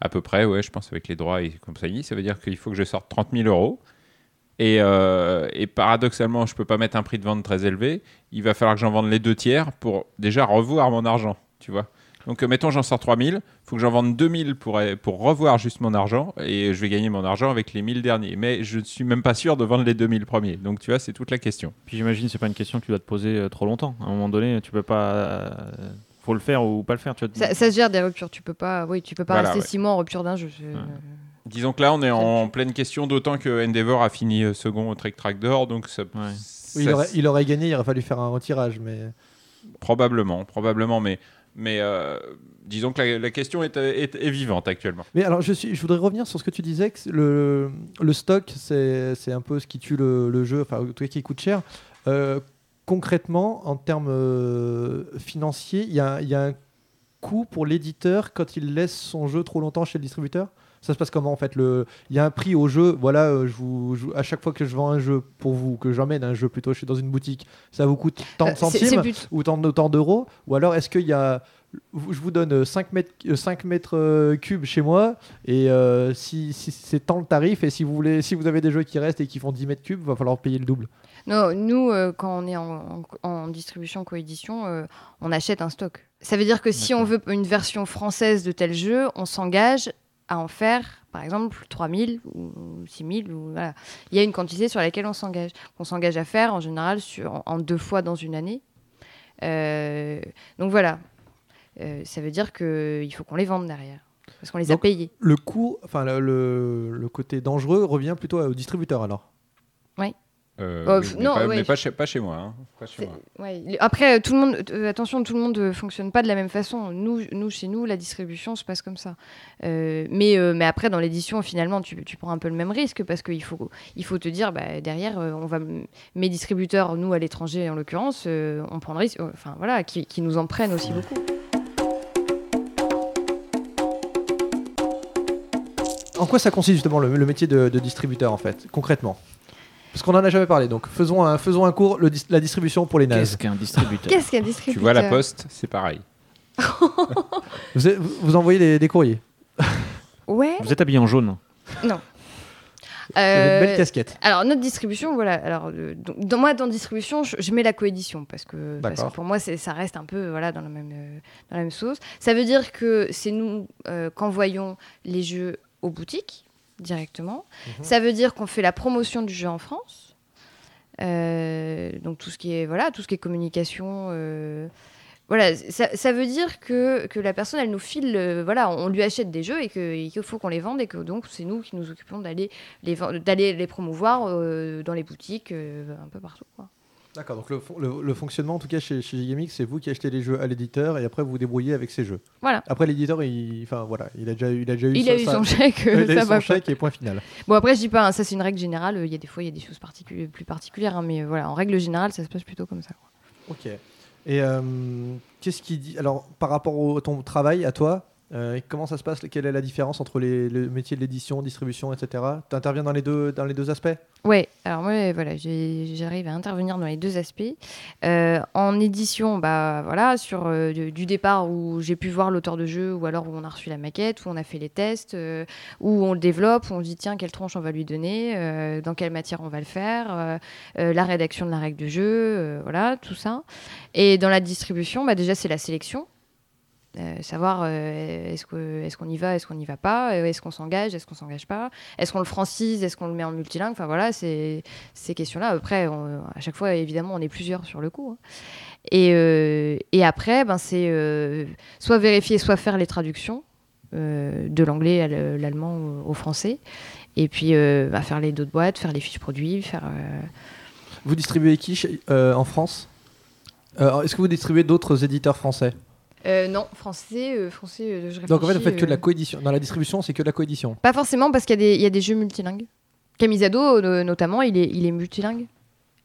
S1: à peu près, ouais, je pense, avec les droits et compagnie. Ça veut dire qu'il faut que je sorte 30 000 euros. Et, euh, et paradoxalement, je peux pas mettre un prix de vente très élevé. Il va falloir que j'en vende les deux tiers pour déjà revoir mon argent, tu vois. Donc, euh, mettons, j'en sors 3000, faut que j'en vende 2000 pour, euh, pour revoir juste mon argent, et je vais gagner mon argent avec les 1000 derniers. Mais je ne suis même pas sûr de vendre les 2000 premiers. Donc, tu vois, c'est toute la question.
S5: Puis j'imagine c'est pas une question que tu dois te poser euh, trop longtemps. À un moment donné, tu peux pas. euh, faut le faire ou pas le faire. Tu vois,
S6: Ça, ça se gère des ruptures, tu peux pas, oui, tu peux pas
S1: Mm. Voilà,
S6: rester
S1: ouais. Mm.
S6: six mois en rupture d'un jeu. c'est- euh,
S1: Disons que là, on est en pleine question, d'autant que Endeavor a fini euh, second au Trek Track d'Or, donc ça,
S5: Ouais.
S1: ça-
S4: Oui, il, aurait, il aurait gagné, il aurait fallu faire un retirage, mais
S1: probablement, probablement, mais, mais euh, disons que la, la question est, est- est vivante actuellement.
S4: mais alors je suis, je voudrais revenir sur ce que tu disais que c'est le, le stock c'est c'est un peu ce qui tue le, le jeu, enfin en tout cas qui coûte cher. Euh, concrètement, en termes euh, financiers, il y a, il y a un coût pour l'éditeur quand il laisse son jeu trop longtemps chez le distributeur. Ça se passe comment en fait le, Il y a un prix au jeu. Voilà, euh, je vous, je- à chaque fois que je vends un jeu pour vous, que j'emmène un jeu plutôt, je suis dans une boutique, ça vous coûte tant
S6: Euh,
S4: de
S6: c'est-
S4: centimes.
S6: c'est plus-
S4: ou tant autant d'euros Ou alors est-ce qu'il y a. Je vous donne euh, 5 mètres, euh, 5 mètres euh, cubes chez moi, et euh, si, si c'est tant le tarif, et si vous, voulez, si vous avez des jeux qui restent et qui font 10 mètres cubes, va falloir payer le double.
S6: Non, nous, euh, quand on est en, en- en distribution coédition, euh, on achète un stock. Ça veut dire que si on veut une version française de tel jeu, on s'engage à en faire, par exemple, 3000 ou 6000. Ou, voilà. Il y a une quantité sur laquelle on s'engage. On s'engage à faire, en général, sur, en, en deux fois dans une année. Euh, donc voilà. Euh, ça veut dire qu'il faut qu'on les vende derrière. Parce qu'on les a
S4: Donc,
S6: payés.
S4: Le coût, enfin le, le, le côté dangereux revient plutôt au distributeur alors.
S1: Euh,
S6: Oh,
S1: oui,
S6: pff,
S1: mais
S6: non,
S1: pas,
S6: ouais,
S1: mais
S6: je-
S1: pas chez, pas chez moi. hein. Pas chez
S6: C'est-
S1: moi.
S6: ouais, les- Après, euh, tout le monde, euh, attention, tout le monde ne fonctionne pas de la même façon. Nous, nous, chez nous, la distribution se passe comme ça. Euh, mais, euh, mais après, dans l'édition, finalement, tu, tu prends un peu le même risque parce qu'il faut, il faut te dire, bah, derrière, euh, on va, m- mes distributeurs, nous à l'étranger en l'occurrence, euh, on prend le risque, euh, enfin voilà, qui, qui nous en prennent aussi beaucoup.
S4: En quoi ça consiste justement le, le métier de, de distributeur en fait, concrètement Parce qu'on en a jamais parlé, donc faisons un, faisons un cours, le dis- la distribution pour les nazes.
S5: Qu'est-ce qu'un distributeur
S6: Qu'est-ce qu'un distributeur
S1: Tu vois la poste, c'est pareil.
S4: Vous, êtes- vous- vous envoyez des, des courriers,
S6: Ouais.
S5: Vous êtes habillé en jaune.
S4: Vous avez une belle
S6: Euh,
S4: casquette.
S6: Alors notre distribution, voilà. Alors euh, donc, dans, moi dans distribution, je, je mets la coédition parce que, parce
S4: D'accord.
S6: que pour moi c'est- ça reste un peu voilà dans la même euh, dans la même sauce. Ça veut dire que c'est nous euh, qu'envoyons les jeux aux boutiques directement. Ça veut dire qu'on fait la promotion du jeu en France. Euh, donc tout ce qui est voilà tout ce qui est communication. euh, voilà, ça, ça veut dire que, que la personne, elle nous file, euh, voilà, on lui achète des jeux et que- et qu'il faut qu'on les vende et que donc c'est nous qui nous occupons d'aller les, ven- d'aller les promouvoir euh, dans les boutiques, euh, un peu partout. Quoi.
S4: D'accord, donc le, fon- le- le fonctionnement en tout cas chez, chez Gigamix, c'est vous qui achetez les jeux à l'éditeur et après vous vous débrouillez avec ces jeux.
S6: Voilà.
S4: Après l'éditeur, il, enfin voilà, il a déjà, eu- il a déjà eu,
S6: Il
S4: ça-
S6: a eu
S4: ça-
S6: son chèque,
S4: il a eu
S6: ça
S4: son
S6: va pas.
S4: chèque et point final.
S6: Bon après je dis pas, hein, ça c'est une règle générale, il y a des fois il y a des choses particu- plus particulières, hein, mais euh, voilà, en règle générale ça se passe plutôt comme ça. quoi.
S4: Ok. Et euh, qu'est-ce qui dit Alors par rapport au, à ton travail, à toi, euh, comment ça se passe Quelle est la différence entre les, le métier de l'édition, distribution, etc. Tu interviens dans les deux, dans les deux aspects
S6: Ouais, alors moi voilà, j'ai- j'arrive à intervenir dans les deux aspects. Euh, en édition, bah voilà, sur euh, du, du départ où j'ai pu voir l'auteur de jeu, ou alors où on a reçu la maquette, où on a fait les tests, euh, où on le développe, où on se dit tiens quelle tranche on va lui donner, euh, dans quelle matière on va le faire, euh, euh, la rédaction de la règle de jeu, euh, voilà tout ça. Et dans la distribution, bah déjà c'est la sélection. Euh, savoir euh, est-ce que- est-ce qu'on y va, est-ce qu'on n'y va pas, euh, est-ce qu'on s'engage, est-ce qu'on s'engage pas, est-ce qu'on le francise, est-ce qu'on le met en multilingue, enfin voilà, c'est ces questions-là. Après, on- à chaque fois, évidemment, on est plusieurs sur le coup. hein. Et, euh, et après, ben, c'est euh, soit vérifier, soit faire les traductions euh, de l'anglais à le- l'allemand au- au français. Et puis, euh, bah, faire les dos de boîte, faire les fiches produits, faire. euh,
S4: Vous distribuez qui chez- euh, en France Euh, Est-ce que vous distribuez d'autres éditeurs français
S6: Euh, non, français, euh, français, euh, je réfléchis.
S4: Donc en fait, vous faites que de la
S6: euh,
S4: coédition. Dans la distribution, c'est que de la coédition.
S6: Pas forcément, parce qu'il y, a des- il y a des jeux multilingues. Camisado, no- notamment, il est, il est multilingue.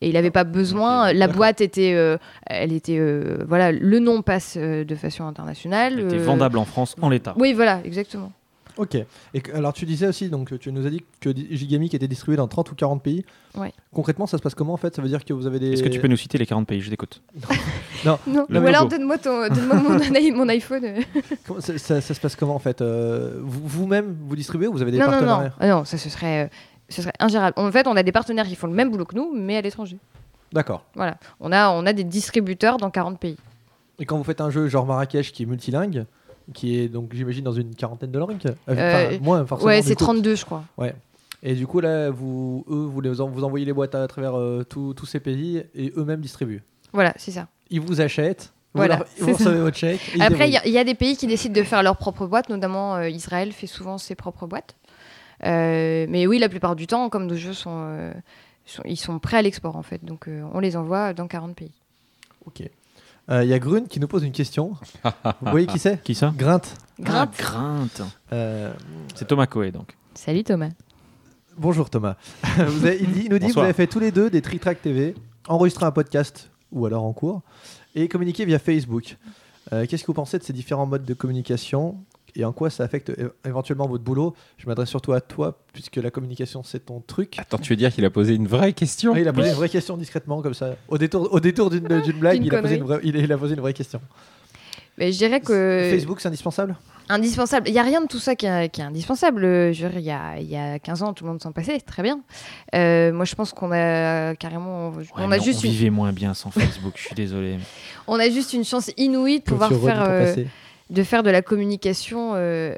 S6: Et il n'avait pas besoin. La
S4: D'accord.
S6: boîte était. euh, elle était. euh, voilà, le nom passe euh, de façon internationale.
S5: Elle était
S6: euh,
S5: vendable en France en l'état.
S6: Oui, voilà, exactement.
S4: Ok. Et que- alors tu disais aussi, donc tu nous as dit que di- Gigamic était distribué dans 30 ou 40 pays.
S6: Ouais.
S4: Concrètement, ça se passe comment en fait Ça veut dire que vous avez des.
S5: Est-ce que tu peux nous citer les 40 pays Je t'écoute.
S6: Non.
S5: Le
S6: Ou alors,
S5: logo.
S6: donne-moi ton- donne-moi mon, i- mon iPhone. euh.
S4: Comment- ça, ça- ça se passe comment en fait Euh, vous- Vous-même, vous distribuez ou vous avez des
S6: Non, non,
S4: partenaires
S6: non. Ah non, ça, ce serait. euh, ce serait ingérable. En fait, on a des partenaires qui font le même boulot que nous, mais à l'étranger.
S4: D'accord.
S6: Voilà. On a, on a des distributeurs dans 40 pays.
S4: Et quand vous faites un jeu genre Marrakech qui est multilingue, qui est donc j'imagine dans une quarantaine de langues, euh,
S6: Euh,
S4: enfin, moins forcément.
S6: ouais,
S4: du
S6: c'est
S4: coup.
S6: 32, je crois.
S4: Et du coup là, vous, eux, vous, les en- vous envoyez les boîtes à travers euh, tous- tous ces pays et eux-mêmes distribuent.
S6: Voilà, c'est ça.
S4: Ils vous achètent. vous
S6: Voilà,
S4: leur- Vous,
S6: c'est ça.
S4: recevez votre chèque. et ils
S6: Après, il
S4: débrouillent.
S6: y, a- il y a des pays qui décident de faire leurs propres boîtes, notamment euh, Israël fait souvent ses propres boîtes. Euh, mais oui, la plupart du temps, comme nos jeux sont, euh, sont- ils sont prêts à l'export en fait, donc euh, on les envoie dans 40 pays.
S4: Ok. Euh, Il y a Grun qui nous pose une question. Vous voyez qui c'est
S5: Qui ça
S4: Grinte.
S6: Grimpe.
S5: Ah, Grinte.
S4: Euh,
S5: C'est Thomas Coe donc.
S6: Salut Thomas.
S4: bonjour Thomas. Euh, Vous avez- il, dit- il nous dit que vous
S5: Bonsoir.
S4: avez fait tous les deux des Trick Track TV, enregistré un podcast ou alors en cours et communiqué via Facebook. Euh, Qu'est-ce que vous pensez de ces différents modes de communication et en quoi ça affecte é- éventuellement votre boulot Je m'adresse surtout à toi puisque la communication c'est ton truc.
S1: Attends, tu veux dire qu'il a posé une vraie question
S4: Ah, il a posé une vraie question discrètement comme ça. Au détour, au détour d'une d'une blague,
S6: D'une
S4: il a, posé
S6: connerie.
S4: une vraie, il, il a posé une vraie question.
S6: Mais je dirais que
S4: Facebook c'est indispensable
S6: indispensable. Il y a rien de tout ça qui est, qui est indispensable. Euh, Je veux dire, il y a, il y a 15 ans, tout le monde s'en passait, c'est très bien. Euh, moi, je pense qu'on a carrément,
S5: Ouais,
S6: on
S5: mais
S6: a juste, une,
S5: vivait moins bien sans Facebook, je suis désolé.
S6: on a juste une chance inouïe de
S4: Que
S6: pouvoir
S4: tu redis
S6: faire.
S4: ton
S6: euh,
S4: passé.
S6: de faire de la communication euh,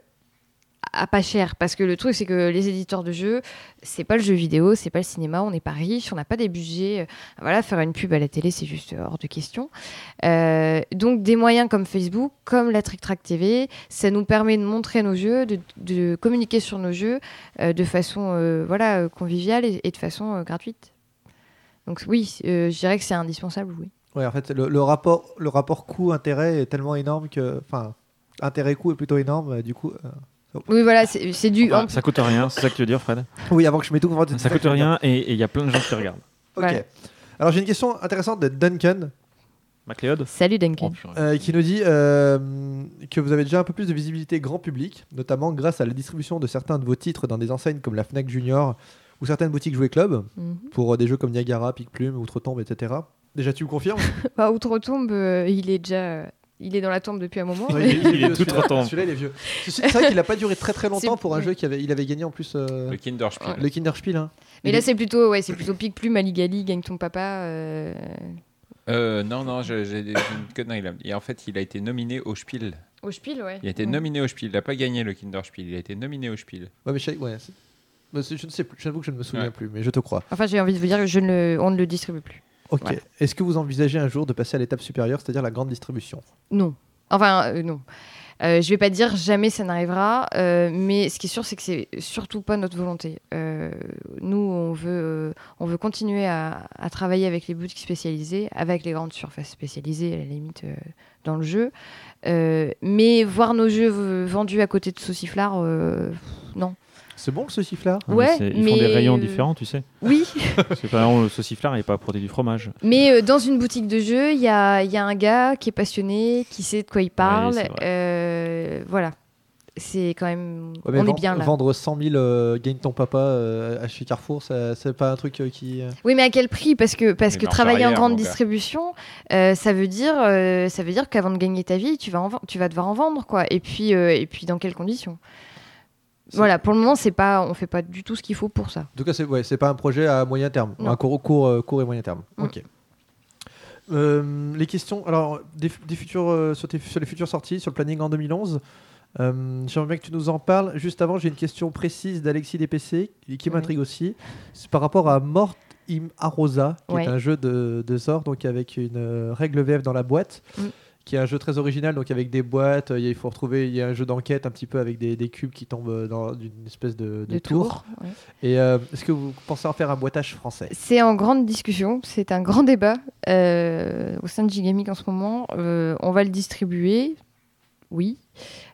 S6: à pas cher. Parce que le truc, c'est que les éditeurs de jeux, c'est pas le jeu vidéo, c'est pas le cinéma, on n'est pas riche, on n'a pas des budgets. euh, Voilà, faire une pub à la télé, c'est juste hors de question. Euh, donc, des moyens comme Facebook, comme la Trick Track TV, ça nous permet de montrer nos jeux, de, de communiquer sur nos jeux euh, de façon euh, voilà, euh, conviviale et, et de façon euh, gratuite. Donc, oui, euh, je dirais que c'est indispensable, oui.
S4: Ouais, en fait, le, le rapport, le rapport coût-intérêt est tellement énorme que. Enfin, intérêt-coût est plutôt énorme, euh, du coup. euh,
S6: Oui, voilà, c'est c'est du. en-
S5: Ouais, ça coûte rien, c'est ça que tu veux dire, Fred
S4: Oui, avant que je m'étouffe. avant de-
S5: Ça coûte rien et et il y a plein de gens qui regardent.
S4: Ok.
S6: Voilà.
S4: Alors, j'ai une question intéressante de Duncan
S5: MacLeod
S6: Salut
S5: Oh,
S6: Duncan.
S4: euh, qui nous dit euh, que vous avez déjà un peu plus de visibilité grand public, notamment grâce à la distribution de certains de vos titres dans des enseignes comme la Fnac Junior ou certaines boutiques Jouets Club
S6: Mhm.
S4: pour euh, des jeux comme Niagara, Pic Plume, Outre-Tombe, etc. Déjà, tu me confirmes
S6: Bah, Outre-tombe, euh, il est déjà. euh, il est dans la tombe depuis un moment.
S4: Ouais,
S5: il est
S4: vieux,
S5: tout
S4: celui-là.
S5: retombe.
S4: Celui-là, il est vieux. C'est vrai qu'il n'a pas duré très très longtemps
S6: C'est-
S4: pour un jeu qu'il avait, il avait gagné en plus euh,
S1: Le Kinderspiel.
S4: le Kinderspiel. hein.
S6: Mais là, c'est plutôt, ouais, c'est plutôt Pic Plume, Aligali, Gagne ton papa. euh,
S1: Euh, non, non, je- j'ai j'ai une connerie là. Et en fait, il a été nominé au Spiel.
S6: Au Spiel, ouais.
S1: Il a été
S6: Mm.
S1: nominé au Spiel. Il n'a pas gagné le Kinderspiel. Il a été nominé au Spiel.
S4: Ouais, mais je, sais- ouais, c'est- bah, c'est- je ne sais plus. J'avoue que je ne me souviens
S1: Ouais.
S4: plus, mais je te crois.
S6: Enfin, j'ai envie de vous dire que je ne, on ne le distribue plus.
S4: Ok.
S6: Voilà.
S4: Est-ce que vous envisagez un jour de passer à l'étape supérieure, c'est-à-dire la grande distribution
S6: Non. Enfin, euh, non. Euh, je vais pas dire jamais ça n'arrivera, euh, mais ce qui est sûr, c'est que c'est surtout pas notre volonté. Euh, nous, on veut, euh, on veut continuer à, à travailler avec les boutiques spécialisées, avec les grandes surfaces spécialisées, à la limite, euh, dans le jeu. Euh, mais voir nos jeux v- vendus à côté de Sauciflard, euh,
S4: C'est bon le sauciflard
S6: Ouais,
S5: c'est- Ils font des
S6: mais,
S5: rayons
S6: euh,
S5: différents, tu sais.
S6: oui,
S5: Parce que par exemple, le sauciflard n'est pas pour du fromage.
S6: Mais euh, dans une boutique de jeux, il y a, il y a un gars qui est passionné, qui sait de quoi il parle.
S5: c'est vrai.
S6: euh, voilà. C'est quand même.
S4: Ouais, mais
S6: on
S4: vend-
S6: est bien là.
S4: Vendre 100 000 euh, gagne ton papa euh, à chez Carrefour, ça- c'est pas un truc euh, qui. euh,
S6: Oui, mais à quel prix Parce que, parce
S1: Les
S6: que
S1: marges
S6: travailler en
S1: arrière,
S6: grande
S1: mon gars.
S6: distribution, euh, ça veut dire, euh, ça veut dire qu'avant de gagner ta vie, tu vas, en ven- tu vas devoir en vendre. quoi. Et puis, euh, et puis dans quelles conditions
S4: C'est-
S6: Voilà, pour le moment, c'est pas, on fait pas du tout ce qu'il faut pour ça.
S4: En tout cas, c'est ouais, c'est pas un projet à moyen terme,
S6: Non.
S4: un court, court, euh, court et moyen terme.
S6: Mm.
S4: Ok. Euh, les questions, alors des, fu- des futurs, euh, sur, tes- sur les futures sorties, sur le planning en 2011. Euh, J'aimerais bien que tu nous en parles. Juste avant, j'ai une question précise d'Alexis DPC qui, qui
S6: Ouais.
S4: m'intrigue aussi. C'est par rapport à Mort im Arosa, qui
S6: Ouais.
S4: est un jeu de, de sort, donc avec une euh, règle VF dans la boîte,
S6: Mm.
S4: qui est un jeu très original, donc avec des boîtes. euh, Il faut retrouver, il y a un jeu d'enquête un petit peu avec des, des cubes qui tombent euh, dans une espèce de, de
S6: De
S4: tour.
S6: tour. ouais.
S4: Et euh, est-ce que vous pensez en faire un boitage français
S6: C'est en grande discussion, c'est un grand débat euh, au sein de Gigamic en ce moment. Euh, on va le distribuer, oui.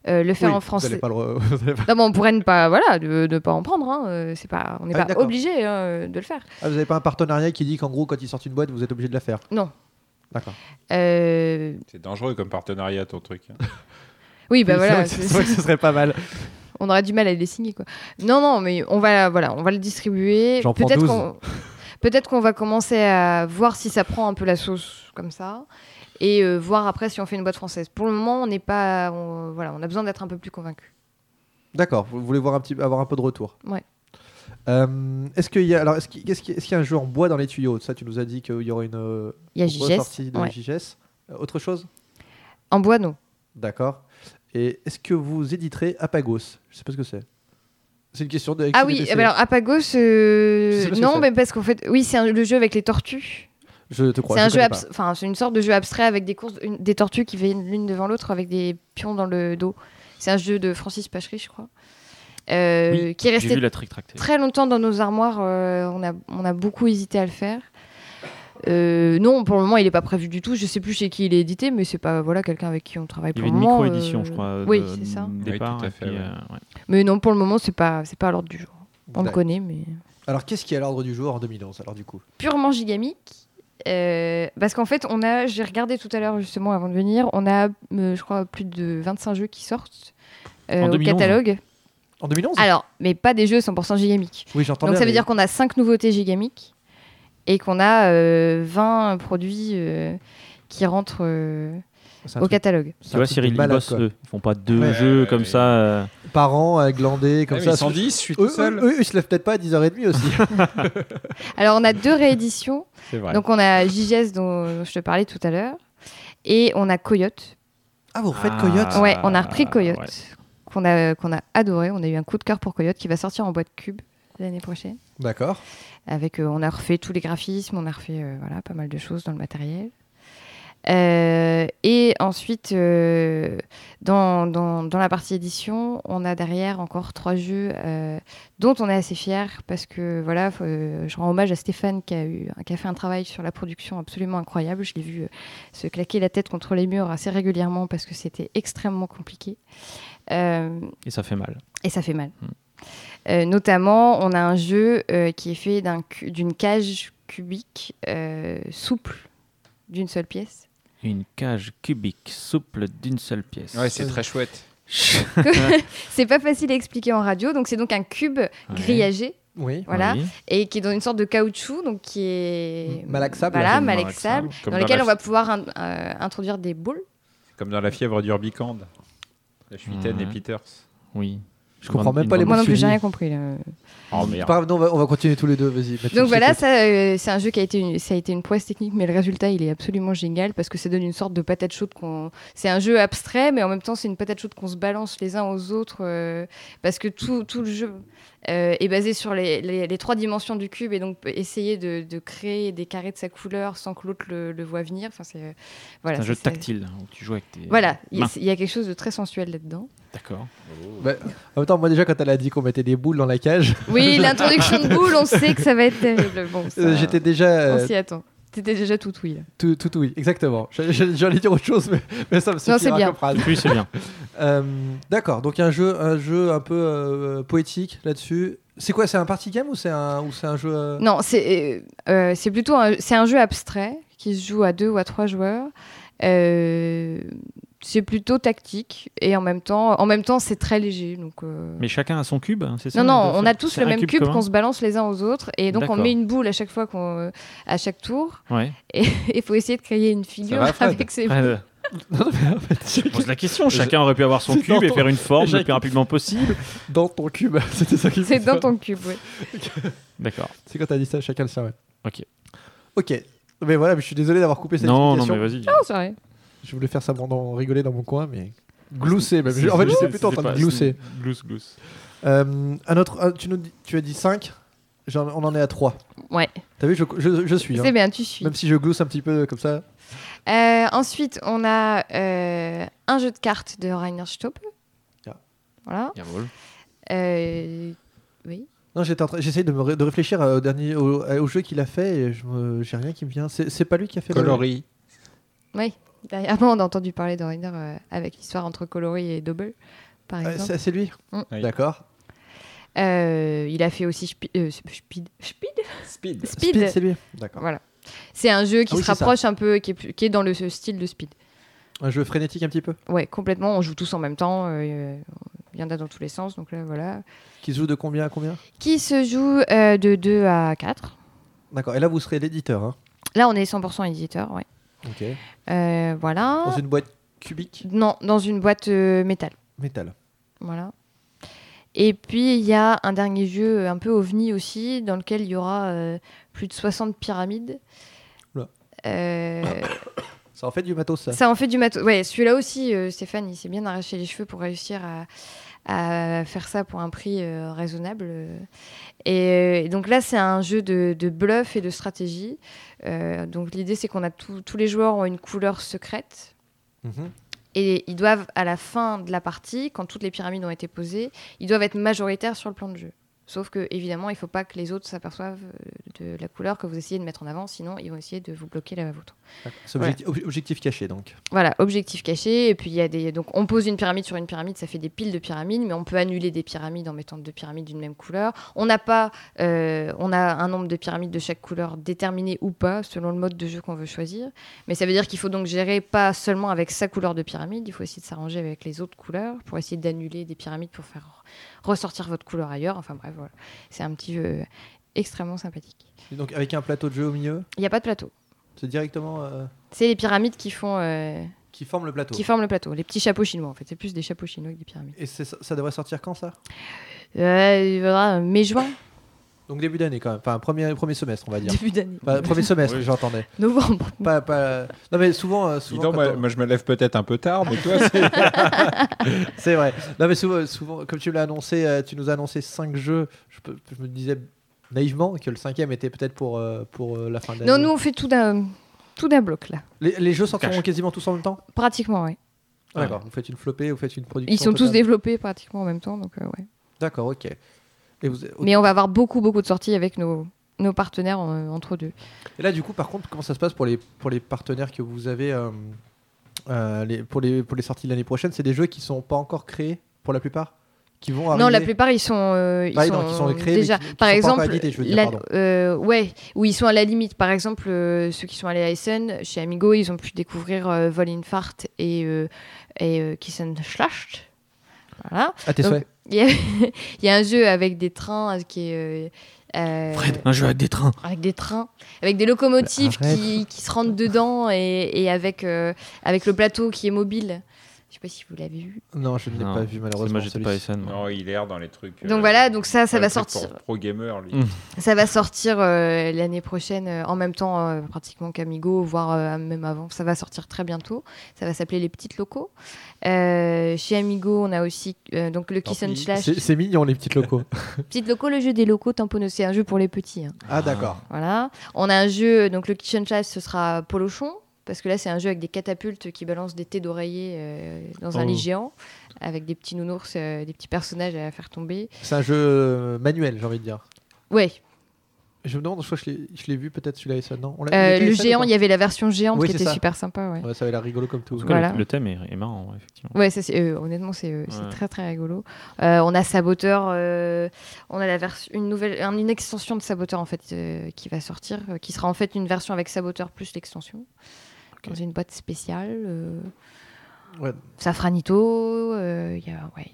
S6: Euh, le faire
S4: Oui,
S6: en
S4: Vous allez
S6: français.
S4: pas le re- vous allez pas-
S6: Non, mais on pourrait ne pas, voilà, de, de pas en prendre. hein, euh, C'est pas, on n'est
S4: Ah,
S6: pas
S4: d'accord.
S6: obligé hein, de le faire.
S4: Ah, vous avez pas un partenariat qui dit qu'en gros, quand ils sortent une boîte, vous êtes obligé de la faire
S6: Non. Eh
S4: D'accord.
S6: Euh,
S1: C'est dangereux comme partenariat ton truc.
S6: oui, bah
S4: Oui,
S6: voilà.
S4: c'est vrai que-
S6: c'est-
S4: c'est vrai que ce serait pas mal.
S6: on aurait du mal à les signer quoi. Non non mais on va voilà on va le distribuer.
S4: J'en prends
S6: Peut-être
S4: 12.
S6: qu'on peut-être qu'on va commencer à voir si ça prend un peu la sauce comme ça et euh, voir après si on fait une boîte française. Pour le moment on n'est pas on- voilà on a besoin d'être un peu plus convaincu.
S4: D'accord. Vous voulez voir un petit, avoir un peu de retour.
S6: Ouais.
S4: Euh, est-ce qu'il y a alors est-ce qu'il est-ce qu'il- est-ce qu'il y a un jeu en bois dans les tuyaux Ça, tu nous as dit qu'il y aurait une euh,
S6: Il y a
S4: grosse
S6: JGS,
S4: sortie de
S6: ouais.
S4: JGS. Euh, Autre chose
S6: En bois non.
S4: D'accord. Et est-ce que vous éditerez Apagos Je sais pas ce que c'est. C'est une question de.
S6: Ah oui eh ben alors Apagos euh,
S4: Je sais pas ce que
S6: non
S4: c'est.
S6: mais parce qu'en fait oui c'est un- le jeu avec les tortues.
S4: je te crois.
S6: c'est
S4: je
S6: un jeu
S4: connais
S6: abs- enfin c'est une sorte de jeu abstrait avec des courses une- des tortues qui viennent l'une devant l'autre avec des pions dans le dos. C'est un jeu de Francis Pachery je crois. Euh,
S5: Oui,
S6: qui est
S5: J'ai
S6: resté
S5: vu la trick tractée.
S6: très longtemps dans nos armoires. euh, on, a, on a beaucoup hésité à le faire. Euh, non, pour le moment, il n'est pas prévu du tout. Je sais plus chez qui il est édité, mais c'est pas voilà quelqu'un avec qui on travaille
S5: Il y
S6: pour
S5: avait une
S6: le moment.
S5: micro-édition,
S6: euh,
S5: je crois.
S6: Oui,
S5: de-
S6: c'est ça.
S5: de
S1: Oui,
S5: Départ,
S1: tout à
S5: et
S1: fait,
S5: puis,
S1: ouais.
S5: euh, ouais.
S6: Mais non, pour le moment, c'est pas c'est pas à l'ordre du jour.
S4: pas.
S6: On le
S4: D'accord.
S6: connaît, mais
S4: Alors qu'est-ce qui est à l'ordre du jour en 2011 Alors du coup.
S6: purement gigamique. euh, parce qu'en fait, on a, j'ai regardé tout à l'heure justement avant de venir, on a, euh, je crois, plus de 25 jeux qui sortent euh,
S5: En
S6: au
S5: 2011.
S6: catalogue.
S4: En 2011
S6: Alors, mais pas des jeux 100% gigamiques.
S4: Oui, j'entends
S6: Donc
S4: bien,
S6: ça veut
S4: mais-
S6: dire qu'on a 5 nouveautés gigamiques et qu'on a euh, 20 produits euh, qui rentrent euh,
S4: C'est un
S6: au
S4: truc
S6: catalogue.
S4: C'est
S5: Tu
S4: un
S5: vois,
S4: truc
S5: Cyril, euh,
S4: de
S5: ils
S4: malade,
S5: bossent
S4: quoi.
S5: eux. Ils font pas deux
S1: Ouais,
S5: jeux
S1: ouais,
S5: comme
S1: ouais.
S5: ça. euh,
S4: Parents à glander comme ça.
S1: 110,
S4: Eux, eux, eux, ils se lèvent peut-être pas à 10h30 aussi.
S6: Alors on a deux rééditions.
S1: C'est vrai.
S6: Donc on a JGS dont, dont je te parlais tout à l'heure et on a Coyote.
S4: ah, vous refaites
S5: Ah.
S4: Coyote
S5: Ah,
S6: ouais, on a repris Coyote
S5: ouais.
S6: qu'on a qu'on a adoré. On a eu un coup de cœur pour Coyote qui va sortir en boîte cube l'année prochaine.
S4: D'accord.
S6: Avec, euh, on a refait tous les graphismes, on a refait euh, voilà, pas mal de choses dans le matériel. Euh, et ensuite, euh, dans, dans, dans la partie édition, on a derrière encore trois jeux euh, dont on est assez fiers parce que voilà, faut- euh, je rends hommage à Stéphane qui a, eu, qui a fait un travail sur la production absolument incroyable. Je l'ai vu euh, se claquer la tête contre les murs assez régulièrement parce que c'était extrêmement compliqué. Euh,
S5: Et ça fait mal.
S6: et ça fait mal.
S5: Mm.
S6: Euh, notamment, on a un jeu euh, qui est fait d'un cu- d'une cage cubique euh, souple d'une seule pièce.
S5: Une cage cubique souple d'une seule pièce.
S1: Ouais,
S6: euh,
S1: c'est très chouette.
S6: C'est pas facile à expliquer en radio, donc c'est donc un cube grillagé
S4: Oui.
S6: voilà,
S5: Oui.
S6: et qui est dans une sorte de caoutchouc, donc qui est
S4: Mm, malaxable.
S6: voilà,
S4: Oui,
S6: malaxable,
S1: Comme
S6: dans
S1: dans
S6: lequel
S1: la-
S6: on va pouvoir in- euh, introduire des boules.
S1: Comme dans la fièvre d'Urbicande. La Chuitaine
S5: Ouais.
S1: et Peters.
S5: Oui.
S4: Je comprends même
S5: Une
S4: pas les
S5: bande-
S6: Moi non plus,
S4: suivi.
S6: j'ai rien compris. là.
S1: Oh
S4: Pas
S1: merde.
S4: grave, non, on, va, on va continuer tous les deux, vas-y. Mathilde,
S6: Donc
S4: je
S6: voilà,
S4: t'écoute.
S6: ça, euh, c'est un jeu qui a été une, ça a été une prouesse technique, mais le résultat, il est absolument génial parce que ça donne une sorte de patate chaude. qu'on- C'est un jeu abstrait, mais en même temps, c'est une patate chaude qu'on se balance les uns aux autres euh, parce que tout, tout le jeu euh, est basé sur les, les- les trois dimensions du cube et donc peut essayer de, de créer des carrés de sa couleur sans que l'autre le, le voit venir. Enfin, c'est, euh, voilà,
S5: C'est un
S6: ça,
S5: jeu
S6: c'est-
S5: tactile où tu joues avec tes.
S6: Voilà, il y, a-
S5: mains.
S6: il y a quelque chose de très sensuel là-dedans.
S5: D'accord.
S4: Bah, en même temps, moi déjà, quand elle a dit qu'on mettait des boules dans la cage,
S6: Oui, l'introduction de boule, on sait que ça va être terrible. Bon, ça,
S4: euh, j'étais déjà
S6: on
S4: euh,
S6: s'y attend. T'étais déjà tout oui. là.
S4: tout, tout oui, exactement. J'allais- J'allais j'allais dire autre chose, mais, mais ça me suffira
S6: c'est bien.
S4: comme phrase.
S5: Ah, Oui, c'est bien.
S4: Euh, D'accord, donc un jeu, un jeu un peu euh, poétique là-dessus. C'est quoi C'est un party game ou c'est un, ou c'est un jeu euh,
S6: Non, c'est euh, euh, c'est plutôt un, c'est un jeu abstrait qui se joue à deux ou à trois joueurs. Euh, c'est plutôt tactique et en même temps, en même temps, c'est très léger. Donc euh,
S5: Mais chacun a son cube, hein, c'est ça
S6: non, non, on a tous
S5: C'est
S6: le
S5: un
S6: même cube
S5: commun
S6: qu'on se balance les uns aux autres et donc on
S5: D'accord.
S6: met une boule à chaque fois qu'on euh, à chaque tour
S5: Ouais.
S6: et il faut essayer de créer une figure
S1: va, Fred
S6: avec ses
S5: Euh, je pose la question. Chacun aurait pu avoir son
S4: C'est dans
S5: cube et
S4: ton-
S5: faire une forme le
S4: Chacun-
S5: plus rapidement possible.
S4: dans ton cube C'était ça qui
S6: c'est dans ton cube. ouais.
S5: D'accord.
S4: C'est quand t'as dit ça, chacun le sien. ouais.
S5: Ok.
S4: Ok. Mais voilà, mais je suis désolé d'avoir coupé cette
S5: Non, non,
S4: explication.
S5: mais vas-y.
S1: Oh,
S6: Non, c'est vrai.
S4: Je voulais faire ça pendant rigoler dans mon coin, mais glousser même. Je- En fait, j'étais plutôt en train de glousser.
S5: Glousse, glousse.
S4: Euh, un autre, un- tu, nous dis- tu as dit 5 On en est à 3.
S6: Ouais,
S4: T'as vu, je, je- je suis. hein.
S6: c'est bien, tu suis.
S4: Même si je glousse un petit peu comme ça.
S6: Euh, ensuite, on a euh, un jeu de cartes de Rainer Stoppe.
S4: Ah.
S6: Voilà. Euh, oui.
S4: Non, j'étais en train- j'essaye de, me ré- de réfléchir euh, au, dernier, au, euh, au jeu qu'il a fait et je me- j'ai rien qui me vient. C'est c'est pas lui qui a fait le-
S1: Coloris.
S6: Oui, dernièrement on a entendu parler de Rainer euh, avec l'histoire entre Coloris et Double, par
S4: Ah,
S6: exemple.
S4: c'est c'est lui
S6: Mm.
S1: Oui.
S4: D'accord.
S6: Euh, il a fait aussi Spi- euh, Speed. Speed Speed.
S1: Speed.
S4: Speed, c'est lui. D'accord.
S6: Voilà. C'est un jeu qui
S4: Ah oui,
S6: se
S4: c'est ça.
S6: rapproche un peu, qui est, plus- qui est dans le ce style de Speed.
S4: Un jeu frénétique un petit peu
S6: Ouais, complètement, on joue tous en même temps, euh, euh, il y en a dans tous les sens, donc là voilà.
S4: Qui se joue de combien à combien
S6: Qui se joue euh, de 2 à 4.
S4: D'accord. Et là, vous serez l'éditeur. Hein.
S6: Là on est 100% éditeur, ouais.
S4: Ok.
S6: Euh, voilà.
S4: Dans une boîte cubique
S6: Non, dans une boîte euh, métal.
S4: métal.
S6: Voilà. Et puis il y a un dernier jeu euh, un peu ovni aussi, dans lequel il y aura euh, plus de 60 pyramides.
S4: Oula.
S6: Euh,
S4: Ça en fait du matos, ça.
S6: ça en fait du matos. Ouais, celui-là aussi, euh, Stéphane, il s'est bien arraché les cheveux pour réussir à, à faire ça pour un prix euh, raisonnable. euh. Et, euh, et donc là, c'est un jeu de, de bluff et de stratégie. Euh, donc l'idée, c'est qu'on a tout- tous les joueurs ont une couleur secrète.
S4: Mhm.
S6: Et ils doivent, à la fin de la partie, quand toutes les pyramides ont été posées, ils doivent être majoritaires sur le plan de jeu. Sauf que, évidemment, il ne faut pas que les autres s'aperçoivent euh, de la couleur que vous essayez de mettre en avant, sinon ils vont essayer de vous bloquer la vôtre.
S4: D'accord. C'est objecti- ob- objectif caché, donc.
S6: Voilà, objectif caché. Et puis, il y a des. Donc, on pose une pyramide sur une pyramide, ça fait des piles de pyramides, mais on peut annuler des pyramides en mettant deux pyramides d'une même couleur. On n'a pas. euh, on a un nombre de pyramides de chaque couleur déterminé ou pas, selon le mode de jeu qu'on veut choisir. Mais ça veut dire qu'il faut donc gérer pas seulement avec sa couleur de pyramide, il faut essayer de s'arranger avec les autres couleurs pour essayer d'annuler des pyramides pour faire ressortir votre couleur ailleurs. Enfin, bref, voilà. C'est un petit jeu extrêmement sympathique.
S4: Et donc, avec un plateau de jeu au milieu,
S6: Il n'y a pas de plateau.
S4: c'est directement. euh,
S6: C'est les pyramides qui font. euh,
S4: qui forme le plateau.
S6: qui forment le plateau. Les petits chapeaux chinois, en fait. C'est plus des chapeaux chinois que des pyramides.
S4: Et c'est ça, ça devrait sortir quand ça
S6: Euh, il faudra mai-juin,
S4: Donc début d'année quand même. Enfin, premier, premier semestre, on va dire.
S6: début d'année.
S4: Pas- premier semestre,
S1: Oui.
S4: j'entendais.
S6: Novembre.
S4: Pas, pas... Non mais souvent, euh,
S1: Dis
S4: souvent
S1: donc,
S4: quand
S1: moi,
S4: on-
S1: moi, je me lève peut-être un peu tard, mais toi, c'est.
S4: c'est vrai. Non mais souvent, souvent comme tu l'as annoncé, euh, tu nous as annoncé 5 jeux. Je, peux- je me disais naïvement que le cinquième était peut-être pour, euh, pour euh, la fin de l'année.
S6: Non, nous, on fait tout d'un tout d'un bloc, là.
S4: Les, les jeux sortiront quasiment tous en même temps
S6: Pratiquement, ouais.
S4: Ah, D'accord, vous faites une flopée, vous faites une production.
S6: Ils sont tous
S4: totale.
S6: développés pratiquement en même temps, donc euh, ouais.
S4: D'accord, ok. Et, vous-
S6: Mais on va avoir beaucoup, beaucoup de sorties avec nos, nos partenaires en- entre deux.
S4: Et là, du coup, par contre, comment ça se passe pour les, pour les partenaires que vous avez euh, euh, les- pour, les, pour les sorties de l'année prochaine C'est des jeux qui sont pas encore créés pour la plupart Qui vont arriver
S6: Non, la plupart, ils sont, euh, ils
S4: Ah oui,
S6: sont,
S4: donc, ils sont créés, mais
S6: déjà.
S4: qui- qui
S6: par
S4: sont pas encore
S6: exemple,
S4: édités, je veux dire,
S6: la-
S4: pardon.
S6: euh, ouais, où ils sont à la limite. Par exemple, euh, ceux qui sont allés à Essen, chez Amigo, ils ont pu découvrir euh, Vol in Fart et, euh, et euh, Kissen Schlacht. Voilà.
S4: À tes
S6: Donc,
S4: souhaits.
S6: Il y, a, il y a un jeu avec des trains euh, qui est. euh, euh,
S5: Fred, un jeu avec des trains.
S6: Avec des trains, avec des locomotives
S4: Bah, arrête.
S6: qui, qui se rentrent dedans et, et avec, euh, avec le plateau qui est mobile. Je sais pas si vous l'avez vu.
S4: Non, je ne l'ai
S5: Non,
S4: pas vu
S5: C'est
S4: malheureusement.
S5: moi, j'étais
S4: celui-ci.
S5: pas SN. moi.
S1: Non, il erre dans les trucs.
S6: Donc
S1: euh,
S6: voilà, donc ça, ça
S1: dans
S6: va
S1: les trucs
S6: sortir.
S1: pour Pro gamer, lui.
S5: Mm.
S6: Ça va sortir euh, l'année prochaine, euh, en même temps euh, pratiquement qu'Amigo, voire euh, même avant. Ça va sortir très bientôt. Ça va s'appeler Les Petites Locaux. Euh, chez Amigo, on a aussi euh, donc le
S1: Tant
S6: Kiss and
S1: pis.
S6: Slash.
S4: C'est- C'est mignon, les petites locaux.
S6: Petites Locaux, le jeu des locaux tamponneaux. C'est un jeu pour les petits. hein.
S4: ah, d'accord.
S6: Voilà. On a un jeu, donc le Kitchen Clash, ce sera Polochon, parce que là, c'est un jeu avec des catapultes qui balancent des thés d'oreiller euh, dans un
S4: Oh.
S6: lit géant, avec des petits nounours, euh, des petits personnages à faire tomber.
S4: C'est un jeu euh, manuel, j'ai envie de dire.
S6: Ouais,
S4: Je me demande, je crois que je l'ai- je l'ai vu peut-être celui-là, SN, non On l'a-
S6: euh,
S4: il était SN
S6: le
S4: ou
S6: géant,
S4: pas
S6: il y avait la version géante
S4: Oui,
S6: qui
S4: c'est
S6: était
S4: ça.
S6: super sympa. Ouais,
S4: Ouais, ça avait l'air rigolo comme tout.
S5: En tout cas,
S6: Voilà.
S5: le, le thème est, est marrant, ouais, effectivement.
S6: ouais ça, c'est euh, honnêtement, c'est euh, c'est
S5: Ouais.
S6: très très rigolo. Euh, on a Saboteur, euh, on a la version une nouvelle, un- une extension de Saboteur en fait euh, qui va sortir, euh, qui sera en fait une version avec Saboteur plus l'extension.
S5: Ok.
S6: Dans une boîte spéciale. euh,
S4: Ouais.
S6: Safranito, euh, il y a, ouais.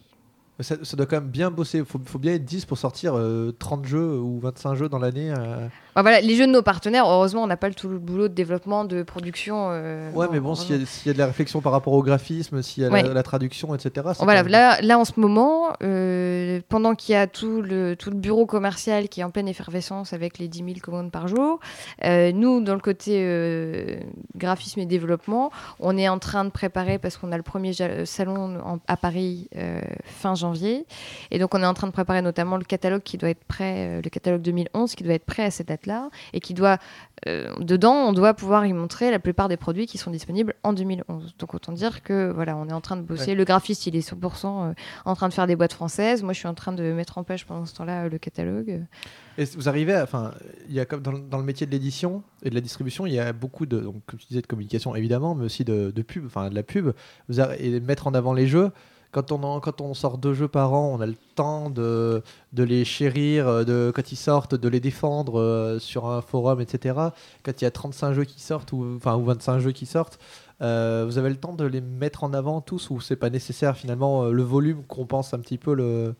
S4: Mais Ça, ça doit quand même bien bosser. Faut, faut bien être 10 pour sortir euh, 30 jeux ou 25 jeux dans l'année. euh.
S6: Bah voilà, les jeux de nos partenaires, heureusement, on n'a pas le tout le boulot de développement, de production. euh,
S4: Ouais, mais bon,
S6: heureusement.
S4: s'il y, a- s'il y a de la réflexion par rapport au graphisme, s'il y a la- la,
S6: Ouais.
S4: traduction, etc. c'est
S6: Voilà,
S4: quand même-
S6: là, là en ce moment, euh, pendant qu'il y a tout le, tout le bureau commercial qui est en pleine effervescence avec les 10 000 commandes par jour, euh, nous, dans le côté euh, graphisme et développement, on est en train de préparer parce qu'on a le premier ja- euh, salon en- à Paris euh, fin janvier. Et donc, on est en train de préparer notamment le catalogue qui doit être prêt, euh, le catalogue 2011 qui doit être prêt à cette date-là et qui doit euh, dedans, on doit pouvoir y montrer la plupart des produits qui sont disponibles en 2011. Donc autant dire que voilà, on est en train de bosser. Le graphiste, il est 100% euh, en train de faire des boîtes françaises. Moi, je suis en train de mettre en page pendant ce temps-là euh, le catalogue.
S4: Et vous arrivez à. Enfin, il y a comme dans, le- dans le métier de l'édition et de la distribution, il y a beaucoup de. Donc, comme tu disais, de communication évidemment, mais aussi de, de pub, enfin de la pub. Vous arri- et mettre en avant les jeux. Quand on, en- quand on sort deux jeux par an, on a le temps de, de les chérir, euh, de, quand ils sortent, de les défendre euh, sur un forum, etc. Quand il y a 35 jeux qui sortent, ou, enfin, ou 25 jeux qui sortent, euh, vous avez le temps de les mettre en avant tous, ou c'est pas nécessaire finalement euh, le volume compense un petit peu le,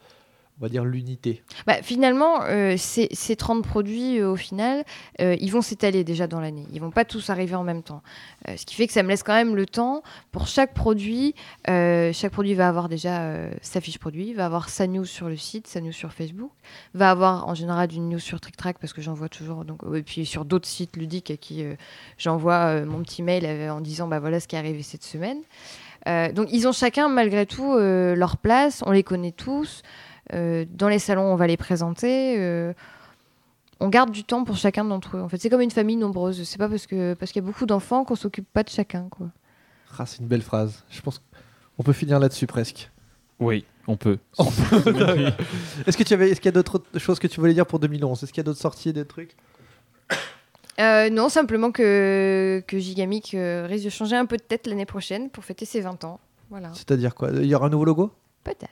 S4: on va dire l'unité.
S6: Bah, finalement, euh, ces, ces 30 produits, euh, au final, euh, ils vont s'étaler déjà dans l'année. Ils vont pas tous arriver en même temps. Euh, ce qui fait que ça me laisse quand même le temps pour chaque produit. euh, chaque produit va avoir déjà euh, sa fiche produit, va avoir sa news sur le site, sa news sur Facebook, va avoir en général une news sur TrickTrack parce que j'envoie toujours. Donc, euh, et puis sur d'autres sites ludiques à qui euh, j'envoie euh, mon petit mail euh, en disant bah voilà ce qui est arrivé cette semaine. Euh, donc ils ont chacun malgré tout euh, leur place, on les connaît tous. Euh, dans les salons, on va les présenter. euh, on garde du temps pour chacun d'entre eux. En fait, c'est comme une famille nombreuse. C'est pas parce que parce qu'il y a beaucoup d'enfants qu'on s'occupe pas de chacun. Quoi.
S4: Ah, c'est une belle phrase. Je pense qu'on peut finir là-dessus presque.
S5: Oui, on peut.
S4: Est-ce que tu avais, est-ce qu'il y a d'autres choses que tu voulais dire pour 2011 Est-ce qu'il y a d'autres sorties, des trucs
S6: Euh, non, simplement que que Gigamic euh, risque de changer un peu de tête l'année prochaine pour fêter ses 20 ans. Voilà,
S4: C'est-à-dire quoi Il y aura un nouveau logo
S6: peut-être.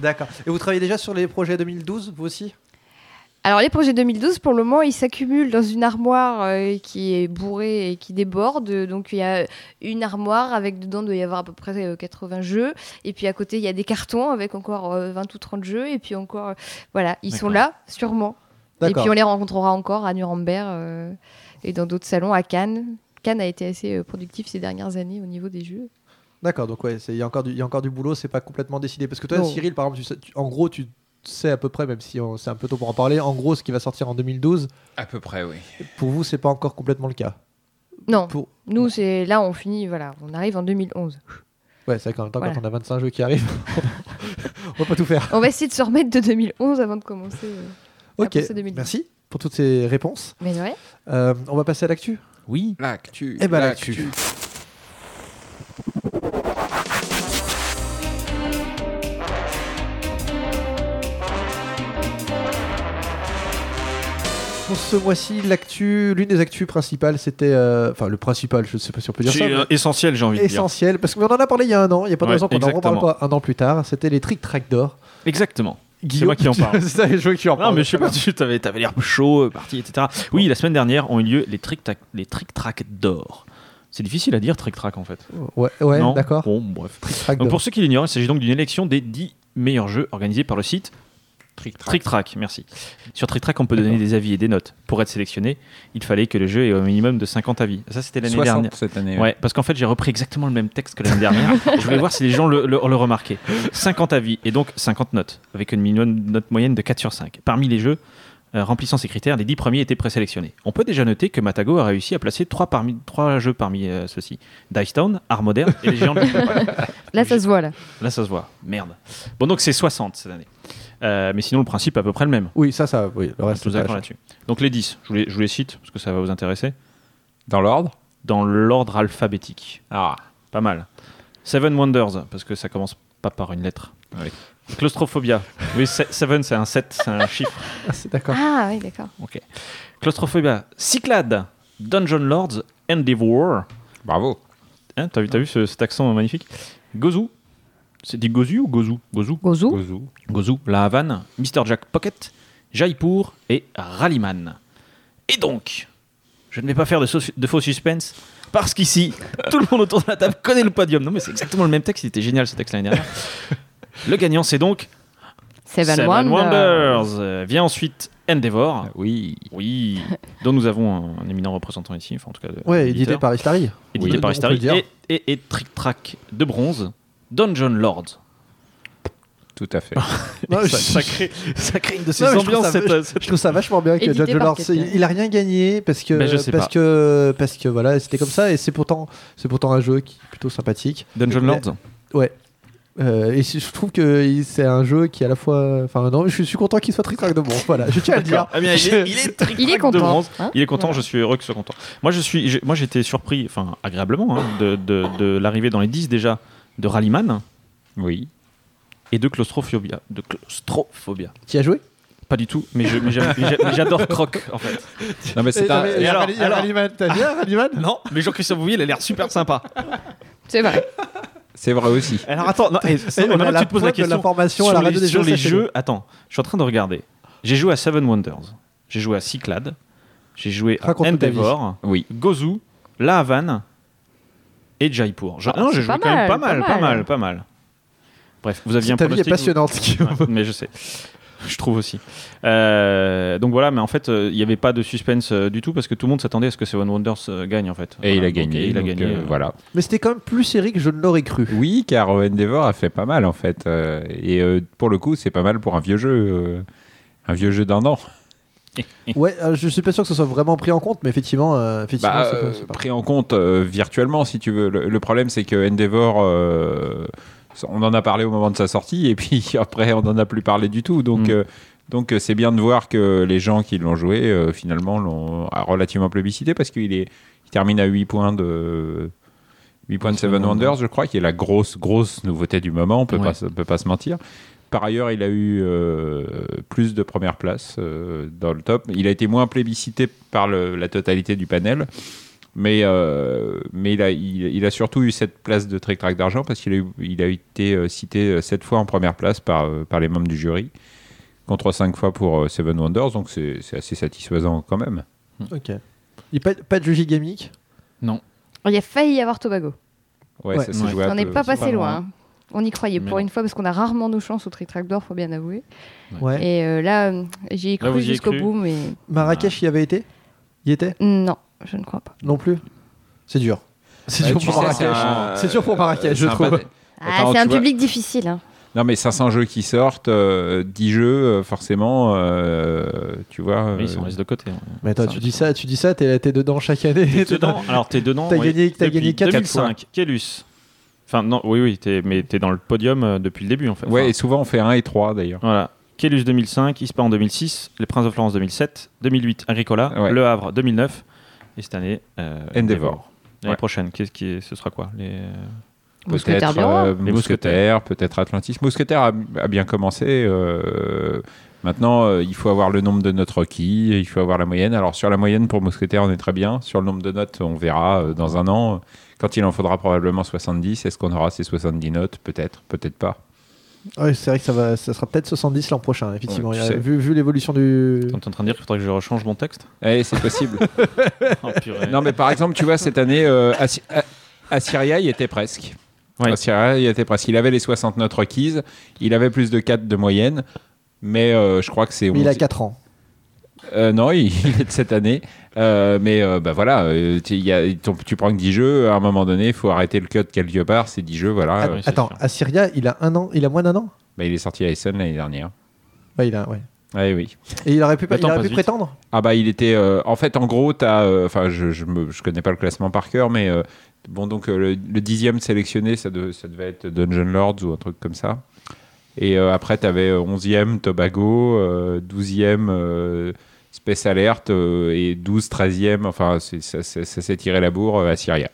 S4: D'accord. Et vous travaillez déjà sur les projets 2012, vous aussi
S6: Alors les projets 2012, pour le moment, ils s'accumulent dans une armoire euh, qui est bourrée et qui déborde. Donc il y a une armoire avec dedans, il doit y avoir à peu près euh, 80 jeux. Et puis à côté, il y a des cartons avec encore euh, 20 ou 30 jeux. Et puis encore, euh, voilà, ils sont là, sûrement. Et
S4: D'accord.
S6: puis on les rencontrera encore à Nuremberg euh, et dans d'autres salons à Cannes. Cannes a été assez euh, productif ces dernières années au niveau des jeux.
S4: D'accord. Donc ouais, c'est- il y a encore du, il y a encore du boulot. C'est pas complètement décidé. Parce que toi,
S6: Non.
S4: Cyril, par exemple, tu sais- tu- en gros, tu sais à peu près, même si on- c'est un peu tôt pour en parler, en gros, ce qui va sortir en 2012,
S1: À peu près, oui.
S4: pour vous, c'est pas encore complètement le cas.
S6: Non,
S4: Pour-
S6: nous c'est là on finit, voilà, on arrive en 2011.
S4: Ouais, c'est vrai qu'en même temps,
S6: Voilà.
S4: quand on a 25 jeux qui arrivent, on va pas tout faire.
S6: On va essayer de se remettre de 2011 avant de commencer. euh.
S4: Ok.
S6: Après, c'est 2012.
S4: Merci pour toutes ces réponses.
S6: Mais ouais.
S4: Euh, on va passer à l'actu.
S5: Oui.
S1: L'actu.
S4: Eh ben,
S1: l'actu.
S4: l'actu. Pour ce mois-ci, l'actu, l'une des actus principales, c'était, euh, enfin le principal, je ne sais pas si on peut dire ça,
S5: C'est euh, essentiel, j'ai envie
S4: mais
S5: de dire.
S4: essentiel, parce qu'on en a parlé il y a un an, il n'y a pas de
S5: Ouais,
S4: raison qu'on en reparle
S5: exactement.
S4: pas un an plus tard. C'était les Trick Track d'or.
S5: Exactement. C'est moi qui en parle.
S4: c'est ça, les jeux qui en
S5: Non,
S4: parlent.
S5: mais je sais pas, tu avais, l'air chaud, euh, parti, etc. Oui, la semaine dernière ont eu lieu les trick-tac, les trick-track d'or. C'est difficile à dire trick-track en fait.
S4: Ouais, ouais,
S5: Non
S4: d'accord.
S5: Bon, bref.
S4: Trick Track
S5: Donc
S4: d'or.
S5: pour ceux qui l'ignorent, il s'agit donc d'une élection des 10 meilleurs jeux organisée par le site
S1: Trick Track.
S5: Trick Track, merci. Sur Trick Track, on peut donner des avis et des notes. Pour être sélectionné, il fallait que le jeu ait au minimum de 50 avis. Ça, c'était l'année
S1: 60
S5: dernière.
S1: cette année.
S5: Ouais, parce qu'en fait, j'ai repris exactement le même texte que l'année dernière. je voulais voir si les gens le, le- le remarquaient. 50 avis et donc 50 notes, avec une minimum note moyenne de 4 sur 5. Parmi les jeux euh, remplissant ces critères, les 10 premiers étaient présélectionnés. On peut déjà noter que Matago a réussi à placer 3, parmi, trois jeux parmi euh, ceux-ci Dice Town, Art Moderne et les Géants de l'Étoile.
S6: Là, ça se voit, là.
S5: Là, ça se voit. Merde. Bon, donc c'est 60 cette année. Euh, mais sinon, le principe est à peu près le même.
S4: Oui, ça, ça, oui, le
S5: On est
S4: reste,
S5: tous
S4: ça
S5: d'accord là-dessus. Donc les 10, je vous les, je vous les cite parce que ça va vous intéresser.
S1: Dans l'ordre
S5: Dans l'ordre alphabétique.
S1: Ah,
S5: Pas mal. Seven Wonders, parce que ça commence pas par une lettre.
S1: Oui.
S5: Claustrophobia. Oui, se- Seven, c'est un 7, c'est un chiffre.
S4: c'est d'accord.
S6: Ah, oui, d'accord.
S5: Claustrophobia. Cyclade. Dungeon Lords. Endeavor.
S1: bravo.
S5: Hein, T'as vu, t'as vu ce- cet accent magnifique Gozu. C'est dit Gozu ou Gozu Gozu
S6: Gozo
S1: Gozu.
S5: Gozu, La Havane, Mr. Jack Pocket, Jaipur et Rallyman. Et donc, je ne vais pas faire de, sauce- de faux suspense, parce qu'ici, tout le monde autour de la table connaît le podium. Non mais c'est exactement le même texte, il était génial ce texte l'année dernière. Le gagnant, c'est donc
S6: Seven,
S5: Wonders.
S6: Wonders. Ah
S5: Euh, Vient ensuite Endeavor,
S1: Ah Oui.
S5: oui, dont nous avons un, un éminent représentant ici, enfin en tout cas. de-
S4: Ouais,
S5: l'éditeur.
S4: édité par Istari.
S5: Édité
S4: Oui,
S5: par
S4: on peut le
S5: Starry
S4: dire.
S5: et, et, et Trick Track de bronze, Dungeon Lord.
S1: Tout à fait.
S4: Non,
S5: ça, ça crée, ça crée une de ces
S4: Ah Non, mais je trouve
S5: ambiances,
S4: ça-
S5: cette- cette
S4: Je trouve ça vachement bien que
S6: Édité
S4: Judge
S6: par
S4: Lord,
S6: Kepler.
S4: il il a rien gagné parce que
S5: Ben, je sais
S4: parce
S5: pas.
S4: que parce que voilà, c'était comme ça et c'est pourtant c'est pourtant un jeu qui est plutôt sympathique.
S5: Dungeon
S4: Mais-
S5: Lords
S4: Euh, et je trouve que il- c'est un jeu qui est à la fois enfin non, je suis content qu'il soit très crack de bon. Voilà, je tiens à le dire.
S5: Ah bien, il, est, il est très
S6: Il est
S5: crack de
S6: content.
S5: bronze.
S6: hein
S5: Il est content,
S6: Voilà.
S5: je suis heureux qu'il soit content. Moi, je suis, j'ai- moi, j'étais surpris, enfin agréablement, hein, de, de- de l'arrivée dans les 10 déjà de Rallyman
S1: Oui.
S5: et de Claustrophobia. De Claustrophobia.
S4: Qui a joué
S5: Pas du tout, mais je- mais j'aime- mais j'a- mais j'adore Croc, en fait.
S1: Non, mais c'est
S4: Eh, non,
S1: un.
S4: mais-
S5: et alors-
S4: Rally-
S5: alors-
S4: Rallyman, t'as dit, hein, Rallyman
S5: Non, mais Jean-Christophe Bouvier, il a l'air super sympa.
S6: C'est vrai.
S1: C'est vrai aussi.
S5: Alors attends, non,
S4: Eh,
S5: et-
S4: on
S5: maintenant
S4: a
S5: que
S4: la
S5: tu te poses
S4: pointe
S5: la
S4: de
S5: question
S4: l'information à
S5: sur
S4: la
S5: les,
S4: radio des
S5: sur
S4: jeux,
S5: les
S4: ça, c'est
S5: jeux. Attends, je suis en train de regarder. J'ai joué à Seven Wonders, j'ai joué à Cyclade, j'ai joué à
S4: Raconte-nous ta vie.
S5: Endeavor,
S1: Oui.
S5: Gozu, La Havane et Jaipur. Je-
S6: Ah,
S5: non, j'ai
S6: c'est
S5: joué
S6: pas
S5: quand même
S6: mal,
S5: pas mal, pas mal, pas mal. Bref, vous aviez un
S4: Ta vie est
S5: pronostic, vous-
S4: passionnante. Guillaume.
S5: Ouais, mais je sais. Je trouve aussi. Euh, donc voilà, mais en fait, euh, il n'y avait pas de suspense euh, du tout parce que tout le monde s'attendait à ce que Seven Wonders euh, gagne en fait.
S1: Et il
S5: Voilà,
S1: a
S5: donc,
S1: gagné.
S5: et il a
S1: donc,
S5: gagné.
S1: euh,
S5: euh,
S1: voilà.
S4: Mais c'était quand même plus serré que je ne l'aurais cru.
S1: Oui, car euh, Endeavor a fait pas mal en fait. euh, et euh, pour le coup, c'est pas mal pour un vieux jeu. euh, un vieux jeu d'un an.
S4: Ouais, euh, je suis pas sûr que ce soit vraiment pris en compte, mais effectivement, euh, effectivement,
S1: Bah,
S4: c'est pas-
S1: euh,
S4: c'est pas-
S1: pris en compte euh, virtuellement, si tu veux. Le, le problème, c'est que Endeavor, euh, on en a parlé au moment de sa sortie, et puis après, on n'en a plus parlé du tout. Donc,
S5: Mm.
S1: euh, donc euh, c'est bien de voir que les gens qui l'ont joué, euh, finalement, l'ont a relativement plébiscité, parce qu'il est, il termine à 8 points de... 8.7 Wonders, je crois, qui est la grosse, grosse nouveauté du moment, on peut
S5: Ouais.
S1: pas se- on peut pas se mentir. Par ailleurs, il a eu euh, plus de premières places euh, dans le top. Il a été moins plébiscité par le- la totalité du panel, mais, euh, mais il, a, il, il a surtout eu cette place de Trick Track d'argent parce qu'il a, eu- il a été euh, cité euh, sept fois en première place par, euh, par les membres du jury, contre cinq fois pour euh, Seven Wonders, donc c'est c'est assez satisfaisant quand même.
S4: Ok. Il n'y a pas, pas de jeu gigamique
S6: Il a failli y avoir Tobago.
S1: Ouais,
S4: Ouais.
S1: ça s'est
S5: Ouais.
S1: joué un
S6: On n'est
S1: peu-
S6: pas
S1: c'est
S6: passé loin.
S1: loin.
S6: hein. On y croyait
S5: Mais
S6: pour
S5: non.
S6: une fois parce qu'on a rarement nos chances au Trick Track d'or, faut bien avouer.
S4: Ouais.
S6: Et euh, là, euh, j'y ai
S5: Là, vous
S6: cru
S5: y avez
S6: jusqu'au
S5: cru
S6: bout, mais
S4: Marrakech y avait été Y était
S6: non, je ne crois pas.
S4: Non plus C'est dur. C'est
S1: Bah,
S4: dur
S1: tu
S4: pour
S1: sais, c'est
S4: Marrakech.
S1: un-
S4: C'est dur pour Marrakech, je
S1: c'est un
S4: trouve.
S1: pâté-
S6: Ah,
S1: Attends,
S6: c'est
S1: tu
S6: un
S1: vois-
S6: public difficile. hein.
S1: Non, mais 500 jeux qui sortent, euh, 10 jeux, euh, forcément, euh, tu vois. euh,
S5: oui, ils s'en restent de côté. ouais.
S4: Mais attends,
S5: Ça,
S4: tu dis ça, tu dis ça, t'es t'es dedans chaque année.
S5: T'es dedans. Alors t'es dedans.
S4: T'as
S5: oui,
S4: gagné- t'as
S5: depuis
S4: gagné quatre
S5: 2005. Kélus. Enfin non, oui oui, t'es, mais t'es dans le podium euh, depuis le début en fait.
S1: ouais,
S5: Enfin,
S1: et souvent on fait 1 et 3 d'ailleurs.
S5: Voilà. Kélus 2005, ISPA en 2006, les Princes de Florence 2007, 2008 Agricola,
S1: Ouais.
S5: Le Havre 2009 et cette année euh,
S1: Endeavor.
S5: L'année
S1: Ouais.
S5: prochaine, qu'est-ce qui est- ce sera quoi les... euh,
S6: Mousquetaire du roi.
S1: euh,
S5: Les
S1: Mousquetaire, peut-être Atlantis. Mousquetaire a, a bien commencé. euh, maintenant, euh, il faut avoir le nombre de notes requis, il faut avoir la moyenne. Alors, sur la moyenne, pour Mousquetaire, on est très bien. Sur le nombre de notes, on verra euh, dans un an. Quand il en faudra probablement 70, est-ce qu'on aura ces 70 notes Peut-être, peut-être pas.
S4: Ouais, c'est vrai que ça, va, ça sera peut-être 70 l'an prochain, effectivement.
S1: Ouais, tu
S4: Il y a-
S1: sais.
S4: vu vu l'évolution du.
S5: T'es en train de dire qu'il faudrait que je rechange mon texte
S1: Eh, c'est possible.
S5: Oh, purée.
S1: non, mais par exemple, tu vois, cette année, euh, Assi- A- Assyria y était presque.
S5: Ouais.
S1: Assyria y était presque. Il avait les 60 notes requises, il avait plus de 4 de moyenne. mais euh, je crois que c'est.
S4: Mais il a
S1: onze-
S4: 4 ans.
S1: Euh, non, il, il est de cette année. Euh, mais euh, bah voilà, euh, tu, il y a- ton- tu prends que 10 jeux, à un moment donné, il faut arrêter le cut quelque part, c'est 10 jeux, voilà.
S5: oui, c'est
S4: Attends,
S5: sûr.
S4: Assyria, il a un an, il a moins d'un an
S1: Bah, il est sorti à Essen l'année dernière.
S4: Ouais, il a, ouais.
S1: Ah oui.
S4: Et il aurait pu,
S5: Le
S4: il
S5: temps
S4: aurait
S5: passe
S4: pu
S5: vite.
S4: prétendre
S1: Ah bah il était... euh, en fait, en gros, t'as... euh, Enfin, je, je, me- je connais pas le classement par cœur, mais... euh, bon, donc euh, le, le dixième sélectionné, ça, de- ça devait être Dungeon Lords ou un truc comme ça. Et euh, après, t'avais euh, onzième Tobago, euh, douzième euh, Space Alert euh, et douze, treizième... Enfin, c'est- ça, ça- ça s'est tiré la bourre euh, à Syria.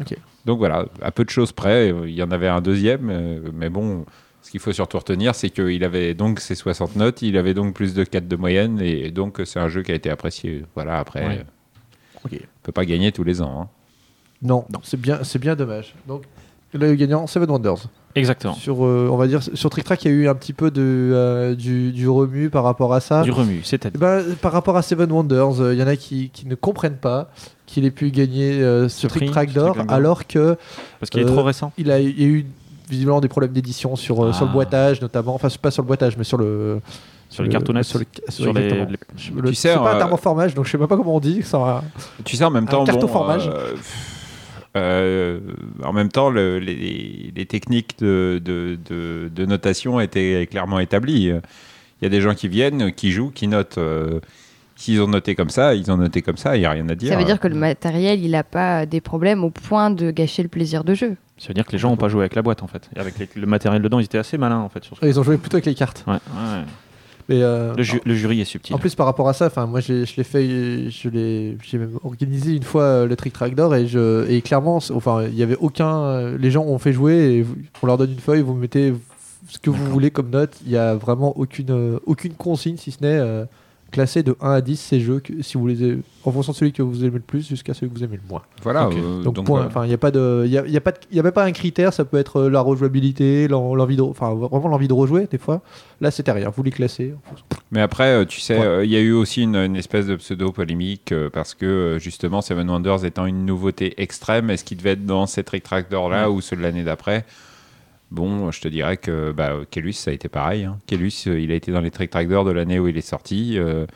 S4: Ok.
S1: Donc voilà, à peu de choses près, euh, il y en avait un deuxième, euh, mais bon... Ce qu'il faut surtout retenir, c'est qu'il avait donc ses 60 notes, il avait donc plus de 4 de moyenne, et donc c'est un jeu qui a été apprécié. Voilà, après,
S5: Ouais.
S1: euh, on peut pas gagner tous les ans. hein.
S4: Non, c'est bien, c'est bien dommage. Donc, le gagnant, Seven Wonders.
S5: Exactement.
S4: Sur, euh, on va dire, sur Trick Track, il y a eu un petit peu de, euh, du, du remue par rapport à ça.
S5: Du remue,
S4: Eh
S5: c'est-à-dire.
S4: ben, par rapport à Seven Wonders, euh, il y en a qui, qui ne comprennent pas qu'il ait pu gagner euh, ce
S5: Ce
S4: Trick
S5: prix,
S4: Track
S5: ce
S4: d'or
S5: Trick Track d'or.
S4: alors que
S5: Parce qu'il est
S4: euh,
S5: trop récent.
S4: il a, il y a eu visiblement des problèmes d'édition sur, euh, sur le
S5: Ah.
S4: boîtage notamment, enfin c'est pas sur le boîtage mais sur le
S5: Sur les cartounettes.
S4: sur le,
S5: Sur les-
S4: exactement.
S5: les-
S4: Je- le-
S1: sais,
S4: c'est pas un
S1: euh,
S4: terme en formage donc je sais même pas comment on dit ça
S1: Tu sais, en même
S4: Un
S1: temps,
S4: carton
S1: bon,
S4: formage.
S1: euh, pff, euh, en même temps, le- les, les techniques de, de- de- de notation étaient clairement établies. Il y a des gens qui viennent, qui jouent, qui notent. euh, S'ils ont noté comme ça, ils ont noté comme ça, il n'y a rien à dire.
S6: Ça veut dire que le matériel, il n'a pas des problèmes au point de gâcher le plaisir de jeu.
S5: Ça veut dire que les gens n'ont pas joué avec la boîte en fait. Et avec les- le matériel dedans, ils étaient assez malins en fait. Sur ce...
S4: ils ont joué plutôt avec les cartes
S5: Ouais, ouais.
S4: mais euh,
S5: Le, ju- le jury est subtil.
S4: En plus, par rapport à ça, enfin, moi, j'ai- je l'ai fait, je l'ai, j'ai même organisé une fois euh, le Trick Track d'or et je, et clairement, c'est- enfin, il y avait aucun, euh, les gens ont fait jouer et vous- on leur donne une feuille, vous mettez ce que vous
S5: D'accord.
S4: voulez comme note. Il y a vraiment aucune, euh, aucune consigne si ce n'est euh, classer de 1 à 10 ces jeux que- si vous les, aimez- en fonction de celui que vous aimez le plus jusqu'à celui que vous aimez le moins.
S1: Voilà.
S5: Ok.
S1: euh,
S4: Donc,
S1: donc,
S4: point.
S1: euh,
S4: Enfin, il n'y a pas de, il y a, il y a pas de- il y a même pas un critère. Ça peut être euh, la rejouabilité, l'en- l'envie de, enfin, vraiment l'envie de rejouer des fois. Là, c'était rien. Vous les classez. en fonction-
S1: Mais après, euh, tu sais,
S4: Ouais.
S1: euh, il y a eu aussi une, une espèce de pseudo-polémique euh, parce que euh, justement, Seven Wonders étant une nouveauté extrême, est-ce qu'il devait être dans ces Trick Track d'or là ou ceux de l'année d'après Bon, euh, je te dirais que bah, Kellus, ça a été pareil. hein. Kellus, euh, il a été dans les Trick Track d'or de l'année où il est sorti euh,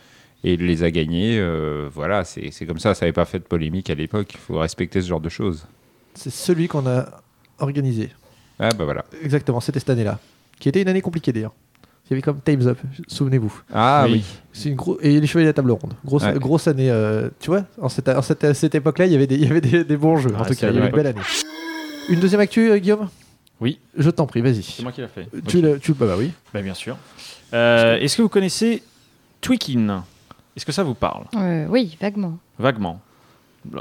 S1: et il les a gagnés. euh, voilà, c'est c'est comme ça, ça n'avait pas fait de polémique à l'époque. Il faut respecter ce genre de choses.
S4: C'est celui qu'on a organisé.
S1: Ah bah voilà.
S4: Exactement, c'était cette année-là. Qui était une année compliquée d'ailleurs. Il y avait comme Time's Up, souvenez-vous.
S1: Ah oui.
S4: C'est une gro- Et les Chevaliers de la Table Ronde. Grosse,
S1: Ouais.
S4: grosse année. euh, tu vois, en cette, en cette- à cette époque-là, il y avait des, il y avait des, des bons jeux. en
S5: Ah,
S4: tout
S5: c'est
S4: cas, il y
S5: la
S4: avait une
S5: bonne
S4: belle année. Une deuxième actu, euh, Guillaume
S5: Oui.
S4: Je t'en prie, vas-y.
S5: C'est moi qui l'a fait.
S4: Tu l'as- tu- bah, bah oui.
S5: Bah, bien sûr. Euh, Est-ce que vous connaissez Twikin Est-ce que ça vous parle
S6: Euh, oui, vaguement.
S5: Vaguement.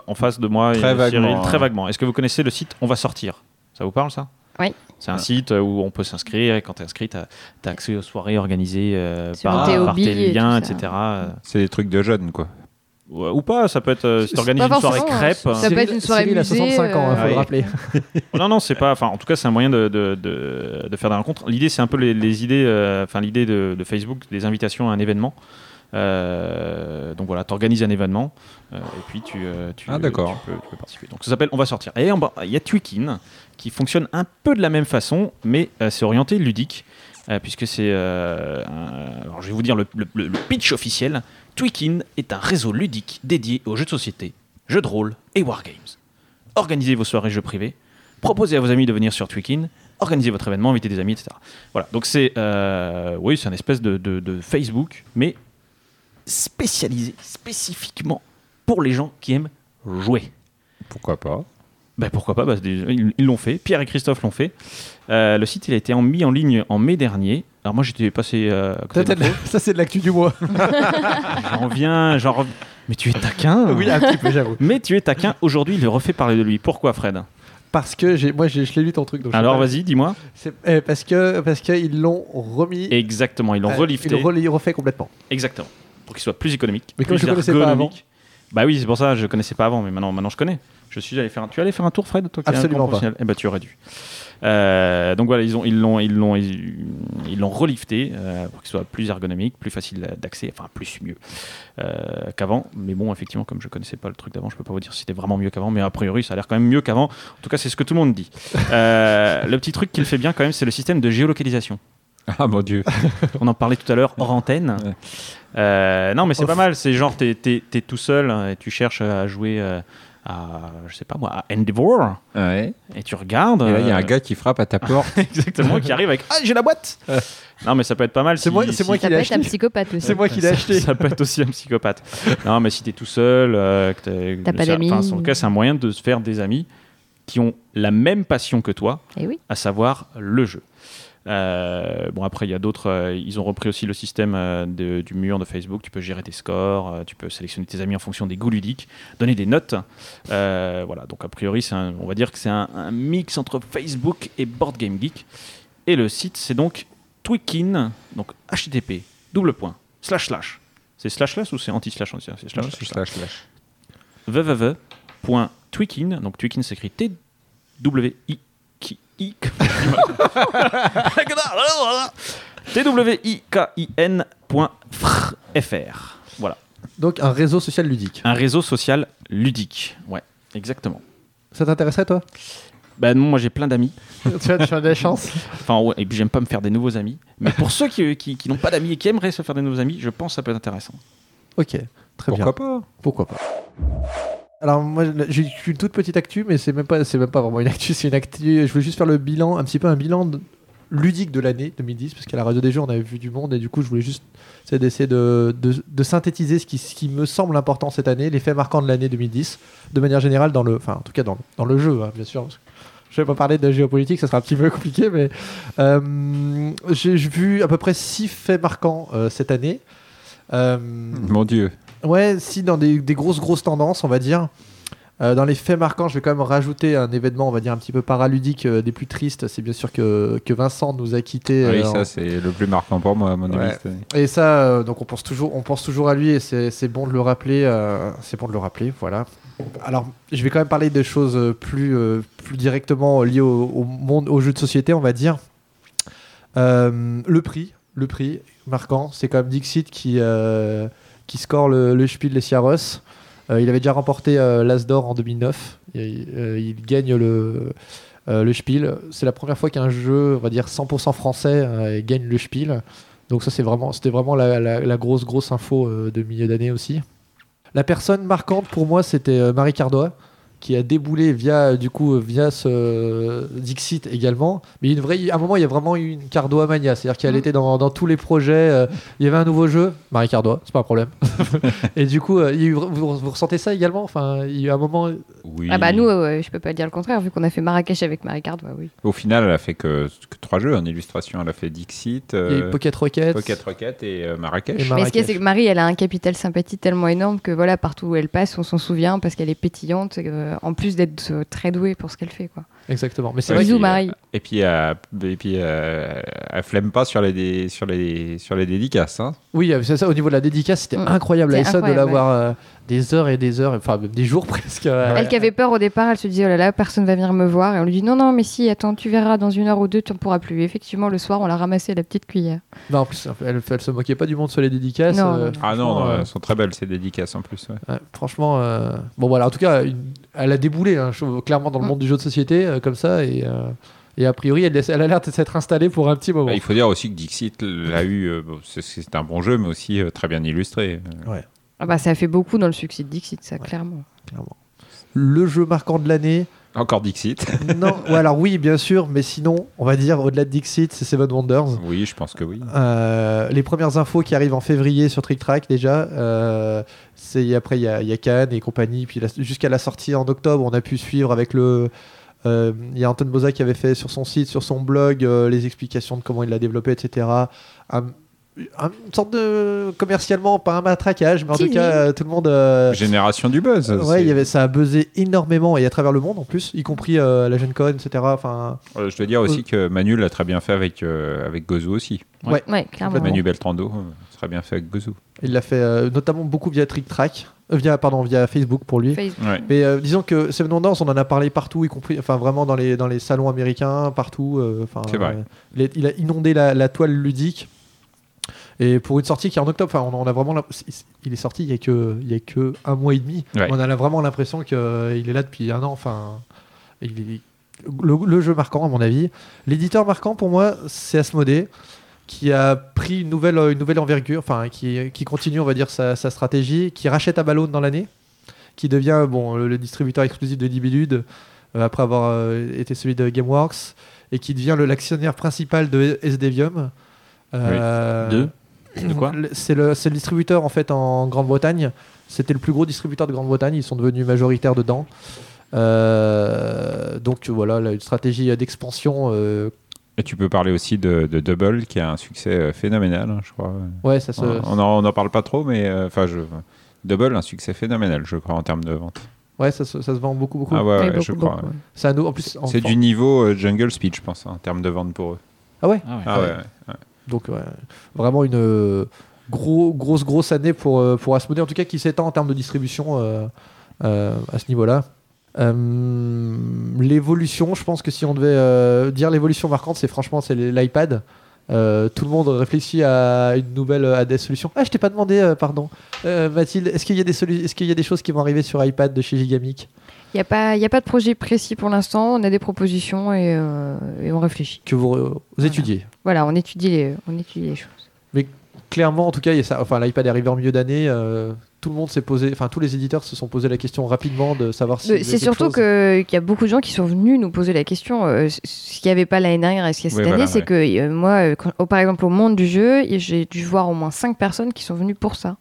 S5: En face de moi, il y a
S1: Très vaguement,
S5: Cyril, très
S1: hein.
S5: vaguement. Est-ce que vous connaissez le site On va sortir Ça vous parle ça
S6: Oui.
S5: C'est un site où on peut s'inscrire et quand tu es inscrit, tu as, accès aux soirées organisées euh,
S6: Sur
S5: par,
S6: tes
S5: par
S6: hobbies
S5: tes
S6: et
S5: liens,
S6: tout ça.
S5: etc. Euh,
S1: C'est des trucs de jeunes, quoi.
S5: ouais, ou pas, ça peut être euh, si tu
S4: C'est
S5: organises
S6: pas
S5: une soirée
S6: forcément,
S5: crêpe.
S6: Oh, Ça peut
S4: Cyril-
S6: être une soirée
S4: Cyril a
S6: musée,
S4: 65 ans, il faut
S5: euh,
S4: le
S5: oui.
S4: rappeler.
S5: Non, non, c'est pas. Enfin, en tout cas, c'est un moyen de, de, de, de faire des rencontres. L'idée, c'est un peu les, les idées. euh, Enfin, l'idée de, de Facebook, des invitations à un événement. Euh, donc voilà, tu organises un événement euh, et puis tu, euh, tu,
S1: Ah, d'accord.
S5: tu peux, tu peux participer. Donc ça s'appelle On va sortir. Et en bas, il y a Twikin qui fonctionne un peu de la même façon, mais euh, c'est orienté ludique. euh, puisque c'est. euh, un- alors je vais vous dire le, le- le- le pitch officiel. Twikin est un réseau ludique dédié aux jeux de société, jeux de rôle et wargames. Organisez vos soirées jeux privés, proposez à vos amis de venir sur Twikin, organisez votre événement, invitez des amis, etc. Voilà, donc c'est euh, oui, c'est un espèce de, de- de Facebook, mais spécialisé spécifiquement pour les gens qui aiment jouer.
S1: Pourquoi pas
S5: Ben pourquoi pas, bah, c'est des- ils ils l'ont fait, Pierre et Christophe l'ont fait. Euh, le site il a été en- mis en ligne en mai dernier. Alors moi j'étais passé... euh, à côté de l'info.
S4: Ça, c'est de l'actu du mois.
S5: j'en reviens, j'en rev- Mais tu es taquin
S4: oui, un petit peu, j'avoue.
S5: Mais tu es taquin, aujourd'hui il le refait parler de lui. Pourquoi Fred
S4: Parce que j'ai- moi, j'ai- je l'ai lu ton truc. donc je sais
S5: Alors
S4: pas.
S5: vas-y, dis-moi.
S4: C'est- eh, Parce que parce qu'ils l'ont remis.
S5: Exactement, ils l'ont
S4: euh,
S5: relifté.
S4: Ils l'ont reli- refait complètement.
S5: Exactement. Pour qu'il soit plus économique.
S4: Mais comme
S5: plus
S4: je connaissais pas
S5: ergonomique. Bah oui, c'est pour ça, je connaissais pas avant, mais maintenant, maintenant je connais. Je suis allé faire un... Tu es allé faire un tour, Fred, toi qui es un
S4: Absolument
S5: grand professionnel Eh ben, tu aurais dû. Euh, donc voilà, ils ont, ils l'ont, ils l'ont, ils ils l'ont relifté euh, pour qu'il soit plus ergonomique, plus facile d'accès, enfin plus mieux euh, qu'avant. Mais bon, effectivement, comme je connaissais pas le truc d'avant, je peux pas vous dire si c'était vraiment mieux qu'avant, mais a priori, ça a l'air quand même mieux qu'avant. En tout cas, c'est ce que tout le monde dit. Euh, le petit truc qu'il fait bien quand même, c'est le système de géolocalisation.
S1: Ah mon dieu.
S5: On en parlait tout à l'heure hors antenne.
S1: Ouais.
S5: Euh, non, mais c'est
S4: Off.
S5: pas mal. C'est genre, t'es es, tout seul hein, et tu cherches à jouer euh, à, je sais pas moi, à Endeavor
S1: Ouais.
S5: et tu regardes.
S1: Et là, il y a
S5: euh,
S1: un gars qui frappe à ta porte.
S5: Exactement, qui arrive avec Ah, j'ai la boîte Non, mais ça peut être pas mal.
S4: C'est
S5: si-
S4: moi- c'est
S5: si-
S4: moi
S6: Ça
S4: qu'il
S6: peut
S4: a
S6: être un
S4: acheté.
S6: psychopathe aussi.
S4: C'est moi qui l'ai acheté.
S5: Ça peut être aussi un psychopathe. Non, mais si t'es tout seul, euh, que t'es-
S6: T'as pas
S5: ça-
S6: d'amis.
S5: enfin, En tout cas, c'est un moyen de se faire des amis qui ont la même passion que toi,
S6: Et Eh oui.
S5: à savoir le jeu. Euh, bon après il y a d'autres euh, ils ont repris aussi le système euh, de- du mur de Facebook tu peux gérer tes scores euh, tu peux sélectionner tes amis en fonction des goûts ludiques donner des notes Euh, voilà donc a priori c'est un- on va dire que c'est un, un mix entre Facebook et Board Game Geek et le site c'est donc Twikin donc http double point slash slash c'est slash slash ou c'est anti slash anti slash slash, slash, slash.
S1: Slash, slash.
S5: www.twikin donc Twikin s'écrit T W I K I twin.fr. Voilà.
S4: Donc un réseau social ludique.
S5: Un réseau social ludique. Ouais, exactement.
S4: Ça t'intéresserait toi
S5: Ben non, moi j'ai plein d'amis.
S4: Tu as tu as de la chance.
S5: Enfin, ouais, et puis j'aime pas me faire des nouveaux amis. Mais pour ceux qui, qui, qui n'ont pas d'amis et qui aimeraient se faire des nouveaux amis, je pense que ça peut être intéressant.
S4: Ok, très bien.
S1: Pourquoi pas
S4: Pourquoi pas alors moi j'ai j'ai une toute petite actu mais c'est même pas c'est même pas vraiment une actu c'est une actu je voulais juste faire le bilan un petit peu un bilan de- ludique de l'année 2010 parce qu'à la radio des jeux on avait vu du monde et du coup je voulais juste c'est d'essayer de, de- de synthétiser ce qui, ce qui me semble important cette année les faits marquants de l'année 2010 de manière générale dans le enfin en tout cas dans, dans le jeu hein, bien sûr parce que je vais pas parler de géopolitique ça sera un petit peu compliqué mais euh, j'ai j'ai vu à peu près six faits marquants euh, cette année Euh,
S1: Mon dieu.
S4: Ouais, si, dans des, des grosses, grosses tendances, on va dire. Euh, dans les faits marquants, je vais quand même rajouter un événement, on va dire, un petit peu paraludique euh, des plus tristes. C'est bien sûr que, que Vincent nous a quittés.
S1: Ah oui,
S4: euh, en-
S1: ça, c'est le plus marquant pour moi, à mon
S4: Ouais.
S1: avis. cette année.
S4: et ça, euh, donc on pense toujours, on pense toujours à lui et c'est c'est bon de le rappeler. euh, c'est bon de le rappeler, voilà. Alors, je vais quand même parler de choses euh, plus, euh, plus directement liées au, au monde, aux jeux de société, on va dire. Euh, le prix, le prix marquant, c'est quand même Dixit qui, euh, qui score le, le Spiel des Ciaros. Euh, il avait déjà remporté euh, l'As d'or en 2009. Et, euh, il gagne le, euh, le Spiel. C'est la première fois qu'un jeu, on va dire 100% français, euh, gagne le Spiel. Donc ça, c'est vraiment, c'était vraiment la, la- la grosse, grosse info euh, de milieu d'année aussi. La personne marquante pour moi, c'était euh, Marie Cardoa, qui a déboulé via, euh, du coup, euh, via ce euh, Dixit également. Mais une vraie, à un moment, il y a vraiment eu une Cardoa mania, c'est-à-dire qu'elle
S1: Mm.
S6: Mhm.
S4: était dans, dans tous les projets. euh, il y avait un nouveau jeu, Marie Cardoa, c'est pas un problème. Et du coup, euh, il y a eu- vous, vous ressentez ça également Enfin, il y a eu un moment,
S1: Oui.
S6: Ah bah nous, euh, je peux pas dire le contraire, vu qu'on a fait Marrakech avec Marie Cardois, oui.
S1: Au final, elle a fait que, que trois jeux en illustration. Elle a fait Dixit,
S4: il y a eu
S1: euh,
S4: Pocket Rocket.
S1: Pocket Rocket et euh, Marrakech.
S4: Et
S6: Mais ce qu'il y a,
S4: Marrakech.
S6: c'est que Marie, elle a un capital sympathie tellement énorme que voilà, partout où elle passe, on s'en souvient parce qu'elle est pétillante, euh, en plus d'être euh, très douée pour ce qu'elle fait, quoi.
S4: Exactement. Mais c'est
S1: Ouais,
S4: vrai.
S1: qui,
S6: Bisous,
S1: euh,
S6: Marie.
S1: Et puis, euh, et puis euh, elle flemme pas sur les, dé- sur les, sur les dédicaces. hein.
S4: Oui, euh, c'est ça, au niveau de la dédicace, c'était
S6: Mm.
S4: incroyable.
S6: C'est
S4: Et ça, de
S6: incroyable,
S4: l'avoir euh, des heures et des heures, enfin même des jours presque. euh,
S6: Elle qui avait peur au départ, elle se disait oh là là, personne va venir me voir. Et on lui dit non, non, mais si, attends, tu verras, dans une heure ou deux, tu ne pourras plus. Et effectivement, le soir, on l'a ramassée à la petite cuillère.
S4: Non, en plus, elle, elle se moquait pas du monde sur les dédicaces.
S6: Non, non, non.
S1: Ah non,
S4: franchement,
S1: non,
S4: euh,
S1: elles sont très belles ces dédicaces en plus. ouais.
S4: ouais, franchement, euh, bon voilà, en tout cas, une- elle a déboulé, hein, je trouve, clairement dans le
S6: Mm.
S4: monde du jeu de société, euh, comme ça, et, euh, et a priori, elle, elle a l'air de s'être installée pour un petit moment.
S1: Bah, Il faut dire aussi que Dixit l'a eu. euh, bon, c'est- c'est un bon jeu, mais aussi euh, très bien illustré.
S6: Ah bah, ça a fait beaucoup dans le succès de Dixit, ça, clairement.
S4: Le jeu marquant de l'année,
S1: Encore Dixit.
S4: non, ou alors oui, bien sûr, mais sinon, on va dire, au-delà de Dixit, c'est Seven Wonders.
S1: oui, je pense que oui.
S4: Euh, les premières infos qui arrivent en février sur Trick Track déjà, euh, c'est après il y, a- il y a Cannes et compagnie, puis la- jusqu'à la sortie en octobre, on a pu suivre avec le euh, il y a Anton Boza qui avait fait sur son site, sur son blog, euh, les explications de comment il l'a développé, etc. Un- un- une sorte de commercialement pas un matraquage, mais en tout
S6: Teasing.
S4: cas euh, tout le monde. euh,
S1: Génération du buzz.
S4: euh,
S1: c'est-
S4: ouais, il y avait, ça a buzzé énormément et à travers le monde en plus, y compris euh, à la Gen Con, etc. Enfin,
S1: Euh, je dois dire
S4: Oh.
S1: aussi que Manu l'a très bien fait avec, euh, avec Gozo aussi.
S6: Ouais, clairement.
S1: Manu Beltrando, euh, très bien fait avec Gozo.
S4: il l'a fait euh, notamment beaucoup via Trick Track, euh, via pardon via Facebook pour lui.
S6: Facebook.
S1: Ouais.
S4: Mais euh, disons que Seven Wonders, on en a parlé partout, y compris, enfin vraiment dans les, dans les salons américains, partout. euh, enfin,
S1: C'est vrai.
S4: euh, il, est- il a inondé la, la toile ludique. Et pour une sortie qui est en octobre, enfin, on, on a vraiment, l'imp- c'est- il est sorti il y a que, il y a que un mois et demi.
S1: Ouais.
S4: On a là vraiment l'impression qu'il est là depuis un an. Enfin, il est- le, le jeu marquant à mon avis. L'éditeur marquant pour moi, c'est Asmodée. qui a pris une nouvelle, euh, une nouvelle envergure, enfin qui, qui continue, on va dire, sa, sa stratégie, qui rachète Abalone dans l'année, qui devient bon, le, le distributeur exclusif de Libilude, euh, après avoir euh, été celui de Gameworks, et qui devient le- l'actionnaire principal de SDVium. Euh,
S5: Deux. De quoi
S4: le- C'est le, c'est le distributeur en fait en Grande-Bretagne. C'était le plus gros distributeur de Grande-Bretagne. Ils sont devenus majoritaires dedans. Euh, donc voilà, là, une stratégie d'expansion. euh,
S1: Et tu peux parler aussi de, de Double, qui a un succès euh, phénoménal, hein, je crois.
S4: ouais, ça se.
S1: On n'en parle pas trop, mais euh, enfin, je... Double, un succès phénoménal, je crois, en termes de vente.
S4: Ouais, ça, se- ça se vend beaucoup, beaucoup.
S1: Ah ouais, ouais,
S6: Oui,
S1: je
S6: beaucoup,
S1: crois.
S6: beaucoup,
S1: ouais.
S6: ouais.
S4: C'est un nou- en plus. en-
S1: C'est du niveau euh, Jungle Speed, je pense, hein, en termes de vente pour eux.
S4: Ah ouais.
S5: Ah ouais.
S1: Ah ouais, ouais.
S4: Donc ouais, vraiment une euh, gros- grosse grosse année pour euh, pour Asmodee en tout cas qui s'étend en termes de distribution euh, euh, à ce niveau-là. Euh, l'évolution, je pense que si on devait euh, dire l'évolution marquante, c'est franchement c'est l'iPad. Euh, tout le monde réfléchit à une nouvelle à des solutions. Ah, je t'ai pas demandé, euh, pardon, Euh, Mathilde. Est-ce qu'il y a des solu- est-ce qu'il y a des choses qui vont arriver sur iPad de chez Gigamic
S6: Il n'y a, pas- y a pas de projet précis pour l'instant. On a des propositions et, euh, et on réfléchit.
S4: que vous, euh, vous étudiez
S6: Voilà, on étudie les, on étudie les choses.
S4: clairement, en tout cas, il y a ça, enfin, l'iPad est arrivé en milieu d'année. euh, tout le monde s'est posé, enfin, tous les éditeurs se sont posé la question rapidement de savoir si. il y a
S6: C'est
S4: quelque
S6: surtout
S4: chose.
S6: que- qu'il y a beaucoup de gens qui sont venus nous poser la question, euh, ce- ce qu'il n'y avait pas l'année dernière et ce qu'il y a cette
S1: Oui,
S6: année,
S1: voilà,
S6: c'est
S1: ouais.
S6: que euh, moi, euh, quand- oh, par exemple au monde du jeu, et j'ai dû voir au moins 5 personnes qui sont venues pour ça.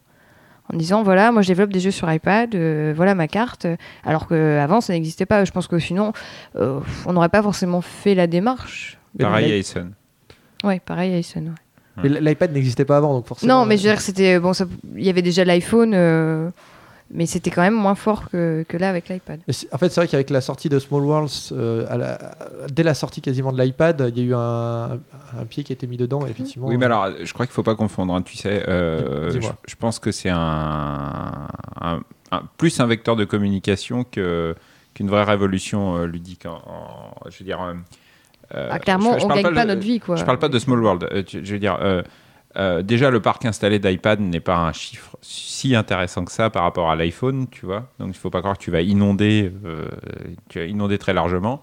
S6: En disant, voilà, moi je développe des jeux sur iPad, euh, voilà ma carte. Alors qu'avant, ça n'existait pas. Je pense que sinon, euh, on n'aurait pas forcément fait la démarche.
S4: Mais
S1: Pareil,
S4: l'i-
S1: Ayson.
S6: Ouais, pareil, Alison. ouais.
S4: mais l'iPad n'existait pas avant, donc forcément.
S6: Non, mais je veux
S4: euh,
S6: dire, c'était bon, ça- il y avait déjà l'iPhone, euh, mais c'était quand même moins fort que, que là avec l'iPad.
S1: Euh,
S4: mais c'est- En fait, c'est vrai qu'avec la sortie de Small Worlds, euh, à la- à- dès la sortie quasiment de l'iPad, il y a eu un, un pied qui a été mis dedans,
S6: Mhm.
S4: et effectivement.
S1: Oui, mais alors, je crois qu'il faut pas confondre. hein, tu sais, euh, je,
S4: Dis-moi.
S1: je pense que c'est un, un- un- plus un vecteur de communication que qu'une vraie révolution euh, ludique. En, en- je veux dire, euh, euh,
S6: Ah, clairement,
S1: je- je
S6: on
S1: parle
S6: gagne pas,
S1: de-
S6: notre vie, quoi.
S1: Je parle pas de Small World. euh, tu- je veux dire, euh, euh, déjà, le parc installé d'iPad n'est pas un chiffre si intéressant que ça par rapport à l'iPhone, tu vois. Donc, il faut pas croire que tu vas inonder, euh, tu vas inonder très largement.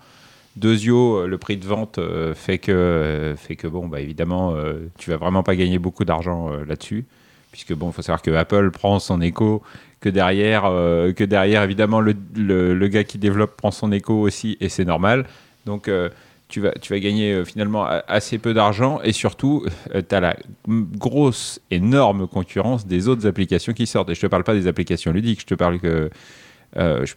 S1: Deuxio, euh, le prix de vente euh, fait que, euh, fait que bon, bah, évidemment, euh, tu vas vraiment pas gagner beaucoup d'argent euh, là-dessus. Puisque bon, faut savoir que Apple prend son écho, que derrière, euh, que derrière évidemment, le, le- le gars qui développe prend son écho aussi, et c'est normal. Donc, euh, tu vas, tu vas gagner euh, finalement a- assez peu d'argent et surtout, tu as la m- grosse, énorme concurrence des autres applications qui sortent. Et je te parle pas des applications ludiques, je te parle que. euh, je-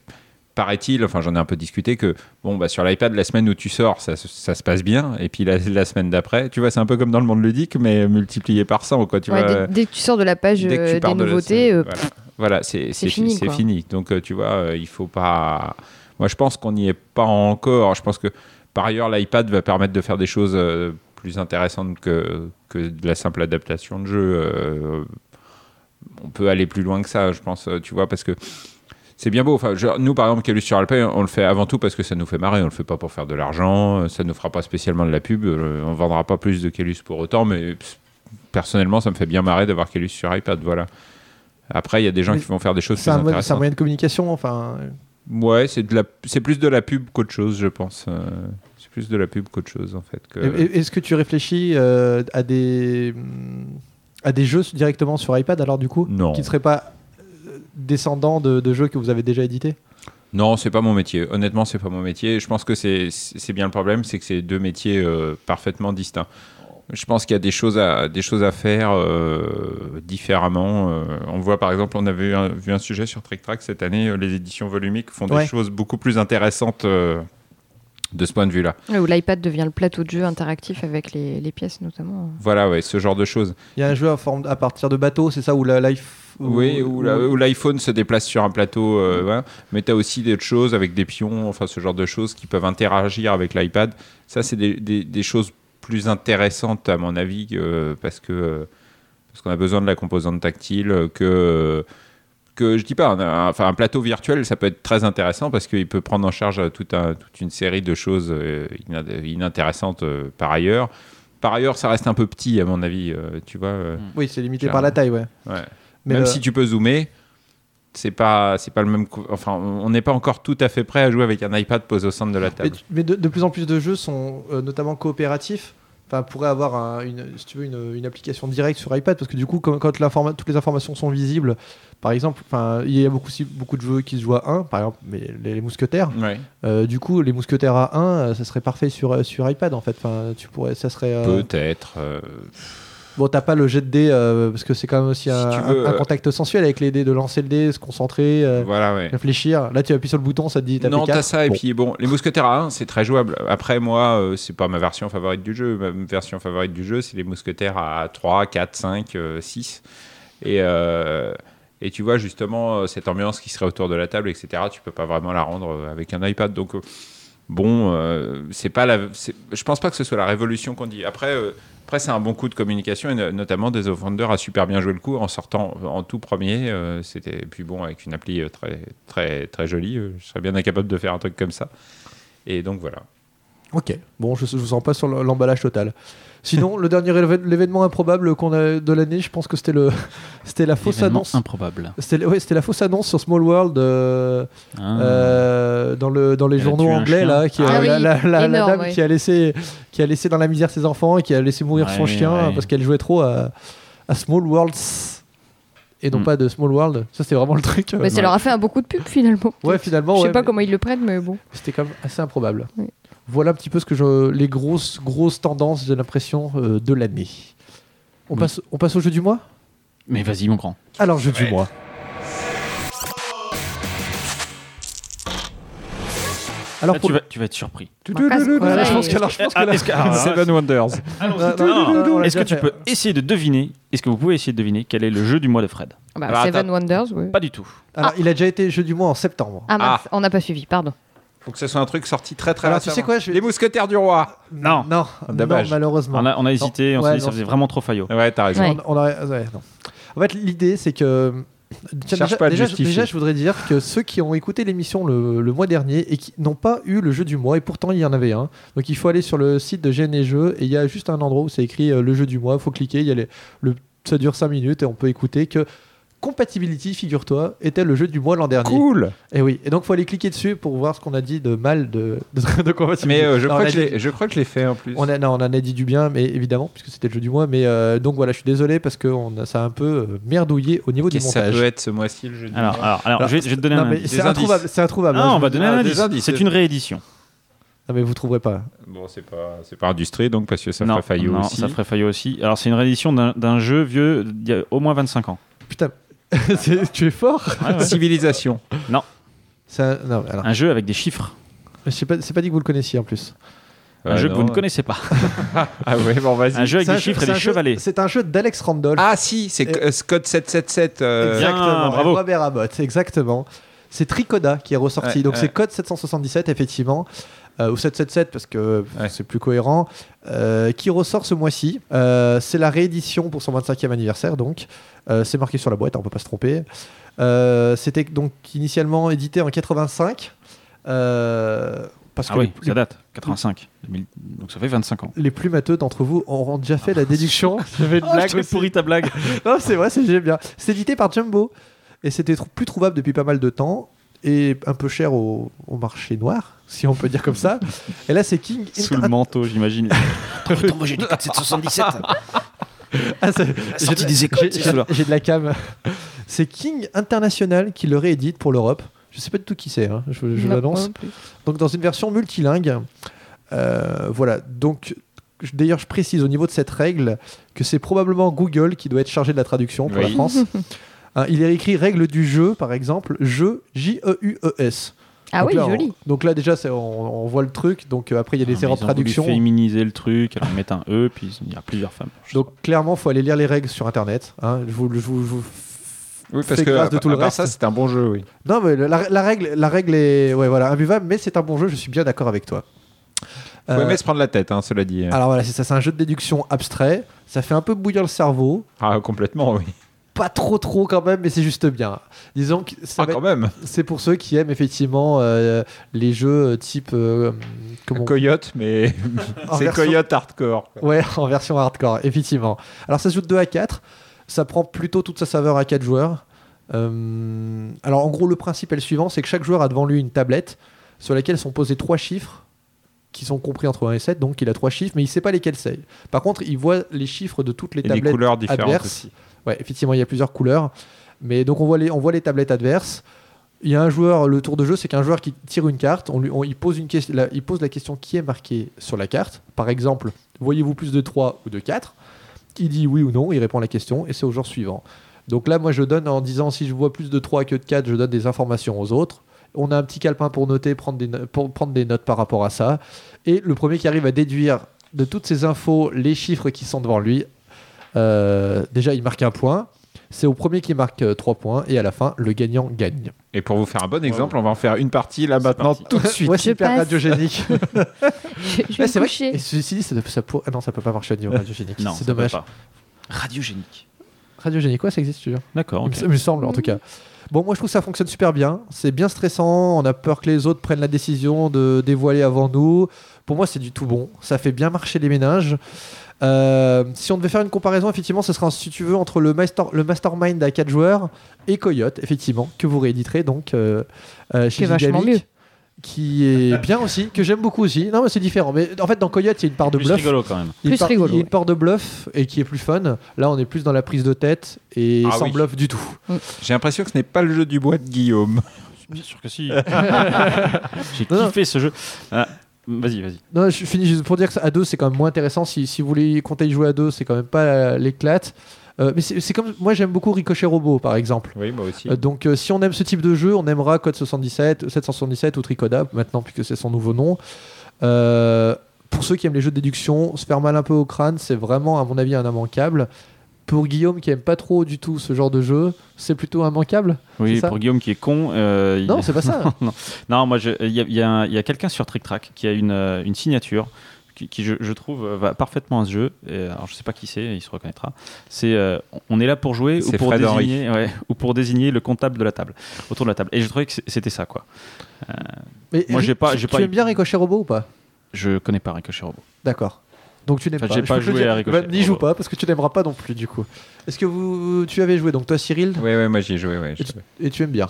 S1: Paraît-il, enfin j'en ai un peu discuté, que bon, bah, sur l'iPad, la semaine où tu sors, ça, se- ça se passe bien, et puis la, la semaine d'après, tu vois, c'est un peu comme dans le monde ludique, mais multiplié par 100, quoi. Tu
S6: Ouais, dès,
S1: vois,
S6: dès que tu sors de la page
S1: dès que
S6: euh,
S1: tu pars
S6: des
S1: de la
S6: nouveautés,
S1: scène,
S6: euh,
S1: voilà, Voilà, c'est c'est
S6: fini,
S1: fini, c'est
S6: quoi.
S1: fini. Donc euh, tu vois, euh, il faut pas. Moi, je pense qu'on n'y est pas encore. Je pense que par ailleurs, l'iPad va permettre de faire des choses euh, plus intéressantes que que de la simple adaptation de jeu. Euh, on peut aller plus loin que ça, je pense. euh, Tu vois, parce que c'est bien beau. Enfin, je- nous, par exemple, Calus sur Alpay, on le fait avant tout parce que ça nous fait marrer. On le fait pas pour faire de l'argent. euh, Ça ne nous fera pas spécialement de la pub. euh, On vendra pas plus de Calus pour autant. Mais pff, personnellement, ça me fait bien marrer d'avoir Calus sur iPad. Voilà. Après, il y a des gens
S4: Mais
S1: qui vont faire des choses
S4: euh, C'est
S1: plus
S4: un, mo- c'est un
S1: intéressantes.
S4: moyen de communication, enfin. euh,
S1: Ouais, c'est de la, c'est plus de la pub qu'autre chose, je pense. euh, C'est plus de la pub qu'autre chose, en fait. que-
S4: et- et- Est-ce que tu réfléchis euh, à des hum, à des jeux directement sur iPad alors du coup
S1: Non.
S4: qui ne seraient pas euh, descendants de, de jeux que vous avez déjà édités
S1: Non, c'est pas mon métier. Honnêtement, c'est pas mon métier. Je pense que c'est c'est bien le problème, c'est que c'est deux métiers euh, parfaitement distincts. Je pense qu'il y a des choses à des choses à faire euh, différemment. Euh, on voit par exemple, on avait eu un- vu un sujet sur Trick Track cette année. euh, les éditions volumiques font
S4: Ouais.
S1: des choses beaucoup plus intéressantes euh, de ce point de vue-là.
S6: où euh, l'iPad devient le plateau de jeu interactif avec les, les pièces notamment.
S1: Voilà, ouais, ce genre de choses.
S4: Il y a un jeu à, forme, à partir de bateaux, c'est ça Ou la life
S1: Oui, où, la- où l'iPhone se déplace sur un plateau. euh, ouais. Mais tu as aussi d'autres choses avec des pions, enfin ce genre de choses qui peuvent interagir avec l'iPad. Ça, c'est des, des- des choses plus intéressantes, à mon avis, euh, parce que euh, parce qu'on a besoin de la composante tactile, euh, que. euh, que je dis pas, un, un- enfin, un plateau virtuel, ça peut être très intéressant parce qu'il peut prendre en charge euh, tout un- toute une série de choses euh, ina- inintéressantes euh, par ailleurs. Par ailleurs, ça reste un peu petit, à mon avis, euh, tu vois. euh,
S4: Oui, c'est limité par la taille, ouais.
S1: ouais
S4: Mais
S1: même
S4: le-
S1: si tu peux zoomer, c'est pas c'est pas le même. co- Enfin, on n'est pas encore tout à fait prêt à jouer avec un iPad posé au centre de la
S4: mais,
S1: table.
S4: tu- mais de, de plus en plus de jeux sont euh, notamment coopératifs. enfin, pourrait avoir un- une, si tu veux, une, une application directe sur iPad parce que du coup, quand, quand l'informa- toutes les informations sont visibles, par exemple, enfin, il y a beaucoup, si- beaucoup de jeux qui se jouent à 1, par exemple, mais les, les mousquetaires.
S1: Ouais.
S4: Euh, du coup, les mousquetaires à 1, euh, ça serait parfait sur, euh, sur iPad en fait. Enfin, tu pourrais, ça serait. euh,
S1: Peut-être. euh,
S4: Bon, t'as pas le jet de dés euh, parce que c'est quand même aussi
S1: Si
S4: un,
S1: tu veux,
S4: un- un
S1: euh,
S4: contact sensuel avec les dés de lancer le dé, se concentrer, euh,
S1: Voilà, ouais.
S4: réfléchir. Là, tu appuies sur le bouton, ça te dit t'as
S1: Non,
S4: fait
S1: t'as
S4: quatre.
S1: ça, et
S4: Bon.
S1: puis bon, les Mousquetaires à 1, c'est très jouable. Après, moi, euh, c'est pas ma version favorite du jeu. Ma version favorite du jeu, c'est les Mousquetaires à 3, 4, 5, euh, 6. Et, euh, et tu vois, justement, euh, cette ambiance qui serait autour de la table, etc., tu peux pas vraiment la rendre euh, avec un iPad. Donc, euh, bon, euh, c'est pas la. c'est- Je pense pas que ce soit la révolution qu'on dit. Après. euh, après, c'est un bon coup de communication et no- notamment des Offender a super bien joué le coup en sortant en tout premier. euh, C'était et puis bon avec une appli euh, très très très jolie. euh, je serais bien incapable de faire un truc comme ça. Et donc voilà.
S4: Ok. Bon, je, je vous sens pas sur le- l'emballage total. Sinon, le dernier éve- l'événement improbable qu'on a de l'année, je pense que c'était le, c'était la fausse
S5: Événement
S4: annonce.
S5: improbable.
S4: C'était le- ouais, c'était la fausse annonce sur Small World euh,
S5: Hein.
S4: euh, dans le dans les
S5: Elle a
S4: journaux
S5: tué un
S4: anglais
S5: chien.
S4: là, qui,
S6: Ah
S4: euh, la,
S6: oui,
S4: la- la- la
S6: énorme,
S4: dame
S6: ouais.
S4: qui a laissé qui a laissé dans la misère ses enfants et qui a laissé mourir son
S5: Ouais,
S4: chien
S5: ouais.
S4: euh, parce qu'elle jouait trop à, à Small Worlds et non
S5: Mm.
S4: pas de Small World. Ça c'était vraiment le truc. euh,
S6: Bah, ça leur a fait un beaucoup de pub finalement.
S4: ouais, finalement.
S6: je sais
S4: ouais,
S6: pas
S4: mais
S6: comment ils le prennent, mais bon.
S4: C'était quand même assez improbable.
S6: Oui.
S4: Voilà un petit peu ce que je, les grosses grosses tendances j'ai l'impression euh, de l'année. On
S5: Oui.
S4: passe on passe au jeu du mois.
S5: Mais vas-y, mon grand.
S4: Alors jeu du mois. Alors
S5: Là,
S4: pour
S5: Ah, tu, vas, tu vas être surpris.
S4: Voilà,
S6: Ouais.
S4: Ah, je pense que, alors, je pense que là-
S1: Seven Wonders.
S4: Non,
S5: non,
S4: non, non,
S5: non,
S4: non, on l'a
S5: Est-ce que
S4: bien
S5: tu
S4: fait.
S5: peux essayer de deviner Est-ce que vous pouvez essayer de deviner quel est le jeu du mois de Fred
S6: Ah bah,
S1: Alors,
S6: Seven
S1: attends.
S6: Wonders, ouais.
S5: Pas du tout.
S4: Alors, il a déjà été jeu du mois en septembre.
S6: Ah mince, on n'a pas suivi, pardon.
S1: Faut que ce soit un truc sorti très très
S4: Alors,
S1: récemment.
S4: tu sais quoi, je vais-
S1: Les Mousquetaires du Roi.
S5: Non.
S4: Non,
S1: Dommage.
S4: non, malheureusement.
S5: Ah, On a, on a hésité, on
S4: Ouais,
S5: s'est dit
S4: non.
S5: ça faisait vraiment trop faillot.
S1: Ouais, t'as raison.
S6: Ouais.
S4: On- on aurait- ouais, non. En fait, l'idée, c'est que. Tiens,
S1: Cherche
S4: déjà,
S1: pas à te
S4: déjà, je-
S1: justifier.
S4: déjà, je voudrais dire que ceux qui ont écouté l'émission le, le mois dernier et qui n'ont pas eu le jeu du mois, et pourtant il y en avait un, donc il faut aller sur le site de GN et Jeux, et il y a juste un endroit où c'est écrit euh, le jeu du mois, il faut cliquer, il y a les- le, ça dure 5 minutes et on peut écouter que Compatibility, figure-toi, était le jeu du mois l'an dernier.
S1: Cool.
S4: Et Eh oui, et donc faut aller cliquer dessus pour voir ce qu'on a dit de mal de, de, de compatibilité.
S1: Mais euh, je,
S4: Non, on a
S1: crois que je
S4: dit-
S1: l'ai- je crois que je l'ai fait en plus.
S4: on, a, non, on en a dit du bien, mais évidemment, puisque c'était le jeu du mois. Mais euh, donc voilà, je suis désolé parce que on a- ça a un peu euh, merdouillé au niveau du
S1: Qu'est-ce que ça
S4: montage.
S1: peut être ce mois-ci le jeu du
S5: Alors,
S1: mois
S5: alors, alors,
S4: Alors,
S5: je, vais, je vais te donner
S4: Non,
S5: un
S4: mais
S5: indice.
S4: c'est
S1: Des
S4: introuvable,
S1: indices.
S4: c'est introuvable.
S5: Ah,
S4: hein,
S5: on va donner
S1: Ah,
S5: un
S1: des
S5: indice.
S1: indices.
S5: C'est une réédition.
S4: je- Non, mais vous trouverez pas.
S1: Bon, c'est pas c'est pas industrie donc parce que ça
S5: non,
S1: ferait faillot
S5: non,
S1: aussi.
S5: ça ferait faillot aussi. Alors, c'est une réédition d'un- d'un jeu vieux d'il y a au moins 25 ans.
S4: Putain, c'est- tu es fort.
S1: Civilisation.
S4: C'est un- non, mais alors,
S5: Un jeu avec des chiffres.
S4: je sais pas, c'est pas dit que vous le connaissiez en plus.
S5: Un
S1: Ouais,
S5: jeu que vous
S1: non.
S5: ne connaissez pas.
S1: Ah ouais, bon vas-y.
S5: Un jeu avec
S4: C'est un
S5: des
S4: jeu-
S5: chiffres
S4: c'est
S5: et des
S4: un jeu-
S5: chevalets.
S4: C'est un jeu d'Alex Randolph.
S1: Ah si, c'est
S4: Et-
S1: euh, Scott 777. euh,
S5: Bien,
S4: exactement.
S5: bravo.
S4: Robert Abbott, exactement. C'est Tricoda qui est ressorti.
S1: Ouais,
S4: donc
S1: ouais.
S4: c'est Code 777, effectivement. euh, ou 777 parce que euh,
S1: Ouais.
S4: c'est plus cohérent, euh, qui ressort ce mois-ci. Euh, c'est la réédition pour son 25e anniversaire, donc. Euh, c'est marqué sur la boîte, on peut pas se tromper. Euh, C'était donc initialement édité en 85. euh, parce que
S5: Ah oui,
S4: les,
S5: ça date. 85. 2000. Donc, ça fait 25 ans.
S4: les plus matheux d'entre vous auront déjà fait la déduction. J'avais
S5: Oh, je t'ai pourri ta blague.
S4: non, c'est vrai, c'est j'aime bien. C'est édité par Jumbo et c'était trou- plus trouvable depuis pas mal de temps et un peu cher au, au marché noir, si on peut dire comme ça. Et là, c'est King.
S5: Sous le manteau, j'imagine.
S8: Moi j'ai du 477.
S4: Ah, c'est-
S8: sortie des
S4: j'ai-
S8: écoles,
S4: j'ai-
S8: ceux-là.
S4: J'ai de la cam. C'est King International qui le réédite pour l'Europe. Je sais pas du tout qui c'est, hein, je, je
S6: Non,
S4: l'annonce.
S6: non plus.
S4: Donc dans une version multilingue. Euh, voilà, donc je- d'ailleurs je précise au niveau de cette règle que c'est probablement Google qui doit être chargé de la traduction pour la
S1: Oui.
S4: France. Hein, il est écrit règle du jeu par exemple, jeu J-E-U-E-S.
S6: Ah
S4: Donc
S6: oui,
S4: là, on-
S6: joli.
S4: donc là déjà c'est- on, on voit le truc, donc euh, après il y a des erreurs de traduction.
S5: Ah, Ils ont voulu féminiser le truc, alors ils mettent un E, puis il y a plusieurs femmes.
S4: Donc clairement faut aller lire les règles sur internet. hein. Je vous- je vous- je vous
S1: Oui, parce
S4: Fait
S1: que
S4: grâce
S1: à,
S4: de tout le
S1: à part
S4: reste.
S1: ça, c'est un bon jeu, oui.
S4: Non, mais la, la règle, la règle est ouais, voilà, imbuvable, mais c'est un bon jeu, je suis bien d'accord avec toi.
S1: Faut
S4: Euh, ah.
S1: aimer se prendre la tête, hein, cela dit.
S4: alors voilà, c'est ça, c'est un jeu de déduction abstrait, ça fait un peu bouillir le cerveau,
S1: Ah, complètement, oui.
S4: pas trop trop quand même, mais c'est juste bien. Disons que ça
S1: Ah,
S4: va
S1: quand même.
S4: être- c'est pour ceux qui aiment effectivement euh, les jeux type... euh, comment
S1: Coyote, mais
S4: en
S1: c'est
S4: version-
S1: Coyote hardcore. quoi.
S4: Ouais, en version hardcore, effectivement. Alors ça se joue de 2 à 4, ça prend plutôt toute sa saveur à 4 joueurs. Euh, alors en gros, le principe est le suivant, c'est que chaque joueur a devant lui une tablette sur laquelle sont posés trois chiffres qui sont compris entre 1 et 7, donc il a trois chiffres, mais il sait pas lesquels c'est. Par contre, il voit les chiffres de toutes les
S1: Et des
S4: tablettes
S1: couleurs différentes
S4: adverses.
S1: aussi.
S4: Ouais, effectivement, il y a plusieurs couleurs. Mais donc on voit les, on voit les tablettes adverses. Il y a un joueur, le tour de jeu, c'est qu'un joueur qui tire une carte, on lui, on- il, pose une question, la, il pose la question qui est marquée sur la carte. Par exemple, voyez-vous plus de 3 ou de 4 Il dit oui ou non, il répond à la question et c'est au joueur suivant. Donc là, moi, je donne en disant si je vois plus de 3 que de 4, je donne des informations aux autres. On a un petit calepin pour noter, prendre des, no- pour prendre des notes par rapport à ça. Et le premier qui arrive à déduire de toutes ces infos les chiffres qui sont devant lui, euh, déjà, il marque un point. C'est au premier qui marque 3 points et à la fin, le gagnant gagne.
S1: Et pour vous faire un bon exemple, on va en faire une partie là maintenant
S5: parti.
S1: tout de suite.
S4: Ouais,
S6: Je
S4: hyper
S6: passe.
S4: radiogénique.
S6: Je, je
S4: Ouais,
S6: vais me
S4: Ah, c'est vrai.
S6: coucher.
S4: Et ceci dit, ça, ne- ça pour- ah non, ça peut pas marcher au niveau radiogénique.
S5: Non, ça
S4: c'est
S5: peut
S4: dommage.
S5: pas. Radiogénique.
S4: Radiogénique, ouais, ça existe toujours.
S5: D'accord.
S4: Il
S5: ok.
S4: me- Il me semble, en tout cas. Bon, moi, je trouve que ça fonctionne super bien. C'est bien stressant. On a peur que les autres prennent la décision de dévoiler avant nous. Pour moi, c'est du tout bon. Ça fait bien marcher les ménages. Euh, si on devait faire une comparaison, effectivement, ce sera, si tu veux, entre le, master, le mastermind à 4 joueurs et Coyote, effectivement, que vous rééditerez donc euh, euh,
S6: Qui
S4: chez
S6: est vachement
S4: Gigamic,
S6: mieux.
S4: Qui est bien aussi, que j'aime beaucoup aussi. Non, mais c'est différent. Mais en fait, dans Coyote, il y a une part de
S5: Plus
S4: bluff.
S5: rigolo quand même.
S4: Il y a une
S6: Plus
S4: part-
S6: rigolo,
S4: Il y a une
S6: ouais.
S4: part de bluff et qui est plus fun. Là, on est plus dans la prise de tête et
S1: Ah
S4: sans
S1: oui.
S4: bluff du tout.
S1: J'ai l'impression que ce n'est pas le jeu du bois de Guillaume.
S5: Bien sûr que si. J'ai
S4: Non, non.
S5: kiffé ce jeu. Ah, Vas-y, vas-y.
S4: Non, je finis juste pour dire que ça- à deux, c'est quand même moins intéressant. Si, si vous voulez compter y jouer à deux, c'est quand même pas euh, l'éclate. Euh, mais c'est c'est comme moi, j'aime beaucoup Ricochet Robot, par exemple.
S1: Oui, moi aussi.
S4: Euh, donc, euh, si on aime ce type de jeu, on aimera Code 77, 777 ou Tricoda maintenant, puisque c'est son nouveau nom. Euh, pour ceux qui aiment les jeux de déduction, se faire mal un peu au crâne, c'est vraiment, à mon avis, un immanquable. Pour Guillaume, qui aime pas trop du tout ce genre de jeu, c'est plutôt immanquable.
S5: Oui,
S4: C'est ça
S5: pour Guillaume qui est con. euh, il-
S4: Non, c'est pas ça.
S5: Non, moi, je- il y a, il y a un- il y a quelqu'un sur Trick Track qui a une, euh, une signature qui, qui, je, je trouve, euh, va parfaitement à ce jeu. Et, alors, je sais pas qui c'est, il se reconnaîtra. C'est, euh, on est là pour jouer ou
S1: C'est
S5: pour,
S1: Fred Henry.
S5: désigner, ouais, ou pour désigner le comptable de la table, autour de la table. Et je trouvais que c- c'était ça, quoi.
S4: Mais
S5: Moi, j'ai pas-
S4: tu-
S5: j'ai
S4: tu
S5: pas-
S4: aimes bien Ricochet Robot ou pas
S5: Je connais pas Ricochet Robot.
S4: D'accord. Donc tu n'aimes
S5: Enfin,
S4: pas.
S5: j'ai
S4: Je
S5: pas
S4: peux te le
S5: joué
S4: dire.
S5: à Ricochet.
S4: Bah, N'y joue
S5: Oh.
S4: pas parce que tu n'aimeras pas non plus du coup. Est-ce que vous, tu avais joué donc toi Cyril
S1: Oui, oui, moi j'y ai joué. ouais,
S4: et,
S1: je-
S4: tu, et tu aimes bien.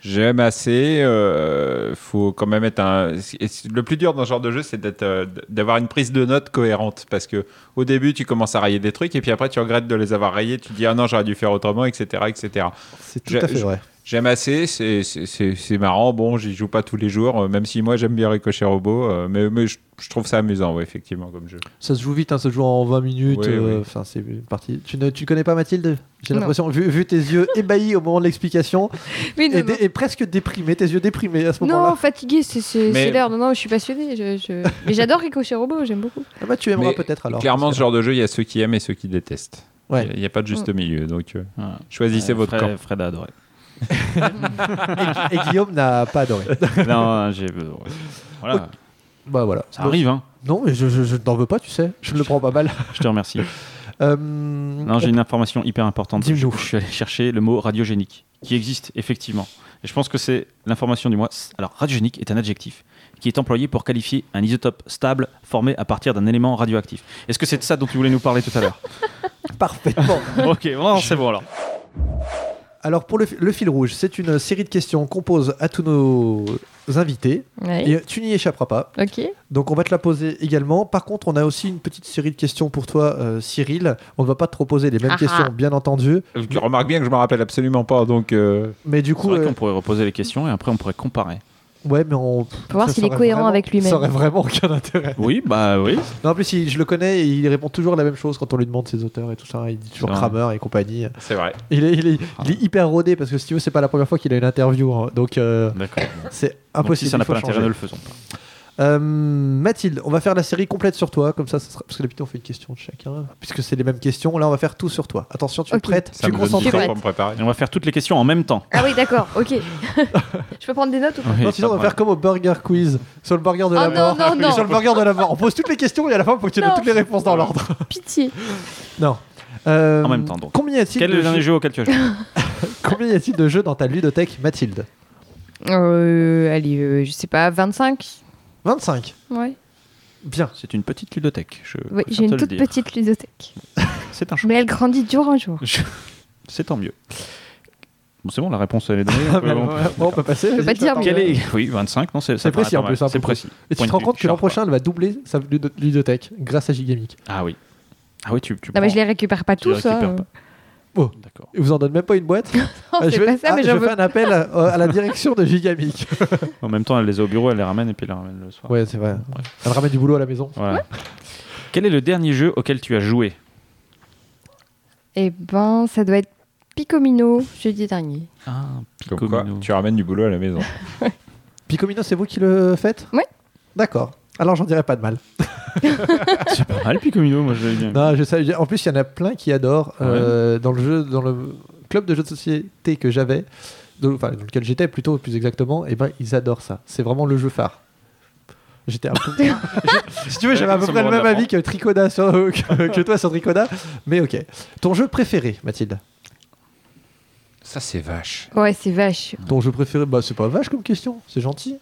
S1: J'aime assez. euh, faut quand même être un. et c- Le plus dur dans ce genre de jeu, c'est d'être, euh, d- d'avoir une prise de notes cohérente. Parce que au début, tu commences à rayer des trucs et puis après, tu regrettes de les avoir rayés. Tu te dis ah non, j'aurais dû faire autrement, etc., etc.
S4: C'est tout
S1: Je-
S4: à fait
S1: je-
S4: vrai.
S1: J'aime assez. C'est, c'est- c'est- c'est marrant. Bon, j'y joue pas tous les jours, euh, même si moi j'aime bien Ricochet Robot. euh, mais mais je, je trouve ça amusant, ouais, effectivement, comme jeu.
S4: Ça se joue vite, hein, ça se joue en 20 minutes.
S1: Oui,
S4: euh,
S1: oui.
S4: Enfin, c'est une partie. Tu ne tu connais pas Mathilde J'ai
S6: Non.
S4: l'impression, vu, vu tes yeux ébahis au moment de l'explication
S6: Oui, non,
S4: et,
S6: non.
S4: dé- et presque déprimés, tes yeux déprimés à ce
S6: Non,
S4: moment-là.
S6: fatigué, c'est- c'est
S1: Mais-
S6: c'est l'heure. Non, non, je suis passionnée. Je, je- Mais j'adore Ricochet Robot, j'aime beaucoup.
S4: Ah bah, tu aimeras
S1: Mais
S4: peut-être alors.
S1: Clairement,
S4: Parce
S1: ce genre de jeu, il y a ceux qui aiment et ceux qui détestent. Il
S4: Ouais.
S1: n'y a, pas de juste milieu. Donc, euh,
S5: Voilà.
S1: choisissez
S5: Euh,
S1: votre
S5: Fred,
S1: camp.
S5: Fred a adoré.
S4: que- Et Guillaume n'a pas adoré.
S5: non, hein, j'ai. Voilà,
S4: bah voilà.
S5: ça arrive, hein.
S4: Non, mais je, je, je n'en veux pas, tu sais. Je le prends pas mal.
S5: Je te remercie.
S4: Euh,
S5: Non, j'ai une information hyper importante. Je,
S4: Dis-nous.
S5: je suis allé chercher le mot radiogénique, qui existe effectivement. Et je pense que c'est l'information du mois. Alors, radiogénique est un adjectif qui est employé pour qualifier un isotope stable formé à partir d'un élément radioactif. Est-ce que c'est de ça dont tu voulais nous parler tout à l'heure
S4: Parfaitement.
S5: Ok, bon, c'est bon alors.
S4: Alors pour le, fi- le fil rouge, c'est une série de questions qu'on pose à tous nos invités.
S6: Ouais.
S4: Et tu n'y échapperas pas.
S6: Ok.
S4: Donc on va te la poser également. Par contre, on a aussi une petite série de questions pour toi, euh, Cyril. On ne va pas te reposer les mêmes
S6: Ah ah.
S4: questions, bien entendu.
S1: Tu remarques bien que je m'en rappelle absolument pas. Donc, euh,
S4: Mais du
S5: C'est
S4: coup,
S5: vrai
S4: euh,
S5: qu'on pourrait reposer les questions et après on pourrait comparer.
S4: ouais, mais on.
S6: Pour voir
S4: ça
S6: s'il est
S4: aurait
S6: cohérent
S4: vraiment-
S6: avec lui-même.
S4: Ça aurait vraiment aucun intérêt.
S5: Oui, bah oui.
S4: Non, en plus, il- je le connais et il répond toujours la même chose quand on lui demande ses auteurs et tout ça. Il dit toujours
S5: C'est vrai. Ah.
S4: Kramer et compagnie.
S1: c'est vrai.
S4: Il est, il est- il est hyper rodé parce que si tu veux, c'est pas la première fois qu'il a une interview. hein. Donc euh,
S5: D'accord.
S4: c'est
S5: Donc,
S4: impossible.
S5: si ça n'a
S4: il faut
S5: pas d'intérêt,
S4: changer.
S5: ne le faisons pas.
S4: Euh, Mathilde, on va faire la série complète sur toi, comme ça, ça sera... parce que d'habitude on fait une question de chacun, puisque c'est les mêmes questions. Là, on va faire tout sur toi. Attention, tu es
S6: Ok.
S4: prête,
S1: Ça
S4: tu es
S1: me donne du
S4: concentrée.
S1: temps
S6: concentré.
S1: pour me préparer.
S5: Et on va faire toutes les questions en même temps.
S6: Ah oui, d'accord, ok. je peux prendre des notes ou pas
S5: Oui,
S4: Non, sinon,
S5: pas
S4: on
S5: de
S4: va faire comme au Burger Quiz, sur le burger de la
S6: Oh
S4: mort.
S6: non, non, non.
S4: Sur le burger de la mort, on pose toutes les questions et à la fin, faut que tu donnes
S6: Non.
S4: toutes les réponses dans l'ordre.
S6: Pitié.
S4: Non. Euh,
S5: En même temps, donc.
S4: Combien y a-t-il
S5: Quel est
S4: de,
S5: le dernier
S4: jeux...
S5: jeu auquel tu as joué
S4: combien y a-t-il de jeux dans ta ludothèque, Mathilde
S6: Euh, allez, euh, je sais pas, 25
S4: 25.
S6: Ouais.
S4: Bien.
S5: C'est une petite ludothèque. Je préfère
S6: Oui, j'ai
S5: te
S6: une
S5: le
S6: toute
S5: dire.
S6: petite ludothèque.
S5: C'est un choix.
S6: Mais elle grandit jour en jour.
S5: C'est tant mieux. Bon, c'est bon, la réponse elle est donnée. on peut- on peut-
S4: on peut passer.
S6: peux pas
S4: vas-y,
S6: te dire,
S4: pardon.
S5: Quel bah, est Oui, 25. Non, c'est ça
S4: C'est précis,
S5: paraît
S4: en
S5: pas
S4: plus,
S5: mal.
S4: hein,
S5: C'est
S4: pour le
S5: précis.
S4: Et tu
S5: Point
S4: te
S5: de
S4: rends
S5: vue,
S4: compte que l'an
S5: sharp, quoi.
S4: prochain, elle va doubler sa ludo- ludothèque grâce à Gigamic.
S5: Ah oui. Ah oui, tu. tu
S6: Non, mais
S5: prends-
S6: je les récupère pas
S5: tu les
S6: tous. hein.
S5: récupères pas.
S4: Oh.
S5: D'accord.
S4: Et vous en donne même pas une boîte
S6: Non,
S4: Euh,
S6: c'est
S4: vais-
S6: pas ça,
S4: ah,
S6: mais
S4: je
S6: j'en
S4: fais
S6: veux.
S4: un appel euh, à la direction de Gigamic.
S5: En même temps, elle les a au bureau, elle les ramène et puis elle les ramène le soir.
S4: ouais, c'est vrai. Elle ramène du boulot à la maison.
S5: Voilà. Quel est le dernier jeu auquel tu as joué
S6: Eh ben, ça doit être Picomino, jeudi dernier.
S5: Ah,
S1: Comme quoi, tu ramènes du boulot à la maison.
S4: Picomino, c'est vous qui le faites
S6: Ouais.
S4: D'accord. Alors j'en dirais pas de mal.
S5: C'est pas mal, Picomino, moi je l'ai bien.
S4: Non, je sais, j'ai- en plus, il y en a plein qui adorent. euh, dans, le jeu, dans le club de jeux de société que j'avais, dans, enfin, dans lequel j'étais plutôt, plus exactement, et ben, ils adorent ça. C'est vraiment le jeu phare. J'étais un peu... si tu veux, j'avais à peu
S5: Ils sont
S4: près le
S5: morts de
S4: même
S5: la
S4: avis que, Tricoda sur- que, que toi sur Tricoda, mais ok. Ton jeu préféré, Mathilde
S1: Ça, c'est vache.
S6: Ouais, c'est vache.
S4: Ton jeu préféré Bah, c'est pas vache comme question, c'est gentil.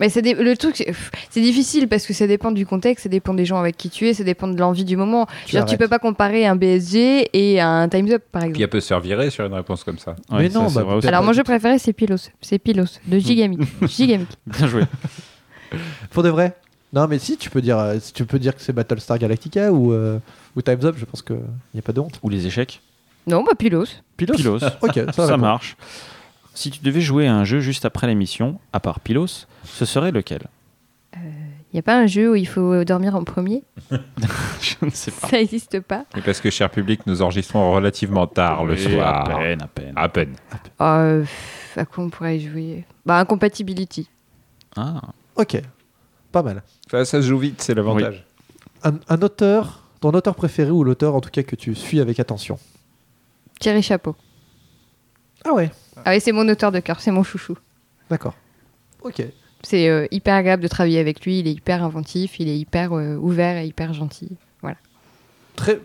S6: Mais ça dé- le truc, c'est- pff, c'est difficile parce que ça dépend du contexte, ça dépend des gens avec qui tu es, ça dépend de l'envie du moment.
S4: Tu
S6: Tu, tu
S4: arrêtes.
S6: peux pas comparer un BSG et un Time's Up, par
S1: Puis
S6: exemple.
S1: elle peut se faire virer sur une réponse comme ça.
S5: Ouais,
S4: Mais
S5: ça,
S4: non,
S5: c'est
S4: bah,
S5: vrai aussi.
S4: peut-être-
S6: Alors, mon jeu préféré, c'est Pilos. C'est Pilos,
S5: Hmm.
S6: de Gigamic. Gigamic.
S5: Bien joué.
S4: Pour de vrai Non, mais si, tu peux dire, euh, tu peux dire que c'est Battlestar Galactica ou, euh, ou Time's Up, je pense qu'il n'y a pas de honte.
S5: Ou les échecs.
S6: Non, bah, Pilos.
S4: Pilos,
S5: Pilos.
S4: Ok, ça,
S5: Ça,
S4: répond.
S5: marche. Si tu devais jouer à un jeu juste après l'émission, à part Pilos, ce serait lequel
S6: Y a pas un jeu où il faut euh, dormir en premier
S5: Je ne sais pas.
S6: Ça n'existe pas.
S1: Mais parce que, cher public, nous enregistrons relativement tard le
S5: Oui,
S1: soir.
S5: À peine, à peine.
S1: À peine.
S6: Euh, pff, à quoi on pourrait jouer Bah, Incompatibility.
S5: Ah.
S4: Ok, pas mal.
S1: Ça, ça se joue vite, c'est l'avantage.
S4: Un, un auteur, ton auteur préféré ou l'auteur en tout cas que tu suis avec attention.
S6: Thierry Chapeau.
S4: Ah ouais,
S6: Ah oui, c'est mon auteur de cœur, c'est mon chouchou.
S4: d'accord. Ok.
S6: C'est euh, hyper agréable de travailler avec lui, il est hyper inventif, il est hyper euh, ouvert et hyper gentil.
S4: Très,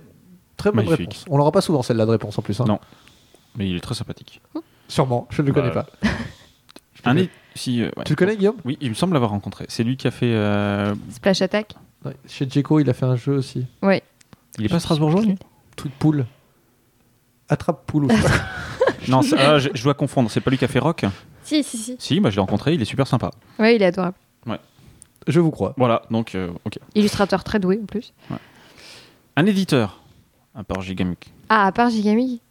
S4: très bonne
S5: Magnifique.
S4: réponse. On l'aura pas souvent celle-là de réponse en plus. hein.
S5: Non. Mais il est très sympathique.
S4: Sûrement, je ne le
S5: Bah,
S4: connais pas.
S5: Un
S4: le-
S5: des- si, euh, ouais.
S4: Tu le connais Guillaume
S5: Oui, il me semble l'avoir rencontré. C'est lui qui a fait. euh,
S6: Splash Attack
S4: Ouais, Chez Djeko, il a fait un jeu aussi.
S5: Il est pas Strasbourgeois, lui
S4: Truc poule. Attrape poule aussi.
S5: Non, c'est- ah, je, je dois confondre. C'est pas lui qui a fait Rock
S6: Si, si, si.
S5: Si, bah, je l'ai rencontré. Il est super sympa.
S6: Ouais, il est adorable.
S4: je vous crois.
S5: Voilà, donc, euh, ok.
S6: Illustrateur très doué en plus.
S5: Un éditeur, à part Gigamic.
S6: Ah, à part Gigami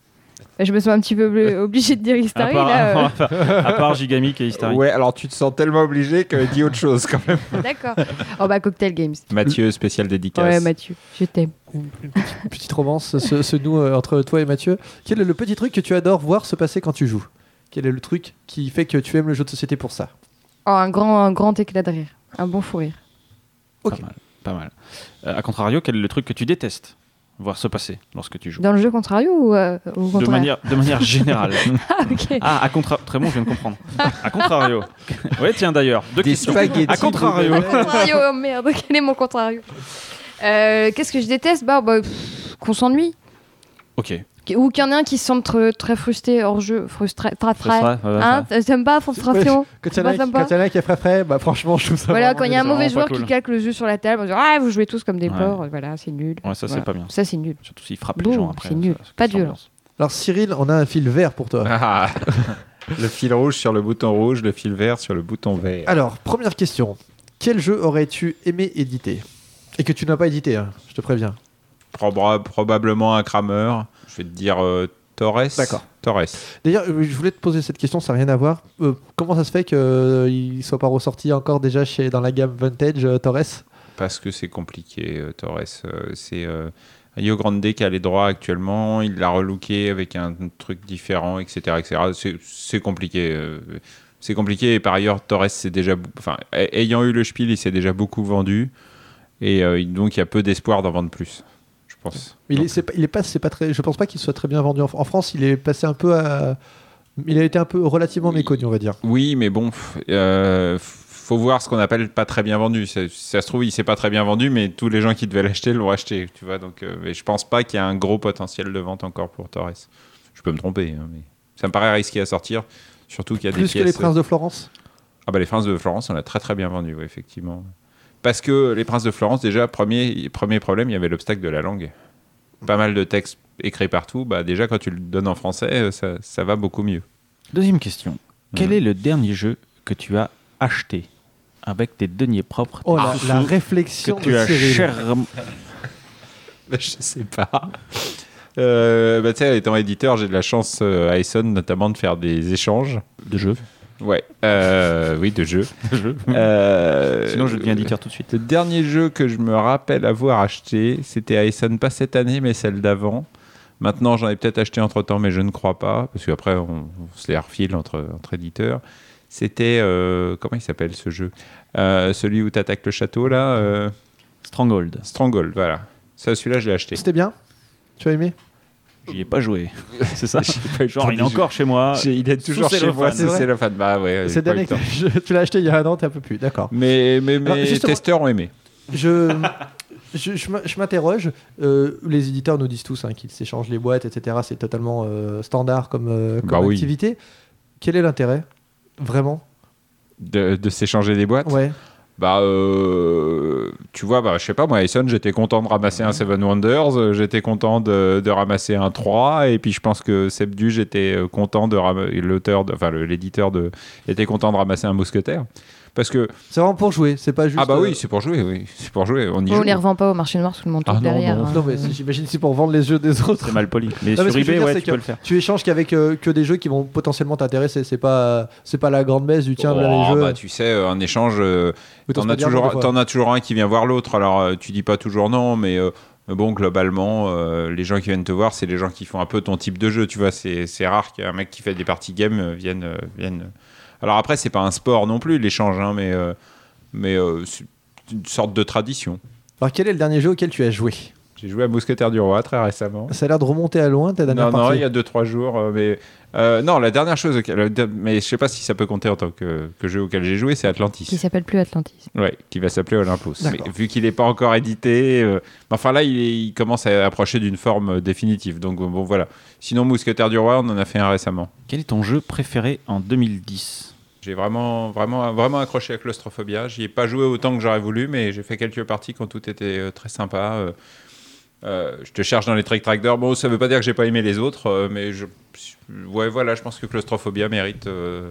S6: je me sens un petit peu bleu- obligée de dire
S5: À
S6: Histary.
S5: part,
S6: Ah là, euh.
S5: à part Gigamic et Histary.
S1: Ouais, alors tu te sens tellement obligé que dis autre chose quand même.
S6: euh, D'accord. Oh bah Cocktail Games.
S1: Mathieu, spécial
S6: Ouais,
S1: dédicace.
S6: Mathieu, je t'aime.
S4: Une, une petite, petite romance se, se noue euh, entre toi et Mathieu. Quel est le petit truc que tu adores voir se passer quand tu joues Quel est le truc qui fait que tu aimes le jeu de société pour ça
S6: Oh, un grand, un grand éclat de rire. Un bon fou rire.
S4: Ok.
S5: Pas mal. Pas mal. Euh, a contrario, quel est le truc que tu détestes voir se passer lorsque tu joues
S6: Dans le jeu contrario ou euh, au contraire
S5: de manière, de manière générale.
S6: Ah, ok.
S5: ah, à contra... très bon, je viens de comprendre. A contrario. Ouais, tiens d'ailleurs, deux
S1: Des
S5: questions.
S1: spaghettis.
S5: A Euh, contrario.
S6: contrario, oh merde, quel est mon contrario Euh, Qu'est-ce que je déteste Bah, bah, pff, qu'on s'ennuie.
S5: Ok.
S6: Qu- Ou qu'il y en ait un qui se sente tr- très frustré hors jeu. Frustré, très,
S5: Ça sera, euh,
S6: Hein, t- t'aimes pas, frustration
S4: Quand il y en a
S6: Pas
S4: qui-
S6: sympa.
S4: quand il y en a qui est frais frais, bah franchement, je trouve ça.
S6: Voilà,
S4: vraiment
S6: quand il y a un
S5: c'est
S6: mauvais
S5: vraiment
S6: joueur
S5: pas
S6: qui
S5: cool.
S6: claque le jeu sur la table, on dit Ah, vous jouez tous comme des
S5: Ouais.
S6: porcs, voilà, c'est nul.
S5: Ouais, ça, c'est
S6: Voilà.
S5: pas bien.
S6: Ça, c'est nul.
S5: Surtout s'il frappe
S6: Boum,
S5: les gens après.
S6: c'est nul.
S5: ça- ça-
S6: Pas
S5: ça
S6: de
S5: ambiance.
S4: Alors Cyril, on a un fil vert pour toi.
S1: Ah, le fil rouge sur le bouton rouge, le fil vert sur le bouton vert.
S6: Ah.
S4: Alors, première question. Quel jeu aurais-tu aimé éditer Et que tu n'as pas édité, hein, je te préviens.
S1: Probra- probablement un Kramer. Je vais te dire euh, Torres.
S4: D'accord.
S1: Torres.
S4: D'ailleurs, euh, je voulais te poser cette question, ça n'a rien à voir. Euh, comment ça se fait qu'il ne soit pas ressorti encore déjà chez, dans la gamme Vintage euh, Torres
S1: Parce que c'est compliqué, euh, Torres. Euh, c'est euh, Rio Grande qui a les droits actuellement. Il l'a relooké avec un truc différent, etc. etc. C'est- C'est compliqué. euh, c'est compliqué. Et par ailleurs, Torres, c'est déjà. bou- Enfin, a- ayant eu le Spiel, il s'est déjà beaucoup vendu. Et euh, il- donc, il y a peu d'espoir d'en vendre plus, je pense.
S4: Il est,
S1: Donc,
S4: c'est pas- il est pas, c'est pas très, je pense pas qu'il soit très bien vendu en, Fr- en France. Il est passé un peu à, il a été un peu relativement
S1: Oui.
S4: méconnu, on va dire.
S1: Oui, mais bon, pff, euh, f- faut voir ce qu'on appelle pas très bien vendu. Ça, ça se trouve, il s'est pas très bien vendu, mais tous les gens qui devaient l'acheter l'ont acheté, tu vois. Donc, euh, mais je pense pas qu'il y a un gros potentiel de vente encore pour Torres. Je peux me tromper, hein, mais ça me paraît risqué à sortir. Surtout qu'il y a des
S4: Plus que les
S1: pièces- euh,
S4: Princes de Florence.
S1: Ah bah les princes de Florence, on a très très bien vendu, ouais, effectivement. Parce que les princes de Florence, déjà premier premier problème, il y avait l'obstacle de la langue. Pas mal de textes écrits partout. Bah déjà quand tu le donnes en français, euh, ça, ça va beaucoup mieux.
S5: Deuxième question. Quel
S1: Mhm.
S5: est le dernier jeu que tu as acheté avec tes deniers propres
S4: Oh,
S5: tes
S4: la,
S5: sous
S4: la
S5: que
S4: réflexion
S5: tu
S4: de
S5: as
S4: Cyril.
S5: chèrement-
S1: Ben, Je sais pas. Euh, bah, tu sais, étant éditeur, j'ai de la chance euh, à Essonne notamment de faire des échanges.
S5: de jeu.
S1: Ouais. Euh, oui, de jeux. Euh,
S5: Sinon, je deviens éditeur tout de suite.
S1: Le dernier jeu que je me rappelle avoir acheté, c'était à Essen, pas cette année, mais celle d'avant. Maintenant, j'en ai peut-être acheté entre temps, mais je ne crois pas, parce qu'après, on, on se les refile entre, entre éditeurs. C'était. euh, comment il s'appelle ce jeu Euh, Celui où tu attaques le château, là euh,
S5: Stronghold.
S1: Stronghold, voilà. Ça, celui-là, je l'ai acheté.
S4: C'était bien Tu as aimé
S5: J'y ai pas joué. C'est ça
S1: pas eu le temps
S5: Genre, il est
S1: d'y jouer.
S5: encore chez moi.
S1: J'ai- Il est toujours chez moi,
S5: Ah, cellophane.
S1: c'est
S4: C'est vrai
S1: cellophane. Bah ouais, j'ai
S4: C'est
S1: pas eu le
S4: dernier
S1: temps.
S4: que je- tu l'as acheté il y a un an, t'es un peu plus. D'accord.
S1: Mais, mais mes
S4: Alors, justement-
S1: testeurs ont aimé.
S4: Je, je, je m- je m'interroge. euh, les éditeurs nous disent tous hein, qu'ils s'échangent les boîtes, etc. C'est totalement euh, standard comme, euh, comme
S1: Bah oui.
S4: activité. Quel est l'intérêt Vraiment
S1: De, de s'échanger des boîtes
S4: Ouais.
S1: Bah, euh, tu vois, bah, je sais pas, moi, Ayson, j'étais content de ramasser un Seven Wonders, euh, j'étais content de, de ramasser un 3, et puis je pense que Seb Du, j'étais euh, content de ramasser, l'auteur, de- enfin, le- l'éditeur de, était content de ramasser un mousquetaire. Parce que,
S4: C'est vraiment pour jouer, c'est pas juste.
S1: ah bah
S4: euh, Oh,
S1: oui, c'est pour jouer, oui, c'est pour jouer, on y
S6: On
S1: joue. Oh,
S6: les revend pas au marché noir sous le manteau
S1: Ah non,
S6: derrière.
S1: non.
S6: hein.
S4: euh, Non, mais c'est- j'imagine que c'est pour vendre les jeux des autres.
S5: C'est mal poli. Mais
S4: Non, mais ce que
S5: sur
S4: je veux
S5: eBay,
S4: dire,
S5: ouais,
S4: c'est
S5: tu
S4: que
S5: peux le faire.
S4: Tu échanges qu'avec euh, que des jeux qui vont potentiellement t'intéresser. C'est pas c'est pas la grande messe du tiens voilà
S1: Oh,
S4: les jeux.
S1: bah, tu sais, euh, un échange, euh,
S4: Oui, t'oses
S1: t'en
S4: pas
S1: as,
S4: dire non, des
S1: toujours,
S4: fois.
S1: t'en as toujours un qui vient voir l'autre, alors euh, tu dis pas toujours non, mais euh, bon, globalement, euh, les gens qui viennent te voir, c'est les gens qui font un peu ton type de jeu, tu vois, c'est, c'est rare qu'un mec qui fait des parties game euh, vienne, euh, vienne. Alors après, c'est pas un sport non plus, l'échange, hein, mais, euh, mais euh, c'est une sorte de tradition.
S4: Alors quel est le dernier jeu auquel tu as joué
S1: J'ai joué à Mousquetaire du Roi très récemment.
S4: Ça a l'air de remonter à loin ta dernière
S1: Non, non,
S4: partie.
S1: il y a 2-3 jours. euh, Mais euh, non, la dernière chose, auquel- la de- mais je sais pas si ça peut compter en tant que, que jeu auquel j'ai joué, c'est Atlantis.
S6: Qui s'appelle plus Atlantis.
S1: Ouais, qui va s'appeler Olympus. Mais
S4: D'accord.
S1: vu qu'il n'est pas encore édité, euh, mais enfin là, il, est- il commence à approcher d'une forme euh, définitive. Donc euh, bon, voilà. Sinon, Mousquetaire du Roi, on en a fait un récemment.
S5: Quel est ton jeu préféré en 2010
S1: J'ai vraiment, vraiment, vraiment accroché à Claustrophobia. J'y ai pas joué autant que j'aurais voulu, mais j'ai fait quelques parties quand tout était euh, très sympa. Euh, euh, je te cherche dans les Trick Tractors. Bon, ça veut pas dire que j'ai pas aimé les autres, euh, mais je, ouais, voilà, je pense que Claustrophobia mérite, euh,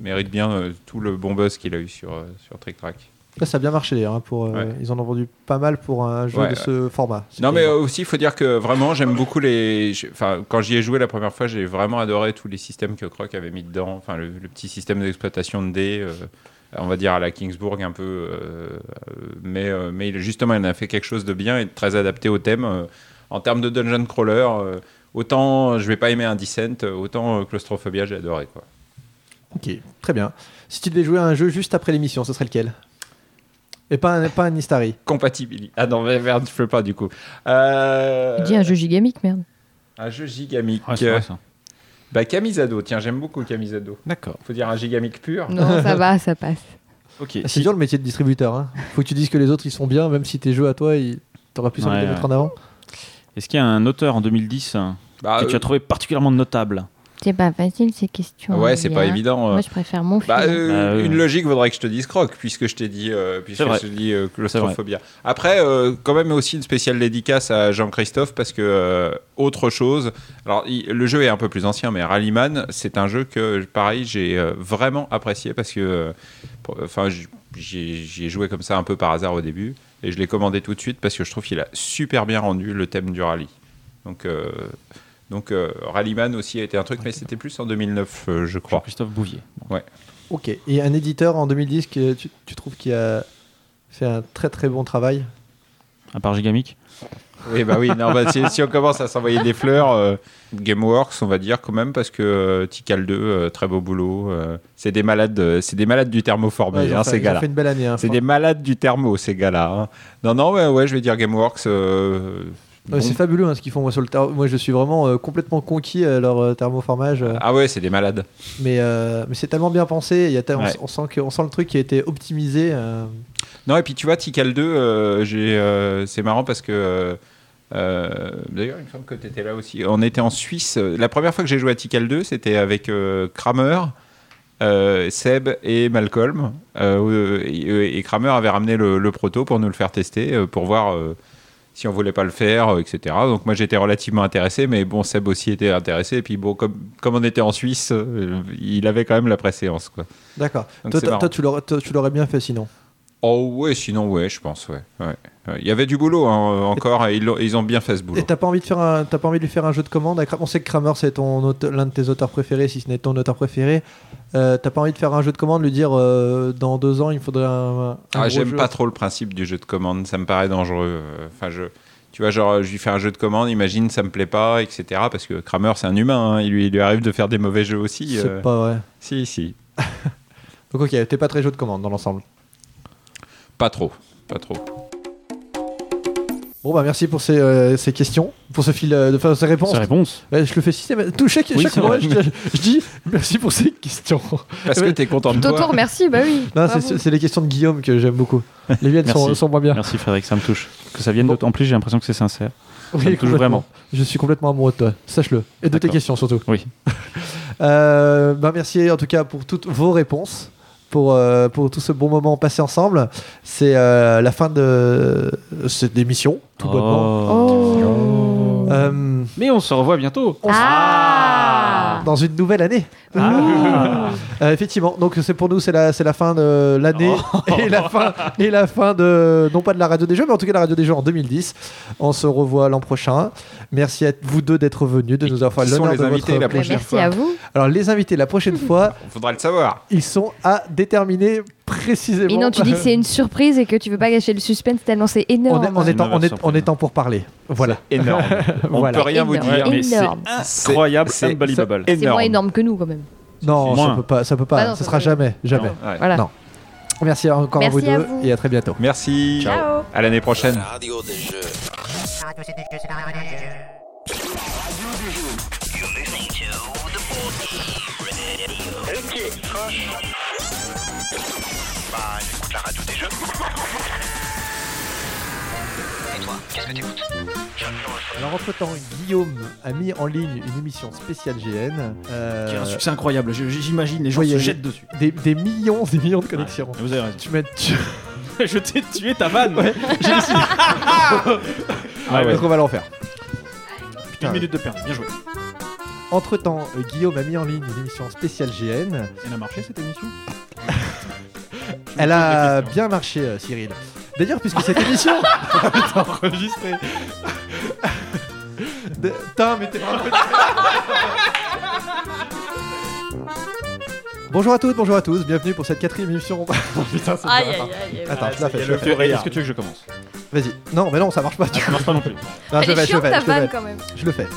S1: mérite bien euh, tout le bon buzz qu'il a eu sur, euh, sur Trick Track.
S4: Là, ça a bien marché d'ailleurs. hein, pour, euh,
S1: Ouais.
S4: Ils en ont vendu pas mal pour un jeu
S1: Ouais,
S4: de ce format.
S1: Non, mais euh, aussi, il faut dire que vraiment, j'aime beaucoup les. je- Enfin, quand j'y ai joué la première fois, j'ai vraiment adoré tous les systèmes que Croc avait mis dedans. Enfin, le, le petit système d'exploitation de dés, euh, on va dire à la Kingsburg un peu. euh, euh, mais, euh, mais il- justement, il en a fait quelque chose de bien et de très adapté au thème. euh, en termes de dungeon crawler, euh, autant euh, je vais pas aimer un Descent, euh, autant euh, Claustrophobia, j'ai adoré. Quoi.
S4: Ok, très bien. Si tu devais jouer à un jeu juste après l'émission, ce serait lequel Et pas un, pas un Nistari.
S1: Compatibilité. Ah non, mais merde, je peux pas du coup. Euh,
S6: Il dit un jeu gigamique, merde.
S1: un jeu gigamique.
S5: Ouais, c'est vrai, ça.
S1: bah, Camisado, tiens, j'aime beaucoup Camisado.
S5: D'accord.
S1: Faut dire un gigamic pur.
S6: Non, ça va, ça passe.
S5: Ok.
S4: Ah, C'est dur le métier de distributeur. Hein. Faut que tu dises que les autres ils sont bien, même si tes jeux à toi, ils... t'auras plus envie
S5: Ouais,
S4: de les
S5: ouais.
S4: mettre en avant.
S5: Est-ce qu'il y a un auteur en 2010 hein,
S1: Bah,
S5: que tu as trouvé particulièrement notable
S6: C'est pas facile ces
S1: euh,
S6: questions. hein,
S1: ouais, c'est pas évident. euh.
S6: Moi, je préfère mon film.
S1: Bah, euh,
S5: Bah, oui.
S1: Une logique vaudrait que je te dise croque, puisque je t'ai dit, euh, puisque
S5: C'est vrai.
S1: je te dis euh, claustrophobia. Après, euh, quand même aussi une spéciale dédicace à Jean-Christophe, parce que euh, autre chose. Alors, il- le jeu est un peu plus ancien, mais Rallyman, c'est un jeu que, pareil, j'ai euh, vraiment apprécié, parce que. euh, pour- Enfin, j- j'y ai- j'y ai joué comme ça un peu par hasard au début, et je l'ai commandé tout de suite, parce que je trouve qu'il a super bien rendu le thème du rallye. Donc. euh, donc, euh, Rallyman aussi a été un truc, mais c'était plus en 2009, euh, je crois.
S5: Christophe Bouvier.
S4: Ok. Et un éditeur en 2010 que tu, tu trouves qui a fait un très très bon travail
S5: À part Gigamic
S1: Oui, bah oui, non, bah, si, si on commence à s'envoyer des fleurs, euh, Gameworks, on va dire quand même, parce que euh, Tikal 2, euh, très beau boulot. euh, c'est des malades, euh, c'est des malades du thermoformé,
S4: Ouais, ils ont
S1: hein,
S4: fait-
S1: ces
S4: ils ont
S1: gars-là.
S4: fait une belle année. hein,
S1: C'est
S4: fran-
S1: des malades du thermo, ces gars-là. hein. Non, non, ouais, ouais, je vais dire Gameworks. euh,
S4: Ouais,
S1: bon.
S4: C'est fabuleux hein, ce qu'ils font. Moi, sur le ter- moi, je suis vraiment euh, complètement conquis à leur euh, thermoformage. euh.
S1: Ah ouais, c'est des malades.
S4: Mais, euh, mais c'est tellement bien pensé, il y a tel- on,
S1: Ouais.
S4: s- on sent que, on sent le truc qui a été optimisé. euh.
S1: Non, et puis tu vois, Tikal 2, euh, j'ai, euh, c'est marrant parce que. euh, euh, D'ailleurs, il me semble que tu étais là aussi. On était en Suisse. Euh, La première fois que j'ai joué à Tikal 2, c'était avec euh, Kramer, euh, Seb et Malcolm. Euh, et, et Kramer avait ramené le, le proto pour nous le faire tester, euh, pour voir euh, si on voulait pas le faire, euh, etc. Donc moi j'étais relativement intéressé, mais bon, Seb aussi était intéressé. Et puis bon, comme, comme on était en Suisse, euh, il avait quand même la préséance. Quoi.
S4: D'accord.
S1: Donc,
S4: Toi,
S1: c'est
S4: toi-
S1: marrant.
S4: toi, tu l'aurais- toi, tu l'aurais bien fait sinon.
S1: Oh ouais, sinon ouais, je pense, ouais. ouais. Ouais. Il y avait du boulot hein, euh, encore, et ils, l'ont- ils ont bien fait ce boulot.
S4: Et t'as pas envie de faire un, t'as pas envie de lui faire un jeu de commande à Kra- On sait que Kramer c'est ton aute- l'un de tes auteurs préférés, si ce n'est ton auteur préféré. Euh, t'as pas envie de faire un jeu de commande, lui dire euh, dans deux ans il faudrait un. un
S1: Ah,
S4: gros
S1: j'aime
S4: jeu.
S1: pas trop le principe du jeu de commande, ça me paraît dangereux. Euh, Enfin, je, tu vois, genre, je lui fais un jeu de commande, imagine, ça me plaît pas, etc. Parce que Kramer, c'est un humain, hein, il, lui, il lui arrive de faire des mauvais jeux aussi.
S4: C'est
S1: euh.
S4: pas vrai.
S1: Si, si,
S4: Donc ok, t'es pas très jeu de commande dans l'ensemble.
S1: pas trop, pas trop.
S4: Bon bah merci pour ces, euh, ces questions, pour ce fil, euh, de- enfin ces réponses.
S5: Sa réponse
S4: Ouais, je le fais systématiquement. Tout chaque,
S5: Oui,
S4: chaque
S5: c'est
S4: mois,
S5: vrai.
S4: je, je dis merci pour ces questions.
S1: Parce que t'es content de
S6: Toto,
S1: toi.
S6: merci, bah oui.
S4: Non,
S6: bravo.
S4: c'est- c'est les questions de Guillaume que j'aime beaucoup. Les miennes sont,
S5: Merci.
S4: sont moins bien.
S5: Merci Frédéric, ça me touche. Que ça vienne d'autant plus, j'ai l'impression que c'est sincère.
S4: Oui,
S5: Ça me touche
S4: complètement.
S5: vraiment.
S4: Je suis complètement amoureux de toi, sache-le. Et de tes
S5: D'accord.
S4: questions surtout.
S5: Oui.
S4: Euh, ben, merci en tout cas pour toutes vos réponses, pour, euh, pour tout ce bon moment passé ensemble. C'est euh, la fin de euh, cette émission, tout bonnement.
S6: Oh.
S4: Euh,
S5: Mais on se revoit bientôt.
S4: on se-
S6: Ah
S4: Dans une nouvelle année.
S1: Ah.
S4: Euh, effectivement, donc c'est pour nous, c'est la, c'est la fin de l'année
S1: Oh.
S4: et, la fin, et la fin de, non pas de la radio des jeux, mais en tout cas de la radio des jeux en 2010. On se revoit l'an prochain. Merci à vous deux d'être venus, de nous avoir
S1: qui
S4: fait
S1: sont
S4: l'honneur
S1: les
S4: de
S1: invités, la
S4: votre
S6: Bah,
S1: prochaine
S6: Merci
S1: fois.
S6: à vous.
S4: Alors les invités, la prochaine fois,
S1: Faudra le savoir.
S4: ils sont à déterminer précisément.
S9: Et non, tu dis que c'est une surprise et que tu veux pas gâcher le suspense tellement c'est
S4: on
S9: énorme.
S4: est, on
S5: C'est
S4: est, en,
S5: une
S4: on est,
S5: version
S4: on est en pour parler. Voilà.
S1: Énorme. On
S4: Voilà.
S1: peut rien vous
S6: Énorme.
S1: dire.
S5: Ouais, mais c'est
S9: Énorme.
S5: incroyable,
S1: C'est- c'est-
S5: unbelievable.
S9: C'est moins énorme que nous quand même.
S4: Non, ça
S5: Moins.
S4: peut pas, ça peut pas.
S6: Ah non,
S4: ça
S6: ça
S4: sera
S6: peut-
S4: jamais, jamais.
S1: Non. Ouais.
S9: Voilà.
S4: Non. Merci encore
S9: Merci
S4: à
S9: à
S4: vous deux
S9: vous.
S4: et à très bientôt.
S1: Merci.
S9: Ciao.
S1: À l'année prochaine.
S8: La radio des jeux.
S2: Radio, c'est des jeux, c'est la radio des jeux.
S3: Bah, écoute la radio des jeux.
S8: Et toi, qu'est-ce que t'écoutes
S4: Alors entre temps, Guillaume a mis en ligne une émission spéciale GN. euh,
S5: Qui est un succès incroyable, je- j'imagine, les gens
S4: Oui,
S5: se
S4: oui.
S5: jettent dessus.
S4: des, des millions, des millions de connexions.
S5: Vous avez raison.
S4: Tu m'as tu-
S5: je t'ai tué ta vanne Ah ouais,
S4: Donc on va l'en faire.
S5: une minute de perte, bien joué.
S4: Entre temps, Guillaume a mis en ligne une émission spéciale GN.
S5: Elle a marché cette émission
S4: Elle a bien marché, euh, Cyril. D'ailleurs, puisque cette émission est enregistrée. De- Putain, mais t'es vraiment. bonjour à toutes, bonjour à tous, bienvenue pour cette quatrième émission. Putain, c'est
S6: Aïe,
S4: dur.
S6: aïe,
S4: Attends,
S6: aïe,
S4: Attends,
S6: aïe.
S4: je la fais. je la fais.
S5: Est-ce que tu veux que je commence
S4: Vas-y. Non, mais non, ça marche pas.
S5: Ça marche pas non plus.
S4: Non, je
S6: Elle
S4: le
S6: est
S4: fais, je le
S6: chiante ta
S4: fais, je le
S6: vanne
S4: fais.
S6: quand même.
S4: Je le fais.